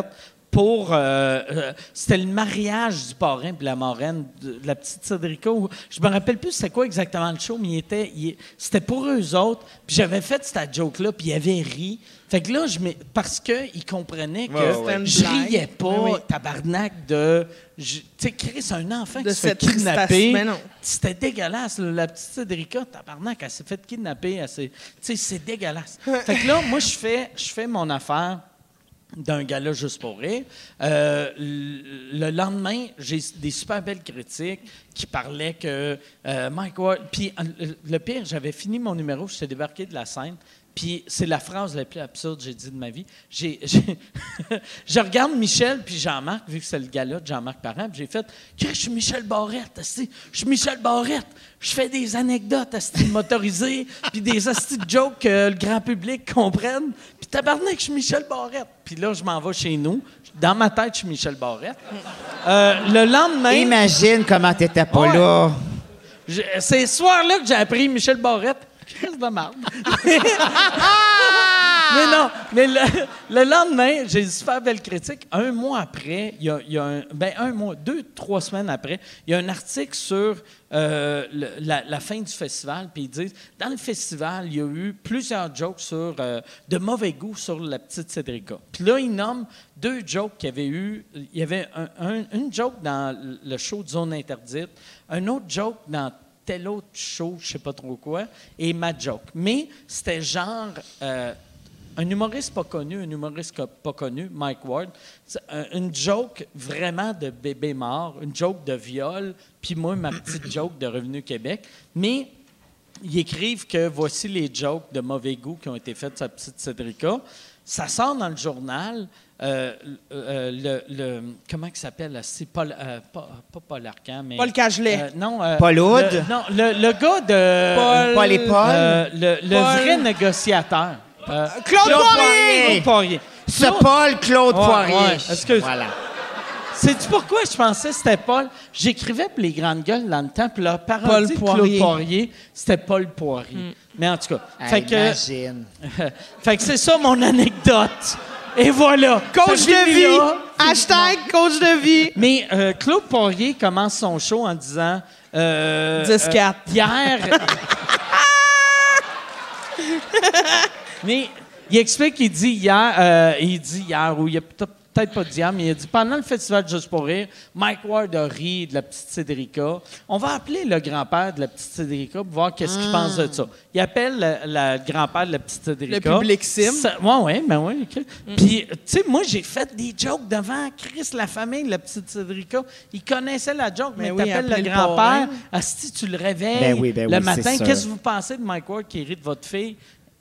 Speaker 1: pour. euh, euh, c'était le mariage du parrain puis la marraine de, de la petite Cédrico. Je me rappelle plus c'était quoi exactement le show, mais il était, il- c'était pour eux autres. Puis j'avais fait cette joke-là, puis ils avaient ri. Fait que là, je m'ai- parce qu'ils comprenaient que
Speaker 5: Ouais, ouais.
Speaker 1: je
Speaker 5: C'était une blague.
Speaker 1: riais pas,
Speaker 5: Oui, oui.
Speaker 1: tabarnak, de. je- Tu sais, Chris, un enfant qui
Speaker 5: De
Speaker 1: se fait
Speaker 5: cette tristesse.
Speaker 1: kidnapper.
Speaker 5: Mais non.
Speaker 1: C'était dégueulasse. là. La petite Cédrica, tabarnak, elle s'est fait kidnapper. elle s'est- Tu sais, c'est dégueulasse. fait que là, moi, je fais, je fais mon affaire d'un gala juste pour rire. Euh, le le lendemain, j'ai des super belles critiques qui parlaient que euh, Mike Ward... Puis euh, le pire, j'avais fini mon numéro, j'étais débarqué de la scène, puis c'est la phrase la plus absurde que j'ai dit de ma vie. J'ai, j'ai- je regarde Michel puis Jean-Marc, vu que c'est le gars-là de Jean-Marc Parent, puis j'ai fait « Chris, Je suis Michel Barrette, esti. je suis Michel Barrette, je fais des anecdotes esti, motorisées, puis des esti de jokes que le grand public comprenne, puis tabarnak, je suis Michel Barrette. » Puis là, je m'en vais chez nous. Dans ma tête, je suis Michel Barrette. Euh, le lendemain...
Speaker 4: Imagine comment t'étais pas
Speaker 1: Ouais.
Speaker 4: là.
Speaker 1: Je- C'est ce soir-là que j'ai appris Michel Barrette. Crise de marde. mais non, mais le, le lendemain, j'ai une super belle critique. Un mois après, il y a, il y a un, ben un mois, deux, trois semaines après, il y a un article sur euh, le- la, la fin du festival. Puis ils disent Dans le festival, il y a eu plusieurs jokes sur euh, de mauvais goût sur la petite Cédrica. Puis là, ils nomment deux jokes qu'il y avait eu. Il y avait un- un- une joke dans le show de Zone Interdite, un autre joke dans tel autre show, je sais pas trop quoi, et ma joke. Mais c'était genre euh, un humoriste pas connu, un humoriste co- pas connu, Mike Ward, c'est, euh, une joke vraiment de bébé mort, une joke de viol, puis moi ma petite joke de Revenu Québec. Mais ils écrivent que voici les jokes de mauvais goût qui ont été faites sur la petite Cédrica. Ça sort dans le journal. euh, euh, le, le- comment il s'appelle? C'est Paul, euh, pas, pas Paul Arcand, mais...
Speaker 5: Paul Cagelet.
Speaker 1: Euh, non, euh,
Speaker 4: Paul Hood?
Speaker 1: le- Non, le, le gars de...
Speaker 5: Paul-
Speaker 4: Paul et Paul?
Speaker 1: Euh, le le
Speaker 5: Paul-
Speaker 1: vrai négociateur. Euh,
Speaker 5: Claude
Speaker 4: Poirier!
Speaker 1: Claude Poirier.
Speaker 4: Ce
Speaker 1: Claude-
Speaker 4: Paul Claude
Speaker 1: Ouais,
Speaker 4: Poirier.
Speaker 1: ouais, excuse.
Speaker 4: Voilà.
Speaker 1: Sais-tu pourquoi je pensais que c'était Paul? J'écrivais pour les grandes gueules dans le temps, puis leur parodie de Claude
Speaker 5: Poirier. Mm. Ah,
Speaker 1: Poirier, c'était Paul Poirier. Mais en tout cas, fait
Speaker 4: Hey,
Speaker 1: que,
Speaker 4: Imagine.
Speaker 1: fait que c'est ça mon anecdote. Et voilà.
Speaker 5: Coach
Speaker 1: Ça finit
Speaker 5: de vie!
Speaker 1: là.
Speaker 5: Hashtag coach de vie!
Speaker 1: Mais euh, Claude Poirier commence son show en disant... Euh,
Speaker 5: 10-4.
Speaker 1: euh, hier... mais il explique qu'il dit hier... euh, il dit hier, ou il a peut- peut-être pas dit hier, mais il a dit pendant le festival Juste pour rire, Mike Ward a ri de la petite Cédrica. On va appeler le grand-père de la petite Cédrica pour voir qu'est-ce qu'il pense de ça. Il appelle le- la- le grand-père de la petite Cédrica.
Speaker 5: Le public cible.
Speaker 1: Ça- ouais, ouais, ben ouais. ok. Puis, tu sais, moi, j'ai fait des jokes devant Chris, la famille, la petite Cédrica. Il connaissait la joke, mais,
Speaker 5: Ben oui,
Speaker 1: t'appelles
Speaker 5: appelez
Speaker 1: le
Speaker 5: le parrain.
Speaker 1: grand-père. Asti, tu le réveilles
Speaker 4: Ben oui, ben
Speaker 1: le
Speaker 4: oui, c'est
Speaker 1: matin.
Speaker 4: sûr.
Speaker 1: Qu'est-ce que vous pensez de Mike Ward qui hérite votre fille?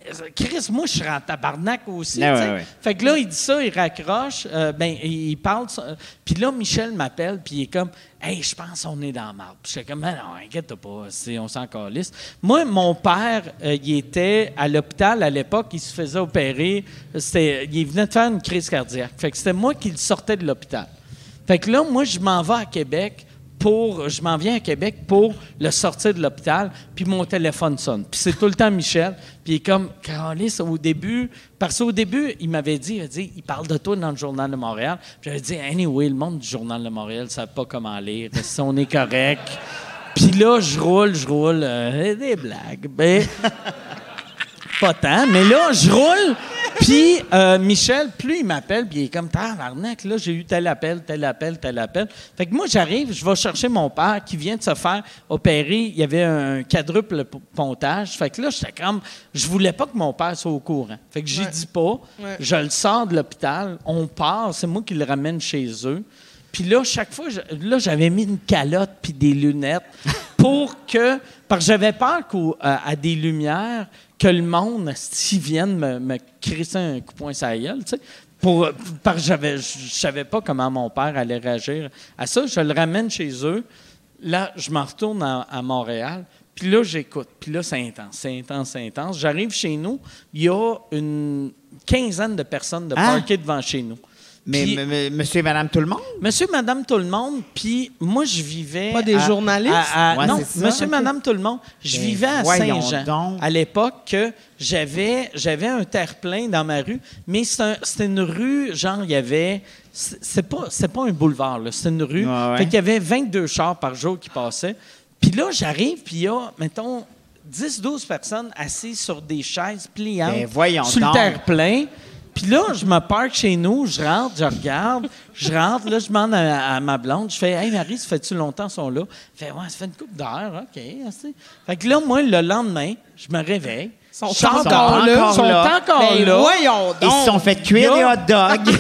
Speaker 1: Euh, Chris, moi, je suis en tabarnak aussi.
Speaker 4: Ben
Speaker 1: tu sais.
Speaker 4: ouais, ouais.
Speaker 1: Fait que là, il dit ça, il raccroche, euh, ben, il il parle. ça. Puis là, Michel m'appelle, puis il est comme Hey, je pense qu'on est dans la marde. Puis j'étais comme Ben Non, inquiète pas, c'est- on s'en calisse. Moi, mon père, euh, il était à l'hôpital à l'époque, il se faisait opérer. C'était- Il venait de faire une crise cardiaque. Fait que c'était moi qui le sortais de l'hôpital. Fait que là, moi, je m'en vais à Québec pour. Je m'en viens à Québec pour le sortir de l'hôpital, puis mon téléphone sonne. Puis c'est tout le temps Michel. Puis il est comme, Carlis, au début. Parce qu'au début, il m'avait dit, il, a dit, il parle de toi dans le Journal de Montréal. Puis j'avais dit, anyway, le monde du Journal de Montréal ne savent pas comment lire. Si on est correct. Puis là, je roule, je roule. euh, des blagues. Ben, pas tant, mais là, je roule. Puis euh, Michel, plus il m'appelle, puis il est comme tabarnak, là, j'ai eu tel appel, tel appel, tel appel. Fait que moi, j'arrive, je vais chercher mon père qui vient de se faire opérer. Il y avait un quadruple p- pontage. Fait que là, j'étais comme, je voulais pas que mon père soit au courant. Fait que j'y dis pas. Je le sors de l'hôpital, on part, c'est moi qui le ramène chez eux. Puis là, chaque fois, je- là, j'avais mis une calotte puis des lunettes pour que. Parce que j'avais peur qu'au- euh, à, à des lumières, que le monde, s'ils vienne me, me crisser un coup de poing sur la gueule, tu sais. Pour, parce que j'avais- je savais pas comment mon père allait réagir à ça. Je le ramène chez eux. Là, je m'en retourne à, à Montréal. Puis là, j'écoute. Puis là, c'est intense, c'est intense, c'est intense. J'arrive chez nous. Il y a une quinzaine de personnes de
Speaker 4: Hein?
Speaker 1: parquet devant chez nous.
Speaker 4: Mais
Speaker 1: Puis-
Speaker 4: m- m- monsieur et madame tout le monde?
Speaker 1: Monsieur, madame, tout le monde, puis moi, je vivais.
Speaker 5: Pas des
Speaker 1: à-
Speaker 5: journalistes?
Speaker 1: à- à-
Speaker 4: Ouais,
Speaker 1: non,
Speaker 4: c'est ça,
Speaker 1: monsieur,
Speaker 4: ok.
Speaker 1: madame, tout le monde, je
Speaker 4: Ben,
Speaker 1: vivais à
Speaker 4: voyons
Speaker 1: Saint-Jean.
Speaker 4: donc.
Speaker 1: À l'époque, que j'avais, j'avais un terre-plein dans ma rue, mais c'est un- c'était une rue, genre, il y avait. C'est c'est pas, c'est pas un boulevard, là, c'est une rue.
Speaker 4: Ouais, ouais.
Speaker 1: Fait qu'il y avait 22 chars par jour qui passaient. Puis là, j'arrive, puis il y a, mettons, 10-12 personnes assises sur des chaises pliantes
Speaker 4: Ben, voyons
Speaker 1: sur le
Speaker 4: donc.
Speaker 1: terre-plein. Puis là, je me parque chez nous, je rentre, je regarde, je rentre, là, je demande à, à ma blonde, je fais Hey Marie, ça fait-tu longtemps qu'ils sont là? Elle fait Ouais, ça fait une coupe d'heure, OK. assez. Fait que là, moi, le lendemain, je me réveille. Ils
Speaker 5: sont
Speaker 4: encore là.
Speaker 1: Ils sont encore
Speaker 5: Ben,
Speaker 1: là.
Speaker 5: voyons
Speaker 4: Ils se
Speaker 5: donc.
Speaker 4: sont fait cuire des
Speaker 1: là-
Speaker 4: hot dogs.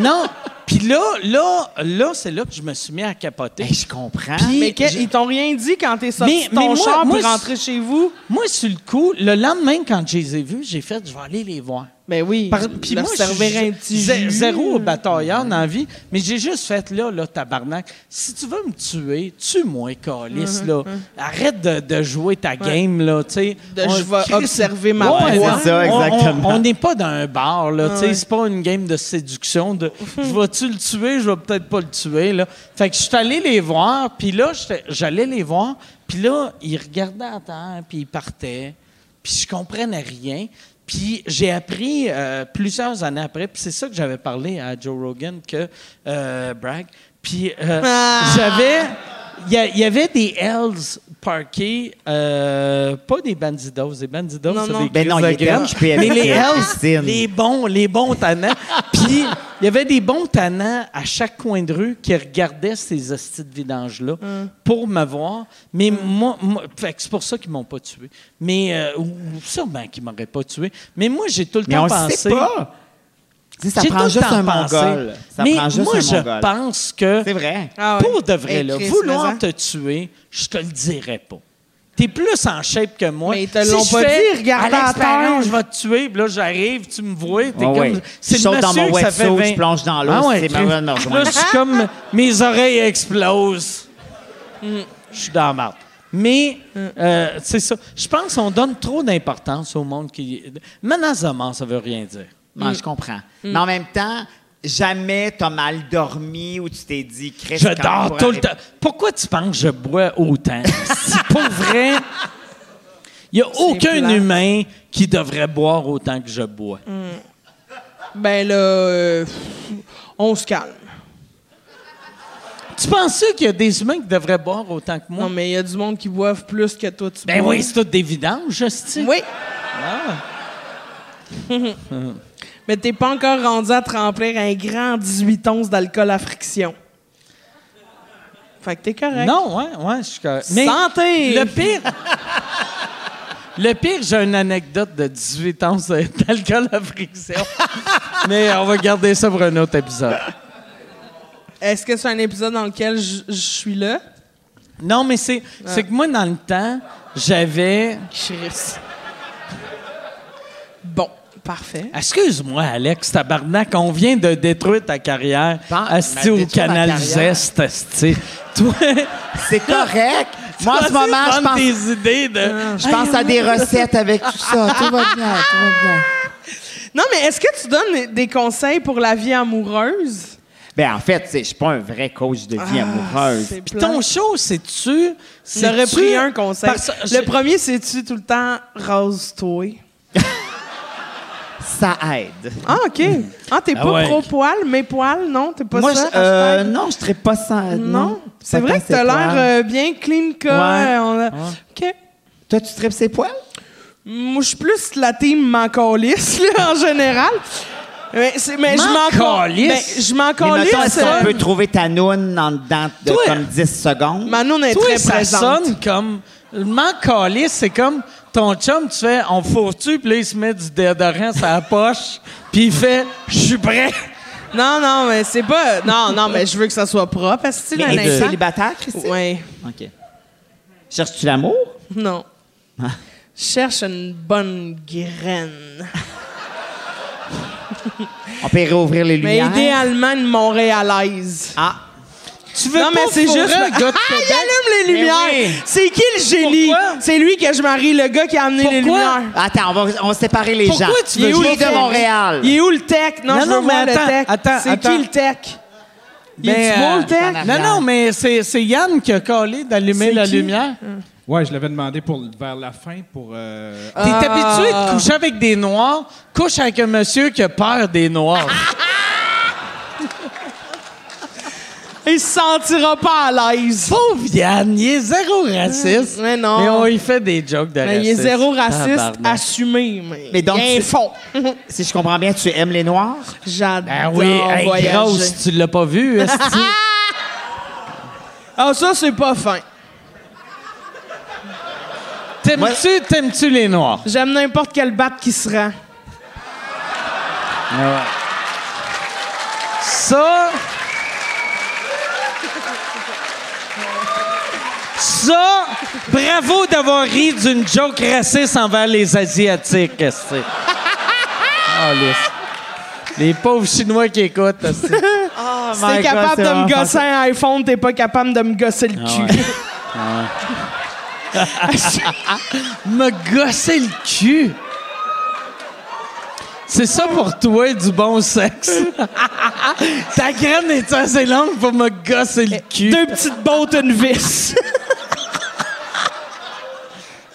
Speaker 1: Non. Puis là, là, là, c'est là que je me suis mis à capoter.
Speaker 4: Ben, je comprends.
Speaker 1: Puis-
Speaker 5: Mais que- ils t'ont rien dit quand t'es sorti
Speaker 1: Mais-
Speaker 5: de ton
Speaker 1: mais moi-
Speaker 5: char
Speaker 1: moi,
Speaker 5: pour rentrer chez vous?
Speaker 1: Moi, sur le coup, le lendemain, quand je les ai vus, j'ai fait Je vais aller les voir.
Speaker 5: Ben oui.
Speaker 1: Par- puis moi, je suis
Speaker 5: un petit
Speaker 1: zé-
Speaker 5: jus.
Speaker 1: zéro batailleur dans la vie, mais j'ai juste fait là, là, tabarnak. Si tu veux me tuer, tue-moi, calice,
Speaker 5: Mm-hmm,
Speaker 1: là. Arrête de, de jouer ta game, là, tu sais.
Speaker 5: De
Speaker 1: On-
Speaker 5: je vais
Speaker 1: Christ-
Speaker 5: observer ma
Speaker 1: Ouais,
Speaker 5: proie.
Speaker 1: ouais.
Speaker 4: C'est ça,
Speaker 1: On- on-
Speaker 4: exactement.
Speaker 1: On n'est pas dans un bar, là, tu sais.
Speaker 5: ouais.
Speaker 1: C'est pas une game de séduction, de je vais-tu le tuer, je vais peut-être pas le tuer, là. Fait que je suis allé les voir, puis là, j'étais- j'allais les voir, puis là, ils regardaient à terre, puis ils partaient puis je comprenais rien. Puis j'ai appris euh, plusieurs années après, puis c'est ça que j'avais parlé à Joe Rogan, que euh, brag. Puis euh, j'avais... Il y a- il y, avait des Hells parqués, euh, pas des bandidos. Les bandidos,
Speaker 5: Non,
Speaker 1: c'est
Speaker 5: non.
Speaker 1: des
Speaker 4: Ben non,
Speaker 1: crises de
Speaker 4: il était
Speaker 1: graines.
Speaker 4: occupé
Speaker 1: Mais
Speaker 4: avec
Speaker 1: les
Speaker 4: la
Speaker 1: Hells,
Speaker 4: piscine.
Speaker 1: les bons, les bons tannants. Puis il y avait des bons tannants à chaque coin de rue qui regardaient ces hosties de vidange-là
Speaker 5: Mm.
Speaker 1: pour me voir. Mais moi, moi- fait que c'est pour ça qu'ils m'ont pas tué. Mais euh, ou ou sûrement qu'ils m'auraient pas tué. Mais moi, j'ai tout le
Speaker 4: Mais
Speaker 1: temps
Speaker 4: on le
Speaker 1: pensé.
Speaker 4: sait pas. Tu sais, ça
Speaker 1: J'ai tout
Speaker 4: prend
Speaker 1: le
Speaker 4: juste
Speaker 1: temps
Speaker 4: un
Speaker 1: pensé.
Speaker 4: mongol. Ça
Speaker 1: mais
Speaker 4: prend juste
Speaker 1: moi,
Speaker 4: un
Speaker 1: je
Speaker 4: mongol.
Speaker 1: pense que
Speaker 4: C'est vrai.
Speaker 5: Ah ouais.
Speaker 1: Hein? pour de vrai,
Speaker 5: Eh,
Speaker 1: là,
Speaker 5: Chris,
Speaker 1: vouloir
Speaker 5: mais
Speaker 1: te tuer, je te le dirais pas. T'es plus en shape que moi.
Speaker 5: Mais ils te l'ont
Speaker 1: je
Speaker 5: pas
Speaker 1: fais,
Speaker 5: dit, regarde
Speaker 1: Alex
Speaker 5: à terre.
Speaker 1: Perron, je vais te tuer, puis là, j'arrive, tu me vois, t'es
Speaker 4: Ouais,
Speaker 1: comme...
Speaker 4: ouais.
Speaker 1: C'est
Speaker 4: Je
Speaker 1: le
Speaker 4: saute dans
Speaker 1: monsieur
Speaker 4: mon
Speaker 1: que ça fait
Speaker 4: wetsuit,
Speaker 1: 20
Speaker 4: je plonge dans l'eau,
Speaker 1: Ah ouais,
Speaker 4: c'est
Speaker 1: Chris.
Speaker 4: Marvel me rejoint.
Speaker 1: Là, je suis comme... Mes oreilles explosent. Hmm. Je suis dans la marde. Mais, euh, c'est ça. Je pense qu'on donne trop d'importance au monde qui... Menace de mort, ça veut rien dire.
Speaker 4: Non, je comprends.
Speaker 1: Hmm.
Speaker 4: Mais en même temps, jamais t'as mal dormi ou tu t'es dit, Chris,
Speaker 1: Je
Speaker 4: quand on
Speaker 1: dors
Speaker 4: pourra
Speaker 1: tout le
Speaker 4: arriver-
Speaker 1: temps. Pourquoi tu penses que je bois autant? C'est pas vrai. Il n'y a aucun
Speaker 5: plate. Mm.
Speaker 1: humain qui devrait boire autant que je bois.
Speaker 5: Ben là, euh, on se calme.
Speaker 1: Tu penses qu'il y a des humains qui devraient boire autant que moi?
Speaker 5: Non, mais il y a du monde qui boivent plus que toi, tu
Speaker 1: ben
Speaker 5: bois.
Speaker 1: oui, c'est tout des vidanges, hostie.
Speaker 5: Oui,
Speaker 1: Ah.
Speaker 5: mais t'es pas encore rendu à te remplir un grand 18 onces d'alcool à friction. Fait que t'es correct.
Speaker 1: Non, ouais, ouais, je suis correct. Mais
Speaker 5: Santé!
Speaker 1: Le pire. Le pire, j'ai une anecdote de 18 ans sur l'alcool à friction. Mais on va garder ça pour un autre épisode.
Speaker 5: Est-ce que c'est un épisode dans lequel je je suis là?
Speaker 1: Non, mais c'est c'est que moi, dans le temps, j'avais.
Speaker 5: Chris. Bon, parfait.
Speaker 1: Excuse-moi, Alex, tabarnak, on vient de détruire ta carrière.
Speaker 4: Ben,
Speaker 1: Asti
Speaker 4: ben,
Speaker 1: au
Speaker 4: détruire ma
Speaker 1: canal
Speaker 4: carrière.
Speaker 1: Zest, asti. Toi,
Speaker 4: C'est correct. Moi, en
Speaker 1: toi,
Speaker 4: ce
Speaker 1: tu
Speaker 4: moment, je
Speaker 1: donnes
Speaker 4: pense, Ah,
Speaker 1: des idées de.
Speaker 4: je pense à des recettes avec tout ça. Tout va bien, tout va bien.
Speaker 5: Non, mais est-ce que tu donnes des conseils pour la vie amoureuse? Ah,
Speaker 4: Ben, en fait, tu sais, je suis pas un vrai coach de
Speaker 1: Ah,
Speaker 4: vie amoureuse.
Speaker 5: C'est
Speaker 1: Puis ton
Speaker 5: plate.
Speaker 1: show, c'est-tu.
Speaker 5: Tu aurais
Speaker 1: c'est-tu-
Speaker 5: pris un conseil.
Speaker 1: Parce-
Speaker 5: Le premier, c'est-tu tout le temps rase-toi?
Speaker 4: Ça aide.
Speaker 5: Ah, OK. Ah, t'es
Speaker 1: Ah
Speaker 5: pas
Speaker 1: ouais.
Speaker 5: pro-poil, mais poil, non? T'es pas
Speaker 4: Moi,
Speaker 5: ça?
Speaker 4: je, euh,
Speaker 5: hashtag?
Speaker 4: non, je serais pas sans.
Speaker 5: non. C'est
Speaker 4: Pas
Speaker 5: vrai
Speaker 4: tant
Speaker 5: que t'as
Speaker 4: ses poils.
Speaker 5: l'air euh, bien clean cut.
Speaker 4: Ouais.
Speaker 5: On a- OK.
Speaker 4: Toi, tu tripes ses poils?
Speaker 5: Moi, je suis plus la team m'en calisse, là, en général. Mais, c'est- mais je
Speaker 1: M'en
Speaker 5: m'en ca-
Speaker 1: calisse?
Speaker 5: ben, je m'en
Speaker 4: Mais mettons, est-ce
Speaker 5: calisse.
Speaker 4: qu'on
Speaker 5: euh,
Speaker 4: peut trouver ta noune en dedans de
Speaker 1: Toi-
Speaker 4: comme 10 secondes?
Speaker 5: Manon est
Speaker 1: Toi,
Speaker 5: très
Speaker 1: ça
Speaker 5: présente.
Speaker 1: sonne comme. Le manque caliste, c'est comme ton chum, tu fais on fourre-tu, puis là, il se met du déodorant sur la poche, puis il fait je suis prêt.
Speaker 5: Non, non, mais c'est pas... Non, non, mais je veux que ça soit propre. Est-ce que tu
Speaker 4: Mais es-tu
Speaker 5: un instant?
Speaker 4: célibataire, Christine?
Speaker 5: Oui.
Speaker 4: OK. Cherches-tu l'amour?
Speaker 5: Non.
Speaker 4: Ah.
Speaker 5: Je cherche une bonne graine.
Speaker 4: On peut réouvrir les
Speaker 5: Mais
Speaker 4: lumières.
Speaker 5: idéalement, une montréalaise.
Speaker 4: Ah,
Speaker 1: Tu veux
Speaker 5: non, mais
Speaker 1: pas
Speaker 5: c'est
Speaker 1: fourrer
Speaker 5: juste.
Speaker 1: un gars de
Speaker 5: Ah, il
Speaker 1: Québec?
Speaker 5: allume les
Speaker 4: Mais
Speaker 5: lumières.
Speaker 4: oui.
Speaker 5: C'est qui le génie?
Speaker 1: Pourquoi?
Speaker 5: C'est lui que je marie, le gars qui a amené les
Speaker 1: Pourquoi?
Speaker 5: lumières.
Speaker 4: Attends, on va, on va séparer les
Speaker 1: Pourquoi
Speaker 4: gens.
Speaker 1: tu veux
Speaker 4: Il
Speaker 1: juste
Speaker 4: est de
Speaker 1: faire-
Speaker 4: Montréal.
Speaker 5: Il est où le tech? Non,
Speaker 1: Non,
Speaker 5: je veux
Speaker 1: non, mais
Speaker 5: voir
Speaker 1: attends,
Speaker 5: le tech.
Speaker 1: attends,
Speaker 5: c'est
Speaker 1: attends.
Speaker 5: qui le tech? Il
Speaker 1: Ben,
Speaker 5: est du bon, le
Speaker 1: euh,
Speaker 5: tech?
Speaker 1: Non, non, mais c'est c'est Yann qui a collé d'allumer
Speaker 5: C'est
Speaker 1: la
Speaker 5: qui?
Speaker 1: lumière.
Speaker 2: Ouais, je l'avais demandé pour, vers la fin pour. euh,
Speaker 1: T'es
Speaker 5: Ah.
Speaker 1: habitué de coucher avec des noirs, couche avec un monsieur qui a peur des noirs.
Speaker 5: Ah. Il se sentira pas à l'aise.
Speaker 1: Pauvre Yann, il est zéro raciste.
Speaker 5: Mais non.
Speaker 1: Mais on lui fait des jokes de
Speaker 5: Mais
Speaker 1: racisme.
Speaker 5: Ben, il est zéro raciste,
Speaker 1: Ben, Tabarnak.
Speaker 5: assumé. Mais,
Speaker 4: Mais donc,
Speaker 5: il est
Speaker 4: tu-
Speaker 5: faux.
Speaker 4: Si je comprends bien, tu aimes les Noirs?
Speaker 5: J'adore
Speaker 1: Ben oui, hey,
Speaker 5: voyager.
Speaker 1: grosse, tu l'as pas vu, esti.
Speaker 5: Ah, ça, c'est pas fin.
Speaker 1: T'aimes-tu, t'aimes-tu les noirs?
Speaker 5: J'aime n'importe quel batte qui se rend.
Speaker 1: Ça. Ça, bravo d'avoir ri d'une joke raciste envers les Asiatiques, esti. Ah, les... les pauvres Chinois qui écoutent, esti.
Speaker 4: Oh
Speaker 5: Si t'es capable de me gosser un iPhone, t'es pas capable de me gosser le cul.
Speaker 1: Me gosser le cul. C'est ça pour toi, du bon sexe. Ta graine est assez longue pour me gosser le cul.
Speaker 5: Deux petites bottes, une vis.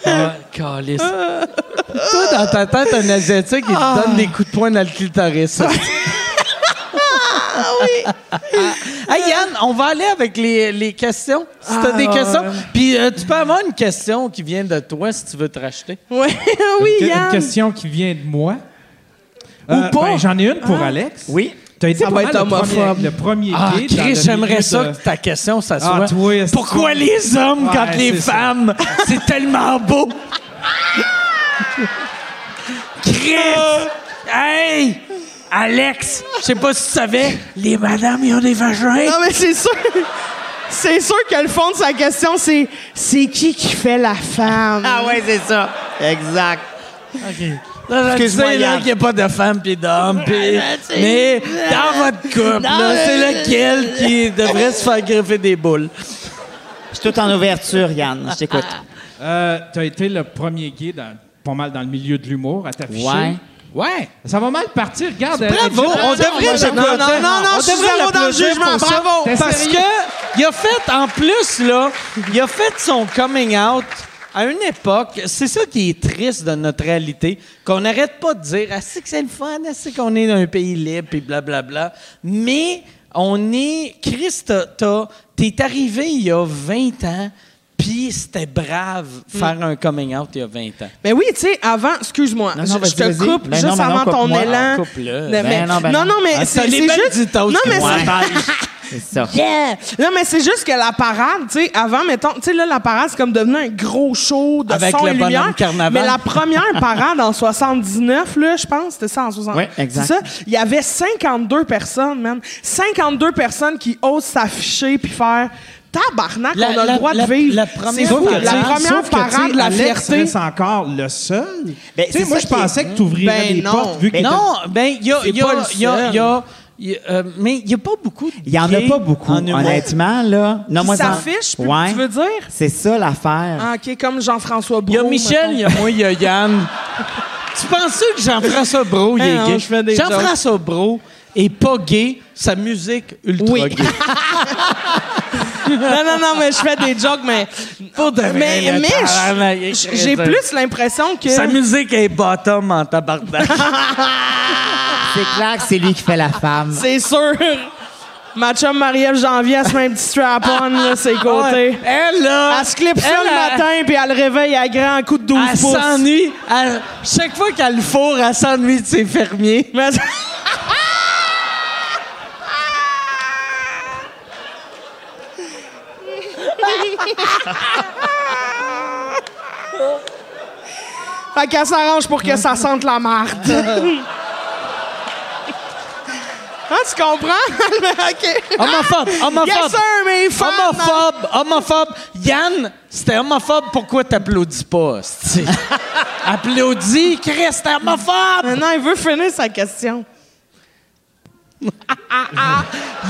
Speaker 1: Ah, calice. Toi, dans ta tête, un Asiatique, il te donne des coups de poing dans le clitoris. ah oui! hey, Yann, on va aller avec les, les questions. Si t'as
Speaker 5: Ah,
Speaker 1: des
Speaker 5: ouais.
Speaker 1: questions. Puis euh, tu peux avoir une question qui vient de toi si tu veux te racheter.
Speaker 5: Ouais, oui,
Speaker 2: que-
Speaker 5: Yann.
Speaker 2: Une question qui vient de moi. Ou
Speaker 5: pas. Ah.
Speaker 2: J'en ai une pour Alex.
Speaker 4: Oui.
Speaker 2: T'as été
Speaker 5: Ça
Speaker 2: pas
Speaker 5: va
Speaker 2: mal
Speaker 5: être
Speaker 2: le premier-
Speaker 5: homophobe.
Speaker 2: le premier
Speaker 1: Ah,
Speaker 2: guide dans le
Speaker 1: Chris, j'aimerais
Speaker 2: milieu
Speaker 1: ça
Speaker 2: de-
Speaker 1: que ta question, ça soit.
Speaker 2: Ah, toi, est-ce
Speaker 1: Pourquoi
Speaker 2: que-
Speaker 1: les hommes
Speaker 2: Ouais,
Speaker 1: quand les
Speaker 2: c'est ça.
Speaker 1: femmes, c'est tellement beau? Chris! Hey! Alex! Je sais pas si tu savais, les madames, ils ont des vagins.
Speaker 5: Non, mais c'est sûr. C'est sûr que le fond de sa question, c'est c'est qui qui fait la femme?
Speaker 4: Ah ouais, c'est ça. Exact.
Speaker 1: Là, je
Speaker 4: Excuse-moi,
Speaker 1: sais là,
Speaker 4: Yann.
Speaker 1: qu'il n'y a pas de femmes pis d'hommes. pis- Mais dans votre couple, là, c'est lequel qui devrait se faire greffer des boules?
Speaker 4: Je suis tout en ouverture, Yann. Je t'écoute.
Speaker 5: Ah,
Speaker 2: Euh, T'as été le premier guide dans- pas mal dans le milieu de l'humour à t'afficher.
Speaker 4: Ouais.
Speaker 2: Ouais. Ça va mal partir. Regarde.
Speaker 1: Bravo!
Speaker 2: Richard,
Speaker 1: On devrait
Speaker 2: va-
Speaker 1: le
Speaker 5: non, non, non, non,
Speaker 1: on
Speaker 5: je suis
Speaker 1: devrait
Speaker 5: zéro
Speaker 1: le
Speaker 5: dans le
Speaker 1: pleurer
Speaker 5: jugement,
Speaker 1: pour ça,
Speaker 5: bravo. T'es
Speaker 1: Parce
Speaker 5: sérieux?
Speaker 1: que il a fait en plus là, il a fait son coming out à une époque, c'est ça qui est triste de notre réalité, qu'on n'arrête pas de dire ah c'est que c'est le fun, ah c'est qu'on est dans un pays libre puis blablabla, mais on est Christ t'as- t'es arrivé il y a 20 ans puis c'était brave faire un coming out il y a 20 ans.
Speaker 5: Mais oui, tu sais, avant, excuse-moi,
Speaker 4: Non,
Speaker 5: je,
Speaker 4: non,
Speaker 5: je
Speaker 4: vas-y,
Speaker 5: te
Speaker 4: vas-y.
Speaker 5: coupe
Speaker 4: Ben
Speaker 5: juste
Speaker 4: non, ben non,
Speaker 5: avant ton
Speaker 4: coupe-moi.
Speaker 5: élan.
Speaker 1: Coupe-le.
Speaker 5: Non,
Speaker 1: Ben
Speaker 5: mais,
Speaker 4: non, ben
Speaker 5: non,
Speaker 4: non.
Speaker 5: non, mais
Speaker 1: Ah,
Speaker 5: c'est
Speaker 1: t'as les
Speaker 5: c'est
Speaker 1: belles
Speaker 5: juste.
Speaker 1: ditos
Speaker 5: Non,
Speaker 1: que
Speaker 5: mais
Speaker 1: moi.
Speaker 5: c'est-
Speaker 4: C'est ça.
Speaker 5: Yeah! Non, mais c'est juste que la parade, tu sais, avant, mettons, tu sais, là, la parade, c'est comme devenu un gros show de
Speaker 1: Avec
Speaker 5: son
Speaker 1: le
Speaker 5: et
Speaker 1: bonhomme
Speaker 5: lumière.
Speaker 1: carnaval.
Speaker 5: Mais la première parade en 79, là, je pense, c'était ça en 79.
Speaker 4: Ouais, exact.
Speaker 5: C'est ça. Il y avait 52 personnes, man. 52 personnes qui osent s'afficher puis faire tabarnak,
Speaker 1: La-
Speaker 5: on a
Speaker 1: la-
Speaker 5: le droit
Speaker 1: la-
Speaker 5: de vivre.
Speaker 1: la première
Speaker 5: C'est fou,
Speaker 1: parade-
Speaker 5: la
Speaker 1: sauf
Speaker 5: première
Speaker 2: Sauf que, tu sais,
Speaker 5: parade de la
Speaker 2: Alex
Speaker 5: fierté.
Speaker 2: reste encore le seul.
Speaker 4: Ben,
Speaker 2: Tu sais,
Speaker 4: c'est
Speaker 2: moi,
Speaker 4: ça
Speaker 2: je
Speaker 4: qui est-
Speaker 2: pensais que tu ouvrirais
Speaker 5: Ben
Speaker 2: les
Speaker 5: non.
Speaker 2: portes vu que
Speaker 4: Ben
Speaker 2: t'as-
Speaker 1: Non, ben il y a,
Speaker 5: C'est
Speaker 1: il y a-
Speaker 5: pas le
Speaker 1: il y a-
Speaker 5: seul.
Speaker 1: il y a- il y a- euh, mais il n'y a pas beaucoup. de
Speaker 4: Il n'y en a
Speaker 1: gays
Speaker 4: pas beaucoup,
Speaker 1: en humour.
Speaker 4: honnêtement, là. Non,
Speaker 5: Qui
Speaker 4: moi, ça-
Speaker 5: s'affiche, puis
Speaker 4: Ouais.
Speaker 5: tu veux dire?
Speaker 4: C'est ça l'affaire.
Speaker 5: Ah, OK, comme Jean-François
Speaker 1: Il y a
Speaker 5: Brault.
Speaker 1: Michel,
Speaker 5: mettons.
Speaker 1: il y a moi, il y a Yann. Hein, tu penses que Jean-François Brault il
Speaker 5: Eh
Speaker 1: est
Speaker 5: non,
Speaker 1: gay?
Speaker 5: je fais des
Speaker 1: Jean-François Brault est pas gay, sa musique ultra
Speaker 5: Oui.
Speaker 1: gay.
Speaker 5: Non, non, non, mais je fais des jokes, mais.
Speaker 1: Pour de vrai,
Speaker 5: Mais,
Speaker 1: là,
Speaker 5: mais
Speaker 1: tabarnak,
Speaker 5: je- je- j'ai plus l'impression que.
Speaker 1: Sa musique est bottom en tabarnak.
Speaker 5: Ah
Speaker 4: C'est clair que c'est lui qui fait la femme.
Speaker 5: C'est sûr. Ma chum Marie-Ève Janvier, elle se met un petit strap-on, là, ses côtés.
Speaker 1: Elle, là...
Speaker 5: Elle se clip ça
Speaker 1: elle,
Speaker 5: le
Speaker 1: elle-
Speaker 5: matin, puis elle le réveille à grand coup de 12
Speaker 1: Elle
Speaker 5: pouces.
Speaker 1: s'ennuie. Elle- Chaque fois qu'elle le fourre, elle s'ennuie de ses fermiers.
Speaker 5: Mais- Fait qu'elle s'arrange pour que ça sente la marde. hein, tu comprends? OK.
Speaker 1: Homophobe, homophobe.
Speaker 5: Yes, sir, mes fans!
Speaker 1: Homophobe, homophobe. Yann, c'était homophobe, pourquoi t'applaudis pas? hostie? Applaudis, Chris, t'es homophobe!
Speaker 5: Maintenant, il veut finir sa question.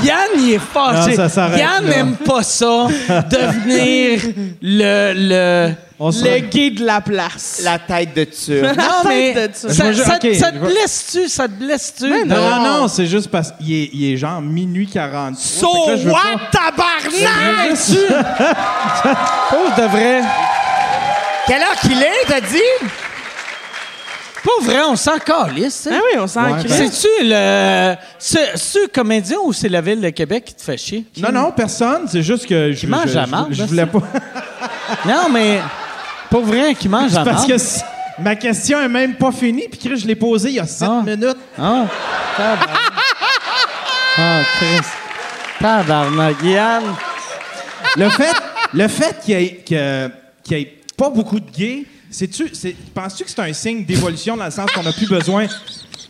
Speaker 1: Yann, il est fâché.
Speaker 2: Non, ça s'arrête
Speaker 1: Yann
Speaker 2: là.
Speaker 1: n'aime pas ça, devenir le, le,
Speaker 2: On se
Speaker 5: Le gay de la place.
Speaker 4: La tête de Turc.
Speaker 1: Non,
Speaker 5: tête
Speaker 1: mais
Speaker 5: de
Speaker 1: ça,
Speaker 5: Turc.
Speaker 2: Je vais-
Speaker 1: ça-
Speaker 2: ok,
Speaker 1: ça
Speaker 2: je
Speaker 1: te
Speaker 2: vais-
Speaker 1: blesse-tu? Ça te blesse-tu?
Speaker 2: Ben Non, non, non, c'est juste parce qu'il est, il est genre minuit 40.
Speaker 1: So what, tabarnak?
Speaker 2: Pauvre de vrai.
Speaker 4: Quelle heure qu'il est, t'as dit?
Speaker 1: Pas vrai, on s'en calisse. hein?
Speaker 5: Ah oui, on s'en
Speaker 2: Ouais,
Speaker 5: crie.
Speaker 2: ben-
Speaker 1: C'est-tu le. c'est- C'est-tu le comédien ou c'est la ville de Québec qui te fait chier?
Speaker 2: Non, non, personne. C'est juste que je,
Speaker 1: Qui mange
Speaker 2: je,
Speaker 1: la
Speaker 2: je-
Speaker 1: marde,
Speaker 2: je
Speaker 1: là,
Speaker 2: voulais pas.
Speaker 1: Non, mais. Pas vrai, qui mange la
Speaker 2: Parce
Speaker 1: marde?
Speaker 2: que c- ma question est même pas finie, puis Chris, je l'ai posée il y a 7
Speaker 1: Ah.
Speaker 2: minutes.
Speaker 1: Ah, tabarnak. Ah, Chris. Tabarnak, Yann.
Speaker 2: Le fait, le fait qu'il y ait, que- qu'il y ait pas beaucoup de gays, sais-tu, c'est- penses-tu que c'est un signe d'évolution dans le sens qu'on n'a plus besoin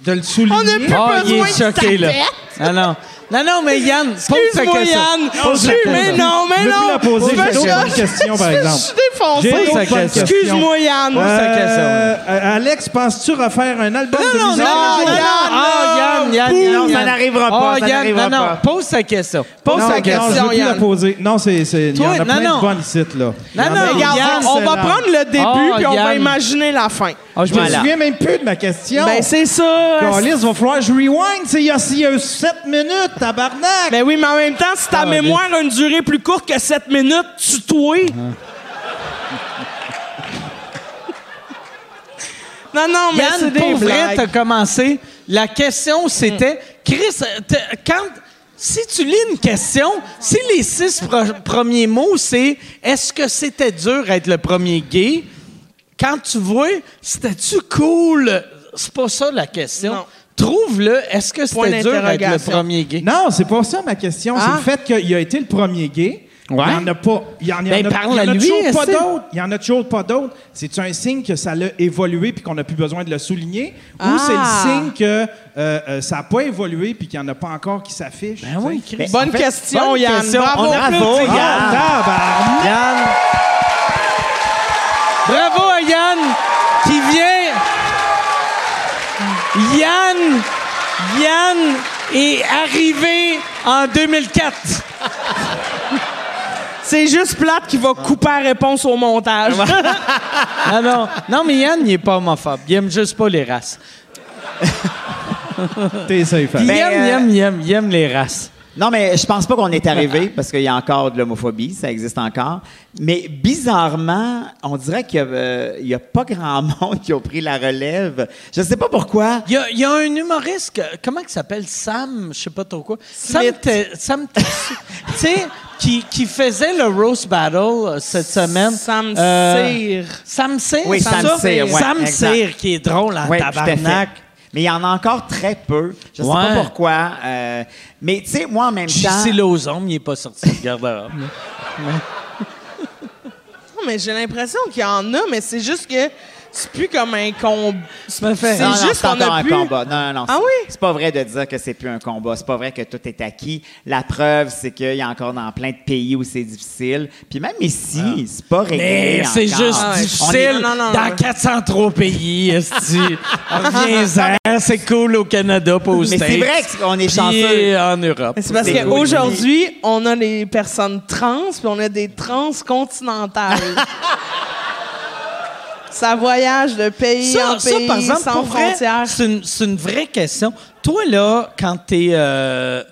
Speaker 2: de le souligner? Euh,
Speaker 5: On n'a plus
Speaker 1: Ah, il
Speaker 5: besoin
Speaker 1: est choqué,
Speaker 5: de
Speaker 1: là.
Speaker 5: sa tête.
Speaker 1: Ah non. Non, non, mais Yann,
Speaker 5: Excuse-moi, Yann.
Speaker 1: Pose-la
Speaker 5: Je- mais
Speaker 1: question.
Speaker 5: non, mais
Speaker 2: Je vais
Speaker 5: non.
Speaker 2: plus la poser,
Speaker 5: Tu
Speaker 2: j'ai
Speaker 5: veux
Speaker 2: d'autres
Speaker 5: ça?
Speaker 2: bonnes questions, par
Speaker 5: Je-
Speaker 2: exemple.
Speaker 5: Je suis défoncé.
Speaker 2: J'ai d'autres bonnes questions.
Speaker 5: Excuse-moi, Yann.
Speaker 1: Ouais. sa question, là.
Speaker 2: euh, Alex, penses-tu refaire un album de
Speaker 1: Non, non, non,
Speaker 2: musique?
Speaker 1: non,
Speaker 5: Yann,
Speaker 1: Ah, Yann, Yann, Yann,
Speaker 4: Non, ça
Speaker 1: Yann.
Speaker 4: n'arrivera pas,
Speaker 1: Ah,
Speaker 4: ça
Speaker 1: Yann,
Speaker 4: n'arrivera
Speaker 1: non, non,
Speaker 4: pas.
Speaker 1: pose ta question.
Speaker 5: Pose
Speaker 2: Non,
Speaker 5: ta
Speaker 2: regarde, je veux
Speaker 5: question,
Speaker 2: plus la
Speaker 5: Yann.
Speaker 2: poser. Non, c'est, c'est, il y en
Speaker 1: Toi,
Speaker 2: a
Speaker 1: non,
Speaker 2: plein
Speaker 1: non.
Speaker 2: de bonnes sites, là.
Speaker 1: Non, Ah, non,
Speaker 5: Regarde,
Speaker 1: Yann,
Speaker 5: on va
Speaker 2: excellent.
Speaker 5: prendre le début
Speaker 1: Ah,
Speaker 5: puis on va
Speaker 1: Yann.
Speaker 5: imaginer la fin.
Speaker 1: Ah, je me
Speaker 2: Je me
Speaker 4: Voilà.
Speaker 2: souviens même plus de ma question.
Speaker 5: Ben c'est ça.
Speaker 2: Calice, va falloir que je rewind. C'est il y a, il y a eu 7 minutes, tabarnak.
Speaker 5: Mais Ben oui, mais en même temps, si ta
Speaker 1: Ah,
Speaker 5: mémoire a une durée plus courte que 7 minutes, tu toi. Non, non, mais c'est
Speaker 1: Yann,
Speaker 5: des
Speaker 1: pour vrai,
Speaker 5: blagues.
Speaker 1: t'as commencé. La question, c'était, Chris, t'as- quand, si tu lis une question, si les six pro- premiers mots, c'est est-ce que c'était dur être le premier gay, quand tu vois, c'était-tu cool? C'est pas ça la question.
Speaker 5: Non.
Speaker 1: Trouve-le, est-ce que
Speaker 5: Point
Speaker 1: c'était dur être le
Speaker 5: d'interrogation.
Speaker 1: premier gay?
Speaker 2: Non, c'est pas ça ma question.
Speaker 5: Ah.
Speaker 2: C'est le fait qu'il a été le premier gay.
Speaker 1: Ouais.
Speaker 2: Il n'y en a pas. Il y en, il y en
Speaker 1: Ben,
Speaker 2: a,
Speaker 1: parle
Speaker 2: il y en
Speaker 1: à
Speaker 2: a
Speaker 1: lui,
Speaker 2: toujours pas
Speaker 1: essaie.
Speaker 2: d'autres. Il y en a toujours pas d'autres. C'est un signe que ça l'a évolué puis qu'on n'a plus besoin de le souligner, ou
Speaker 5: Ah.
Speaker 2: c'est le signe que euh, euh, ça n'a pas évolué puis qu'il n'y en a pas encore qui s'affichent.
Speaker 1: Ben oui, Chris.
Speaker 5: Bonne question,
Speaker 1: bonne
Speaker 5: Yann.
Speaker 1: question.
Speaker 5: Bravo.
Speaker 1: On applaudit.
Speaker 4: Bravo,
Speaker 2: Ah,
Speaker 4: Yann.
Speaker 1: Yann.
Speaker 2: tabarnak.
Speaker 1: Bravo à Yann qui vient. Yann, Yann est arrivé en 2004.
Speaker 5: C'est juste plate qui va couper la réponse au montage.
Speaker 1: Ah non, non mais Yann, il est pas homophobe. Il aime juste pas les races.
Speaker 2: T'es safe. hein. Alex.
Speaker 1: Il aime,
Speaker 4: Ben,
Speaker 1: il
Speaker 4: euh,
Speaker 1: aime, il aime, il aime les races.
Speaker 4: Non, mais je pense pas qu'on est arrivé parce qu'il y a encore de l'homophobie, ça existe encore. Mais bizarrement, on dirait qu'il y a, euh, il y a pas grand monde qui a pris la relève. Je sais pas pourquoi.
Speaker 1: Il y, a, il y a un humoriste, que- comment il s'appelle? Sam, je sais pas trop quoi. Sam, Te- Sam Te- tu sais, qui, qui faisait le roast battle euh, cette semaine.
Speaker 5: Sam
Speaker 1: Euh,
Speaker 5: Cyr.
Speaker 1: Sam Cyr,
Speaker 4: Oui,
Speaker 1: c'est
Speaker 4: Sam
Speaker 1: ça?
Speaker 4: Cyr, ouais,
Speaker 1: Sam
Speaker 4: exact.
Speaker 1: Cyr, qui est drôle en
Speaker 4: Ouais, tout à fait.
Speaker 1: tabarnak.
Speaker 4: Mais il y en a encore très peu. Je sais
Speaker 1: Ouais.
Speaker 4: pas pourquoi. euh, mais tu sais, moi en même temps.
Speaker 1: JC Lauzon, il est pas sorti du garde-robe.
Speaker 5: Non, mais j'ai l'impression qu'il y en a, mais c'est juste que c'est plus comme un combat.
Speaker 1: me fait-
Speaker 5: C'est
Speaker 4: Non, non,
Speaker 5: juste
Speaker 4: c'est
Speaker 5: qu'on
Speaker 4: encore
Speaker 5: a
Speaker 4: un
Speaker 5: plus...
Speaker 4: combat. Non, non, non.
Speaker 5: Ah
Speaker 4: c'est-
Speaker 5: oui?
Speaker 4: C'est pas vrai de dire que c'est plus un combat. C'est pas vrai que tout est acquis. La preuve, c'est qu'il y a encore dans plein de pays où c'est difficile. Puis même ici, c'est pas réglé.
Speaker 1: Mais c'est
Speaker 4: encore.
Speaker 1: juste
Speaker 5: Ah ouais.
Speaker 1: difficile
Speaker 5: On est- non, non, non,
Speaker 1: dans
Speaker 5: ouais.
Speaker 1: 403 pays, esti. Reviens-en, c'est cool au Canada, pas aux
Speaker 4: Mais
Speaker 1: States.
Speaker 4: c'est vrai qu'on est
Speaker 1: Puis
Speaker 4: chanceux.
Speaker 1: en Europe.
Speaker 5: Mais C'est parce
Speaker 4: C'est cool.
Speaker 5: qu'aujourd'hui, on a les personnes trans, puis on a des transcontinentales. ça voyage de pays en
Speaker 1: ça,
Speaker 5: pays,
Speaker 1: par exemple,
Speaker 5: sans
Speaker 1: pour vrai,
Speaker 5: frontières.
Speaker 1: c'est une, c'est une vraie question. Toi, là, quand t'es... euh,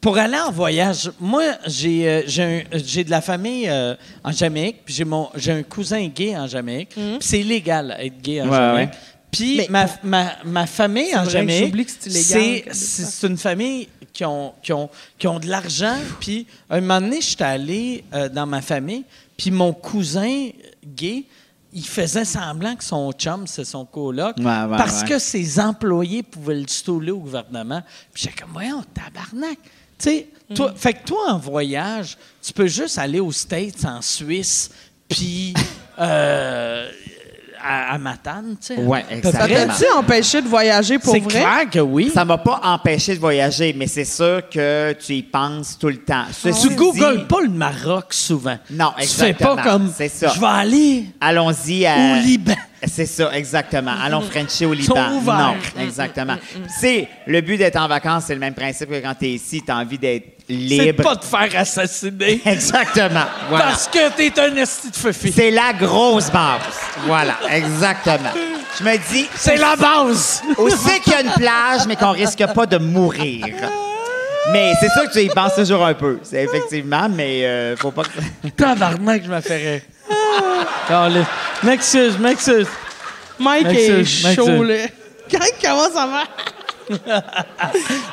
Speaker 1: pour aller en voyage, moi, j'ai euh, j'ai un- j'ai de la famille euh, en Jamaïque, puis j'ai mon- j'ai un cousin gay en Jamaïque, puis c'est illégal être gay en
Speaker 4: Ouais,
Speaker 1: Jamaïque.
Speaker 4: ouais.
Speaker 1: Puis
Speaker 5: Mm. Mais
Speaker 1: ma, ma, ma famille en
Speaker 5: vrai,
Speaker 1: Jamaïque,
Speaker 5: j'oublie que c'est illégal
Speaker 1: c'est-
Speaker 5: que de
Speaker 1: c'est c'est une famille qui ont, qui ont, qui ont de l'argent. Puis, un moment donné, j'étais allé euh, dans ma famille, puis mon cousin gay, il faisait semblant que son chum, c'est son coloc,
Speaker 4: Ouais, ouais,
Speaker 1: parce
Speaker 4: ouais.
Speaker 1: que ses employés pouvaient le stouler au gouvernement. Puis, j'étais comme, voyons, tabarnak. Tu sais,
Speaker 5: Mm.
Speaker 1: toi, fait que toi, en voyage, tu peux juste aller aux States, en Suisse, puis euh, à, à Matane, tu sais.
Speaker 4: Ouais,
Speaker 1: À peu
Speaker 5: Ça
Speaker 1: près.
Speaker 4: exactement.
Speaker 5: t'a-tu empêché de voyager pour
Speaker 1: C'est
Speaker 5: vrai?
Speaker 1: clair que oui.
Speaker 4: Ça m'a pas empêché de voyager, mais c'est sûr que tu y penses tout le temps. Ceci
Speaker 1: Ah Tu googles
Speaker 4: dit,
Speaker 1: pas le Maroc souvent.
Speaker 4: Non,
Speaker 1: Tu fais pas
Speaker 4: exactement.
Speaker 1: comme
Speaker 4: C'est ça. Euh,
Speaker 1: je vais aller
Speaker 4: Allons-y
Speaker 1: au
Speaker 4: à.
Speaker 1: Liban.
Speaker 4: C'est ça, exactement. Allons Frencher au Liban.
Speaker 1: Sont ouverts. Mm,
Speaker 4: Non, exactement. C'est le but d'être en vacances, c'est le même principe que quand t'es ici, t'as envie d'être
Speaker 1: C'est
Speaker 4: libre.
Speaker 1: pas de faire assassiner
Speaker 4: Exactement. Voilà.
Speaker 1: parce que t'es un esti de feufi.
Speaker 4: C'est la grosse base. Voilà, exactement. Je me dis,
Speaker 1: C'est la base.
Speaker 4: aussi qu'il y a une plage, mais qu'on risque pas de mourir. Mais c'est sûr que tu y penses toujours un peu, c'est effectivement, mais euh, faut pas que...
Speaker 1: Tabarnak, je me ferais. Caliste. Ah. M'excuse, m'excuse.
Speaker 5: Mike est
Speaker 1: M'excuse,
Speaker 5: chaud,
Speaker 1: m'excuse.
Speaker 5: là. Quand il commence à faire.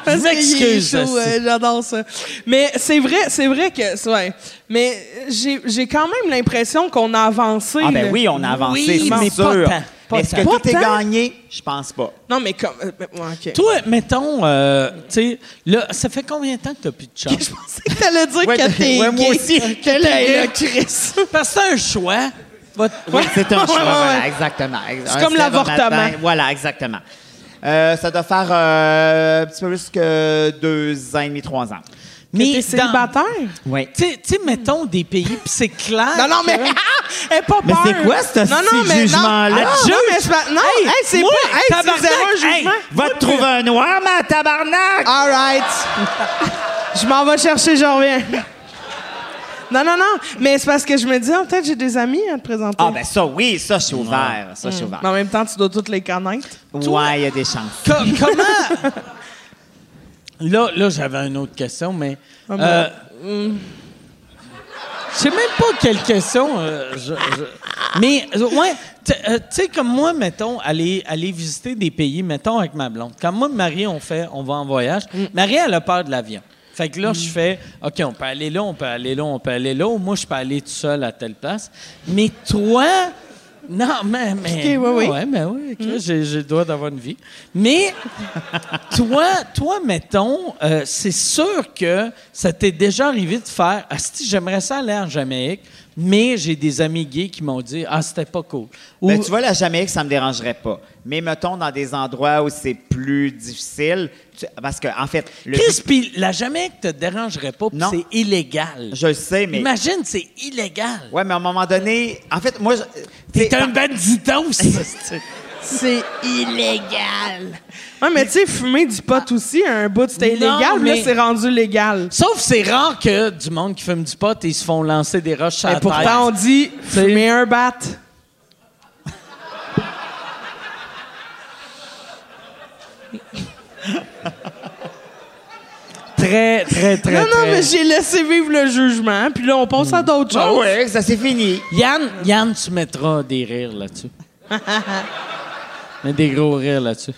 Speaker 5: Parce qu'il est
Speaker 1: M'excuse,
Speaker 5: chaud,
Speaker 1: Asti.
Speaker 5: euh, j'adore ça. Mais c'est vrai, c'est vrai que, c'est- ouais. Mais j'ai j'ai quand même l'impression qu'on a avancé.
Speaker 4: Ah ben
Speaker 5: là.
Speaker 4: oui, on a avancé,
Speaker 1: Oui, mais
Speaker 4: c'est
Speaker 1: pas
Speaker 4: sûr.
Speaker 1: tant, pas
Speaker 4: Est-ce que
Speaker 5: tant.
Speaker 4: tout est
Speaker 5: Pas tant?
Speaker 4: gagné? Je pense pas.
Speaker 5: Non, mais comme, euh, ben, ouais, ok.
Speaker 1: Toi, mettons, euh, tu sais, là, ça fait combien de temps que t'as plus de chance?
Speaker 5: Je pensais que t'allais dire
Speaker 4: Ouais,
Speaker 5: que t'es
Speaker 4: ouais, moi
Speaker 5: gay.
Speaker 4: aussi.
Speaker 5: Que t'es le Chris.
Speaker 1: Parce que c'est un choix. Votre-
Speaker 4: Oui, c'est un
Speaker 5: Ouais,
Speaker 4: choix,
Speaker 5: ouais,
Speaker 4: voilà,
Speaker 5: ouais.
Speaker 4: exactement. Ex-
Speaker 5: C'est
Speaker 4: un
Speaker 5: comme
Speaker 4: se lève le
Speaker 5: l'avortement.
Speaker 4: matin, Voilà, exactement. Euh, ça doit faire euh, un petit peu plus que deux ans et demi, trois ans.
Speaker 5: Mais
Speaker 1: dans-
Speaker 5: t'es célibataire?
Speaker 4: Oui.
Speaker 1: Tu sais- tu sais, mettons des pays, puis c'est clair.
Speaker 5: Non, non, mais. Hey, pas
Speaker 4: Ah, Mais
Speaker 5: peur.
Speaker 4: c'est quoi ce
Speaker 5: Non, non,
Speaker 4: petit
Speaker 5: mais non.
Speaker 4: jugement-là?
Speaker 5: Ah, Non, mais c'est pas. Non, hey, c'est
Speaker 1: moi,
Speaker 5: pas. Hey, c'est
Speaker 1: tabarnak,
Speaker 5: zéro un
Speaker 1: hey.
Speaker 5: jugement.
Speaker 4: Va te trouver un noir, ma tabarnak!
Speaker 5: All right. je m'en vais chercher, je reviens. Non, non, non. Mais c'est parce que je me dis, Ah, peut-être j'ai des amis à te présenter.
Speaker 4: Ah ben ça, oui, ça, je suis ouvert. Ça, je
Speaker 1: Mm.
Speaker 4: suis ouvert.
Speaker 5: Mais en même temps, tu dois toutes les connaître.
Speaker 4: Ouais, il y a des chances.
Speaker 1: Co- comment. là, là j'avais une autre question, mais.
Speaker 5: Ah, ben.
Speaker 1: euh, hum, je sais même pas quelle question. euh, je- je- mais, euh, ouais, tu euh, tu sais, comme moi, mettons, aller, aller visiter des pays, mettons, avec ma blonde. Quand moi et Marie, on fait, on va en voyage, Marie, elle a peur de l'avion. Fait que là, je fais, OK, on peut aller là, on peut aller là, on peut aller là, ou moi, je peux aller tout seul à telle place. Mais toi, non, mais. mais
Speaker 5: Ok, oui, oui.
Speaker 1: Ouais, Mm. mais oui, ok, j'ai, j'ai le droit d'avoir une vie. Mais toi, toi, mettons, euh, c'est sûr que ça t'est déjà arrivé de faire Ah, si, j'aimerais ça aller en Jamaïque, mais j'ai des amis gays qui m'ont dit Ah, c'était pas cool. Ou-
Speaker 4: Ben, tu vois, la Jamaïque, ça me dérangerait pas. Mais mettons dans des endroits où c'est plus difficile, tu- parce que en fait, le
Speaker 1: Chris, puis la Jamaïque te dérangerait pas, puis
Speaker 4: Non.
Speaker 1: c'est illégal.
Speaker 4: je le sais, mais
Speaker 1: Imagine, c'est illégal.
Speaker 4: ouais, mais à un moment donné, en fait, moi, je-
Speaker 1: T'es
Speaker 4: t'sais,
Speaker 1: un
Speaker 4: par-
Speaker 1: banditos.
Speaker 5: C'est illégal. Ouais, mais tu sais, fumer du
Speaker 4: Ah.
Speaker 5: pot aussi, à un bout, c'était
Speaker 1: Non,
Speaker 5: illégal, mais
Speaker 1: mais-
Speaker 5: là, c'est rendu légal.
Speaker 1: Sauf que c'est rare que du monde qui fume du pot, ils se font lancer des roches à
Speaker 5: Mais
Speaker 1: la tête.
Speaker 5: pourtant, on dit,
Speaker 1: C'est-
Speaker 5: fumer un bat.
Speaker 1: Très, très, très,
Speaker 5: non, non,
Speaker 1: très-
Speaker 5: mais j'ai laissé vivre le jugement, puis là, on passe à d'autres
Speaker 4: Ah
Speaker 5: choses.
Speaker 4: ouais, ça c'est fini.
Speaker 1: Yann, Yann, tu mettras des rires là-dessus. Mais des gros rires là-dessus.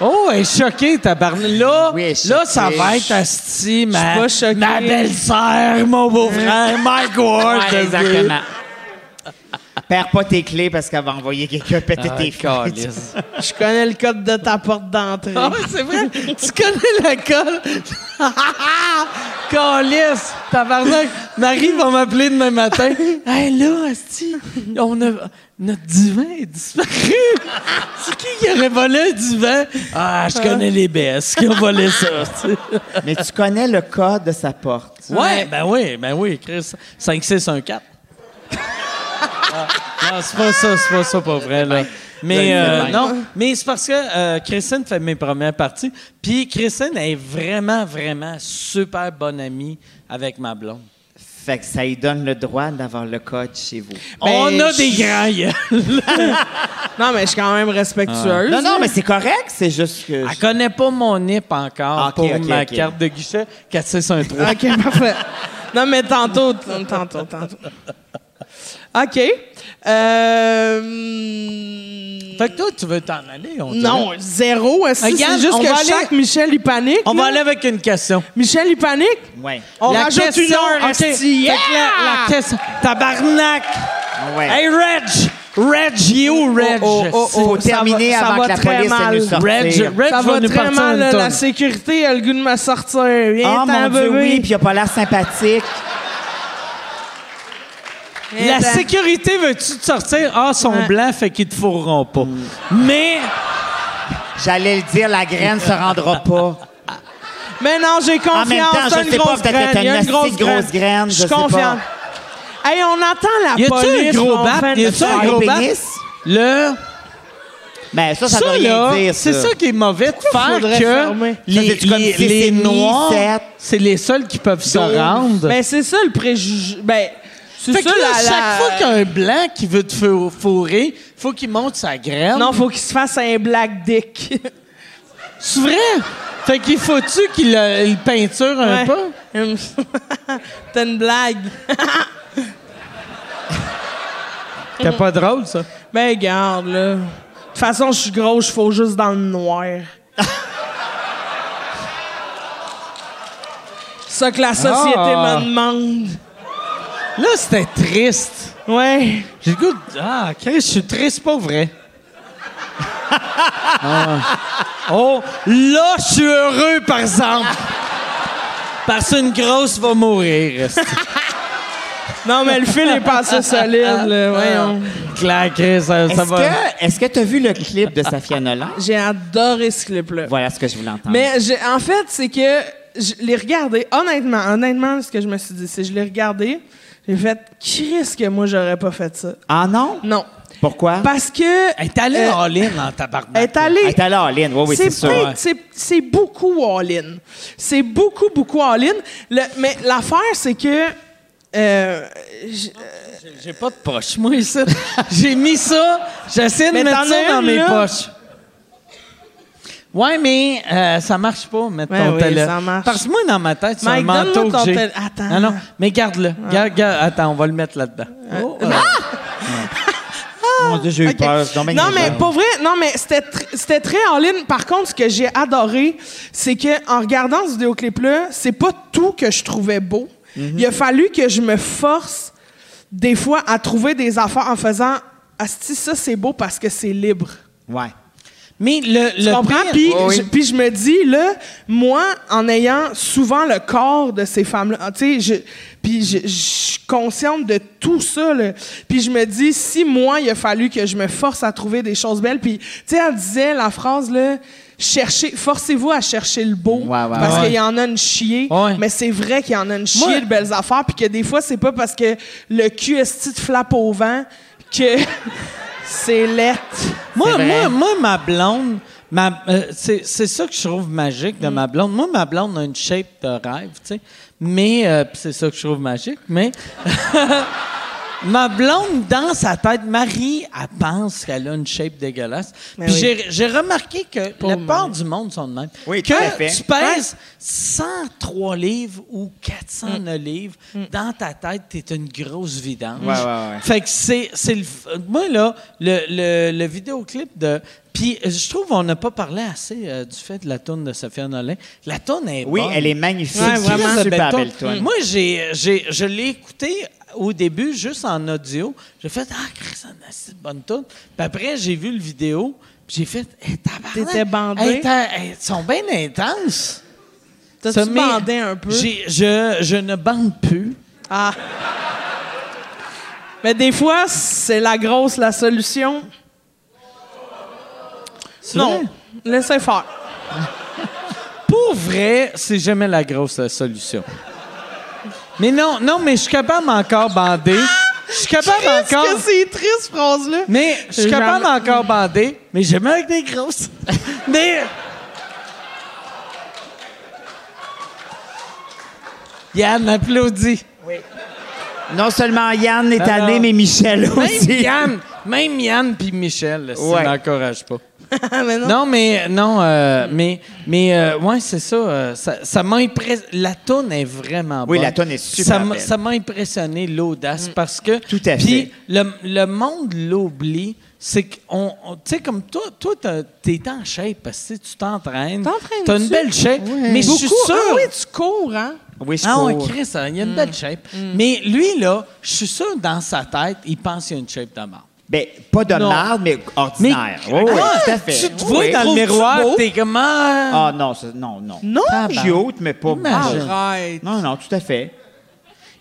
Speaker 1: Oh, elle est choquée, ta Là,
Speaker 4: Oui, elle est
Speaker 1: là, ça
Speaker 4: choquée.
Speaker 1: va être asti, ma,
Speaker 5: pas choquée.
Speaker 1: ma belle-sœur, mon beau-frère, Mike Ward.
Speaker 4: Ouais, exactement. Perds pas tes clés parce qu'elle va envoyer quelqu'un péter
Speaker 1: Ah,
Speaker 4: tes clés.
Speaker 1: câlisse.
Speaker 5: Je connais le code de ta porte d'entrée.
Speaker 1: Ah, c'est vrai? tu connais la colle? Calice! Tabarnak! Marie va m'appeler demain matin. Hey, là, Asti, on a. Notre divan est disparu! c'est qui qui aurait volé un divan? Ah, je connais les BS qui ont volé ça, tu sais.
Speaker 4: Mais tu connais le code de sa porte.
Speaker 1: Ouais, ben oui, ben oui, Chris. 5-6-1-4. Ah, Non, c'est pas ça, c'est pas ça, pas vrai, là. Mais
Speaker 4: Ben,
Speaker 1: euh,
Speaker 4: ben.
Speaker 1: non, mais c'est parce que euh, Christine fait mes premières parties. Puis Christine est vraiment, vraiment super bonne amie avec ma blonde.
Speaker 4: Fait que ça lui donne le droit d'avoir le code chez vous.
Speaker 1: On a des
Speaker 5: je-
Speaker 1: grands gueules.
Speaker 5: Non, mais je suis quand même respectueuse.
Speaker 1: Ah.
Speaker 4: Non, non, mais c'est correct, c'est juste que.
Speaker 1: Elle connaît pas mon NIP encore
Speaker 4: Ah, ok,
Speaker 1: pour
Speaker 4: ok,
Speaker 1: ma
Speaker 4: ok.
Speaker 1: carte de guichet 4613.
Speaker 5: OK, parfait. Non, mais tantôt, t- tantôt, tantôt. OK. Euh...
Speaker 1: Fait que toi, tu veux t'en aller? On dirait.
Speaker 5: Non, zéro. est-ce que
Speaker 1: Regarde,
Speaker 5: C'est juste
Speaker 1: on
Speaker 5: que
Speaker 1: va
Speaker 5: chaque
Speaker 1: aller-
Speaker 5: Michel, il panique.
Speaker 1: On va
Speaker 5: là.
Speaker 1: aller avec une question.
Speaker 5: Michel, il panique.
Speaker 4: Ouais.
Speaker 5: On
Speaker 1: La
Speaker 5: rajoute
Speaker 1: question-
Speaker 5: une heure,
Speaker 1: ok.
Speaker 5: esti.
Speaker 1: Fait que la- la question- Tabarnak!
Speaker 4: Ouais.
Speaker 1: Hey, Reg! Reg, il est où, Reg?
Speaker 5: Oh, oh, oh,
Speaker 4: Faut
Speaker 5: ça
Speaker 4: terminer
Speaker 5: va- ça
Speaker 4: avant
Speaker 5: va
Speaker 4: que la
Speaker 5: très
Speaker 4: police ait
Speaker 5: mal.
Speaker 4: nous sortir.
Speaker 1: Reg, Reg
Speaker 5: Ça
Speaker 1: va
Speaker 5: va
Speaker 1: nous
Speaker 5: très
Speaker 1: partir
Speaker 5: mal,
Speaker 1: une
Speaker 5: là,
Speaker 1: tonne.
Speaker 5: la sécurité, elle a le goût de me sortir. Viens,
Speaker 4: Ah, mon
Speaker 5: t'en,
Speaker 4: Dieu,
Speaker 5: bébé.
Speaker 4: oui, puis il a pas l'air sympathique.
Speaker 1: La
Speaker 5: Attends.
Speaker 1: sécurité veut-tu te sortir? Ah, son
Speaker 5: Ouais. Hmm.
Speaker 1: blanc fait qu'ils te fourreront pas. Mais
Speaker 4: J'allais le dire, la graine se rendra pas.
Speaker 5: Mais non, j'ai confiance.
Speaker 4: même temps,
Speaker 5: t'as
Speaker 4: je
Speaker 5: une
Speaker 4: sais pas,
Speaker 5: grosse
Speaker 4: peut-être que t'as
Speaker 5: graine, il y a
Speaker 4: une
Speaker 5: une grosse
Speaker 4: petite grosse graine,
Speaker 5: Je
Speaker 4: je
Speaker 5: suis
Speaker 4: sais pas.
Speaker 5: confiante. Hey, on entend la
Speaker 1: Y a-tu un
Speaker 5: police.
Speaker 1: gros
Speaker 5: on
Speaker 1: bat?
Speaker 5: fait
Speaker 1: Y a-tu un
Speaker 5: le-
Speaker 1: gros
Speaker 4: Faire
Speaker 1: bat?
Speaker 4: Ah, pénis?
Speaker 1: Le.
Speaker 4: Ben, ça, ça
Speaker 1: Ça,
Speaker 4: veut rien
Speaker 1: là,
Speaker 4: dire,
Speaker 1: c'est ça qui est mauvais de faire
Speaker 5: faudrait
Speaker 1: que
Speaker 5: fermer?
Speaker 1: les,
Speaker 4: c'est comme
Speaker 1: les-
Speaker 4: six et
Speaker 1: les
Speaker 4: demi,
Speaker 1: Noirs,
Speaker 4: sept.
Speaker 1: c'est les seuls qui peuvent se rendre.
Speaker 5: Ben, c'est ça le préjugé. Ben, c'est
Speaker 1: fait que
Speaker 5: ça
Speaker 1: là,
Speaker 5: la,
Speaker 1: chaque
Speaker 5: la-
Speaker 1: fois qu'il y a un blanc qui veut te fou- fourrer, faut qu'il monte sa graine.
Speaker 5: Non, faut qu'il se fasse un black dick.
Speaker 1: c'est vrai. Fait qu'il faut-tu qu'il le, le peinture un
Speaker 5: Ouais.
Speaker 1: peu?
Speaker 5: Hum, T'as une blague.
Speaker 1: T'es pas drôle, ça.
Speaker 5: Ben, regarde, là. De toute façon, je suis gros, je fous juste dans le noir. ça que la société
Speaker 1: Ah.
Speaker 5: me demande.
Speaker 1: Là, c'était triste.
Speaker 5: Ouais.
Speaker 1: J'ai le goût de- Ah, Chris, je suis triste, pas vrai. Ah. Oh, là, je suis heureux, par exemple. Parce qu'une grosse va mourir.
Speaker 5: Non, mais le fil est passé solide, là. Voyons.
Speaker 1: Claire, Chris, ça, ça
Speaker 4: Est-ce
Speaker 1: va.
Speaker 4: que, est-ce que t'as vu le clip de Safia Nolan?
Speaker 5: J'ai adoré ce clip-là.
Speaker 4: Voilà ce que je voulais entendre.
Speaker 5: Mais j'ai- en fait, c'est que je l'ai regardé, honnêtement, honnêtement, ce que je me suis dit, c'est que je l'ai regardé, j'ai fait, Chris, que moi, j'aurais pas fait ça.
Speaker 4: Ah non?
Speaker 5: Non.
Speaker 4: Pourquoi?
Speaker 5: Parce que.
Speaker 1: Elle est allée
Speaker 5: euh,
Speaker 1: all-in en tabarnak.
Speaker 5: elle est
Speaker 4: Elle
Speaker 5: allée.
Speaker 4: est allée en ligne, Ah, oui, oui, c'est
Speaker 5: c'est
Speaker 4: sûr.
Speaker 5: peut-être-
Speaker 1: ouais.
Speaker 5: c'est- c'est beaucoup all-in. C'est beaucoup, beaucoup all-in. Le- Mais l'affaire, c'est que. euh, j-
Speaker 1: J'ai pas de poche, moi, ici. J'ai mis ça, j'essaie de
Speaker 5: Mais
Speaker 1: mettre
Speaker 5: t'en
Speaker 1: ça
Speaker 5: as
Speaker 1: dans
Speaker 5: une,
Speaker 1: mes
Speaker 5: là.
Speaker 1: poches. Ouais, mais euh, ça marche pas, mettre
Speaker 5: Ouais,
Speaker 1: ton
Speaker 5: oui,
Speaker 1: téléphone.
Speaker 5: ça marche.
Speaker 1: Parce que moi, dans ma tête, c'est un
Speaker 5: Mike,
Speaker 1: manteau
Speaker 5: donne-moi
Speaker 1: que
Speaker 5: ton
Speaker 1: j'ai.
Speaker 5: tél- Attends.
Speaker 1: Non, non, mais garde-le. Garde, garde- Attends, on va le mettre là-dedans. Oh, euh,
Speaker 4: Mon Dieu, j'ai eu
Speaker 5: Ok.
Speaker 4: peur. c'est donc bien
Speaker 5: Non, mais
Speaker 4: bizarre.
Speaker 5: pour vrai, non, mais c'était tr- c'était très en ligne. Par contre, ce que j'ai adoré, c'est que en regardant ce vidéoclip-là, c'est pas tout que je trouvais beau.
Speaker 4: Mhm.
Speaker 5: Il a fallu que je me force, des fois, à trouver des affaires en faisant Asti, ça, c'est beau parce que c'est libre.
Speaker 4: Ouais.
Speaker 1: Mais le,
Speaker 5: Tu
Speaker 1: le
Speaker 5: comprends?
Speaker 1: pire-
Speaker 5: Puis,
Speaker 1: Ouais, oui.
Speaker 5: je, puis je me dis, là, moi, en ayant souvent le corps de ces femmes-là, ah, tu sais, je, puis je, je suis consciente de tout ça, là. Puis je me dis, si moi, il a fallu que je me force à trouver des choses belles, puis, tu sais, elle disait la phrase, là, cherchez, forcez-vous à chercher le beau,
Speaker 4: Ouais, ouais,
Speaker 5: parce
Speaker 1: ouais.
Speaker 5: qu'il y en a une chier,
Speaker 1: Ouais.
Speaker 5: mais c'est vrai qu'il y en a une chier
Speaker 1: Moi-
Speaker 5: de belles affaires, puis que des fois, c'est pas parce que le cul esti de flappe au vent que c'est lettre.
Speaker 1: Moi,
Speaker 4: C'est
Speaker 1: moi,
Speaker 4: vrai.
Speaker 1: moi, ma blonde, ma, euh, c'est, c'est ça que je trouve magique
Speaker 4: Mm.
Speaker 1: de ma blonde. Moi, ma blonde a une shape de rêve, tu sais. Mais, euh, pis c'est ça que je trouve magique, mais. Ma blonde, dans sa tête, Marie, elle pense qu'elle a une shape dégueulasse.
Speaker 5: Mais
Speaker 1: Puis
Speaker 5: oui.
Speaker 1: j'ai, j'ai remarqué que la
Speaker 5: moi.
Speaker 1: plupart du monde sont de même.
Speaker 4: Oui,
Speaker 1: que
Speaker 4: tout à fait.
Speaker 1: tu pèses 103 livres ou
Speaker 4: Mm.
Speaker 1: 409 livres, dans ta tête, t'es une grosse vidange.
Speaker 4: Ouais, ouais, ouais.
Speaker 1: Fait que c'est, c'est le, f- moi, là, le, le, le vidéoclip de. Puis euh, je trouve qu'on n'a pas parlé assez euh, du fait de la tourne de Sophia Nolin. La tourne est
Speaker 4: Oui,
Speaker 1: bonne.
Speaker 4: elle est magnifique.
Speaker 1: C'est une
Speaker 4: C'est
Speaker 1: crise
Speaker 4: vraiment
Speaker 1: de
Speaker 4: super
Speaker 1: béton.
Speaker 4: belle, toi.
Speaker 1: Moi, j'ai, j'ai- je l'ai écouté au début juste en audio. J'ai fait Ah, Chris, on a cette bonne tune. Puis après, j'ai vu le vidéo. Puis j'ai fait Eh, tabarnak!
Speaker 5: T'étais bandé?
Speaker 1: Eh, t'as- eh, Ils sont bien intenses. Ça,
Speaker 5: T'as-tu
Speaker 1: mais
Speaker 5: bandé un peu?
Speaker 1: j'ai- je, je ne bande plus.
Speaker 5: Ah. Mais des fois, c'est la grosse la solution.
Speaker 1: C'est
Speaker 5: Non,
Speaker 1: vrai?
Speaker 5: laissez faire.
Speaker 1: Pour vrai, c'est jamais la grosse euh, solution. Mais non, non, mais je suis capable encore bander. Je suis capable
Speaker 5: Qu'est-ce
Speaker 1: encore.
Speaker 5: que c'est triste, phrase-là?
Speaker 1: Mais je suis
Speaker 5: Jamais.
Speaker 1: capable encore bander, mais jamais avec des grosses. mais. Yann applaudit.
Speaker 4: Non seulement Yann est
Speaker 1: Alors-
Speaker 4: allé, mais Michel aussi.
Speaker 1: Même Yann, même Yann puis Michel, là, ça
Speaker 4: Ouais. Ah,
Speaker 1: n'encourage pas.
Speaker 5: mais non.
Speaker 1: Non, mais non, euh, mais mais euh, ouais, c'est ça. euh, ça ça m'a impressionné. La tonne est vraiment
Speaker 4: Oui,
Speaker 1: bonne.
Speaker 4: la toune est super
Speaker 1: Ça m'a-
Speaker 4: belle. Mm.
Speaker 1: Ça m'a impressionné l'audace parce que
Speaker 4: Tout à
Speaker 1: Puis
Speaker 4: fait.
Speaker 1: le, le monde l'oublie. C'est qu'on, on- tu sais, comme toi, toi, t'as- t'es en shape parce que tu t'entraînes.
Speaker 5: T'entraînes-tu?
Speaker 1: T'as une belle shape, mais je suis
Speaker 5: Beaucoup.
Speaker 1: sûr.
Speaker 5: Ah oui, tu cours, hein?
Speaker 4: Oui, je
Speaker 1: Ah ouais,
Speaker 4: cours.
Speaker 1: Chris, hein, il y a une
Speaker 5: Mm.
Speaker 1: belle shape. Mais lui, là, je suis sûr, dans sa tête, il pense qu'il y a une shape de mort.
Speaker 4: Ben, pas de
Speaker 1: Non.
Speaker 4: marde, mais ordinaire.
Speaker 1: Mais-
Speaker 4: Oui, oui,
Speaker 1: Ah,
Speaker 4: tout à fait.
Speaker 1: Tu te
Speaker 4: Oui.
Speaker 1: vois dans le
Speaker 4: Trouves-tu
Speaker 1: miroir,
Speaker 4: beau?
Speaker 1: t'es comme... Ah,
Speaker 4: Ah non, ça- non, non.
Speaker 5: Non!
Speaker 4: Je suis haute, mais pas
Speaker 1: Imagine.
Speaker 4: beau.
Speaker 5: Arrête.
Speaker 4: Non, non, tout à fait.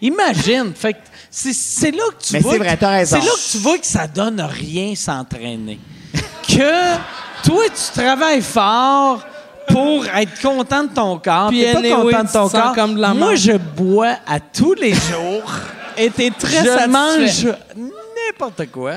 Speaker 1: Imagine. Fait que c'est, c'est là que tu
Speaker 4: Mais
Speaker 1: vois.
Speaker 4: c'est vrai,
Speaker 1: que-
Speaker 4: t'as raison.
Speaker 1: C'est là que tu vois que ça donne rien s'entraîner. que toi, tu travailles fort pour être content de ton corps.
Speaker 5: Puis
Speaker 1: T'es pas
Speaker 5: anyway,
Speaker 1: content de ton
Speaker 5: tu te sens
Speaker 1: corps.
Speaker 5: comme de la
Speaker 1: Moi,
Speaker 5: merde.
Speaker 1: je bois à tous les jours.
Speaker 5: Et t'es très
Speaker 1: je
Speaker 5: satisfait.
Speaker 1: mange n'importe quoi.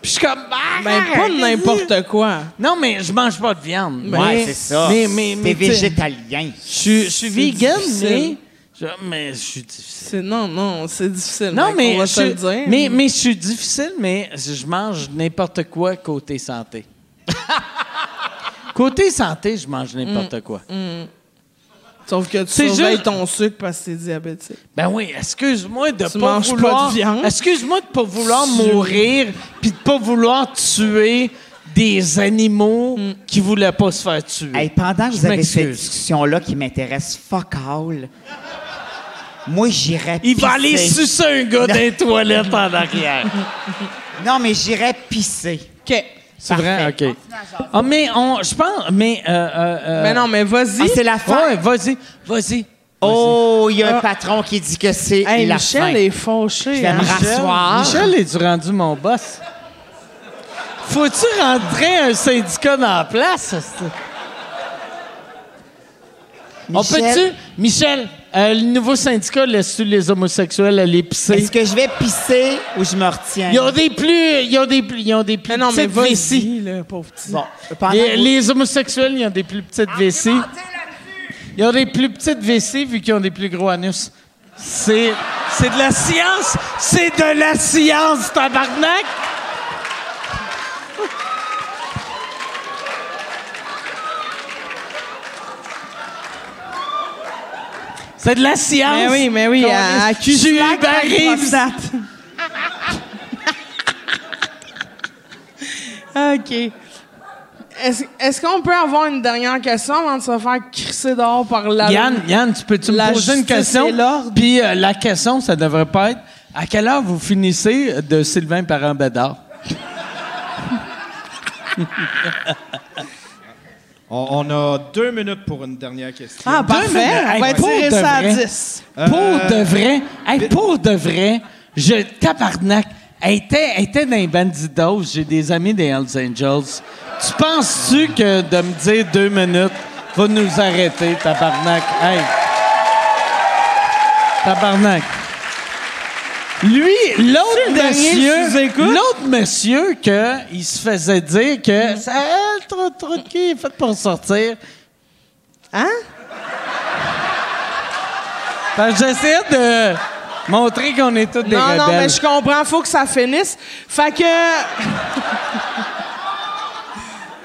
Speaker 1: Puis je suis comme. Ah,
Speaker 5: Ben, pas
Speaker 1: arrête.
Speaker 5: n'importe quoi.
Speaker 1: Non, mais je mange pas de viande.
Speaker 5: Ben,
Speaker 4: Ouais,
Speaker 1: mais-
Speaker 4: c'est ça.
Speaker 1: Mais, mais, mais,
Speaker 4: T'es
Speaker 1: tu sais,
Speaker 4: végétalien.
Speaker 1: Je suis- je suis vegan, mais.
Speaker 5: difficile.
Speaker 1: je- mais je suis difficile.
Speaker 5: C'est, non, non, c'est difficile.
Speaker 1: Non,
Speaker 5: Mike,
Speaker 1: mais
Speaker 5: On va
Speaker 1: je,
Speaker 5: te le dire.
Speaker 1: mais, mais je suis difficile, mais je mange n'importe quoi côté santé. côté santé, je mange n'importe
Speaker 5: Mm.
Speaker 1: quoi.
Speaker 5: Sauf que tu
Speaker 1: C'est
Speaker 5: surveilles
Speaker 1: juste-
Speaker 5: ton sucre parce que t'es diabétique.
Speaker 1: Ben oui, excuse-moi de pas
Speaker 5: Tu manges pas
Speaker 1: vouloir...
Speaker 5: de viande?
Speaker 1: Excuse-moi de pas vouloir mourir puis de pas vouloir tuer des animaux
Speaker 5: Mm.
Speaker 1: qui voulaient pas se faire tuer.
Speaker 4: Hey, pendant que
Speaker 1: Je
Speaker 4: vous avez cette
Speaker 1: m'excuse.
Speaker 4: discussion-là qui m'intéresse fuck all, moi, j'irais
Speaker 1: Il va aller
Speaker 4: pisser.
Speaker 1: sucer un gars dans les toilettes en arrière.
Speaker 4: Non, mais j'irais pisser.
Speaker 5: OK.
Speaker 1: C'est vrai?
Speaker 4: Parfait.
Speaker 1: OK. Ah, mais on... Je pense... Mais... euh, euh, euh,
Speaker 5: Mais non, mais vas-y.
Speaker 4: Ah, c'est la fin?
Speaker 1: Ouais, vas-y. Vas-y.
Speaker 4: Oh, il y a un
Speaker 5: Ah.
Speaker 4: patron qui dit que c'est
Speaker 5: Hey,
Speaker 4: la
Speaker 5: Michel
Speaker 4: fin.
Speaker 5: est fauché.
Speaker 4: Je
Speaker 5: hein.
Speaker 4: vais me rasseoir.
Speaker 1: Michel est-tu rendu mon boss? Faut-tu rentrer un syndicat dans la place? hostie? On
Speaker 4: Michel,
Speaker 1: peut-tu? Michel, euh, le nouveau syndicat laisse-tu les homosexuels aller pisser?
Speaker 4: Est-ce que je vais pisser ou je me retiens?
Speaker 1: Ils ont des plus. Ils ont des plus. Ils ont des plus
Speaker 5: Mais non, mais
Speaker 1: petites vessies.
Speaker 5: vas-y, là, pauvre petit.
Speaker 4: Bon, pendant
Speaker 1: Les,
Speaker 4: que-
Speaker 1: les homosexuels, ils ont des plus
Speaker 5: Ah,
Speaker 1: petites vessies. Ils ont des plus petites vessies vu qu'ils ont des plus gros anus. C'est, c'est de la science! C'est de la science, tabarnak! C'est de la science!
Speaker 5: Mais oui, mais oui, à, à
Speaker 1: J'ai eu
Speaker 5: Cusillac,
Speaker 1: Barry,
Speaker 5: à prostate. OK. Est-ce est-ce qu'on peut avoir une dernière question avant de se faire crisser dehors par la...
Speaker 1: Yann, Yann, tu peux-tu
Speaker 5: La
Speaker 1: me poser une
Speaker 5: justice
Speaker 1: question?
Speaker 5: et l'ordre.
Speaker 1: Puis euh, la question, ça devrait pas être à quelle heure vous finissez de Sylvain Parent-Bédard?
Speaker 2: On, on a deux minutes pour une dernière question.
Speaker 5: Ah, parfait.
Speaker 1: minutes.
Speaker 5: On va
Speaker 1: Hey, pour
Speaker 5: tirer
Speaker 1: de
Speaker 5: ça à
Speaker 1: vrai.
Speaker 5: 10.
Speaker 2: Euh,
Speaker 1: Pour de vrai, hey, pour de vrai, je tabarnak, elle était, elle était dans les bandidos, j'ai des amis des Hells Angels. Tu penses-tu que de me dire deux minutes va nous arrêter, tabarnak? Hey! Tabarnak. Lui, l'autre
Speaker 5: le dernier
Speaker 1: monsieur,
Speaker 5: sous écoute?
Speaker 1: l'autre monsieur que il se faisait dire que ça eh, trop trop de cul, il est fait pour sortir.
Speaker 5: Hein?
Speaker 1: Fait que J'essaie de montrer qu'on est tous des
Speaker 5: non,
Speaker 1: rebelles.
Speaker 5: non, mais je comprends. Faut que ça finisse. Fait que...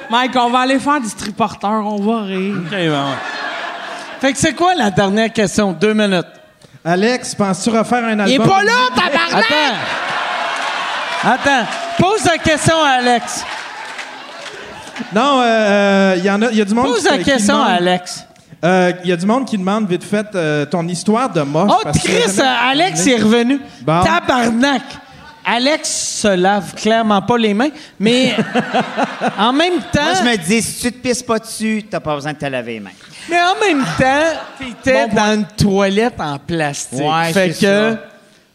Speaker 5: Mike, on va aller faire du triporteur. On va rire.
Speaker 1: Ok, bon. Fait que c'est quoi la dernière question? Deux minutes.
Speaker 2: Alex, penses-tu refaire un album?
Speaker 5: Il est pas là, tabarnak!
Speaker 1: Attends. Attends. Pose la question à Alex.
Speaker 2: Non, euh, euh, il y en a, il y a du monde
Speaker 1: Pose
Speaker 2: qui-
Speaker 1: la
Speaker 2: qui
Speaker 1: question à
Speaker 2: demande-
Speaker 1: Alex.
Speaker 2: Euh, Il y a du monde qui demande vite fait euh, ton histoire de moche.
Speaker 1: Oh,
Speaker 2: parce que-
Speaker 1: Chris, euh, Alex est revenu.
Speaker 2: Bon.
Speaker 1: Tabarnak. Alex se lave clairement pas les mains, mais en même temps.
Speaker 4: Moi, Ah, je me dis, si tu te pisses pas dessus, t'as pas besoin de te laver les mains.
Speaker 1: Mais en même temps, t'étais dans une toilette en plastique.
Speaker 4: Ouais,
Speaker 1: fait
Speaker 4: c'est
Speaker 1: que
Speaker 4: ça.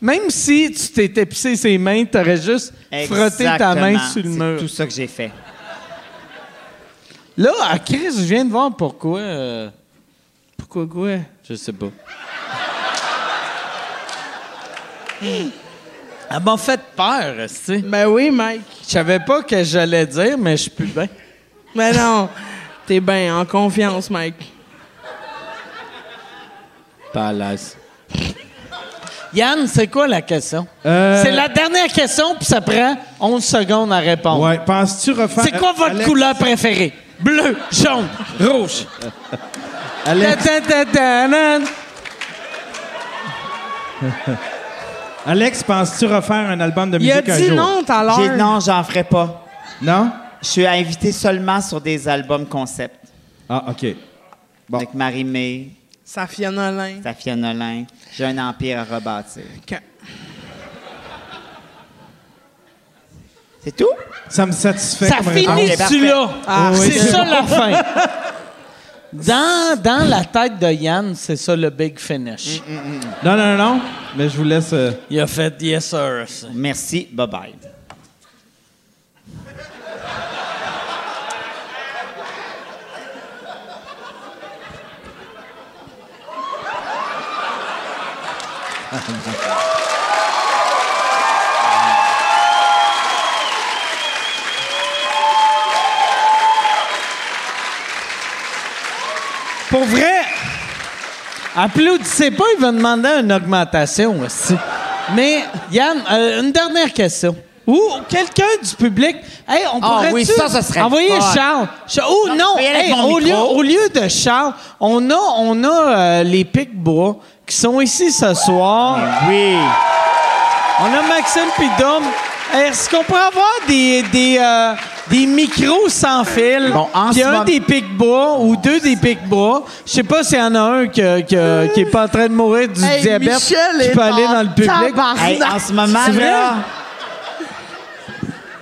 Speaker 1: même si tu t'étais pissé ses mains, t'aurais juste frotté ta main
Speaker 4: Exactement.
Speaker 1: sur le
Speaker 4: C'est
Speaker 1: mur.
Speaker 4: tout ça que j'ai fait.
Speaker 1: Là, à Chris, je viens de voir pourquoi. euh,
Speaker 5: Pourquoi quoi?
Speaker 1: je sais pas. Elle m'a fait peur, tu sais.
Speaker 5: Ben oui, Mike.
Speaker 1: Je savais pas ce que j'allais dire, mais je suis plus bien.
Speaker 5: Mais non, t'es bien en confiance, Mike.
Speaker 1: Pas à l'aise. Yann, c'est quoi la question?
Speaker 2: Euh,
Speaker 1: C'est la dernière question, puis ça prend 11 secondes à répondre.
Speaker 2: Ouais, penses-tu refaire.
Speaker 1: C'est quoi
Speaker 2: euh,
Speaker 1: votre
Speaker 2: Alex-
Speaker 1: couleur préférée? Bleu, jaune, rouge.
Speaker 2: Alex,
Speaker 1: Ta-ta-ta-ta-nan.
Speaker 2: Alex, penses-tu refaire un album de
Speaker 5: Il
Speaker 2: musique
Speaker 5: a
Speaker 2: un
Speaker 5: dit
Speaker 2: jour?
Speaker 5: non tout à
Speaker 4: J'ai
Speaker 5: l'heure.
Speaker 4: dit, non, j'en ferai pas.
Speaker 2: Non?
Speaker 4: Je suis invité seulement sur des albums concept.
Speaker 2: Ah, OK. Bon.
Speaker 4: Avec Marie-Mé,
Speaker 5: Safia Nolin.
Speaker 4: Safia Nolin. J'ai un empire à rebâtir.
Speaker 5: Ok.
Speaker 4: C'est tout?
Speaker 2: Ça me satisfait.
Speaker 1: Ça
Speaker 2: comme
Speaker 1: finit
Speaker 2: réponse.
Speaker 4: réponse.
Speaker 1: tu là.
Speaker 5: Ah,
Speaker 1: c'est
Speaker 5: oui.
Speaker 1: ça la fin. Dans, dans la tête de Yann, c'est ça le big finish.
Speaker 2: Non, non, non, non. Mais je vous laisse. euh,
Speaker 1: Il a fait yes sir. ça.
Speaker 4: Merci, bye-bye.
Speaker 1: Pour vrai, applaudissez pas, il va demander une augmentation aussi. Mais, Yann, euh, une dernière question. Ou quelqu'un du public. Hey, on
Speaker 7: Ah
Speaker 1: pourrait
Speaker 7: oui, ça, ça serait
Speaker 1: envoyer
Speaker 7: le fun.
Speaker 1: Charles. Cha- ou non,
Speaker 4: je peux y aller
Speaker 1: hey,
Speaker 4: avec mon
Speaker 1: au, lieu,
Speaker 4: micro.
Speaker 1: au lieu de Charles, on a, on a euh, les Pic-Bois qui sont ici ce soir.
Speaker 4: Oui.
Speaker 1: On a Maxime Pidum. Est-ce qu'on pourrait avoir des, des, euh, des micros sans fil?
Speaker 4: Bon, en
Speaker 1: Puis
Speaker 4: ce
Speaker 1: un
Speaker 4: moment-
Speaker 1: des pics-bois ou deux des pics-bois. Je sais pas s'il y en a un que- que- qui est pas en train de mourir du
Speaker 5: Hey,
Speaker 1: diabète.
Speaker 5: Michel
Speaker 1: qui
Speaker 5: est
Speaker 1: peut aller
Speaker 5: en
Speaker 1: dans le public.
Speaker 5: tabarnak.
Speaker 4: Hey, en ce moment,
Speaker 1: C'est vrai?
Speaker 4: là.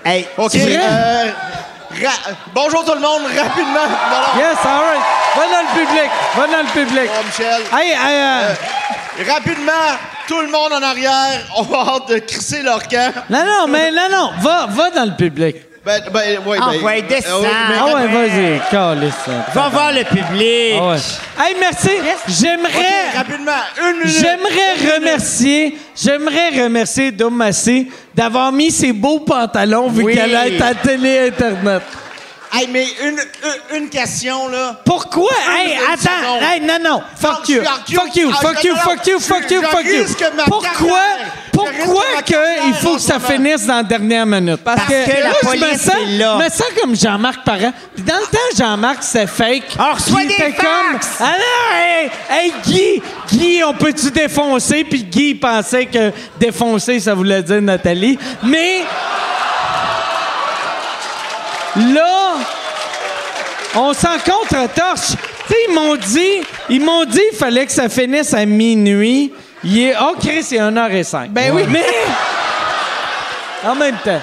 Speaker 4: Hey,
Speaker 3: OK.
Speaker 1: C'est vrai?
Speaker 3: euh, ra- Bonjour tout le monde, rapidement. Voilà.
Speaker 1: Yes, all right. Va dans le public. Va dans le public.
Speaker 3: Oh, Michel.
Speaker 1: Hey, hey, euh,
Speaker 3: Rapidement, tout le monde en arrière. On va hâte de crisser leur camp.
Speaker 1: Non, non, mais non, non. Va, va dans le public.
Speaker 3: Ben, ben, ouais,
Speaker 4: Ah,
Speaker 3: ben,
Speaker 4: ouais, descends.
Speaker 3: euh, ouais, mais-
Speaker 1: Ah ouais,
Speaker 4: ouais.
Speaker 1: vas-y. Calisse.
Speaker 4: va voir le public.
Speaker 1: Ah ouais. Hey, merci. J'aimerais...
Speaker 3: OK, rapidement, une minute.
Speaker 1: J'aimerais remercier, j'aimerais remercier Dom Massé d'avoir mis ses beaux pantalons vu
Speaker 4: Oui.
Speaker 1: qu'elle est à télé internet.
Speaker 3: Hey, mais une, une, une question, là.
Speaker 1: Pourquoi Hey,
Speaker 3: Ah, une
Speaker 1: attends,
Speaker 3: seconde.
Speaker 1: hey, non non, fuck
Speaker 3: je
Speaker 1: you.
Speaker 3: suis argue-
Speaker 1: Fuck you,
Speaker 3: Ah,
Speaker 1: fuck you,
Speaker 3: non, non,
Speaker 1: fuck you,
Speaker 3: je-
Speaker 1: fuck you,
Speaker 3: je
Speaker 1: fuck you.
Speaker 3: risque ma
Speaker 1: Pourquoi
Speaker 3: carrière. Je
Speaker 1: pourquoi
Speaker 3: risque ma
Speaker 1: que il faut que ça
Speaker 3: carrière en ce moment.
Speaker 1: finisse dans la dernière minute Parce,
Speaker 4: que la
Speaker 1: moi, je me
Speaker 4: police
Speaker 1: sens,
Speaker 4: est là.
Speaker 1: me sens comme Jean-Marc Parent. Puis dans le temps Jean-Marc c'est fake.
Speaker 4: On reçoit
Speaker 1: Puis
Speaker 4: Ah, des
Speaker 1: t'es
Speaker 4: fax.
Speaker 1: comme Ah non, hey, hey Guy, Guy, on peut tu défoncer Puis Guy pensait que défoncer ça voulait dire Nathalie, mais Là, on s'en contre-torche. Tu sais, ils m'ont dit, ils m'ont dit qu'il fallait que ça finisse à minuit. Il est, oh, Chris, c'est 1h05.
Speaker 5: Ben oui.
Speaker 1: Mais, en même temps.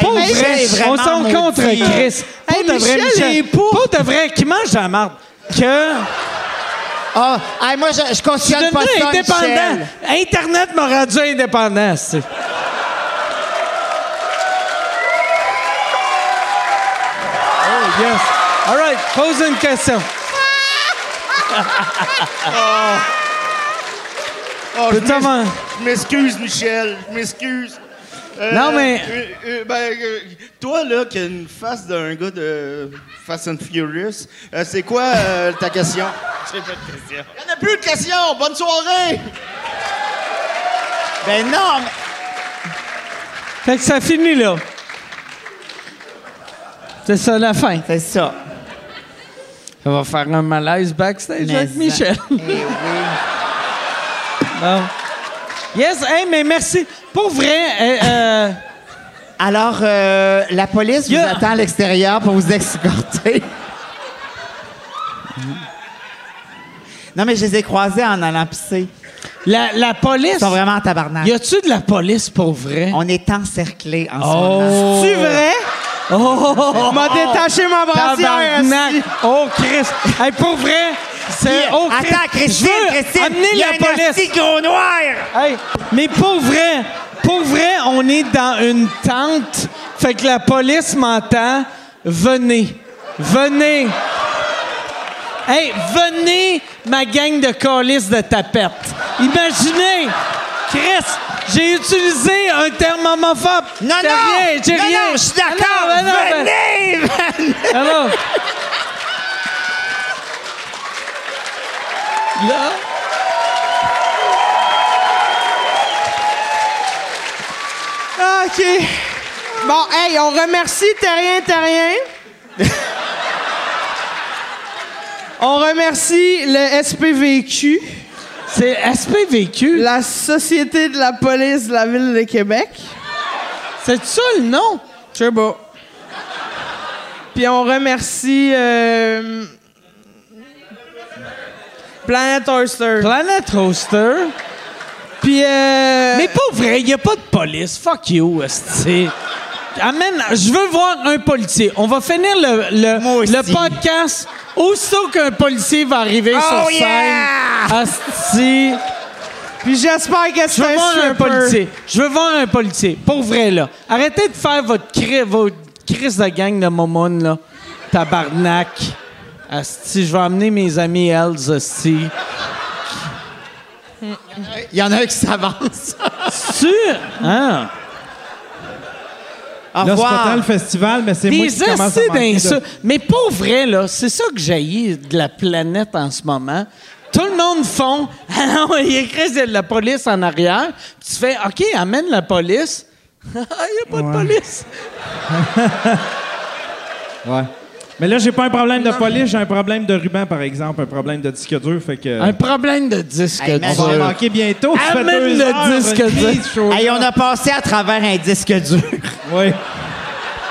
Speaker 1: Pauvre
Speaker 4: Michel est
Speaker 1: Chris, on
Speaker 4: vraiment
Speaker 1: s'en
Speaker 4: maudit.
Speaker 1: contre Chris. Pas
Speaker 5: Hey,
Speaker 1: de vrai,
Speaker 5: Michel est pour.
Speaker 1: Pas de vrai, qui mange la marde? Que.
Speaker 7: Ah, hey, moi, je, je
Speaker 1: Je
Speaker 7: cautionne pas
Speaker 1: devenais
Speaker 7: ça,
Speaker 1: indépendant.
Speaker 7: Michel.
Speaker 1: Internet m'a rendu indépendant, c'est. Oh, yes. All right, pose une question.
Speaker 3: Oh, je
Speaker 1: Peux-tu
Speaker 3: m'ex-
Speaker 1: avoir-
Speaker 3: je m'excuse, Michel. Je m'excuse. Euh,
Speaker 1: Non, mais-
Speaker 3: euh, euh, ben, euh, toi, là, qui as une face d'un gars de Fast and Furious, euh, c'est quoi euh, ta question? J'ai pas de question. Y'en a plus de questions! Bonne soirée!
Speaker 4: Ben non, mais-
Speaker 1: Fait que ça finit là. C'est ça la fin.
Speaker 4: c'est ça.
Speaker 1: Ça va faire un malaise backstage
Speaker 4: Mais
Speaker 1: avec
Speaker 4: ça-
Speaker 1: Michel. Bon. Yes, hey, mais merci. Pour vrai, euh, euh,
Speaker 4: Alors, euh, la police
Speaker 1: Yeah.
Speaker 4: vous attend à l'extérieur pour vous escorter. non, mais je les ai croisés en allant pisser.
Speaker 1: la, la police.
Speaker 4: Ils sont vraiment en tabarnak.
Speaker 1: Y a-tu de la police pour vrai?
Speaker 4: On est encerclés en ce moment.
Speaker 1: Oh.
Speaker 5: C'est vrai?
Speaker 1: Oh!
Speaker 5: M'a détaché ma brassière.
Speaker 1: Tabarnak! Oh, Chris! Hey, pour vrai, c'est. Oh, Chris.
Speaker 4: Attends, Christine,
Speaker 1: Je veux
Speaker 4: Christine,
Speaker 1: Amener
Speaker 4: il y a
Speaker 1: la
Speaker 4: un
Speaker 1: police!
Speaker 4: petit gros noir!
Speaker 1: Hey, mais pour vrai, pour vrai, on est dans une tente. Fait que la police m'entend. Venez. Venez. Hey, venez, ma gang de colis de tapettes. Imaginez, Chris, j'ai utilisé un terme homophobe.
Speaker 4: Non,
Speaker 1: J'ai
Speaker 4: non!
Speaker 1: rien, j'ai
Speaker 4: non,
Speaker 1: rien.
Speaker 4: non, je suis
Speaker 1: Ah
Speaker 4: d'accord!
Speaker 1: non, ben non, ben-
Speaker 4: venez! venez.
Speaker 1: alors. Là.
Speaker 5: Ah, OK. Bon, hey, on remercie Terrien Terrien. on remercie le SPVQ,
Speaker 1: C'est SPVQ.
Speaker 5: la Société de la police de la Ville de Québec.
Speaker 1: C'est ça le nom?
Speaker 5: Je sais pas. Puis on remercie... euh, Planet Oyster.
Speaker 1: Planet Roaster.
Speaker 5: Puis... euh,
Speaker 1: Mais pas vrai, il n'y a pas de police. Fuck you, esti. Amène, je veux voir un policier. On va finir le,
Speaker 4: Moi
Speaker 1: le,
Speaker 4: aussi.
Speaker 1: le podcast aussitôt qu'un policier va arriver sur scène. Asti.
Speaker 5: Puis j'espère que
Speaker 1: Je
Speaker 5: c'est
Speaker 1: veux
Speaker 5: un
Speaker 1: voir un
Speaker 5: stripper.
Speaker 1: policier. Je veux voir un policier. Pour vrai, là. Arrêtez de faire votre, cri, votre crise de gang de momone, là. Tabarnak. Asti, je vais amener mes amis Hells, asti.
Speaker 7: Il y en a un qui s'avance.
Speaker 1: Tu... Hein?
Speaker 4: Au
Speaker 2: Là, c'est pas tant
Speaker 4: revoir.
Speaker 2: le festival, mais c'est moi qui
Speaker 1: Des
Speaker 2: commence à
Speaker 1: assis
Speaker 2: manquer de-
Speaker 1: d'insultes. Mais pour vrai, là, c'est ça que j'ai de la planète en ce moment. Tout le monde font. Alors, il écrit de la police en arrière. Puis tu fais OK, amène la police. il n'y a pas de police.
Speaker 2: Ouais. Mais là, j'ai pas un problème de police, j'ai un problème de ruban, par exemple, un problème de disque dur, fait que...
Speaker 1: Un problème de disque
Speaker 4: Hey,
Speaker 2: on va en
Speaker 1: dur.
Speaker 2: manquer bientôt. ça fait
Speaker 1: Amène
Speaker 2: deux
Speaker 1: le
Speaker 2: heures,
Speaker 1: disque
Speaker 2: René,
Speaker 1: dur.
Speaker 2: ce show-là.
Speaker 4: Hey, on a passé à travers un disque dur.
Speaker 2: Ouais.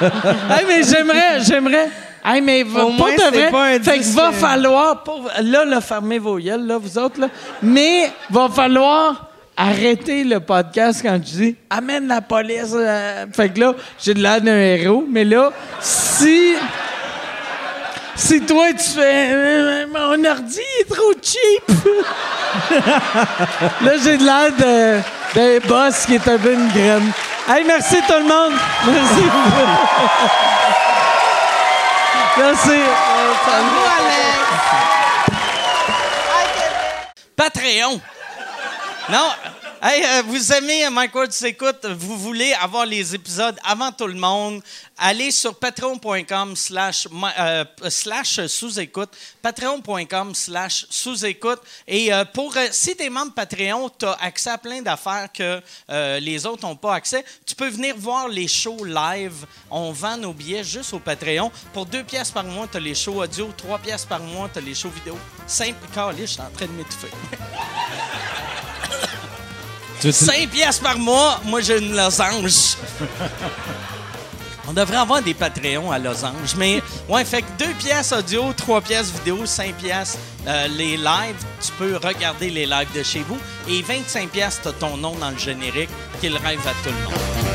Speaker 1: Hey, mais j'aimerais, j'aimerais. Hey, mais va,
Speaker 5: Au
Speaker 1: pas
Speaker 5: moins,
Speaker 1: de
Speaker 5: c'est
Speaker 1: vrai.
Speaker 5: pas un euh,
Speaker 1: fait que
Speaker 5: disque.
Speaker 1: va falloir, pour- là, là, fermez vos yeux, là, vous autres, là. Mais va falloir arrêter le podcast quand je dis amène la police. euh. Fait que là, j'ai de l'air d'un héros, mais là, si. Si toi, tu fais. euh, mon ordi est trop cheap. là, j'ai de l'air de- d'un boss qui est un peu une graine. Hey, merci tout le monde. Merci. merci.
Speaker 8: Patreon. Non. Hey, euh, vous aimez euh, Mike Ward s'écoute, vous voulez avoir les épisodes avant tout le monde, allez sur patreon.com slash mi- euh, slash sous-écoute, patreon.com slash sous-écoute. Et euh, pour, euh, si tu es membre Patreon, tu as accès à plein d'affaires que euh, les autres n'ont pas accès. Tu peux venir voir les shows live. On vend nos billets juste au Patreon. Pour 2 pièces par mois, tu as les shows audio, 3 pièces par mois, tu as les shows vidéo. Simple, calé, je suis en train de m'étouffer. 5 piastres par mois, moi j'ai une losange. On devrait avoir des Patreons à losange, mais ouais, fait que 2 piastres audio, 3 piastres vidéo, 5 piastres euh, les lives, tu peux regarder les lives de chez vous et 25 piastres, t'as ton nom dans le générique qui est le rêve à tout le monde.